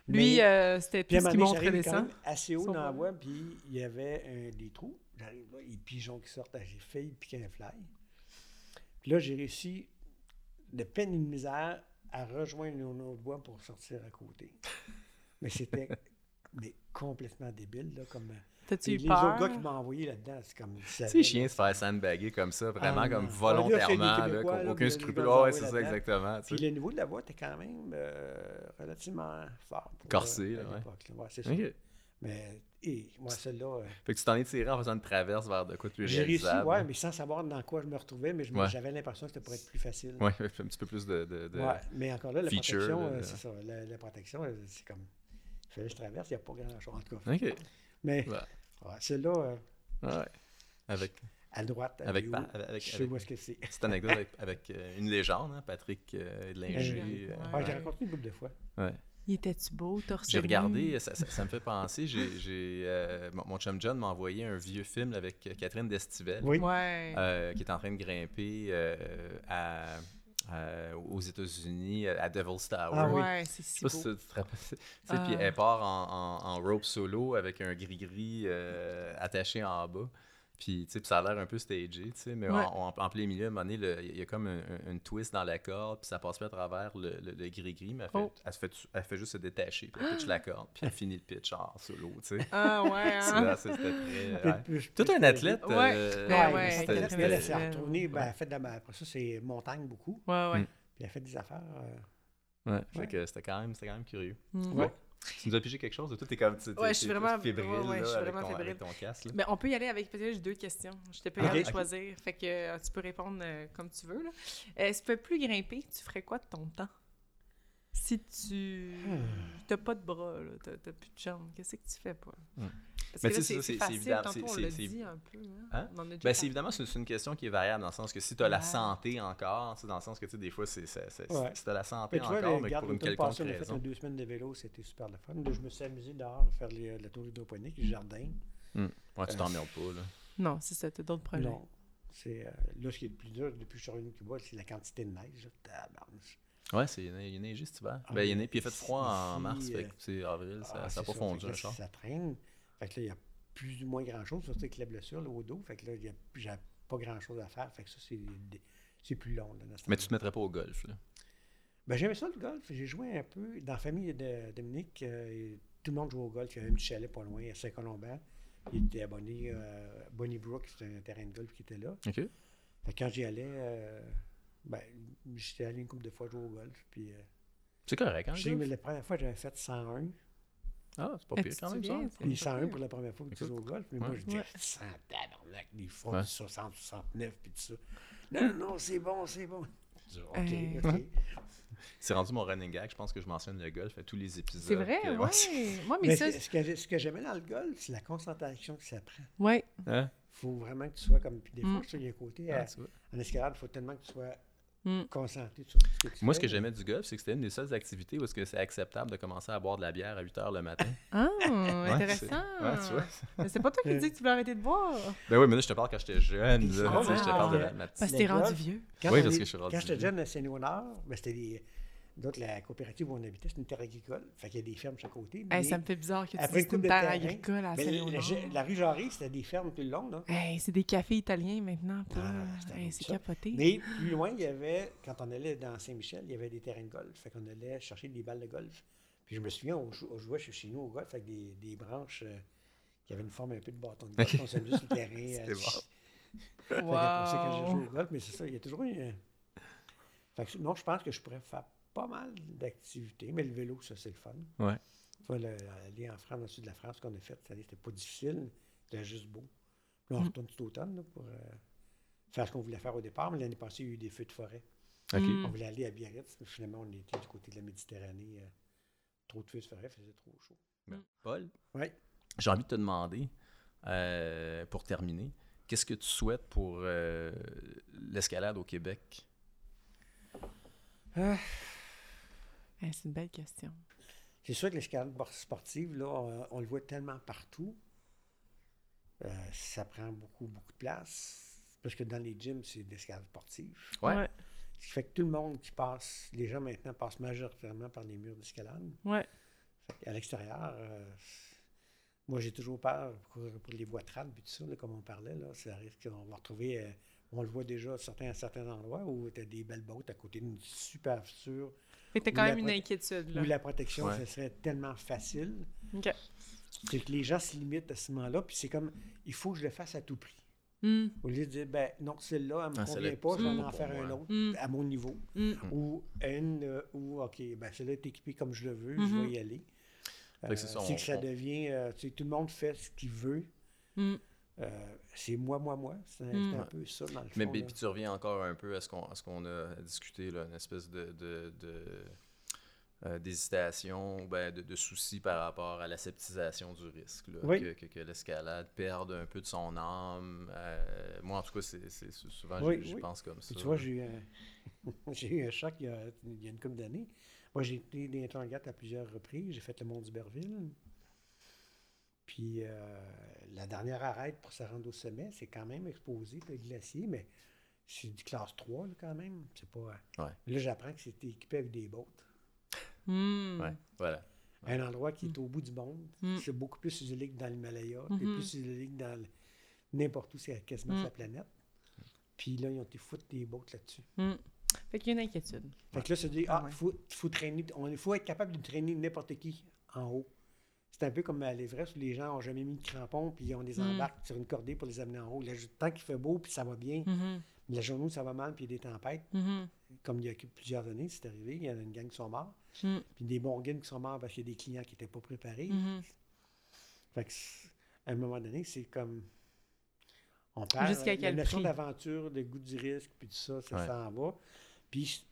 S2: Lui,
S3: Mais-
S2: euh, c'était
S3: Puis à
S2: tout
S3: un
S2: ce
S3: moment
S2: qui
S3: donné,
S2: montrait des
S3: j'arrive quand
S2: sangs.
S3: même assez haut
S2: Son
S3: dans la
S2: problème.
S3: voie, puis il y avait un- des trous. J'arrive là, il y a des pigeons qui sortent. Ah, J'ai failli piquer un fly. Puis là, j'ai réussi, de peine et de misère, à rejoindre une autre voie pour sortir à côté. Mais c'était mais complètement débile, là, comme...
S2: T'as-tu
S3: Et
S2: eu
S3: les
S2: peur?
S3: autres gars qui m'ont envoyé là-dedans, c'est comme...
S1: C'est chiant de se faire sandbaguer comme ça, vraiment
S3: Ah,
S1: comme
S3: non.
S1: volontairement,
S3: Ah, là, c'est des
S1: là,
S3: Québécois,
S1: qu'on-
S3: là,
S1: aucun
S3: les
S1: scrupule.
S3: gars
S1: Ah, ouais,
S3: qui
S1: c'est
S3: jouent
S1: ça,
S3: là-dedans.
S1: exactement. tu
S3: Puis
S1: sais.
S3: le niveau de la voie était quand même euh, relativement fort. pour,
S1: Corsé,
S3: euh, à
S1: là, ouais.
S3: l'époque, là. Ouais, c'est sûr.
S1: Ok.
S3: Mais, et, moi, celle-là... euh,
S1: Fait que tu t'en es tiré en faisant une traverse vers de quoi tu es
S3: J'ai réussi,
S1: réalisable.
S3: ouais, mais sans savoir dans quoi je me retrouvais, mais je me-
S1: Ouais.
S3: j'avais l'impression que ça pourrait être plus facile.
S1: Ouais, un petit peu plus de. de, de-
S3: Ouais, mais encore là, la
S1: feature,
S3: protection,
S1: là,
S3: euh,
S1: de-
S3: c'est ça. La, la protection, euh, c'est comme. Il fallait que je traverse, il n'y a pas grand-chose. En tout cas.
S1: Ok.
S3: Mais
S1: Ouais.
S3: ouais, celle-là, euh,
S1: Ouais. Avec,
S3: à droite, à
S1: avec,
S3: Rio,
S1: pa- avec,
S3: je sais
S1: avec-
S3: où est-ce que c'est.
S1: petite anecdote avec, avec, euh, une légende, hein, Patrick euh, de Linger,
S2: Ouais.
S1: euh,
S3: Eh, Ouais,
S1: ouais.
S3: J'ai rencontré une couple de fois.
S1: Ouais.
S2: Il était-tu beau, torse
S1: J'ai
S2: nu?
S1: regardé, euh, ça, ça- ça me fait penser, j'ai, j'ai, euh, mon, mon chum John m'a envoyé un vieux film là, avec euh, Catherine Destivelle,
S3: Oui.
S2: Ouais.
S1: euh, qui est en train de grimper euh, à, à- aux États-Unis, à Devil's Tower.
S3: Ah oui.
S2: Ouais, c'est si
S1: Je sais pas
S2: beau.
S1: si tu te rappelles. Tu sais,
S2: Ah.
S1: Puis elle part en, en- en rope solo avec un gris-gris euh, attaché en bas. Puis, tu sais, puis ça a l'air un peu stagé, tu sais, mais en-
S2: Ouais.
S1: en, en plein milieu, à un moment donné, le- il y a comme un- un- une twist dans la corde, puis ça passe pas à travers le le- le gris-gris, mais elle fait,
S2: Oh.
S1: elle se fait, elle fait juste se détacher, puis elle pitch la corde, puis elle finit le pitch en solo, tu sais.
S2: Ah, ouais,
S1: C'est
S2: hein?
S1: vrai, ça, c'était très...
S3: Peut-être
S1: ouais.
S3: plus-
S1: Tout
S3: plus
S1: un
S3: que-
S1: athlète.
S2: Ouais.
S1: euh,
S2: Ben
S3: Ouais,
S2: ouais,
S3: mais
S1: c'était-
S3: elle,
S2: Catherine
S3: elle, elle
S1: c'était-
S3: s'est
S2: Destivelle.
S3: retournée, ben, elle a fait de la- après ça, c'est montagne beaucoup,
S2: Ouais, ouais.
S3: puis elle a fait des affaires. euh,
S1: ouais, fait
S3: Ouais.
S1: que c'était quand même, c'était quand même curieux.
S2: Mhm.
S3: Ouais.
S1: Tu nous as pigé quelque chose de tout, t'es comme, tu- t'es-
S2: Ouais, je suis
S1: t'es toute
S2: vraiment-
S1: fébrile,
S2: ouais, ouais,
S1: là,
S2: je suis
S1: avec
S2: vraiment
S1: ton- avec
S2: fébrile.
S1: ton casque, là.
S2: Mais on peut y aller avec peut-être juste deux questions. Je t'ai pas
S1: Ok.
S2: regardé
S1: Ok.
S2: choisir. Fait que euh, tu peux répondre euh, comme tu veux. Là. Euh, si tu peux plus grimper, tu ferais quoi de ton temps? Si tu
S3: Hmm. euh,
S2: t'as pas de bras, là, t'as t'as plus de jambes, qu'est-ce que tu fais pas?
S1: Hmm.
S2: Parce
S1: Mais
S2: que là,
S1: tu sais, ça, c'est-
S2: c'est c'est
S1: c'est
S2: facile,
S1: évident,
S2: tantôt
S1: c'est-
S2: on
S1: c'est-
S2: l'a
S1: c'est-
S2: dit un peu. Hein?
S1: Hein?
S2: On en a déjà
S1: Ben, c'est
S2: parlé.
S1: évidemment, c'est c'est une question qui est variable dans le sens que si tu as la
S2: Ouais.
S1: santé encore, tu sais, dans le sens que tu sais, des fois, c'est c'est- c'est-
S3: Ouais.
S1: si tu as la santé
S3: Mais ben, tu vois,
S1: encore, mais
S3: regarde,
S1: pour une
S3: l'automne
S1: quelconque
S3: passé, on a fait
S1: raison.
S3: nos deux semaines de vélo, c'était super le fun. Là, je me suis amusé dehors à faire les- euh, la tour hydroponique, le jardin.
S1: Ouais, tu t'emmerdes pas. Là.
S2: Non, c'est ça, t'as d'autres projets.
S3: Non. C'est, euh, là, ce qui est le plus dur depuis que je suis revenu de Cuba, c'est la quantité de neige. là. Tabarnouche.
S1: Ouais, c'est- il y en a- il y en a juste hiver.
S3: Ah,
S1: ben, il y en
S3: mais
S1: a, puis il a fait froid en
S3: ici,
S1: mars, fait
S3: euh,
S1: que c'est avril, ça
S3: Ah,
S1: n'a
S3: c'est
S1: pas
S3: ça.
S1: fondu
S3: Fait que
S1: un
S3: là,
S1: char.
S3: Ça traîne. Fait que là, il y a plus ou moins grand-chose, surtout avec la blessure là, au dos. Fait que là, il y a- j'ai pas grand-chose à faire. Fait que ça, c'est, des- c'est plus long. là, dans ce
S1: Mais
S3: temps-là.
S1: tu te mettrais pas au golf. Là.
S3: Ben, j'aimais ça le golf. J'ai joué un peu dans la famille de Dominique. euh, tout le monde jouait au golf. Il y avait un petit chalet pas loin à Saint-Colomban. Il était abonné. euh, Bonnie Brook, c'était un terrain de golf qui était là.
S1: OK.
S3: Fait que quand j'y allais, euh, ben, j'étais allé une couple de fois jouer au golf. Puis, euh,
S1: C'est correct, hein?
S3: je
S1: le
S3: sais, mais
S1: golf?
S3: la première fois, j'avais fait 101.
S1: Ah, c'est pas
S2: Eh,
S1: pire
S2: tu
S1: quand
S2: te
S1: même,
S2: souviens,
S1: ça.
S2: c'est-
S3: Puis 101 pour la première fois que tu
S1: Écoute.
S3: joues au golf. Mais moi,
S1: Ouais.
S3: je disais
S2: Ouais.
S3: 100 tabarnak, des fois,
S1: Ouais.
S3: du 60, 69, puis tout ça. Non, non, c'est bon, c'est bon. Je dis, OK,
S2: Euh.
S3: OK.
S1: C'est rendu mon running gag, je pense que je mentionne le golf à tous les épisodes.
S2: C'est vrai, Ah,
S1: que-
S2: ouais. Ouais, mais,
S3: Mais
S2: ça,
S3: c'est- ce que, ce que j'aimais dans le golf, c'est la concentration que ça prend.
S2: ouais.
S1: Hein?
S3: faut vraiment que tu sois comme. Puis des fois,
S2: Mm.
S3: je sais, il y a un côté.
S1: Ah,
S3: à-
S1: tu vois.
S3: en escalade, il faut tellement que tu sois
S2: Mm.
S3: concentré sur ce que tu
S1: Moi,
S3: fais.
S1: ce que j'aimais du golf, c'est que c'était une des seules activités où est-ce que c'est acceptable de commencer à boire de la bière à 8 h le matin.
S2: Ah,
S1: Ouais,
S2: intéressant.
S1: c'est- Ouais, tu vois.
S2: Mais c'est pas toi qui dis que tu voulais arrêter de boire.
S1: Ben oui, mais là, je te parle quand j'étais jeune. Là,
S3: C'est
S1: Tu sais, je te
S2: normal.
S1: parle de la- ma petite.
S2: Parce que
S3: Le
S2: t'es rendu
S3: golf,
S2: vieux.
S3: Quand
S1: Oui,
S3: on
S1: parce
S3: est-
S1: que je suis rendu
S3: Quand j'étais
S1: vieux.
S3: jeune à Saint-Léonard, ben, c'était des. D'autres, la coopérative où on habitait, c'est une terre agricole. Fait qu'il y a des fermes de chaque côté.
S2: Hey,
S3: mais-
S2: ça me fait bizarre que tu
S3: Après
S2: dises
S3: le coup
S2: une
S3: de
S2: terre
S3: terrain,
S2: agricole à
S3: mais la- la,
S2: Saint-Léonard.
S3: la rue Jarry, c'était des fermes tout le long. Là.
S2: Hey, c'est des cafés italiens maintenant. pas-
S3: Ah, c'est un
S2: hey,
S3: autre
S2: c'est
S3: ça.
S2: capoté.
S3: Mais plus loin, il y avait, quand on allait dans Saint-Michel, il y avait des terrains de golf. Fait qu'on allait chercher des balles de golf. Puis je me souviens, on, jou- on jouait chez, chez nous au golf avec des, des branches euh, qui avaient une forme un peu de bâton de golf. On s'amusait sur le terrain.
S1: C'était
S3: euh,
S1: bon.
S3: Fait que après ça, quand je joue au golf, mais c'est ça, il y a toujours une... Fait que non, je pense que je pourrais faire pas mal d'activités, mais le vélo, ça, c'est le fun.
S1: Ouais.
S3: Tu vois, le- aller en France, dans le sud de la France, qu'on a fait, ça, c'était pas difficile, c'était juste beau. Là, on retourne tout automne là, pour euh, faire ce qu'on voulait faire au départ, mais l'année passée, il y a eu des feux de forêt.
S1: OK.
S2: Mm.
S3: On voulait aller à Biarritz, mais finalement, on était du côté de la Méditerranée. euh, trop de feux de forêt, il faisait trop chaud.
S1: Ben, Paul,
S3: Ouais.
S1: j'ai envie de te demander, euh, pour terminer, Qu'est-ce que tu souhaites pour euh, l'escalade au Québec?
S2: Ouais, c'est une belle question.
S3: C'est sûr que l'escalade bor- sportive, là, on, on le voit tellement partout. Euh, ça prend beaucoup, beaucoup de place. Parce que dans les gyms, c'est de l'escalade sportive.
S1: Ouais.
S2: Ouais.
S3: Ce qui fait que tout le monde qui passe, les gens maintenant passent majoritairement par les murs d'escalade.
S2: ouais.
S3: À l'extérieur, euh, moi j'ai toujours peur pour, pour les voies trades et tout ça, là, comme on parlait. Là, ça risque qu'on va retrouver, euh, on le voit déjà à certains, à certains endroits où tu as des belles bottes à côté d'une super sûre,
S2: Fait que t'as
S3: Ou
S2: quand
S3: la
S2: même une
S3: prote-
S2: inquiétude,
S3: où
S2: là.
S3: la protection,
S1: Ouais.
S3: ce serait tellement facile.
S2: OK.
S3: C'est que les gens se limitent à ce moment-là, puis c'est comme, il faut que je le fasse à tout prix.
S2: Hmm,
S3: Au lieu de dire, ben non, celle-là, elle me
S1: Ah,
S3: convient
S1: celle-là, Mm.
S3: pas, je vais
S1: c'est
S3: en
S1: pas
S3: faire
S1: pour
S3: un
S1: moi.
S3: autre
S2: hmm,
S3: à mon niveau.
S2: hmm.
S3: Ou une, euh, ou OK, ben celle-là est équipée comme je le veux,
S2: Mhm.
S3: je vais y aller.
S1: Fait que
S3: Euh,
S1: c'est ça,
S3: c'est
S1: on-
S3: que ça
S1: on-
S3: devient, euh, tu sais, tout le monde fait ce qu'il veut.
S2: Mm.
S3: Euh, c'est moi, moi, moi. C'est c'est
S2: Mm.
S3: un peu ça, dans le fond.
S1: Mais
S3: là.
S1: puis puis tu reviens encore un peu à ce qu'on à ce qu'on a discuté, là, une espèce de, de- de, euh, d'hésitation, ben, de, de souci par rapport à l'aseptisation du risque. là,
S3: Oui.
S1: Que, que- que l'escalade perde un peu de son âme. euh, moi, en tout cas, c'est, c'est- c'est- souvent,
S3: Oui,
S1: j'y
S3: oui.
S1: pense comme ça.
S3: Puis tu vois, j'ai eu, un- j'ai eu un choc il y a, il y a une couple d'années. Moi, j'ai été des Tongates à plusieurs reprises. J'ai fait le Mont d'Iberville. Puis euh, la dernière arrête pour se rendre au sommet, c'est quand même exposé, puis le glacier, mais c'est du classe 3 là, quand même. C'est pas.
S1: Ouais.
S3: Là, j'apprends que c'était équipé avec des bottes.
S2: Hmm.
S1: Ouais, voilà.
S3: Un endroit qui est au bout du monde.
S2: Mm.
S3: C'est beaucoup plus isolé que dans l'Himalaya. C'est
S2: Mhm.
S3: plus isolé que dans le- n'importe où, c'est quasiment
S2: Mm.
S3: la planète. Puis là, ils ont été foutre des bottes là-dessus.
S2: hmm. Fait qu'il y a une inquiétude.
S3: Fait que là, se dire,
S2: Ah
S3: ah,
S2: ouais.
S3: faut, faut traîner, on, faut être capable de traîner n'importe qui en haut. C'est un peu comme à l'Everest où les gens n'ont jamais mis de crampons, puis on les
S2: Mm.
S3: embarque sur une cordée pour les amener en haut. Le ju- tant qu'il fait beau, puis ça va bien.
S2: Mhm,
S3: mais La journée où ça va mal, puis il y a des tempêtes,
S2: mhm,
S3: comme il y a plusieurs années, c'est arrivé, il y en a une gang qui sont morts,
S2: Mm.
S3: puis des bons guides qui sont morts parce qu'il y a des clients qui n'étaient pas préparés.
S2: mhm.
S3: Fait que, c'est- à un moment donné, c'est comme. On parle
S2: Jusqu'à
S3: la
S2: quel
S3: notion
S2: prix?
S3: d'aventure, de goût du risque, puis tout ça, ça
S1: Ouais.
S3: s'en va. Puis,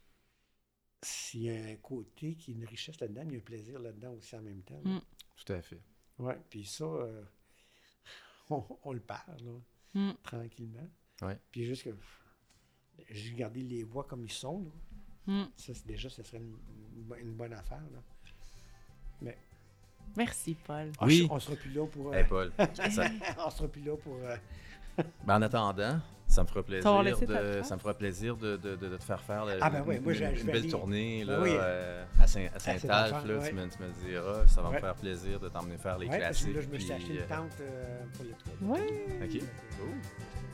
S3: s'il y a un côté qui est une richesse là-dedans, il y a un plaisir là-dedans aussi en même temps. là.
S2: Mm.
S1: Tout à fait.
S3: Ouais, puis ça, euh, on, on le perd, là,
S2: Mm.
S3: tranquillement.
S1: Ouais.
S3: Puis, juste que. J'ai gardé les voix comme ils sont. là.
S2: Mm.
S3: Ça, c'est- déjà, ce serait une, une bo- une bonne affaire. là.
S2: Merci, Paul.
S3: Ah,
S1: Oui. Eh.
S3: je- on sera plus là pour. euh,
S1: Hey, Paul, ça-
S3: on sera plus là pour. euh,
S1: ben, en attendant, ça me fera
S2: T'avoir
S1: plaisir,
S2: laissé ta
S1: de,
S2: trace.
S1: ça me fera plaisir de, de- de- de te faire faire la-
S3: Ah, ben ouais,
S1: une,
S3: moi,
S1: une-
S3: je-
S1: une
S3: je vais
S1: belle
S3: aller-
S1: tournée là,
S3: Oui.
S1: euh, à Saint- à Saint-Alphe.
S3: Saint-Alphe,
S1: là,
S3: ouais.
S1: tu, me, tu me diras, ça va me
S3: Ouais.
S1: faire plaisir de t'emmener faire les
S3: ouais, parce que
S1: classiques.
S3: là, je me suis
S1: puis,
S3: acheté
S1: euh,
S3: une tente euh, pour le tour.
S2: Ouais.
S1: OK.
S3: Cool.